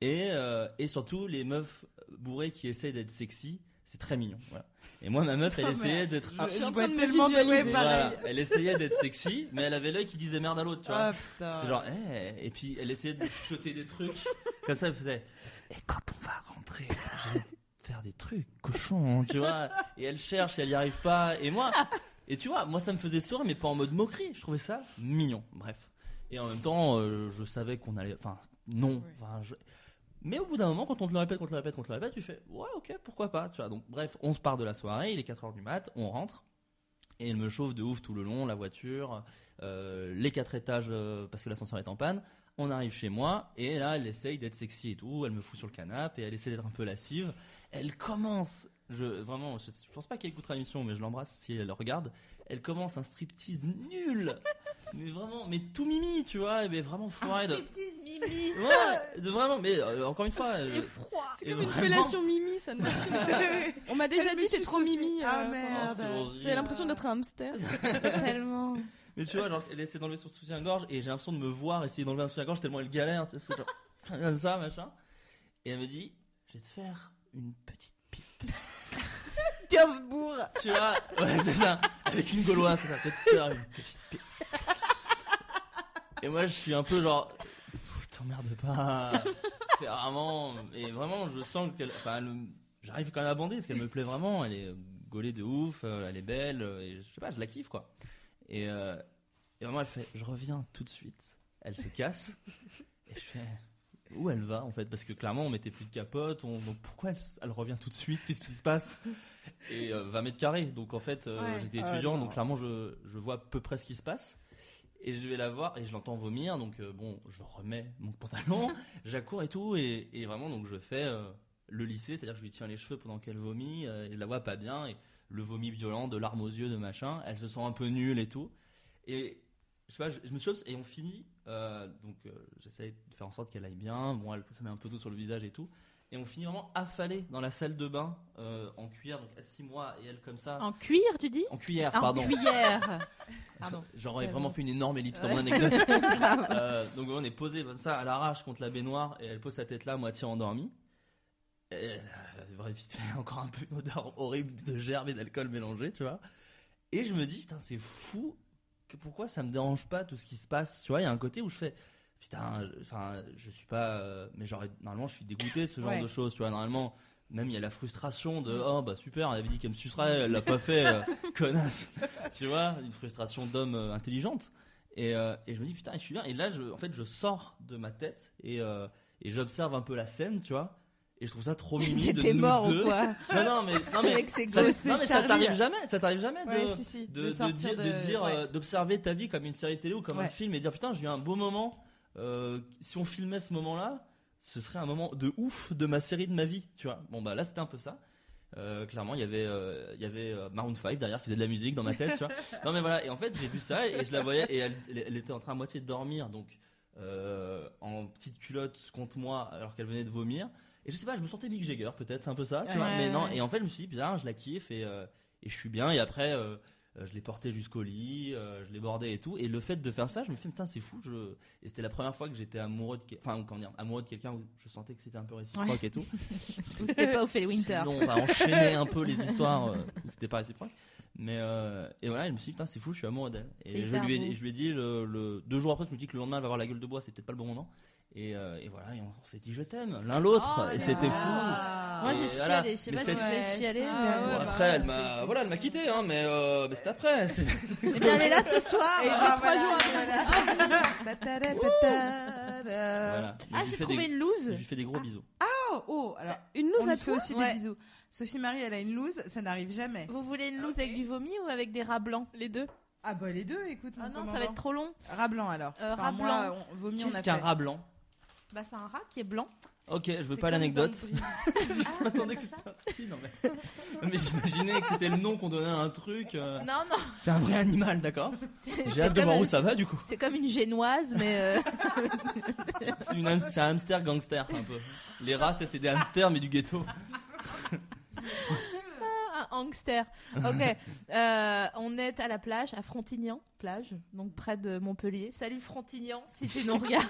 [SPEAKER 6] Et, euh, et surtout, les meufs bourrées qui essaient d'être sexy, c'est très mignon. voilà. Et moi, ma meuf, elle
[SPEAKER 2] *laughs* Oh,
[SPEAKER 6] essayait
[SPEAKER 2] merde.
[SPEAKER 6] d'être.
[SPEAKER 2] Je-
[SPEAKER 6] Ah,
[SPEAKER 2] je
[SPEAKER 5] suis en
[SPEAKER 2] vois
[SPEAKER 5] train de me
[SPEAKER 2] tellement de- ouais,
[SPEAKER 5] visualiser.
[SPEAKER 2] pareil.
[SPEAKER 6] voilà. Elle essayait d'être sexy, mais elle avait l'œil qui disait merde à l'autre, tu vois.
[SPEAKER 2] Ah, putain.
[SPEAKER 6] C'était genre, Eh, et puis elle essayait de chuchoter des trucs. Comme ça, elle faisait, et quand on va rentrer, je vais faire des trucs, cochon, tu vois. Et elle cherche, et elle n'y arrive pas. Et moi, et tu vois, moi ça me faisait sourire, mais pas en mode moquerie. Je trouvais ça mignon, bref. Et en même temps, euh, je savais qu'on allait. Enfin, non. Enfin, je- Mais au bout d'un moment, quand on te le répète, quand on te le répète, quand on te le répète, tu fais, ouais, ok, pourquoi pas, tu vois. Donc, bref, on se part de la soirée, il est 4h du mat, on rentre. Et elle me chauffe de ouf tout le long, la voiture, euh, les quatre étages euh, parce que l'ascenseur est en panne. On arrive chez moi et là elle essaye d'être sexy et tout. Elle me fout sur le canapé et elle essaie d'être un peu lascive. Elle commence, je vraiment, je, je pense pas qu'elle écoutera l'émission, mais je l'embrasse si elle le regarde. Elle commence un striptease
[SPEAKER 5] *laughs*
[SPEAKER 6] nul, mais vraiment, mais tout mimi, tu vois, mais vraiment
[SPEAKER 5] Ah,
[SPEAKER 6] foiré de,
[SPEAKER 1] Striptease mimi.
[SPEAKER 6] ouais, de vraiment, mais euh, encore une fois, je-
[SPEAKER 1] Il
[SPEAKER 2] *laughs*
[SPEAKER 1] est froid.
[SPEAKER 5] C'est
[SPEAKER 6] Et
[SPEAKER 5] comme une
[SPEAKER 6] vraiment.
[SPEAKER 5] fellation mimi, ça ne marche pas. On m'a déjà
[SPEAKER 2] Elle me
[SPEAKER 5] dit, t'es
[SPEAKER 2] suce
[SPEAKER 5] trop
[SPEAKER 2] aussi.
[SPEAKER 5] mimi.
[SPEAKER 2] Ah,
[SPEAKER 5] euh,
[SPEAKER 2] merde.
[SPEAKER 6] oh, c'est horrible.
[SPEAKER 5] J'ai l'impression d'être un *laughs* hamster.
[SPEAKER 1] Tellement.
[SPEAKER 6] Mais tu vois, genre, elle essaie d'enlever son soutien-gorge et j'ai l'impression de me voir essayer d'enlever un soutien-gorge tellement elle galère, tu sais, c'est genre, *laughs* comme ça, machin. Et elle me dit, je vais te faire une petite pipe.
[SPEAKER 2] Gainsbourg.
[SPEAKER 6] Tu vois, ouais, c'est ça, avec une gauloise, comme ça, je vais te faire une petite pipe. Et moi, je suis un peu genre, Pff, t'emmerde pas. C'est vraiment, et vraiment, je sens qu'elle, enfin, elle- j'arrive quand même à bander parce qu'elle me plaît vraiment, elle est gaulée de ouf, euh, elle est belle, euh, et je sais pas, je la kiffe, quoi. Et, euh, et vraiment, elle fait Je reviens tout de suite. Elle se casse. et je fais Où elle va en fait Parce que clairement, on mettait plus de capote. On... Donc pourquoi elle, s- elle revient tout de suite Qu'est-ce qui se passe Et euh, 20 mètres carrés. Donc en fait, euh,
[SPEAKER 5] Ouais.
[SPEAKER 6] j'étais
[SPEAKER 2] Ah,
[SPEAKER 6] étudiant.
[SPEAKER 2] non.
[SPEAKER 6] donc clairement, je, je vois à peu près ce qui se passe. Et je vais la voir et je l'entends vomir. Donc euh, bon, je remets mon *laughs* pantalon. J'accours et tout. Et, et vraiment, donc je fais euh, le lycée. C'est-à-dire que je lui tiens les cheveux pendant qu'elle vomit. euh, et je la vois pas bien. Et le vomi violent, de larmes aux yeux, de machin. Elle se sent un peu nulle et tout. Et je sais pas, je, je me suis obs- et on finit. euh, donc euh, j'essaie de faire en sorte qu'elle aille bien. Bon, elle se met un peu d'eau sur le visage et tout. Et on finit vraiment affalé dans la salle de bain euh, en cuillère, donc à 6 mois et elle comme ça.
[SPEAKER 1] En cuir, tu dis
[SPEAKER 6] En cuillère,
[SPEAKER 1] En
[SPEAKER 6] Ah, pardon. *laughs*
[SPEAKER 1] cuillère. Pardon.
[SPEAKER 6] J'aurais
[SPEAKER 1] Euh,
[SPEAKER 6] vraiment
[SPEAKER 1] non.
[SPEAKER 6] fait une énorme ellipse dans
[SPEAKER 1] Ouais.
[SPEAKER 6] mon anecdote.
[SPEAKER 1] *laughs* Grave.
[SPEAKER 6] Euh, donc on est posé comme ça à l'arrache contre la baignoire et elle pose sa tête là, moitié endormie. Et Elle a vraiment vite fait *laughs* encore un peu une odeur horrible de germes et d'alcool mélangé, tu vois. Et je me dis, putain, c'est fou. que- pourquoi ça me dérange pas tout ce qui se passe Tu vois, il y a un côté où je fais, putain, je- enfin, je suis pas. euh, mais genre, normalement, je suis dégoûté ce genre
[SPEAKER 2] Ouais.
[SPEAKER 6] de choses, tu vois. Normalement, même il y a la frustration de,
[SPEAKER 1] Mm.
[SPEAKER 6] oh bah super, elle avait dit qu'elle me sucerait, elle l'a pas
[SPEAKER 1] *laughs*
[SPEAKER 6] fait, euh, connasse. tu vois, une frustration d'homme euh, intelligente. Et, euh, et je me dis putain, je suis bien. Et là, je, en fait, je sors de ma tête et, euh, et j'observe un peu la scène, tu vois. Et je trouve
[SPEAKER 1] *laughs*
[SPEAKER 6] ça trop mimi de
[SPEAKER 1] T'étais
[SPEAKER 6] nous
[SPEAKER 1] mort
[SPEAKER 6] deux.
[SPEAKER 1] ou quoi
[SPEAKER 6] Non, non, mais non
[SPEAKER 1] *laughs*
[SPEAKER 6] mais
[SPEAKER 1] Avec ses
[SPEAKER 6] ça, non,
[SPEAKER 1] gosses.
[SPEAKER 2] gosses.
[SPEAKER 6] mais ça
[SPEAKER 2] Charlie.
[SPEAKER 6] t'arrive jamais, ça t'arrive jamais de
[SPEAKER 2] Ouais, si, si.
[SPEAKER 6] de,
[SPEAKER 2] De
[SPEAKER 6] de
[SPEAKER 2] sortir
[SPEAKER 6] dire, de
[SPEAKER 2] de-
[SPEAKER 6] dire,
[SPEAKER 2] ouais.
[SPEAKER 6] euh, d'observer ta vie comme une série télé ou comme un
[SPEAKER 2] Ouais.
[SPEAKER 6] film et dire putain, j'ai eu un beau moment. Euh, si on filmait ce moment-là, ce serait un moment de ouf de ma série de ma vie, tu vois. Bon bah là, c'était un peu ça. Euh, clairement, il y avait, euh, il y avait euh, Maroon 5 derrière qui faisait de la musique dans ma tête, tu vois. Non mais voilà, et en fait j'ai vu ça et je la voyais et elle, elle- elle était en train à moitié de dormir donc euh, en petite culotte contre moi alors qu'elle venait de vomir et je sais pas, je me sentais Mick Jagger peut-être, c'est un peu ça, tu vois.
[SPEAKER 1] Ouais,
[SPEAKER 6] Mais
[SPEAKER 1] ouais,
[SPEAKER 6] non,
[SPEAKER 1] ouais.
[SPEAKER 6] et en fait je me suis dit putain, je la kiffe et, euh, et je suis bien et après euh, euh, je l'ai portée jusqu'au lit, euh, je l'ai bordée et tout et le fait de faire ça, je me fais putain c'est fou, je et c'était la première fois que j'étais amoureux de quel- enfin comment dire, amoureux de quelqu'un où je sentais que c'était un peu réciproque et tout.
[SPEAKER 1] Ou c'était pas au fait Winter.
[SPEAKER 6] Sinon, on va enchaîner un peu les histoires. euh, C'était pas réciproque. Mais euh, et voilà, je me suis dit, putain, c'est fou, je suis amoureux d'elle.
[SPEAKER 1] C'est
[SPEAKER 6] Et je
[SPEAKER 1] hyper
[SPEAKER 6] lui,
[SPEAKER 1] beau.
[SPEAKER 6] ai, je lui ai dit, le, le- deux jours après, je me dis que le lendemain, elle va avoir la gueule de bois, c'est peut-être pas le bon moment. Et, euh, et voilà, et on, s'est dit je t'aime l'un l'autre,
[SPEAKER 1] Oh
[SPEAKER 6] et
[SPEAKER 1] là
[SPEAKER 6] c'était
[SPEAKER 1] là.
[SPEAKER 6] fou.
[SPEAKER 2] Ah.
[SPEAKER 1] Moi,
[SPEAKER 6] Et
[SPEAKER 1] j'ai
[SPEAKER 6] voilà.
[SPEAKER 1] chialé, je sais
[SPEAKER 6] Mais
[SPEAKER 1] pas si
[SPEAKER 6] c'est-
[SPEAKER 1] vous avez chialé,
[SPEAKER 5] Ah,
[SPEAKER 1] mais- euh,
[SPEAKER 5] ouais,
[SPEAKER 6] Bon,
[SPEAKER 5] bah,
[SPEAKER 6] après, elle m'a, voilà, elle m'a quitté, hein, mais, euh, mais c'est après. c'est-
[SPEAKER 1] Eh bien, elle est là ce soir.
[SPEAKER 2] Et
[SPEAKER 1] euh,
[SPEAKER 2] bah,
[SPEAKER 1] trois
[SPEAKER 2] voilà,
[SPEAKER 1] jours après.
[SPEAKER 2] voilà. *laughs* Ta-ta-ta-ta-ta.
[SPEAKER 6] Voilà.
[SPEAKER 1] Ah,
[SPEAKER 6] Mais je lui
[SPEAKER 1] j'ai
[SPEAKER 6] fais
[SPEAKER 1] trouvé
[SPEAKER 6] des-
[SPEAKER 1] une Ah, loose.
[SPEAKER 6] Je lui fais des gros bisous.
[SPEAKER 2] Oh, oh, alors
[SPEAKER 5] Une
[SPEAKER 2] on
[SPEAKER 5] loose
[SPEAKER 2] lui
[SPEAKER 5] à
[SPEAKER 2] fait
[SPEAKER 5] toi
[SPEAKER 2] aussi
[SPEAKER 1] Ouais.
[SPEAKER 2] des bisous. Sophie Marie, elle a une loose, ça n'arrive jamais.
[SPEAKER 1] Vous voulez une loose avec du vomi ou avec des rats blancs Les deux.
[SPEAKER 2] Ah bah les deux, écoute.
[SPEAKER 1] Ah
[SPEAKER 2] mon
[SPEAKER 1] non, ça
[SPEAKER 2] commandant.
[SPEAKER 1] va être trop long.
[SPEAKER 2] Rat blanc alors.
[SPEAKER 1] Euh,
[SPEAKER 2] Enfin,
[SPEAKER 1] rat
[SPEAKER 2] moi,
[SPEAKER 1] blanc.
[SPEAKER 2] on- vomi, on a
[SPEAKER 6] Qu'est-ce
[SPEAKER 2] fait.
[SPEAKER 6] qu'un rat blanc
[SPEAKER 1] Bah, c'est un rat qui est blanc.
[SPEAKER 6] Ok, je veux
[SPEAKER 2] C'est
[SPEAKER 6] pas
[SPEAKER 2] comme
[SPEAKER 6] l'anecdote.
[SPEAKER 2] dans le brise.
[SPEAKER 6] Je m'attendais que
[SPEAKER 1] c'est
[SPEAKER 6] c'était ainsi, non mais. *laughs* Non, mais j'imaginais que c'était le nom qu'on donnait à un truc. euh,
[SPEAKER 1] Non,
[SPEAKER 6] *laughs*
[SPEAKER 1] non.
[SPEAKER 6] C'est un vrai animal, d'accord
[SPEAKER 1] c'est- c'est
[SPEAKER 6] J'ai hâte de
[SPEAKER 1] comme
[SPEAKER 6] voir où
[SPEAKER 1] un-
[SPEAKER 6] ça va du coup.
[SPEAKER 1] C'est comme une génoise, mais. euh, *laughs*
[SPEAKER 6] C'est une ham- c'est un hamster gangster un peu. Les rats, ça, c'est des hamsters mais du ghetto.
[SPEAKER 1] un hangster. Ok. Euh, on est à la plage, à Frontignan, plage, donc près de Montpellier. Salut Frontignan, si tu nous
[SPEAKER 6] *laughs*
[SPEAKER 1] regardes.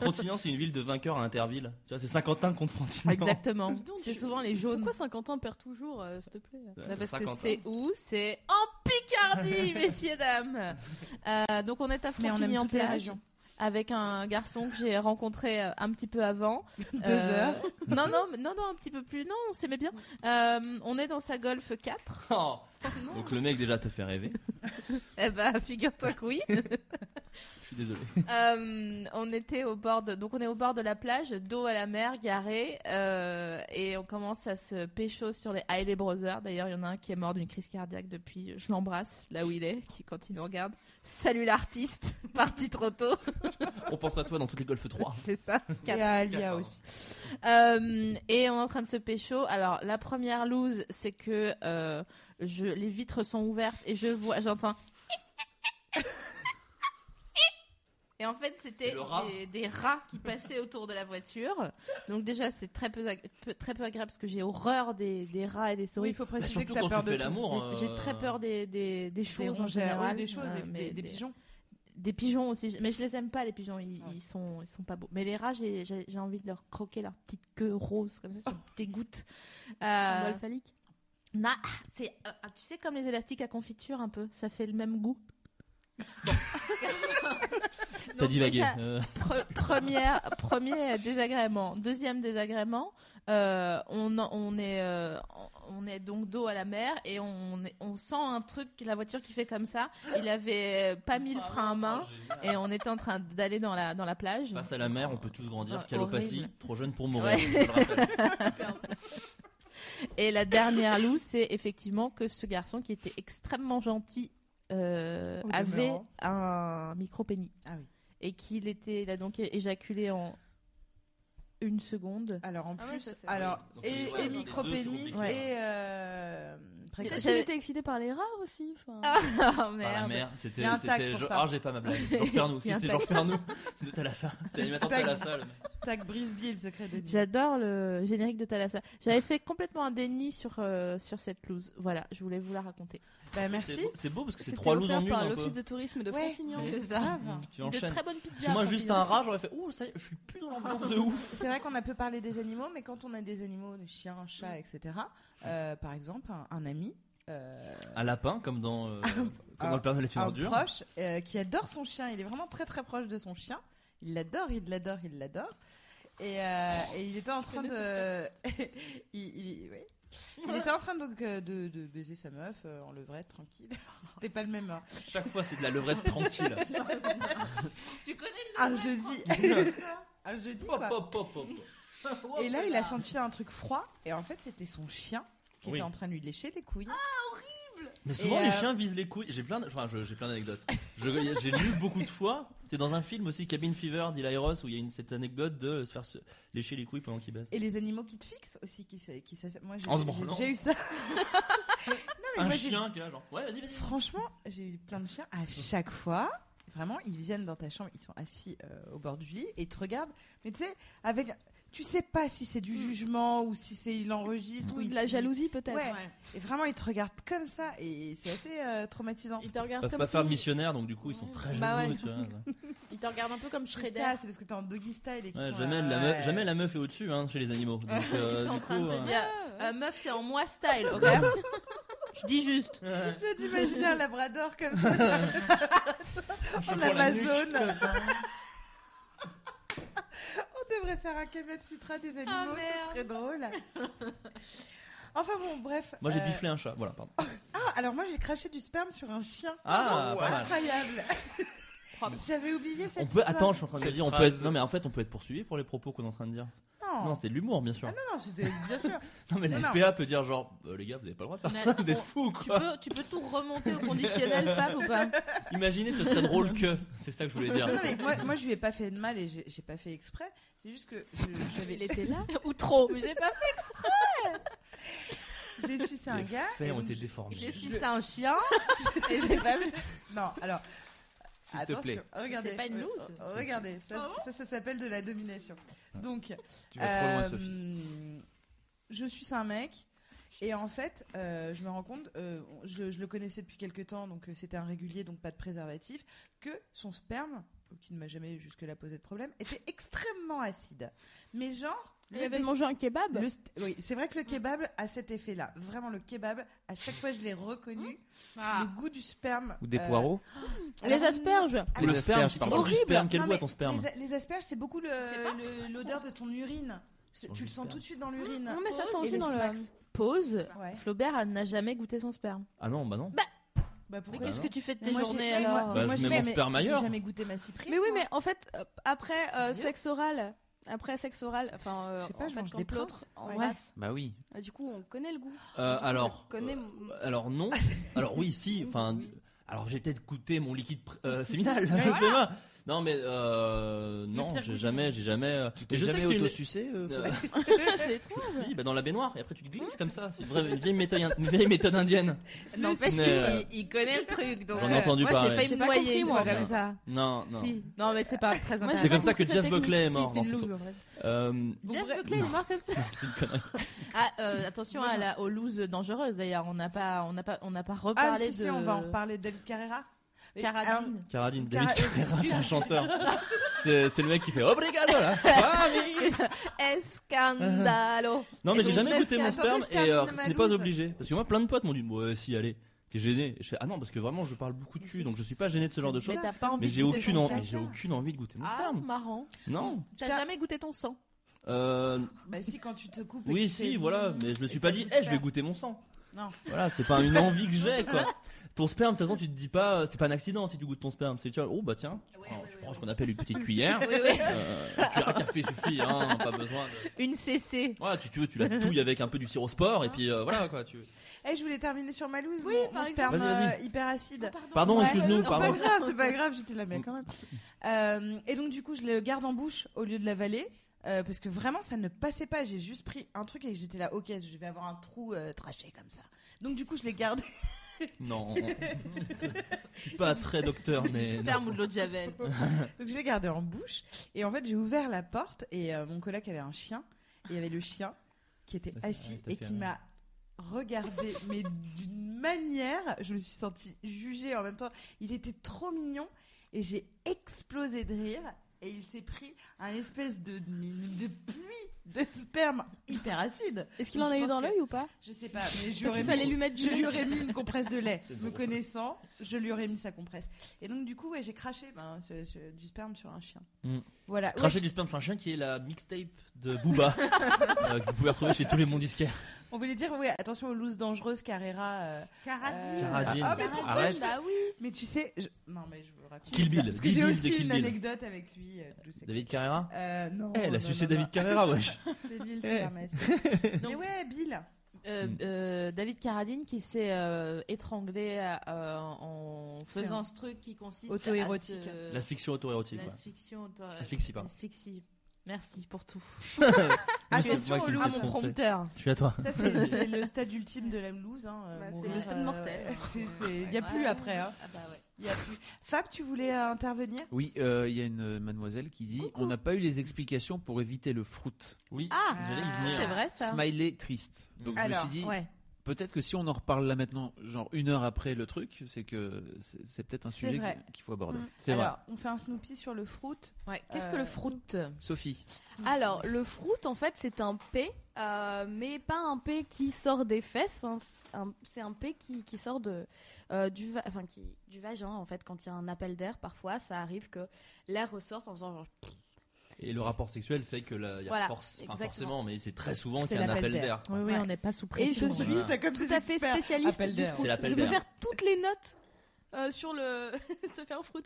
[SPEAKER 6] Frontignan, c'est une ville de vainqueurs à Interville. Tu vois, c'est Saint-Quentin contre Frontignan.
[SPEAKER 1] Exactement.
[SPEAKER 5] donc,
[SPEAKER 1] C'est
[SPEAKER 5] je-
[SPEAKER 1] souvent les jaunes.
[SPEAKER 5] Pourquoi Saint-Quentin perd toujours, euh, s'il te plaît
[SPEAKER 6] Ouais, hein.
[SPEAKER 1] Bah, parce que
[SPEAKER 6] Saint-Quentin.
[SPEAKER 1] c'est où C'est en
[SPEAKER 6] *laughs*
[SPEAKER 1] Picardie, messieurs dames. Euh, donc on est à
[SPEAKER 2] Mais on aime
[SPEAKER 1] Frontignan
[SPEAKER 2] toutes les
[SPEAKER 1] plage
[SPEAKER 2] régions.
[SPEAKER 1] avec un garçon que j'ai rencontré euh, un petit peu avant.
[SPEAKER 2] Deux
[SPEAKER 1] Euh,
[SPEAKER 2] heures.
[SPEAKER 1] Non non mais- non non un petit peu plus. Non, on s'aimait bien. Euh, on est dans sa Golf 4.
[SPEAKER 6] Oh. Donc le mec déjà te fait rêver.
[SPEAKER 1] Eh ben *laughs* figure-toi que oui.
[SPEAKER 6] Je suis désolé.
[SPEAKER 1] Euh, on était au bord de, donc on est au bord de la plage, dos à la mer, garé, euh, et on commence à se pécho sur les Hailey Brothers. D'ailleurs, il y en a un qui est mort d'une crise cardiaque depuis. Je l'embrasse là où il est, qui quand il nous regarde. Salut l'artiste, *laughs* parti trop tôt,
[SPEAKER 6] On pense à toi dans toutes les golfes 3.
[SPEAKER 1] c'est ça.
[SPEAKER 2] Et à Alia aussi.
[SPEAKER 1] Euh, et on est en train de se pécho. Alors la première loose, c'est que euh, je, les vitres sont ouvertes et je vois, j'entends. Et en fait, c'était
[SPEAKER 6] C'est le rat.
[SPEAKER 1] des, des rats qui passaient autour de la voiture. Donc déjà, c'est très peu, ag- peu- très peu agréable parce que j'ai horreur des, des rats et des
[SPEAKER 2] Oui,
[SPEAKER 1] souris.
[SPEAKER 2] il faut
[SPEAKER 6] Bah,
[SPEAKER 2] préciser
[SPEAKER 6] surtout
[SPEAKER 2] que t'as
[SPEAKER 6] quand
[SPEAKER 2] peur
[SPEAKER 6] tu
[SPEAKER 2] de
[SPEAKER 6] fais
[SPEAKER 2] tout.
[SPEAKER 6] l'amour.
[SPEAKER 1] J'ai
[SPEAKER 6] euh,
[SPEAKER 1] très peur des, des, des
[SPEAKER 2] Des
[SPEAKER 1] choses en
[SPEAKER 2] rongeurs,
[SPEAKER 1] général.
[SPEAKER 2] oui, des choses,
[SPEAKER 1] Euh,
[SPEAKER 2] et
[SPEAKER 1] mais
[SPEAKER 2] des, des pigeons.
[SPEAKER 1] des pigeons aussi, mais je les aime pas les pigeons, ils,
[SPEAKER 2] Ouais.
[SPEAKER 1] ils sont ils sont pas beaux. Mais les rats, j'ai j'ai- j'ai envie de leur croquer leur petite queue rose comme ça, ça me dégoûte. Euh,
[SPEAKER 5] Symbole phallique
[SPEAKER 1] na- c'est euh, tu sais comme les élastiques à confiture un peu, ça fait le même goût. *laughs*
[SPEAKER 6] T'as
[SPEAKER 1] Donc
[SPEAKER 6] divagué.
[SPEAKER 1] déjà,
[SPEAKER 6] Euh,
[SPEAKER 1] pre- première, premier désagrément. Deuxième désagrément, euh, on, on, est, euh, on est donc dos à la mer et on, est- on sent un truc, la voiture qui fait comme ça. Il avait pas mis le frein à main et on était en train d'aller dans la, dans la plage.
[SPEAKER 6] Face à la mer, on peut tous grandir.
[SPEAKER 1] Ah,
[SPEAKER 6] Calopatie,
[SPEAKER 1] horrible.
[SPEAKER 6] trop jeune pour mourir.
[SPEAKER 1] Ouais.
[SPEAKER 6] je le rappelle.
[SPEAKER 1] Et la dernière loose, c'est effectivement que ce garçon qui était extrêmement gentil euh,
[SPEAKER 2] Au
[SPEAKER 1] avait
[SPEAKER 2] demeurant.
[SPEAKER 1] un micro-pénis.
[SPEAKER 2] Ah oui.
[SPEAKER 1] Et qu'il était, il a donc é- éjaculé en une seconde.
[SPEAKER 2] Alors en
[SPEAKER 5] Ah ouais,
[SPEAKER 2] plus,
[SPEAKER 5] ça, c'est
[SPEAKER 2] alors
[SPEAKER 6] vrai.
[SPEAKER 2] et,
[SPEAKER 6] Donc, les-
[SPEAKER 2] et
[SPEAKER 6] ouais, les deux se
[SPEAKER 2] micropénie
[SPEAKER 6] compliquent.
[SPEAKER 2] et euh, précoce.
[SPEAKER 5] Peut-être
[SPEAKER 1] j'avais-
[SPEAKER 5] qu'il était excité par les rats aussi. enfin.
[SPEAKER 1] Oh,
[SPEAKER 6] Par la
[SPEAKER 1] merde.
[SPEAKER 6] mer, c'était.
[SPEAKER 2] Il y a un
[SPEAKER 6] c'était
[SPEAKER 2] tac pour
[SPEAKER 6] Geor-
[SPEAKER 2] ça.
[SPEAKER 6] Ah, j'ai pas ma blague. Georges Pernou.
[SPEAKER 1] Il y a
[SPEAKER 6] Si
[SPEAKER 1] un
[SPEAKER 6] c'était
[SPEAKER 1] tac.
[SPEAKER 6] Georges Pernou de Talassa. C'est animateur de
[SPEAKER 2] Tac.
[SPEAKER 6] Talassa. le mec.
[SPEAKER 2] *laughs* Tac Brisby, le secret des dieux.
[SPEAKER 1] J'adore le générique de Thalassa. J'avais fait complètement un déni sur, euh, sur cette loose. Voilà, je voulais vous la raconter.
[SPEAKER 2] Bah
[SPEAKER 6] C'est
[SPEAKER 2] merci.
[SPEAKER 6] beau- C'est beau parce que c'est
[SPEAKER 5] C'était
[SPEAKER 6] trois loups en
[SPEAKER 5] offert
[SPEAKER 6] une
[SPEAKER 5] par
[SPEAKER 6] un peu.
[SPEAKER 5] l'office de tourisme de
[SPEAKER 2] Ouais.
[SPEAKER 5] Frontignan.
[SPEAKER 6] Ouais.
[SPEAKER 2] Grave.
[SPEAKER 6] Tu
[SPEAKER 1] De
[SPEAKER 6] enchaînes.
[SPEAKER 1] très hein, bonnes
[SPEAKER 6] Parce
[SPEAKER 1] pizzas.
[SPEAKER 6] que moi, juste un
[SPEAKER 1] Frontignan.
[SPEAKER 6] rat, j'aurais fait Ouh, ça y est, je suis plus dans l'ambiance de ouf.
[SPEAKER 2] C'est vrai qu'on a peu parlé des animaux, mais quand on a des animaux, des chiens, chats, etc. euh, par exemple, un, un ami. euh,
[SPEAKER 6] Un lapin, comme dans, euh, comme
[SPEAKER 2] un-
[SPEAKER 6] dans le Père Noël est une
[SPEAKER 2] un
[SPEAKER 6] ordure.
[SPEAKER 2] proche euh, qui adore son chien. Il est vraiment très très proche de son chien. Il l'adore, il l'adore, il l'adore. Et, euh, et il était en train de, *laughs* il, il- ouais. Il était en train donc euh, de, de baiser sa meuf euh, en levrette tranquille. *laughs* C'était pas le même. hein.
[SPEAKER 6] Chaque fois, c'est de la levrette tranquille.
[SPEAKER 1] Tu connais le
[SPEAKER 2] Un jeudi,
[SPEAKER 6] Nul.
[SPEAKER 2] un jeudi *laughs*
[SPEAKER 6] Pop,
[SPEAKER 2] quoi.
[SPEAKER 6] pop, pop, pop.
[SPEAKER 2] Et là, il a senti un truc froid. Et en fait, c'était son chien qui
[SPEAKER 6] Oui.
[SPEAKER 2] était en train de lui lécher les couilles.
[SPEAKER 6] Mais souvent,
[SPEAKER 2] Et,
[SPEAKER 6] les
[SPEAKER 2] euh,
[SPEAKER 6] chiens visent les couilles. J'ai plein, de- enfin, je- j'ai plein d'anecdotes. Je- J'ai lu beaucoup de fois. C'est dans un film aussi, Cabin Fever d'Eli Ross, où il y a une, cette anecdote de se faire se- lécher les couilles pendant qu'il baisse.
[SPEAKER 2] Et les animaux qui te fixent aussi, qui, s'a- qui s'a- moi j'ai
[SPEAKER 6] En se
[SPEAKER 2] j'ai
[SPEAKER 6] branlant.
[SPEAKER 2] déjà eu ça. *laughs* non mais
[SPEAKER 6] Un
[SPEAKER 2] moi j'ai-
[SPEAKER 6] chien qui est là, genre, ouais, vas-y, vas-y.
[SPEAKER 2] Franchement, j'ai eu plein de chiens à chaque fois. Vraiment, ils viennent dans ta chambre, ils sont assis euh, au bord du lit et ils te regardent. Mais tu sais, avec, tu sais pas si c'est du jugement ou si c'est il enregistre
[SPEAKER 5] Mm. Ou
[SPEAKER 2] il-
[SPEAKER 5] de la jalousie peut-être.
[SPEAKER 2] Ouais. Et vraiment, ils te regardent comme ça et c'est assez euh, traumatisant.
[SPEAKER 1] Il te regarde
[SPEAKER 6] Ils peuvent
[SPEAKER 1] comme
[SPEAKER 6] pas faire
[SPEAKER 1] si-
[SPEAKER 6] missionnaire, donc du coup, ils sont très
[SPEAKER 1] Bah
[SPEAKER 6] jaloux.
[SPEAKER 1] ouais.
[SPEAKER 6] tu
[SPEAKER 2] *laughs*
[SPEAKER 6] vois.
[SPEAKER 1] Il te regarde un peu comme
[SPEAKER 2] C'est
[SPEAKER 1] Shredder.
[SPEAKER 2] ça, c'est parce que t'es en doggy style et qu'ils
[SPEAKER 6] Ouais,
[SPEAKER 2] sont
[SPEAKER 6] jamais,
[SPEAKER 2] là,
[SPEAKER 6] la meuf,
[SPEAKER 2] ouais.
[SPEAKER 6] jamais la meuf est au-dessus hein, chez
[SPEAKER 2] *laughs*
[SPEAKER 6] les animaux. Donc, euh,
[SPEAKER 1] Ils sont en
[SPEAKER 6] du
[SPEAKER 1] train
[SPEAKER 6] coup,
[SPEAKER 1] de se
[SPEAKER 6] euh,
[SPEAKER 1] dire euh, Meuf, t'es en moi style, ok Je dis juste.
[SPEAKER 2] *laughs*
[SPEAKER 6] ouais. *laughs*
[SPEAKER 2] Je viens d'imaginer un labrador comme ça.
[SPEAKER 6] Je
[SPEAKER 2] En *laughs*
[SPEAKER 6] prends la nuque.
[SPEAKER 2] Amazon. pourrait faire un Kama Sutra des
[SPEAKER 5] Ah,
[SPEAKER 2] animaux,
[SPEAKER 1] merde.
[SPEAKER 2] ce serait drôle.
[SPEAKER 5] *laughs*
[SPEAKER 2] Enfin bon, bref.
[SPEAKER 6] *laughs* Moi, j'ai
[SPEAKER 2] euh,
[SPEAKER 6] biflé un chat. Voilà, pardon.
[SPEAKER 2] Ah, alors moi j'ai craché du sperme sur un chien.
[SPEAKER 6] Ah,
[SPEAKER 2] Pardon,
[SPEAKER 6] pas mal.
[SPEAKER 2] incroyable. *laughs* J'avais oublié cette
[SPEAKER 6] On peut...
[SPEAKER 2] histoire.
[SPEAKER 6] Attends, je suis en train de
[SPEAKER 8] Cette
[SPEAKER 6] dire, on peut
[SPEAKER 8] phrase.
[SPEAKER 6] être... Non, mais en fait, on peut être poursuivi pour les propos qu'on est en train de dire.
[SPEAKER 2] Non.
[SPEAKER 6] Non, c'était de l'humour, bien sûr.
[SPEAKER 2] Ah non, non, c'était bien sûr.
[SPEAKER 6] non, mais
[SPEAKER 2] Non, non.
[SPEAKER 6] l'SPA peut dire genre, euh, les gars, vous avez pas le
[SPEAKER 2] *laughs*
[SPEAKER 6] droit de faire
[SPEAKER 1] Mais
[SPEAKER 6] ça, vous
[SPEAKER 1] attends,
[SPEAKER 6] êtes fous ou
[SPEAKER 1] Tu
[SPEAKER 6] quoi
[SPEAKER 1] peux, tu peux tout remonter au conditionnel, Fab, ou pas
[SPEAKER 6] Imaginez, ce serait drôle que. *laughs* C'est ça que je voulais dire.
[SPEAKER 2] Non, mais moi, moi, je lui ai pas fait de mal et j'ai j'ai pas fait exprès. C'est juste que je-
[SPEAKER 1] Il
[SPEAKER 2] j'avais
[SPEAKER 1] était
[SPEAKER 5] *laughs*
[SPEAKER 1] là Ou trop Mais j'ai pas fait.
[SPEAKER 2] j'ai sucé un
[SPEAKER 6] Les
[SPEAKER 2] gars.
[SPEAKER 6] faits
[SPEAKER 2] et
[SPEAKER 6] ont
[SPEAKER 2] donc
[SPEAKER 6] été
[SPEAKER 2] je-
[SPEAKER 6] déformés.
[SPEAKER 1] J'ai
[SPEAKER 2] *laughs*
[SPEAKER 1] su c'est un chien et j'ai pas vu.
[SPEAKER 2] Non, alors.
[SPEAKER 3] S'il te plaît.
[SPEAKER 2] attention, Regardez.
[SPEAKER 1] C'est pas une loose.
[SPEAKER 2] Euh, Regardez, ça, ça, ça s'appelle de la domination. Donc,
[SPEAKER 3] Ah. Tu vas trop loin,
[SPEAKER 2] euh,
[SPEAKER 3] Sophie.
[SPEAKER 2] je suis un mec. Et en fait, euh, je me rends compte, euh, je, je le connaissais depuis quelques temps, donc euh, c'était un régulier, donc pas de préservatif, que son sperme, qui ne m'a jamais jusque-là posé de problème, était extrêmement acide. Mais genre,
[SPEAKER 5] Il
[SPEAKER 2] le
[SPEAKER 5] avait
[SPEAKER 2] dé-
[SPEAKER 5] mangé un kebab.
[SPEAKER 2] le st- oui, c'est vrai que le kebab a cet effet-là. Vraiment, le kebab, à chaque fois, je l'ai reconnu.
[SPEAKER 1] Ah.
[SPEAKER 2] Le goût du sperme.
[SPEAKER 3] Ou des
[SPEAKER 2] euh,
[SPEAKER 3] poireaux.
[SPEAKER 5] Les asperges.
[SPEAKER 2] Ah,
[SPEAKER 6] Ou
[SPEAKER 2] non,
[SPEAKER 6] le sperme,
[SPEAKER 3] asperges,
[SPEAKER 6] si tu
[SPEAKER 3] pardon.
[SPEAKER 6] manges du
[SPEAKER 5] Horrible.
[SPEAKER 6] sperme, quel
[SPEAKER 2] non,
[SPEAKER 6] goût a
[SPEAKER 2] mais
[SPEAKER 6] ton sperme
[SPEAKER 2] les, a- les asperges, c'est beaucoup le-
[SPEAKER 1] sais pas.
[SPEAKER 2] le- l'odeur de ton urine. C'est-
[SPEAKER 6] Sans
[SPEAKER 2] Tu
[SPEAKER 6] du
[SPEAKER 2] le sens
[SPEAKER 6] sperme.
[SPEAKER 2] tout de suite dans l'urine.
[SPEAKER 5] Non, mais ça sent
[SPEAKER 2] Et
[SPEAKER 5] aussi
[SPEAKER 2] les
[SPEAKER 5] dans le.
[SPEAKER 2] smacks.
[SPEAKER 1] Pause.
[SPEAKER 2] Ouais.
[SPEAKER 1] Flaubert n'a jamais goûté son sperme.
[SPEAKER 6] Ah non, bah non.
[SPEAKER 2] Bah
[SPEAKER 1] Mais
[SPEAKER 2] pourquoi
[SPEAKER 1] qu'est-ce
[SPEAKER 6] non
[SPEAKER 1] que tu fais de
[SPEAKER 2] Mais
[SPEAKER 1] tes
[SPEAKER 2] moi, j'ai-
[SPEAKER 1] journées
[SPEAKER 2] mais moi-
[SPEAKER 1] alors
[SPEAKER 6] Bah,
[SPEAKER 2] moi,
[SPEAKER 6] je
[SPEAKER 2] j'ai
[SPEAKER 6] mets mon
[SPEAKER 2] jamais-
[SPEAKER 6] sperme
[SPEAKER 2] J'ai
[SPEAKER 6] ailleurs.
[SPEAKER 2] jamais goûté ma cyprine.
[SPEAKER 5] Mais oui,
[SPEAKER 2] moi.
[SPEAKER 5] mais en fait, euh, après euh,
[SPEAKER 2] mieux.
[SPEAKER 5] sexe oral, après sexe oral, enfin, euh,
[SPEAKER 2] Je sais pas,
[SPEAKER 5] en
[SPEAKER 2] je
[SPEAKER 5] fait,
[SPEAKER 2] mange
[SPEAKER 5] quand
[SPEAKER 2] des
[SPEAKER 5] l'autre
[SPEAKER 2] Ouais.
[SPEAKER 5] embrasse,
[SPEAKER 3] Bah oui.
[SPEAKER 5] euh, du coup, on connaît le goût.
[SPEAKER 6] Euh,
[SPEAKER 5] Du coup,
[SPEAKER 6] alors,
[SPEAKER 5] on connaît.
[SPEAKER 6] euh, alors non. alors oui, si. Enfin, alors j'ai peut-être goûté mon liquide pr-
[SPEAKER 2] *laughs*
[SPEAKER 6] euh, séminal. *laughs* je sais pas. Non, mais euh, non,
[SPEAKER 2] pire
[SPEAKER 6] j'ai
[SPEAKER 2] goût du
[SPEAKER 6] jamais, j'ai jamais. euh,
[SPEAKER 3] Tu
[SPEAKER 6] mais
[SPEAKER 3] t'es
[SPEAKER 6] je sais
[SPEAKER 3] jamais
[SPEAKER 6] que c'est une-
[SPEAKER 3] auto-sucé euh,
[SPEAKER 6] Euh,
[SPEAKER 2] *laughs*
[SPEAKER 6] *laughs*
[SPEAKER 1] C'est étrange.
[SPEAKER 6] si, bah dans la baignoire. Et après tu te glisses comme ça. C'est une vraie une vieille méthode, une vieille méthode indienne.
[SPEAKER 1] N'empêche
[SPEAKER 6] Mais, euh,
[SPEAKER 1] qu'il il connaît le truc. donc,
[SPEAKER 6] J'en ai
[SPEAKER 1] euh,
[SPEAKER 6] entendu
[SPEAKER 1] Moi,
[SPEAKER 6] parler.
[SPEAKER 1] j'ai failli
[SPEAKER 5] J'ai
[SPEAKER 1] me
[SPEAKER 5] pas
[SPEAKER 1] noyer
[SPEAKER 5] compris,
[SPEAKER 1] une
[SPEAKER 5] moi.
[SPEAKER 1] fois comme ça.
[SPEAKER 6] Non, non.
[SPEAKER 1] Si. Non, mais c'est pas très
[SPEAKER 5] Moi,
[SPEAKER 1] intéressant.
[SPEAKER 6] C'est comme ça que
[SPEAKER 5] Cette
[SPEAKER 6] Jeff
[SPEAKER 5] technique,
[SPEAKER 6] Buckley est
[SPEAKER 5] si,
[SPEAKER 6] mort.
[SPEAKER 5] c'est
[SPEAKER 6] Non,
[SPEAKER 5] une
[SPEAKER 6] c'est
[SPEAKER 5] loose,
[SPEAKER 6] faux.
[SPEAKER 5] en vrai.
[SPEAKER 6] Euh,
[SPEAKER 1] Jeff Buckley il est mort comme ça.
[SPEAKER 6] c'est une connerie.
[SPEAKER 1] Ah, euh, attention à la, aux looses dangereuses d'ailleurs. On n'a pas, on n'a pas, on n'a pas
[SPEAKER 2] Ah,
[SPEAKER 1] reparlé
[SPEAKER 2] si, si,
[SPEAKER 1] de.
[SPEAKER 2] on va en reparler de David Carrera. Mais- alors,
[SPEAKER 1] Caradine.
[SPEAKER 6] Caradine,
[SPEAKER 2] Cara-
[SPEAKER 6] David Carrera, c'est un chanteur.
[SPEAKER 2] *laughs*
[SPEAKER 6] C'est c'est le mec qui fait oh, hein. Obrigado là.
[SPEAKER 1] C'est ça.
[SPEAKER 6] *laughs*
[SPEAKER 1] Escandalo.
[SPEAKER 6] Ah, Non,
[SPEAKER 1] Et
[SPEAKER 6] mais j'ai
[SPEAKER 1] donc,
[SPEAKER 6] jamais goûté
[SPEAKER 1] Nesca-
[SPEAKER 6] mon
[SPEAKER 2] Attendez,
[SPEAKER 6] sperme
[SPEAKER 2] je
[SPEAKER 6] et
[SPEAKER 2] termine
[SPEAKER 6] euh,
[SPEAKER 2] ma
[SPEAKER 6] ce n'est pas
[SPEAKER 2] loose.
[SPEAKER 6] obligé. Parce que moi, plein de potes m'ont dit Ouais, si, allez, t'es gêné. Et je fais Ah non, parce que vraiment, je parle beaucoup dessus, donc je suis pas gêné de ce genre de choses.
[SPEAKER 1] Mais t'as pas envie
[SPEAKER 6] Mais
[SPEAKER 1] de
[SPEAKER 6] j'ai
[SPEAKER 1] goûter
[SPEAKER 6] aucune,
[SPEAKER 1] ton
[SPEAKER 6] en-
[SPEAKER 2] sperme.
[SPEAKER 6] mais j'ai aucune envie de goûter mon
[SPEAKER 1] Ah,
[SPEAKER 6] sperme.
[SPEAKER 1] marrant.
[SPEAKER 6] Non.
[SPEAKER 1] T'as
[SPEAKER 2] Putain.
[SPEAKER 1] jamais goûté ton sang.
[SPEAKER 6] Euh,
[SPEAKER 2] Bah si, quand tu te coupes. et
[SPEAKER 6] oui,
[SPEAKER 2] que tu
[SPEAKER 6] si,
[SPEAKER 2] fais-
[SPEAKER 6] voilà. Mais je me
[SPEAKER 2] Et
[SPEAKER 6] suis
[SPEAKER 2] ça
[SPEAKER 6] pas dit
[SPEAKER 2] goûte
[SPEAKER 6] Eh, je vais
[SPEAKER 2] faire.
[SPEAKER 6] goûter mon sang.
[SPEAKER 2] Non.
[SPEAKER 6] Voilà, c'est pas une envie que j'ai, quoi. Ton sperme, de toute façon, tu te dis pas, euh, c'est pas un accident si tu goûtes ton sperme. C'est tu vois, oh bah tiens, tu prends, tu prends ce qu'on appelle une petite cuillère. Euh, une cuillère à café suffit, hein, pas besoin
[SPEAKER 1] *laughs*
[SPEAKER 6] de.
[SPEAKER 1] Une CC.
[SPEAKER 6] Voilà, tu, tu veux, tu la touilles avec un peu du sirop sport et puis euh, voilà quoi. Tu...
[SPEAKER 2] Eh, je voulais terminer sur ma loose.
[SPEAKER 1] Oui,
[SPEAKER 2] mon-
[SPEAKER 1] par
[SPEAKER 2] mon
[SPEAKER 1] exemple.
[SPEAKER 2] sperme
[SPEAKER 6] Vas-y, vas-y.
[SPEAKER 2] euh, hyper acide.
[SPEAKER 6] Pardon,
[SPEAKER 2] Ouais,
[SPEAKER 6] excuse-nous,
[SPEAKER 2] C'est pas
[SPEAKER 6] pardon.
[SPEAKER 2] grave, c'est pas grave, j'étais la merde quand même. Euh, et donc, du coup, je le garde en bouche au lieu de l'avaler. euh, parce que vraiment, ça ne passait pas. J'ai juste pris un truc et j'étais là, ok, je vais avoir un trou euh, traché comme ça. Donc, du coup, je l'ai gardé.
[SPEAKER 6] Non, je suis pas très docteur, mais. non. Hmm.
[SPEAKER 1] Sperme ou de l'eau de
[SPEAKER 6] *laughs*
[SPEAKER 1] javel.
[SPEAKER 2] Donc, je l'ai gardé en bouche. Et en fait, j'ai ouvert la porte et euh, mon collègue avait un chien. Et il y avait le chien qui était
[SPEAKER 6] Ah,
[SPEAKER 2] assis
[SPEAKER 6] c'est- ouais, t'as
[SPEAKER 2] et
[SPEAKER 6] fait
[SPEAKER 2] qui
[SPEAKER 6] un-
[SPEAKER 2] m'a
[SPEAKER 6] *laughs*
[SPEAKER 2] regardé, mais d'une manière, je me suis sentie jugée en même temps. Il était trop mignon et j'ai explosé de rire. Et il s'est pris un espèce de, de pluie de sperme hyper acide.
[SPEAKER 5] Est-ce qu'il en
[SPEAKER 2] Je
[SPEAKER 5] a eu
[SPEAKER 2] pense
[SPEAKER 5] dans
[SPEAKER 2] que-
[SPEAKER 5] l'œil ou pas
[SPEAKER 2] Je sais pas, mais
[SPEAKER 5] Parce
[SPEAKER 2] j'aurais
[SPEAKER 5] qu'il fallait
[SPEAKER 2] mis,
[SPEAKER 5] lui mettre du
[SPEAKER 2] je lui
[SPEAKER 5] lait.
[SPEAKER 2] aurais mis une compresse de lait.
[SPEAKER 6] C'est
[SPEAKER 2] Me
[SPEAKER 6] drôle.
[SPEAKER 2] connaissant, je lui aurais mis sa compresse. Et donc du coup, ouais, j'ai craché ben, ce- ce- du sperme sur un chien.
[SPEAKER 6] Mm.
[SPEAKER 2] Voilà.
[SPEAKER 6] Cracher
[SPEAKER 2] Ouais,
[SPEAKER 6] du sperme sur un chien qui est la mixtape de Booba euh, que vous pouvez retrouver chez tous les mondes disquaires.
[SPEAKER 2] on voulait dire, ouais, attention aux looses dangereuses, Carrera. euh,
[SPEAKER 1] Caradine.
[SPEAKER 6] Caradine.
[SPEAKER 2] Ah, mais pourquoi
[SPEAKER 3] Arrête.
[SPEAKER 2] je-
[SPEAKER 1] Bah oui.
[SPEAKER 2] Mais tu sais, je- non mais je vous le raconte.
[SPEAKER 6] Kill Bill,
[SPEAKER 2] Parce que
[SPEAKER 6] Kill
[SPEAKER 2] j'ai
[SPEAKER 6] Bill
[SPEAKER 2] aussi
[SPEAKER 6] de Kill
[SPEAKER 2] une
[SPEAKER 6] Bill.
[SPEAKER 2] anecdote avec lui. euh, je sais
[SPEAKER 6] David Carrera
[SPEAKER 2] que- Euh, non.
[SPEAKER 6] Eh, elle
[SPEAKER 2] non,
[SPEAKER 6] a sucé
[SPEAKER 2] non,
[SPEAKER 6] David
[SPEAKER 2] non.
[SPEAKER 6] Carrera, wesh.
[SPEAKER 2] *laughs* C'est lui le
[SPEAKER 6] Eh.
[SPEAKER 2] Superman. Mais
[SPEAKER 6] *laughs*
[SPEAKER 1] Donc-
[SPEAKER 2] ouais, Bill.
[SPEAKER 1] Euh,
[SPEAKER 6] Hmm.
[SPEAKER 1] euh, David Carradine qui s'est euh, étranglé euh, en
[SPEAKER 2] C'est
[SPEAKER 1] faisant
[SPEAKER 2] un-
[SPEAKER 1] ce truc qui consiste
[SPEAKER 2] Auto-érotique.
[SPEAKER 1] à se-
[SPEAKER 6] L'asphyxion autoérotique. *laughs* quoi.
[SPEAKER 1] l'asphyxion, auto-
[SPEAKER 6] Asphyxie, pardon.
[SPEAKER 1] asphyxie. Merci pour tout.
[SPEAKER 6] Mais
[SPEAKER 2] Attention
[SPEAKER 6] c'est moi
[SPEAKER 2] aux
[SPEAKER 6] qui me
[SPEAKER 2] loups.
[SPEAKER 1] Ah,
[SPEAKER 6] suis
[SPEAKER 1] mon
[SPEAKER 6] trompé.
[SPEAKER 1] prompteur.
[SPEAKER 6] Je suis à toi.
[SPEAKER 2] Ça c'est c'est le stade ultime de la loose. Hein, euh,
[SPEAKER 5] Bah, c'est
[SPEAKER 2] mourir.
[SPEAKER 5] le stade
[SPEAKER 2] Euh,
[SPEAKER 5] mortel.
[SPEAKER 2] ouais. C'est- c'est- Il n'y a plus
[SPEAKER 1] Ouais.
[SPEAKER 2] après. Hein.
[SPEAKER 1] Ah bah ouais.
[SPEAKER 2] Il Y a plus. Fab, tu voulais euh, intervenir
[SPEAKER 3] Oui, euh, il y a une mademoiselle qui dit On n'a pas eu les explications pour éviter le fruit.
[SPEAKER 6] Oui,
[SPEAKER 1] Ah,
[SPEAKER 6] j'allais y venir.
[SPEAKER 1] C'est vrai ça.
[SPEAKER 3] Smiley triste. Donc
[SPEAKER 2] Alors,
[SPEAKER 3] je me suis dit
[SPEAKER 1] Ouais.
[SPEAKER 3] Peut-être que si on en reparle là maintenant, genre une heure après le truc, c'est que c'est c'est peut-être un
[SPEAKER 2] C'est
[SPEAKER 3] sujet
[SPEAKER 2] vrai.
[SPEAKER 3] qu'il faut aborder.
[SPEAKER 6] C'est vrai.
[SPEAKER 2] Alors, on fait un Snoopy sur le fruit.
[SPEAKER 1] Ouais. Qu'est-ce que
[SPEAKER 2] Euh,
[SPEAKER 1] le fruit
[SPEAKER 3] Sophie,
[SPEAKER 5] Alors, le fruit, en fait, c'est un P, euh, mais pas un P qui sort des fesses. hein, c'est un- c'est un P qui, qui sort de, euh, du, va- enfin, qui, du vagin, en fait. Quand il y a un appel d'air, parfois, ça arrive que l'air ressorte en faisant genre...
[SPEAKER 6] Et le rapport sexuel fait que là, il y a
[SPEAKER 5] Voilà,
[SPEAKER 6] force, enfin,
[SPEAKER 5] exactement.
[SPEAKER 6] forcément, mais c'est très souvent qu'il y
[SPEAKER 1] C'est
[SPEAKER 6] a un
[SPEAKER 1] l'appel
[SPEAKER 6] appel
[SPEAKER 1] d'air.
[SPEAKER 6] d'air. quoi.
[SPEAKER 1] Oui, oui, on n'est pas sous
[SPEAKER 5] Et
[SPEAKER 1] pression.
[SPEAKER 5] je suis
[SPEAKER 6] Voilà.
[SPEAKER 2] comme
[SPEAKER 5] tout
[SPEAKER 2] des
[SPEAKER 5] à fait
[SPEAKER 2] experts.
[SPEAKER 5] spécialiste
[SPEAKER 2] Appel
[SPEAKER 5] du
[SPEAKER 2] d'air.
[SPEAKER 5] foot.
[SPEAKER 6] C'est l'appel
[SPEAKER 5] Je peux
[SPEAKER 6] d'air.
[SPEAKER 5] faire toutes les notes euh, sur le. *laughs* Ça fait un foot.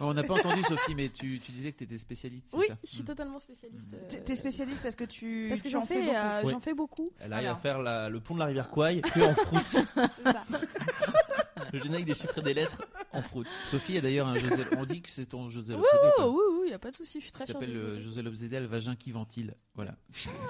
[SPEAKER 3] On n'a pas entendu, Sophie, mais tu, tu disais que tu étais spécialiste. c'est
[SPEAKER 5] Oui,
[SPEAKER 3] ça
[SPEAKER 5] je suis
[SPEAKER 3] Mm.
[SPEAKER 5] totalement spécialiste. euh,
[SPEAKER 2] T'es- T'es spécialiste parce que tu.
[SPEAKER 5] Parce que
[SPEAKER 2] tu
[SPEAKER 5] j'en
[SPEAKER 2] en
[SPEAKER 5] fais,
[SPEAKER 2] beaucoup.
[SPEAKER 5] euh,
[SPEAKER 6] Oui.
[SPEAKER 5] j'en fais beaucoup.
[SPEAKER 6] Elle arrive à
[SPEAKER 2] Alors.
[SPEAKER 6] faire la- le pont de la rivière Kouai que en fruit.
[SPEAKER 5] C'est ça.
[SPEAKER 6] *laughs* le générique des chiffres et des lettres en fruit.
[SPEAKER 3] Sophie a d'ailleurs
[SPEAKER 5] *laughs*
[SPEAKER 3] un José. On dit que c'est ton José
[SPEAKER 5] Ouh,
[SPEAKER 3] Lobzedel, quoi.
[SPEAKER 5] Oh, oui, oui, il n'y a pas de souci, je suis très
[SPEAKER 3] Il
[SPEAKER 5] sûre.
[SPEAKER 3] s'appelle
[SPEAKER 5] de
[SPEAKER 3] euh,
[SPEAKER 5] José.
[SPEAKER 3] José Lobzedel, vagin qui ventile. Voilà.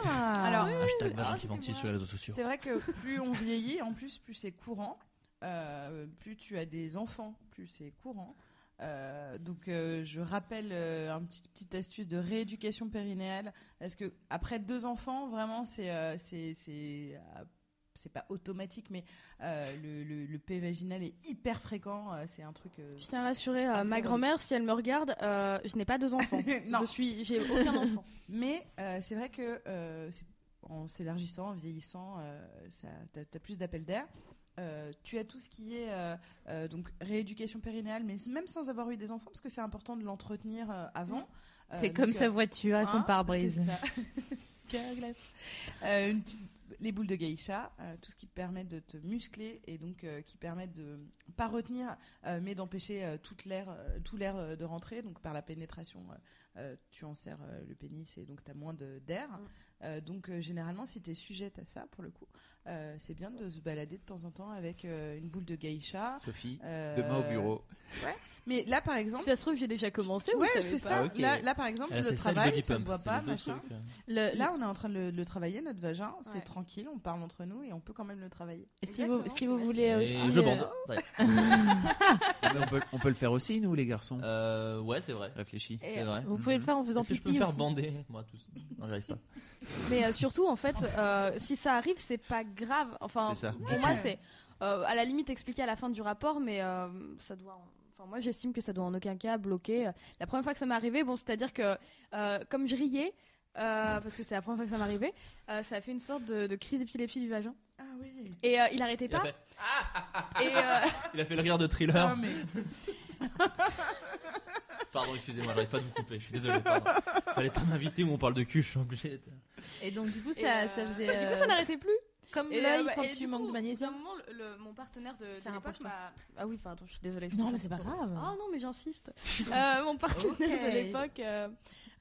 [SPEAKER 1] Ah.
[SPEAKER 2] Alors,
[SPEAKER 6] Hashtag
[SPEAKER 5] ah,
[SPEAKER 6] vagin qui
[SPEAKER 5] c'est
[SPEAKER 6] ventile
[SPEAKER 5] moi.
[SPEAKER 6] sur les réseaux sociaux.
[SPEAKER 2] C'est vrai que plus on vieillit, en plus, plus c'est courant. Euh, plus tu as des enfants, plus c'est courant. Euh, donc, euh, je rappelle euh, un petit petite astuce de rééducation périnéale. Parce que après deux enfants, vraiment, c'est euh, c'est c'est euh, c'est pas automatique, mais euh, le, le, le P vaginal est hyper fréquent. euh, c'est un truc. euh,
[SPEAKER 5] Je tiens à rassurer euh,
[SPEAKER 2] Ah, c'est
[SPEAKER 5] ma
[SPEAKER 2] vrai.
[SPEAKER 5] grand-mère, si elle me regarde, euh, je n'ai pas deux *laughs* enfants.
[SPEAKER 2] Non.
[SPEAKER 5] Je suis, j'ai *laughs* aucun enfant.
[SPEAKER 2] Mais euh, c'est vrai que euh, c'est- en s'élargissant, en vieillissant, euh, ça- t'as as plus d'appels d'air. Euh, tu as tout ce qui est euh, euh, donc rééducation périnéale, mais même sans avoir eu des enfants, parce que c'est important de l'entretenir euh, avant. Euh,
[SPEAKER 1] Mmh. C'est
[SPEAKER 2] donc,
[SPEAKER 1] comme
[SPEAKER 2] euh,
[SPEAKER 1] sa voiture à son
[SPEAKER 2] hein, c'est
[SPEAKER 1] pare-brise.
[SPEAKER 2] ça. *laughs* Cœur à glace. Euh, une petite- les boules de geisha, euh, tout ce qui permet de te muscler et donc euh, qui permet de pas retenir, euh, mais d'empêcher euh, toute l'air, euh, tout l'air euh, de rentrer. Donc par la pénétration, euh, euh, tu enserres euh, le pénis et donc tu as moins de- d'air.
[SPEAKER 5] Mm.
[SPEAKER 2] Euh, donc euh, généralement, si tu es sujette à ça, pour le coup, euh, c'est bien de se balader de temps en temps avec euh, une boule de geisha.
[SPEAKER 5] Ah.
[SPEAKER 3] Sophie,
[SPEAKER 2] euh,
[SPEAKER 3] demain au bureau.
[SPEAKER 2] Mais là, par exemple,
[SPEAKER 5] Si ça se trouve, j'ai déjà commencé. vous
[SPEAKER 2] ouais,
[SPEAKER 5] savez
[SPEAKER 2] c'est
[SPEAKER 5] pas.
[SPEAKER 2] ça.
[SPEAKER 6] Ok.
[SPEAKER 2] Là, là, par exemple,
[SPEAKER 6] Elle a
[SPEAKER 2] je le
[SPEAKER 6] fait ça, le
[SPEAKER 2] travaille, ça
[SPEAKER 6] body
[SPEAKER 2] se
[SPEAKER 6] pump.
[SPEAKER 2] voit
[SPEAKER 6] C'est
[SPEAKER 2] pas,
[SPEAKER 6] les deux
[SPEAKER 2] machin.
[SPEAKER 6] trucs, euh.
[SPEAKER 1] Le-
[SPEAKER 2] Là, on est en train de le, le travailler, notre vagin.
[SPEAKER 5] Ouais.
[SPEAKER 2] C'est tranquille, on parle entre nous et on peut quand même le travailler.
[SPEAKER 1] si vous,
[SPEAKER 5] Exactement,
[SPEAKER 1] si
[SPEAKER 5] c'est
[SPEAKER 1] vous
[SPEAKER 5] vrai.
[SPEAKER 1] voulez
[SPEAKER 6] Et
[SPEAKER 1] aussi.
[SPEAKER 6] je
[SPEAKER 1] euh,
[SPEAKER 6] bande. Ça y est.
[SPEAKER 5] Euh.
[SPEAKER 3] Ah, mais on, peut, on peut le faire aussi, nous, les garçons.
[SPEAKER 6] Euh, ouais, c'est vrai.
[SPEAKER 3] Réfléchis.
[SPEAKER 5] Et,
[SPEAKER 6] C'est vrai.
[SPEAKER 1] Vous pouvez le faire en faisant
[SPEAKER 6] Est-ce que
[SPEAKER 1] pipi
[SPEAKER 6] je peux me faire
[SPEAKER 1] aussi.
[SPEAKER 6] bander Moi, tout seul. Non, j'arrive pas.
[SPEAKER 5] Mais euh, surtout, en fait, euh, si ça arrive, c'est pas grave. Enfin,
[SPEAKER 3] C'est ça.
[SPEAKER 5] pour *laughs* moi, c'est euh, à la limite expliqué à la fin du rapport, mais euh, ça doit. en- Enfin, moi, j'estime que ça doit en aucun cas bloquer. euh, La première fois que ça m'est arrivé, bon, c'est-à-dire que euh, comme je riais. euh, parce que c'est la première fois que ça m'arrivait, euh, ça a fait une sorte de, de crise d'épilepsie du vagin.
[SPEAKER 2] Ah oui.
[SPEAKER 5] Et euh, il arrêtait
[SPEAKER 6] Il a,
[SPEAKER 5] pas.
[SPEAKER 6] fait,
[SPEAKER 5] Et, euh,
[SPEAKER 6] il a fait le rire de thriller.
[SPEAKER 2] mais
[SPEAKER 6] Pardon, excusez-moi, j'arrive pas de vous couper. Je suis désolé. Pardon. Fallait pas m'inviter où on parle de cul. Je suis obligé. d'être-
[SPEAKER 1] Et donc, du coup,
[SPEAKER 5] et,
[SPEAKER 1] ça,
[SPEAKER 5] euh,
[SPEAKER 1] ça faisait.
[SPEAKER 5] Du coup, ça
[SPEAKER 1] euh,
[SPEAKER 5] n'arrêtait plus.
[SPEAKER 1] Comme
[SPEAKER 5] Et,
[SPEAKER 1] l'œil
[SPEAKER 5] euh, bah,
[SPEAKER 1] quand
[SPEAKER 5] et
[SPEAKER 1] tu
[SPEAKER 5] du
[SPEAKER 1] manques
[SPEAKER 5] coup,
[SPEAKER 1] de
[SPEAKER 5] au
[SPEAKER 1] magnésium.
[SPEAKER 5] bout d'un moment, le- le- mon partenaire de, de
[SPEAKER 1] C'est un
[SPEAKER 5] l'époque
[SPEAKER 1] rapprochement.
[SPEAKER 5] m'a- Ah oui, pardon, je suis désolée. je
[SPEAKER 1] Non,
[SPEAKER 5] me
[SPEAKER 1] mais
[SPEAKER 5] suis
[SPEAKER 1] c'est pas
[SPEAKER 5] trop-
[SPEAKER 1] grave.
[SPEAKER 5] Ah non, mais j'insiste. *laughs* Euh, mon partenaire de l'époque euh,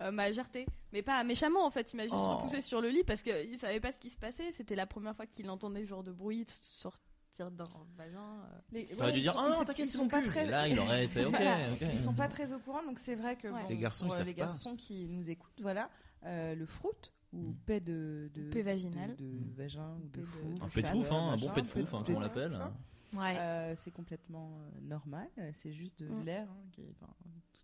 [SPEAKER 5] euh, m'a jarté. Mais pas méchamment, en fait. Il m'a juste
[SPEAKER 6] Oh.
[SPEAKER 5] repoussé sur le lit parce qu'il savait pas ce qui se passait. C'était la première fois qu'il entendait ce genre de bruit s- sortir d'un vagin. euh.
[SPEAKER 2] les-
[SPEAKER 6] J'aurais
[SPEAKER 2] ouais,
[SPEAKER 6] dû
[SPEAKER 2] ils
[SPEAKER 6] dire
[SPEAKER 2] sont-
[SPEAKER 6] Ah non,
[SPEAKER 2] ils-
[SPEAKER 6] t'inquiète,
[SPEAKER 2] ils
[SPEAKER 6] c'est mon
[SPEAKER 2] pas
[SPEAKER 6] cul.
[SPEAKER 2] très-
[SPEAKER 6] Et là, il aurait fait Ok,
[SPEAKER 5] Voilà.
[SPEAKER 6] ok.
[SPEAKER 2] Ils sont pas très au courant, donc c'est vrai que
[SPEAKER 5] Ouais.
[SPEAKER 2] bon,
[SPEAKER 3] Les garçons, ils
[SPEAKER 2] pour, euh,
[SPEAKER 3] savent
[SPEAKER 2] les
[SPEAKER 3] pas.
[SPEAKER 2] garçons qui nous écoutent, voilà, euh, le fruit ou paix de, de
[SPEAKER 5] paix vaginale.
[SPEAKER 2] de, de vagin ou
[SPEAKER 5] Paix
[SPEAKER 2] de
[SPEAKER 5] de-
[SPEAKER 2] fou,
[SPEAKER 6] Un
[SPEAKER 2] du
[SPEAKER 6] peu de
[SPEAKER 2] chat,
[SPEAKER 6] fouf, hein, un
[SPEAKER 2] machin,
[SPEAKER 6] bon peu de
[SPEAKER 2] paix
[SPEAKER 6] fouf, hein,
[SPEAKER 2] paix
[SPEAKER 6] comme on
[SPEAKER 2] de
[SPEAKER 6] l'appelle.
[SPEAKER 2] fouf, hein.
[SPEAKER 1] Ouais.
[SPEAKER 2] Euh, c'est complètement euh, normal, euh, c'est juste de
[SPEAKER 5] Mm.
[SPEAKER 2] l'air. hein, qui- enfin,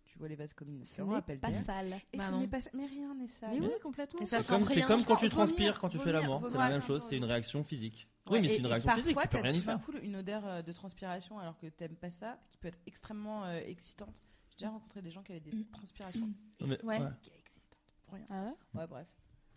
[SPEAKER 2] tu vois les vases
[SPEAKER 5] Ce
[SPEAKER 2] communicants,
[SPEAKER 5] n'est
[SPEAKER 2] appel
[SPEAKER 5] pas
[SPEAKER 2] d'air.
[SPEAKER 5] sale.
[SPEAKER 2] Et ce
[SPEAKER 1] Pardon.
[SPEAKER 2] n'est pas ça. Mais rien n'est ça.
[SPEAKER 5] Mais oui, complètement.
[SPEAKER 1] Et ça
[SPEAKER 6] C'est
[SPEAKER 1] sent
[SPEAKER 6] comme,
[SPEAKER 1] rien.
[SPEAKER 6] c'est comme quand tu
[SPEAKER 2] Vomir,
[SPEAKER 6] transpires, quand tu fais
[SPEAKER 2] vomir,
[SPEAKER 6] l'amour. C'est la
[SPEAKER 2] vomir,
[SPEAKER 6] même chose,
[SPEAKER 2] vomir.
[SPEAKER 6] c'est une réaction physique. Oui, mais c'est une réaction physique, tu peux rien y faire.
[SPEAKER 2] Parfois, t'as tout d'un coup une odeur euh, de transpiration alors que t'aimes pas ça, qui peut être extrêmement euh, excitante. J'ai déjà rencontré des gens qui avaient des transpirations
[SPEAKER 6] Non, mais-
[SPEAKER 1] Mm. Ouais.
[SPEAKER 6] ouais.
[SPEAKER 2] qui est excitante pour rien.
[SPEAKER 5] Ah ouais
[SPEAKER 2] Ouais, bref.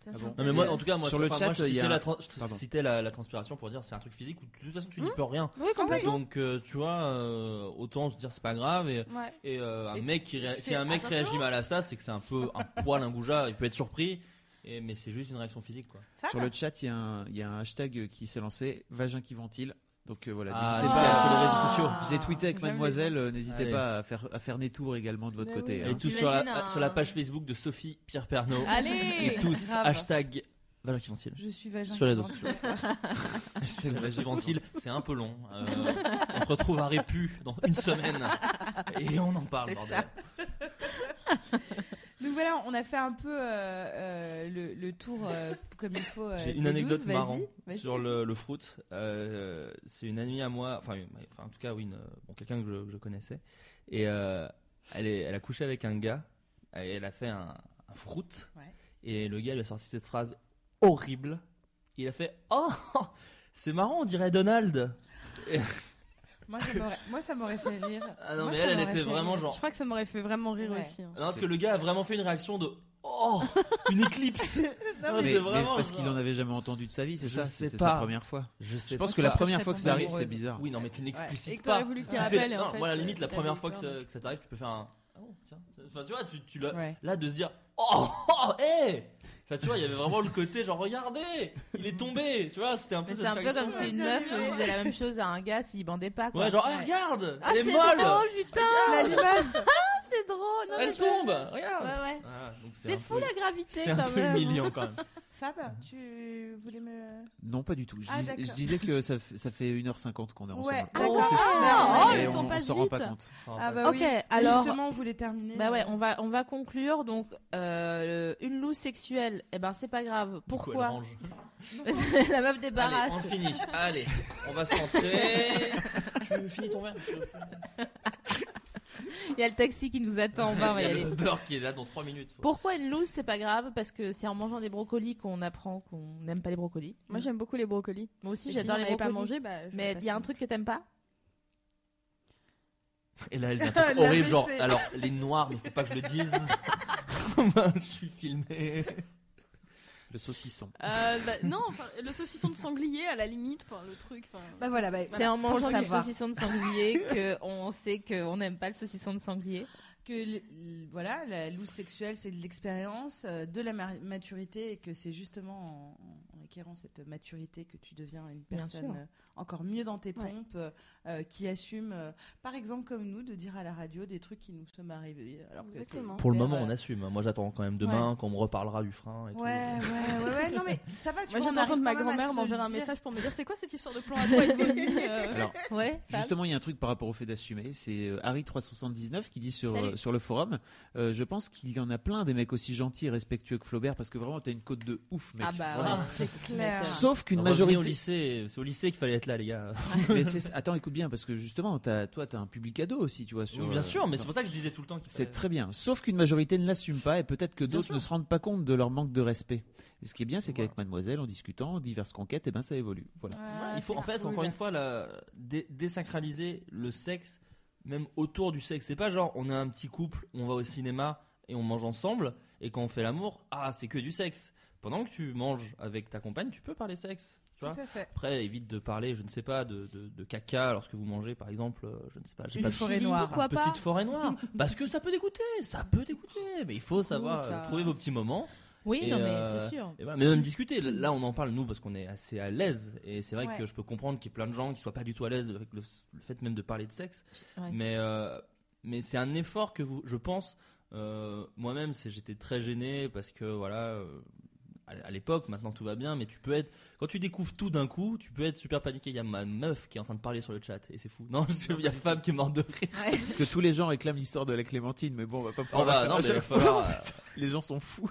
[SPEAKER 1] Ça
[SPEAKER 3] Ah
[SPEAKER 1] sent-
[SPEAKER 3] bon
[SPEAKER 6] Non mais moi en tout cas moi
[SPEAKER 3] Sur
[SPEAKER 6] je-
[SPEAKER 3] le
[SPEAKER 6] enfin,
[SPEAKER 3] chat,
[SPEAKER 6] moi, je
[SPEAKER 3] il y
[SPEAKER 6] citais
[SPEAKER 3] a-
[SPEAKER 6] la, trans- je
[SPEAKER 3] Pardon.
[SPEAKER 6] citais la, la transpiration pour dire c'est un truc physique où de toute façon tu
[SPEAKER 2] Mmh.
[SPEAKER 6] n'y peux rien.
[SPEAKER 5] Oui, complètement.
[SPEAKER 6] Donc euh, tu vois euh, autant se dire c'est pas grave et,
[SPEAKER 5] Ouais.
[SPEAKER 6] et, euh, un
[SPEAKER 2] Et
[SPEAKER 6] mec qui ré-
[SPEAKER 2] tu
[SPEAKER 6] si
[SPEAKER 2] fais
[SPEAKER 6] un mec
[SPEAKER 2] attention.
[SPEAKER 6] réagit mal à ça c'est que c'est un peu un poil un goujat il peut être surpris et, mais c'est juste une réaction physique quoi.
[SPEAKER 3] Sur le chat, il y, a un- il y a un hashtag qui s'est lancé vagin qui ventile. Donc euh, voilà,
[SPEAKER 6] Ah,
[SPEAKER 3] n'hésitez
[SPEAKER 6] nickel,
[SPEAKER 3] pas
[SPEAKER 6] sur les
[SPEAKER 3] à-
[SPEAKER 6] réseaux sociaux.
[SPEAKER 3] Je l'ai tweeté
[SPEAKER 5] Bah
[SPEAKER 3] avec
[SPEAKER 1] J'aime les
[SPEAKER 3] mademoiselle, euh, n'hésitez
[SPEAKER 6] Allez.
[SPEAKER 3] pas à faire, à faire des tours également de votre
[SPEAKER 5] Mais
[SPEAKER 3] côté.
[SPEAKER 5] Bah oui.
[SPEAKER 6] Et
[SPEAKER 3] hein.
[SPEAKER 6] tous sur la,
[SPEAKER 1] T'imagines un-
[SPEAKER 6] sur la page Facebook de Sophie Pierre Pernaud *laughs*
[SPEAKER 2] *laughs*
[SPEAKER 6] et
[SPEAKER 1] Allez
[SPEAKER 6] tous
[SPEAKER 2] Grave.
[SPEAKER 6] hashtag vagin qui ventile.
[SPEAKER 2] Je suis vagin.
[SPEAKER 6] Sur les
[SPEAKER 2] qui
[SPEAKER 6] autres.
[SPEAKER 2] ventile.
[SPEAKER 1] *laughs*
[SPEAKER 3] Je fais le
[SPEAKER 6] Vagin
[SPEAKER 3] vagin
[SPEAKER 6] qui ventile c'est un peu long. Euh, on se retrouve à Répu dans une semaine et on en parle
[SPEAKER 1] C'est
[SPEAKER 6] bordel.
[SPEAKER 1] ça.
[SPEAKER 2] *laughs* Donc voilà, on a fait un peu euh, euh, le, le tour euh, comme il faut. euh,
[SPEAKER 6] J'ai une
[SPEAKER 2] des
[SPEAKER 6] anecdote
[SPEAKER 2] looses, vas-y,
[SPEAKER 6] marrante
[SPEAKER 2] vas-y,
[SPEAKER 6] sur
[SPEAKER 2] vas-y.
[SPEAKER 6] le, le fruit. Euh, c'est une amie à moi, enfin, une- enfin, en tout cas, oui, une- bon, quelqu'un que je, que je connaissais. Et euh, elle, est- elle a couché avec un gars, et elle a fait un, un fruit.
[SPEAKER 2] Ouais.
[SPEAKER 6] Et le gars lui a sorti cette phrase horrible. Il a fait Oh, *laughs* c'est marrant, on dirait Donald.
[SPEAKER 2] Moi, ça m'aurait- moi, ça m'aurait fait
[SPEAKER 6] *laughs*
[SPEAKER 2] rire.
[SPEAKER 6] Ah non,
[SPEAKER 2] Moi,
[SPEAKER 6] mais
[SPEAKER 2] ça
[SPEAKER 6] elle, elle
[SPEAKER 2] m'aurait
[SPEAKER 6] était
[SPEAKER 2] fait
[SPEAKER 6] vraiment
[SPEAKER 2] rire.
[SPEAKER 6] genre.
[SPEAKER 5] Je crois que ça m'aurait fait vraiment rire
[SPEAKER 2] Ouais.
[SPEAKER 5] aussi. hein.
[SPEAKER 6] Non, parce que le gars a vraiment fait une réaction de *laughs* Oh, une éclipse.
[SPEAKER 2] Non,
[SPEAKER 6] *laughs* Non,
[SPEAKER 2] mais-
[SPEAKER 3] Mais-
[SPEAKER 6] c'était
[SPEAKER 3] mais
[SPEAKER 6] Ah vraiment
[SPEAKER 3] parce
[SPEAKER 6] genre-
[SPEAKER 3] qu'il n'en avait jamais entendu de sa vie, c'est
[SPEAKER 6] Je
[SPEAKER 3] ça
[SPEAKER 6] sais
[SPEAKER 3] C'était
[SPEAKER 6] pas.
[SPEAKER 3] sa première fois.
[SPEAKER 6] Je
[SPEAKER 3] Je
[SPEAKER 6] sais
[SPEAKER 3] pense
[SPEAKER 6] pas
[SPEAKER 3] que la
[SPEAKER 6] quoi.
[SPEAKER 3] première
[SPEAKER 2] serais
[SPEAKER 3] fois que ça
[SPEAKER 2] tombée
[SPEAKER 3] arrive, c'est
[SPEAKER 2] amoureuse.
[SPEAKER 3] bizarre.
[SPEAKER 6] Oui, non, mais tu
[SPEAKER 2] Et
[SPEAKER 6] n'explicites
[SPEAKER 5] que
[SPEAKER 6] pas.
[SPEAKER 5] t'aurais voulu qu'il
[SPEAKER 6] Si c'est-
[SPEAKER 5] rappelle, et en
[SPEAKER 6] non,
[SPEAKER 5] fait,
[SPEAKER 6] moi, à la
[SPEAKER 5] euh,
[SPEAKER 6] limite, la
[SPEAKER 5] t'as
[SPEAKER 6] première
[SPEAKER 5] eu
[SPEAKER 6] fois que
[SPEAKER 5] peur,
[SPEAKER 6] ça,
[SPEAKER 5] donc.
[SPEAKER 6] que ça t'arrive, tu peux faire un. oh, tiens. Enfin, tu vois, tu, tu l'as- là, de se dire, oh, *laughs* oh, hey Enfin, tu vois, il y avait vraiment le côté, genre, regardez, il est tombé, tu vois, c'était un peu
[SPEAKER 1] Mais
[SPEAKER 6] cette
[SPEAKER 1] c'est un peu
[SPEAKER 6] réaction.
[SPEAKER 1] comme si une meuf faisait la même chose à un gars s'il bandait pas. Quoi.
[SPEAKER 6] Ouais, genre, ah, regarde,
[SPEAKER 1] Ah,
[SPEAKER 6] elle est,
[SPEAKER 1] c'est
[SPEAKER 6] molle
[SPEAKER 1] drôle, putain
[SPEAKER 6] La
[SPEAKER 2] limace.
[SPEAKER 1] Ah, C'est drôle non, mais
[SPEAKER 6] Elle
[SPEAKER 1] je-
[SPEAKER 6] tombe, regarde
[SPEAKER 1] Ouais, ouais.
[SPEAKER 6] Ah, donc
[SPEAKER 1] C'est
[SPEAKER 6] un
[SPEAKER 1] fou,
[SPEAKER 6] peu-
[SPEAKER 1] la gravité,
[SPEAKER 6] *laughs* C'est un
[SPEAKER 1] quand
[SPEAKER 6] peu
[SPEAKER 1] même. Ah,
[SPEAKER 6] humiliant quand même.
[SPEAKER 2] Fab, tu voulais me.
[SPEAKER 3] Non, pas du tout. Je,
[SPEAKER 2] Ah,
[SPEAKER 3] dis-
[SPEAKER 2] d'accord.
[SPEAKER 3] je disais que ça, f- ça fait 1h50 qu'on est ensemble.
[SPEAKER 2] Ouais,
[SPEAKER 3] Oh,
[SPEAKER 2] d'accord.
[SPEAKER 3] c'est fou.
[SPEAKER 2] Ah,
[SPEAKER 1] oh,
[SPEAKER 3] Et
[SPEAKER 1] le
[SPEAKER 3] on
[SPEAKER 1] temps
[SPEAKER 3] on
[SPEAKER 1] passe
[SPEAKER 3] s'en rend
[SPEAKER 1] vite.
[SPEAKER 3] pas compte.
[SPEAKER 2] Ah bah
[SPEAKER 1] Ok,
[SPEAKER 2] oui.
[SPEAKER 1] alors-
[SPEAKER 2] Justement, on voulait terminer.
[SPEAKER 1] Bah ouais, on va, on va conclure. Donc, euh, une loue sexuelle, eh ben, c'est pas grave.
[SPEAKER 6] Du coup, elle
[SPEAKER 1] Pourquoi
[SPEAKER 6] range.
[SPEAKER 1] *laughs* La meuf
[SPEAKER 6] Allez,
[SPEAKER 1] débarrasse.
[SPEAKER 6] on finit. Allez, on va *laughs* s'entrer. tu finis ton verre
[SPEAKER 1] Il y a le taxi qui nous attend. On va, on va
[SPEAKER 6] *laughs*
[SPEAKER 1] y
[SPEAKER 6] Il y a
[SPEAKER 1] aller.
[SPEAKER 6] le beurre qui est là dans 3 minutes. faut-
[SPEAKER 1] Pourquoi une loose c'est pas grave Parce que c'est en mangeant des brocolis qu'on apprend qu'on n'aime pas les brocolis.
[SPEAKER 5] Moi, j'aime beaucoup les brocolis.
[SPEAKER 1] Moi aussi,
[SPEAKER 5] Et
[SPEAKER 1] j'adore
[SPEAKER 5] si
[SPEAKER 1] les
[SPEAKER 5] j'en avais
[SPEAKER 1] brocolis.
[SPEAKER 5] pas mangé, bah, je
[SPEAKER 1] mais
[SPEAKER 5] l'aurais
[SPEAKER 1] il y a
[SPEAKER 5] pas
[SPEAKER 1] un
[SPEAKER 5] su.
[SPEAKER 1] truc que t'aimes pas
[SPEAKER 6] Et là, elle dit *laughs* un truc
[SPEAKER 2] La
[SPEAKER 6] horrible, genre,
[SPEAKER 2] fessée.
[SPEAKER 6] alors, les noirs, mais faut pas que je le *laughs* dise. je suis filmé.
[SPEAKER 3] Le saucisson.
[SPEAKER 5] Euh, bah, non, enfin, le saucisson de sanglier à la limite, enfin, le truc. enfin,
[SPEAKER 2] Bah voilà, bah,
[SPEAKER 1] C'est en
[SPEAKER 2] voilà, pour
[SPEAKER 1] mangeant
[SPEAKER 2] le
[SPEAKER 1] du
[SPEAKER 2] savoir.
[SPEAKER 1] saucisson de sanglier qu'on sait qu'on n'aime pas le saucisson de sanglier.
[SPEAKER 2] que l- l- voilà, la loose sexuelle, c'est de l'expérience, euh, de la mar- maturité, et que c'est justement en, en acquérant cette maturité que tu deviens une
[SPEAKER 1] Bien
[SPEAKER 2] personne
[SPEAKER 1] sûr.
[SPEAKER 2] euh, encore mieux dans tes
[SPEAKER 5] Ouais.
[SPEAKER 2] pompes, euh, euh, qui assume, euh, par exemple comme nous, de dire à la radio des trucs qui nous sommes arrivés. Alors que c'est
[SPEAKER 5] Exactement.
[SPEAKER 6] Pour le
[SPEAKER 2] hyper,
[SPEAKER 6] moment,
[SPEAKER 2] euh,
[SPEAKER 6] on assume. hein. Moi, j'attends quand même demain qu'on me reparlera du frein et tout.
[SPEAKER 2] Ouais, ouais, ouais, ouais, non mais ça va, tu vois,
[SPEAKER 5] Moi, j'ai
[SPEAKER 2] on
[SPEAKER 5] entendu
[SPEAKER 2] arrive
[SPEAKER 5] ma
[SPEAKER 2] quand même à
[SPEAKER 5] grand-mère
[SPEAKER 2] se
[SPEAKER 5] m'enverra un
[SPEAKER 2] dire-
[SPEAKER 5] message pour me dire c'est quoi cette histoire de plan à toi et de vomi, euh,
[SPEAKER 3] Alors,
[SPEAKER 1] Ouais. Fab
[SPEAKER 3] Justement, il y a un truc par rapport au fait d'assumer. C'est euh, Harry379 qui dit sur,
[SPEAKER 1] Salut.
[SPEAKER 3] euh, sur le forum euh, Je pense qu'il y en a plein des mecs aussi gentils et respectueux que Flaubert parce que vraiment, t'as une côte de ouf, mec.
[SPEAKER 1] Ah bah euh,
[SPEAKER 3] Vraiment.
[SPEAKER 1] ouais,
[SPEAKER 2] C'est clair.
[SPEAKER 3] Sauf qu'une
[SPEAKER 6] Revenez au
[SPEAKER 3] majorité.
[SPEAKER 6] lycée, c'est au lycée qu'il fallait être là, les gars.
[SPEAKER 3] *laughs* Mais c'est- Attends, écoute bien, parce que justement, t'as- toi, t'as un public ado aussi, tu vois. Sur,
[SPEAKER 6] Oui, bien
[SPEAKER 3] euh,
[SPEAKER 6] sûr, mais c'est pour ça que je disais tout le temps qu'il
[SPEAKER 3] C'est
[SPEAKER 6] fallait-
[SPEAKER 3] très bien. Sauf qu'une majorité ne l'assume pas et peut-être que d'autres
[SPEAKER 6] sûr.
[SPEAKER 3] ne se rendent pas compte de leur manque de respect. Et ce qui est bien, c'est qu'avec Mademoiselle, en discutant, en diverses conquêtes, et ben ça évolue. Voilà.
[SPEAKER 2] Ah,
[SPEAKER 6] Il faut en
[SPEAKER 2] c'est
[SPEAKER 6] fait
[SPEAKER 2] cool.
[SPEAKER 6] encore une fois la, dé- désacraliser le sexe, même autour du sexe. C'est pas genre on a un petit couple, on va au cinéma et on mange ensemble et quand on fait l'amour, ah c'est que du sexe. Pendant que tu manges avec ta compagne, tu peux parler sexe. Tu vois
[SPEAKER 2] Tout à fait.
[SPEAKER 6] Après évite de parler, je ne sais pas, de, de- de caca lorsque vous mangez par exemple, euh, je ne sais pas. j'ai
[SPEAKER 2] Une
[SPEAKER 6] pas de-
[SPEAKER 2] forêt
[SPEAKER 1] Chili,
[SPEAKER 2] noire.
[SPEAKER 1] pourquoi pas
[SPEAKER 6] petite
[SPEAKER 2] *laughs*
[SPEAKER 6] forêt noire parce que ça peut dégoûter ça peut dégoûter mais il faut savoir
[SPEAKER 1] Écoute,
[SPEAKER 6] euh,
[SPEAKER 1] euh,
[SPEAKER 6] trouver vos petits moments
[SPEAKER 1] Oui,
[SPEAKER 6] Et,
[SPEAKER 1] non, mais
[SPEAKER 6] euh,
[SPEAKER 1] c'est sûr.
[SPEAKER 6] et voilà, mais même discuter là on en parle nous parce qu'on est assez à l'aise et c'est vrai
[SPEAKER 2] Ouais.
[SPEAKER 6] que je peux comprendre qu'il y ait plein de gens qui soient pas du tout à l'aise avec le, le fait même de parler de sexe
[SPEAKER 1] Ouais.
[SPEAKER 6] mais euh, mais c'est un effort que vous je pense euh, moi-même c'est j'étais très gêné parce que voilà euh, à à l'époque, maintenant tout va bien, mais tu peux être. Quand tu découvres tout d'un coup, tu peux être super paniqué. Il y a ma meuf qui est en train de parler sur le chat, et c'est fou. Non, *laughs* je- il y a Fab qui est mort de rire.
[SPEAKER 3] Parce que tous les gens réclament l'histoire de la Clémentine, mais bon, on va pas
[SPEAKER 6] Oh
[SPEAKER 3] pouvoir. la faire à *laughs*
[SPEAKER 6] bah, non, mais il va
[SPEAKER 3] chaque fois.
[SPEAKER 6] falloir, euh,
[SPEAKER 3] Les gens sont fous.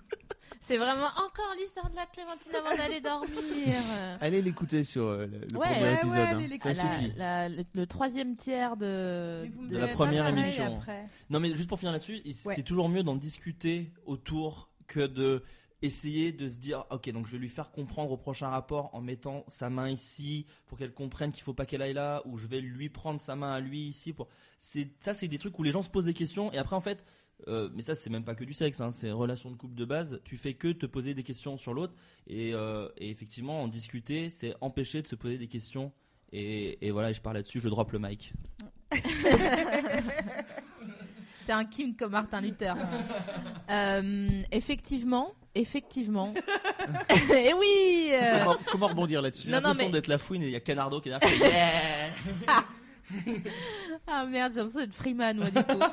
[SPEAKER 1] C'est vraiment encore l'histoire de la Clémentine avant d'aller dormir.
[SPEAKER 3] Allez l'écouter sur euh, le, le
[SPEAKER 1] Ouais,
[SPEAKER 3] premier
[SPEAKER 1] ouais,
[SPEAKER 3] épisode.
[SPEAKER 2] ouais,
[SPEAKER 3] hein.
[SPEAKER 2] allez
[SPEAKER 3] Ça
[SPEAKER 1] Ah, la-
[SPEAKER 3] suffit.
[SPEAKER 1] la- le, le troisième tiers de,
[SPEAKER 2] Mais vous me
[SPEAKER 1] de-
[SPEAKER 6] la
[SPEAKER 2] direz pas
[SPEAKER 6] première
[SPEAKER 2] pareil
[SPEAKER 6] émission.
[SPEAKER 2] après.
[SPEAKER 6] Non, mais juste pour finir là-dessus, il-
[SPEAKER 2] Ouais.
[SPEAKER 6] c'est toujours mieux d'en discuter autour que de essayer de se dire ok donc je vais lui faire comprendre au prochain rapport en mettant sa main ici pour qu'elle comprenne qu'il faut pas qu'elle aille là ou je vais lui prendre sa main à lui ici pour c'est ça c'est des trucs où les gens se posent des questions et après en fait euh, mais ça c'est même pas que du sexe hein, c'est relation de couple de base tu fais que te poser des questions sur l'autre et, euh, et effectivement en discuter c'est empêcher de se poser des questions et, et voilà et je parle là-dessus je drop le mic
[SPEAKER 1] T'es un Kim comme
[SPEAKER 2] *laughs*
[SPEAKER 1] Martin Luther. Euh, effectivement,
[SPEAKER 2] *laughs*
[SPEAKER 1] effectivement. *laughs* et oui euh,
[SPEAKER 3] Comment, comment rebondir là-dessus
[SPEAKER 6] j'ai
[SPEAKER 1] Non, non,
[SPEAKER 6] l'impression
[SPEAKER 1] mais-
[SPEAKER 6] d'être la fouine et il y a Canardo qui est derrière qui fait, Yeah
[SPEAKER 1] Ah merde, j'ai l'impression d'être Freeman, moi, du coup.
[SPEAKER 2] *laughs*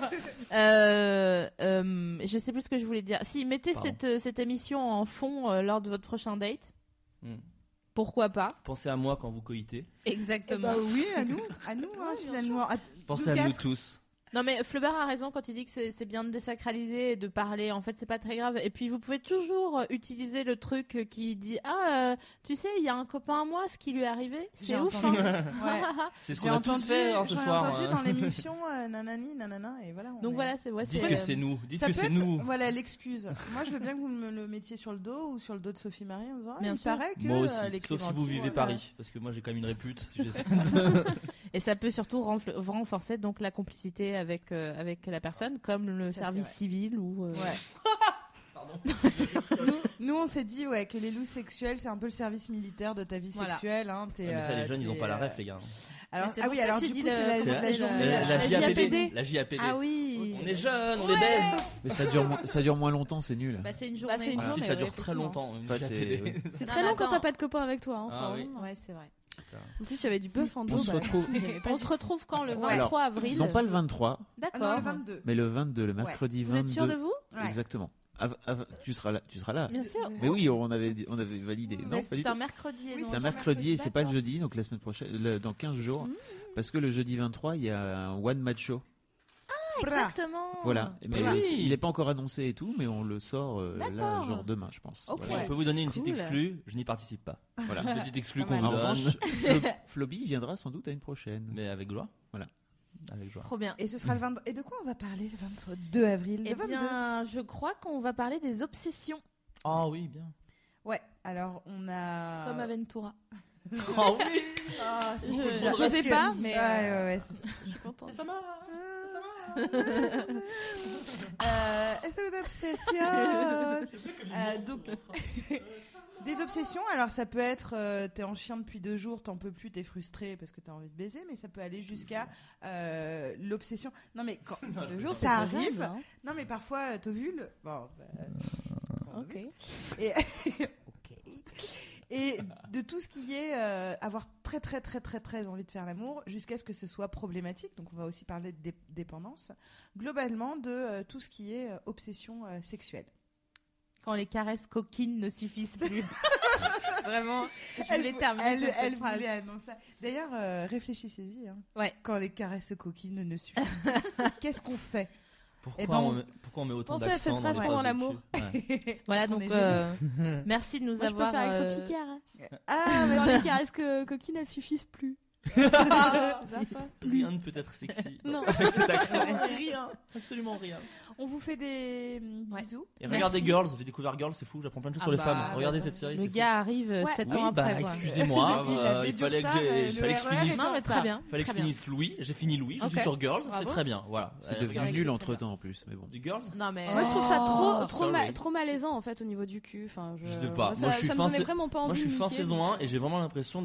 [SPEAKER 1] Euh, euh, je sais plus ce que je voulais dire. Si, mettez
[SPEAKER 6] Pardon.
[SPEAKER 1] cette, euh, cette émission en fond euh, lors de votre prochain date.
[SPEAKER 6] Hmm.
[SPEAKER 1] Pourquoi pas ben,
[SPEAKER 6] Pensez à moi quand vous coïtez.
[SPEAKER 2] Eh
[SPEAKER 1] Exactement.
[SPEAKER 2] bah oui, à nous, à nous hein,
[SPEAKER 5] Ouais, bien
[SPEAKER 2] finalement. À t-
[SPEAKER 6] Pensez
[SPEAKER 2] nous
[SPEAKER 6] à nous
[SPEAKER 2] quatre.
[SPEAKER 6] tous.
[SPEAKER 1] Non mais Flaubert a raison quand il dit que c'est c'est bien de désacraliser et de parler. En fait, c'est pas très grave. Et puis vous pouvez toujours euh, utiliser le truc euh, qui dit ah euh, tu sais il y a un copain à moi ce qui lui est arrivé. C'est
[SPEAKER 2] J'ai
[SPEAKER 1] ouf.
[SPEAKER 2] entendu. *laughs*
[SPEAKER 1] hein.
[SPEAKER 2] Ouais.
[SPEAKER 6] C'est ce
[SPEAKER 2] J'ai
[SPEAKER 6] qu'on a
[SPEAKER 2] entendu,
[SPEAKER 6] tous fait hein, ce
[SPEAKER 2] j'en ai
[SPEAKER 6] soir.
[SPEAKER 2] entendu
[SPEAKER 6] hein.
[SPEAKER 2] dans l'émission euh, nanani nanana et voilà. on
[SPEAKER 1] Donc
[SPEAKER 2] est-
[SPEAKER 1] voilà c'est ouais,
[SPEAKER 6] Dites
[SPEAKER 1] c'est,
[SPEAKER 6] que
[SPEAKER 1] euh,
[SPEAKER 6] c'est nous. Dites
[SPEAKER 2] Ça
[SPEAKER 6] que
[SPEAKER 2] peut
[SPEAKER 6] c'est
[SPEAKER 2] être,
[SPEAKER 6] nous.
[SPEAKER 2] Voilà l'excuse. Moi, je veux bien que vous me le mettiez sur le dos ou sur le dos de Sophie Marie en disant ah,
[SPEAKER 1] Bien
[SPEAKER 2] il
[SPEAKER 1] sûr.
[SPEAKER 2] paraît que
[SPEAKER 6] Moi aussi.
[SPEAKER 2] euh, les
[SPEAKER 6] Sauf si vous
[SPEAKER 2] Clémentines,
[SPEAKER 6] vivez
[SPEAKER 2] voilà.
[SPEAKER 6] Paris. Parce que moi j'ai quand même une répute. si j'essaie
[SPEAKER 1] et ça peut surtout renfle- renforcer donc la complicité avec euh, avec la personne comme le
[SPEAKER 2] Ça, c'est
[SPEAKER 1] service
[SPEAKER 2] vrai.
[SPEAKER 1] civil ou euh,
[SPEAKER 2] Ouais. *laughs*
[SPEAKER 6] Pardon.
[SPEAKER 2] nous, nous, on s'est dit ouais que les loups sexuels, c'est un peu le service militaire de ta vie
[SPEAKER 1] Voilà.
[SPEAKER 2] sexuelle. Hein, t'es,
[SPEAKER 6] Ah, mais ça, les
[SPEAKER 2] euh,
[SPEAKER 6] jeunes, ils ont
[SPEAKER 2] t'es,
[SPEAKER 6] pas la
[SPEAKER 2] euh,
[SPEAKER 6] ref, les gars.
[SPEAKER 2] Alors,
[SPEAKER 1] c'est
[SPEAKER 2] ah
[SPEAKER 1] pour
[SPEAKER 2] oui,
[SPEAKER 1] ça que
[SPEAKER 2] alors
[SPEAKER 1] j'ai
[SPEAKER 2] du
[SPEAKER 1] dit
[SPEAKER 2] coup, c'est
[SPEAKER 1] le-
[SPEAKER 2] la,
[SPEAKER 1] c'est
[SPEAKER 2] la
[SPEAKER 1] la-
[SPEAKER 2] journée.
[SPEAKER 6] La,
[SPEAKER 1] la
[SPEAKER 6] JAPD.
[SPEAKER 1] JAPD.
[SPEAKER 6] La JAPD.
[SPEAKER 1] Ah oui.
[SPEAKER 6] On est jeunes, on est belles.
[SPEAKER 3] Mais ça dure, mo- ça dure moins longtemps, c'est nul.
[SPEAKER 1] Bah, c'est une journée.
[SPEAKER 5] Bah, c'est une
[SPEAKER 6] Ah, si,
[SPEAKER 5] journée,
[SPEAKER 6] ça
[SPEAKER 5] ouais,
[SPEAKER 6] dure très
[SPEAKER 5] effectivement.
[SPEAKER 6] longtemps. une
[SPEAKER 3] Enfin, c'est-
[SPEAKER 6] JAPD.
[SPEAKER 5] C'est
[SPEAKER 1] Non,
[SPEAKER 5] très
[SPEAKER 1] mais
[SPEAKER 5] long quand
[SPEAKER 1] attends.
[SPEAKER 5] t'as pas de copain avec toi. hein,
[SPEAKER 6] Ah
[SPEAKER 5] enfin,
[SPEAKER 6] oui.
[SPEAKER 5] vraiment.
[SPEAKER 1] Ouais, c'est vrai.
[SPEAKER 5] En plus, il y avait du bœuf en dos.
[SPEAKER 3] On se
[SPEAKER 5] bah,
[SPEAKER 3] retrouve.
[SPEAKER 5] j'aimais pas
[SPEAKER 1] On
[SPEAKER 5] du
[SPEAKER 1] se
[SPEAKER 5] tout.
[SPEAKER 1] retrouve quand le 23
[SPEAKER 2] Ouais.
[SPEAKER 1] avril.
[SPEAKER 3] Ils ont pas le
[SPEAKER 2] Ah
[SPEAKER 3] 23,
[SPEAKER 2] non,
[SPEAKER 1] D'accord.
[SPEAKER 2] le 22.
[SPEAKER 3] mais le 22, le mercredi
[SPEAKER 1] Vous
[SPEAKER 3] 22.
[SPEAKER 1] êtes sûr de vous
[SPEAKER 2] Ouais.
[SPEAKER 3] Exactement. Av- av- tu seras là. Tu seras là.
[SPEAKER 1] Bien sûr.
[SPEAKER 3] Mais oui, on avait, on avait validé. Non,
[SPEAKER 1] Parce
[SPEAKER 3] pas
[SPEAKER 1] que
[SPEAKER 3] du
[SPEAKER 1] c'est
[SPEAKER 3] tout.
[SPEAKER 1] un mercredi et
[SPEAKER 2] Oui,
[SPEAKER 1] non
[SPEAKER 3] C'est un
[SPEAKER 2] un
[SPEAKER 3] mercredi et
[SPEAKER 2] mercredi,
[SPEAKER 3] c'est pas le
[SPEAKER 2] d'accord.
[SPEAKER 3] jeudi, donc la semaine prochaine, le- dans 15 jours.
[SPEAKER 1] Mmh.
[SPEAKER 3] Parce que le jeudi 23, il y a un one match show.
[SPEAKER 2] Bra.
[SPEAKER 1] Exactement.
[SPEAKER 3] Voilà. Mais
[SPEAKER 6] Ah oui.
[SPEAKER 3] il n'est pas encore annoncé et tout, mais on le sort euh, là,
[SPEAKER 1] D'accord.
[SPEAKER 3] genre demain, je pense.
[SPEAKER 1] Ok.
[SPEAKER 6] Je
[SPEAKER 3] Voilà.
[SPEAKER 6] peux vous donner une
[SPEAKER 5] Cool.
[SPEAKER 6] petite exclue, je n'y participe pas.
[SPEAKER 1] *laughs*
[SPEAKER 3] Voilà.
[SPEAKER 6] Une petite exclue
[SPEAKER 2] Pas
[SPEAKER 6] qu'on
[SPEAKER 2] mal.
[SPEAKER 3] En
[SPEAKER 6] vous
[SPEAKER 3] revanche,
[SPEAKER 6] donne,
[SPEAKER 3] Flo- Floby viendra sans doute à une prochaine.
[SPEAKER 6] mais avec joie.
[SPEAKER 3] Voilà.
[SPEAKER 6] Avec joie.
[SPEAKER 1] Trop bien.
[SPEAKER 2] Et ce sera le 22. Et de quoi on va parler le 22 avril
[SPEAKER 1] Eh
[SPEAKER 2] Le 22.
[SPEAKER 1] bien, je crois qu'on va parler des obsessions
[SPEAKER 6] Ah oui, bien.
[SPEAKER 2] Ouais, alors on a.
[SPEAKER 1] comme Aventura.
[SPEAKER 6] Ah oui
[SPEAKER 2] Ah, c'est
[SPEAKER 1] Je-
[SPEAKER 2] trop
[SPEAKER 1] je
[SPEAKER 2] bien.
[SPEAKER 1] sais
[SPEAKER 2] Parce que-
[SPEAKER 1] pas, mais,
[SPEAKER 2] Ouais, ouais,
[SPEAKER 1] euh,
[SPEAKER 2] ouais, c'est-
[SPEAKER 5] Je suis contente.
[SPEAKER 2] *laughs*
[SPEAKER 1] hein.
[SPEAKER 2] Euh, c'est une obsession. Euh, donc, *laughs* des obsessions, alors ça peut être euh, t'es en chien depuis deux jours, t'en peux plus, t'es frustré parce que t'as envie de baiser, mais ça peut aller jusqu'à euh, l'obsession. Non mais quand deux jours,
[SPEAKER 6] Ah,
[SPEAKER 2] ça arrive. Non mais parfois euh, t'ovules. Bon, bah,
[SPEAKER 5] Ok.
[SPEAKER 2] et, Ok. et *laughs* de tout ce qui est euh, avoir très très très très très envie de faire l'amour jusqu'à ce que ce soit problématique. Donc on va aussi parler de dé- dépendance. Globalement de euh, tout ce qui est euh, obsession euh, sexuelle.
[SPEAKER 1] Quand les caresses coquines ne
[SPEAKER 5] *laughs*
[SPEAKER 1] suffisent plus. Vraiment, je
[SPEAKER 2] Elle
[SPEAKER 1] voulais
[SPEAKER 2] vou-
[SPEAKER 1] terminer
[SPEAKER 2] elle-
[SPEAKER 1] sur cette
[SPEAKER 2] elle
[SPEAKER 1] phrase.
[SPEAKER 2] voulait annoncer. D'ailleurs, euh, réfléchissez-y. hein.
[SPEAKER 1] Ouais.
[SPEAKER 2] Quand les caresses coquines ne suffisent
[SPEAKER 1] *laughs*
[SPEAKER 2] pas, qu'est-ce qu'on fait
[SPEAKER 6] Pourquoi,
[SPEAKER 2] Eh ben,
[SPEAKER 6] on met, pourquoi on met autant
[SPEAKER 5] pensez à cette
[SPEAKER 6] d'accent dans les phrases
[SPEAKER 5] phrase pour
[SPEAKER 6] de
[SPEAKER 5] l'amour.
[SPEAKER 6] cul Ouais.
[SPEAKER 1] Voilà,
[SPEAKER 2] Parce qu'on
[SPEAKER 1] donc
[SPEAKER 2] est
[SPEAKER 1] euh,
[SPEAKER 6] *laughs*
[SPEAKER 1] merci de nous
[SPEAKER 5] Moi, je
[SPEAKER 1] avoir.
[SPEAKER 5] préfère avec
[SPEAKER 1] euh,
[SPEAKER 5] son picard. hein.
[SPEAKER 2] Ah, mais
[SPEAKER 5] Dans les caresses que coquines, elles suffisent plus. *laughs* Ça va.
[SPEAKER 6] Rien de peut-être sexy.
[SPEAKER 5] Non.
[SPEAKER 6] Avec *laughs* cet accent.
[SPEAKER 1] Rien.
[SPEAKER 6] Absolument rien.
[SPEAKER 2] on vous fait des mm,
[SPEAKER 1] Ouais.
[SPEAKER 2] bisous.
[SPEAKER 6] Et regardez Girls, j'ai découvert Girls, c'est fou, j'apprends plein de choses
[SPEAKER 1] Ah
[SPEAKER 6] sur les
[SPEAKER 1] bah,
[SPEAKER 6] femmes.
[SPEAKER 1] bah,
[SPEAKER 6] Regardez
[SPEAKER 1] bah,
[SPEAKER 6] cette série.
[SPEAKER 1] Le
[SPEAKER 6] c'est
[SPEAKER 1] gars arrive euh,
[SPEAKER 5] Ouais.
[SPEAKER 1] sept
[SPEAKER 6] fou.
[SPEAKER 1] ans
[SPEAKER 6] Oui, bah
[SPEAKER 1] après. quoi.
[SPEAKER 6] excusez-moi,
[SPEAKER 2] Il
[SPEAKER 6] euh,
[SPEAKER 2] avait
[SPEAKER 6] il
[SPEAKER 2] du
[SPEAKER 6] fallait que
[SPEAKER 2] retard,
[SPEAKER 6] j'ai-
[SPEAKER 2] euh,
[SPEAKER 6] il fallait que je
[SPEAKER 2] le RER,
[SPEAKER 6] finisse.
[SPEAKER 1] Non, mais très bien.
[SPEAKER 6] Il fallait que je
[SPEAKER 1] très bien.
[SPEAKER 6] finisse Louis, j'ai fini Louis, je
[SPEAKER 1] Ok.
[SPEAKER 6] suis sur Girls, c'est
[SPEAKER 1] Bravo.
[SPEAKER 6] très bien. Voilà.
[SPEAKER 3] C'est
[SPEAKER 6] Euh,
[SPEAKER 3] devenu
[SPEAKER 1] vrai que
[SPEAKER 3] nul
[SPEAKER 1] c'est
[SPEAKER 3] entre temps en plus. Mais bon.
[SPEAKER 6] Du Girls
[SPEAKER 1] Non, mais.
[SPEAKER 5] Moi, je trouve ça trop, trop,
[SPEAKER 6] Oh. sorry.
[SPEAKER 5] ma- trop malaisant en fait au niveau du cul. Enfin, je,
[SPEAKER 6] Je sais pas.
[SPEAKER 5] moi, ça,
[SPEAKER 6] Moi, je suis
[SPEAKER 5] ça me
[SPEAKER 6] fin
[SPEAKER 5] donnait
[SPEAKER 6] sa-
[SPEAKER 5] vraiment pas envie.
[SPEAKER 6] Moi je suis
[SPEAKER 5] de
[SPEAKER 6] fin
[SPEAKER 5] niquer,
[SPEAKER 6] saison
[SPEAKER 5] donc,
[SPEAKER 6] 1 et j'ai vraiment l'impression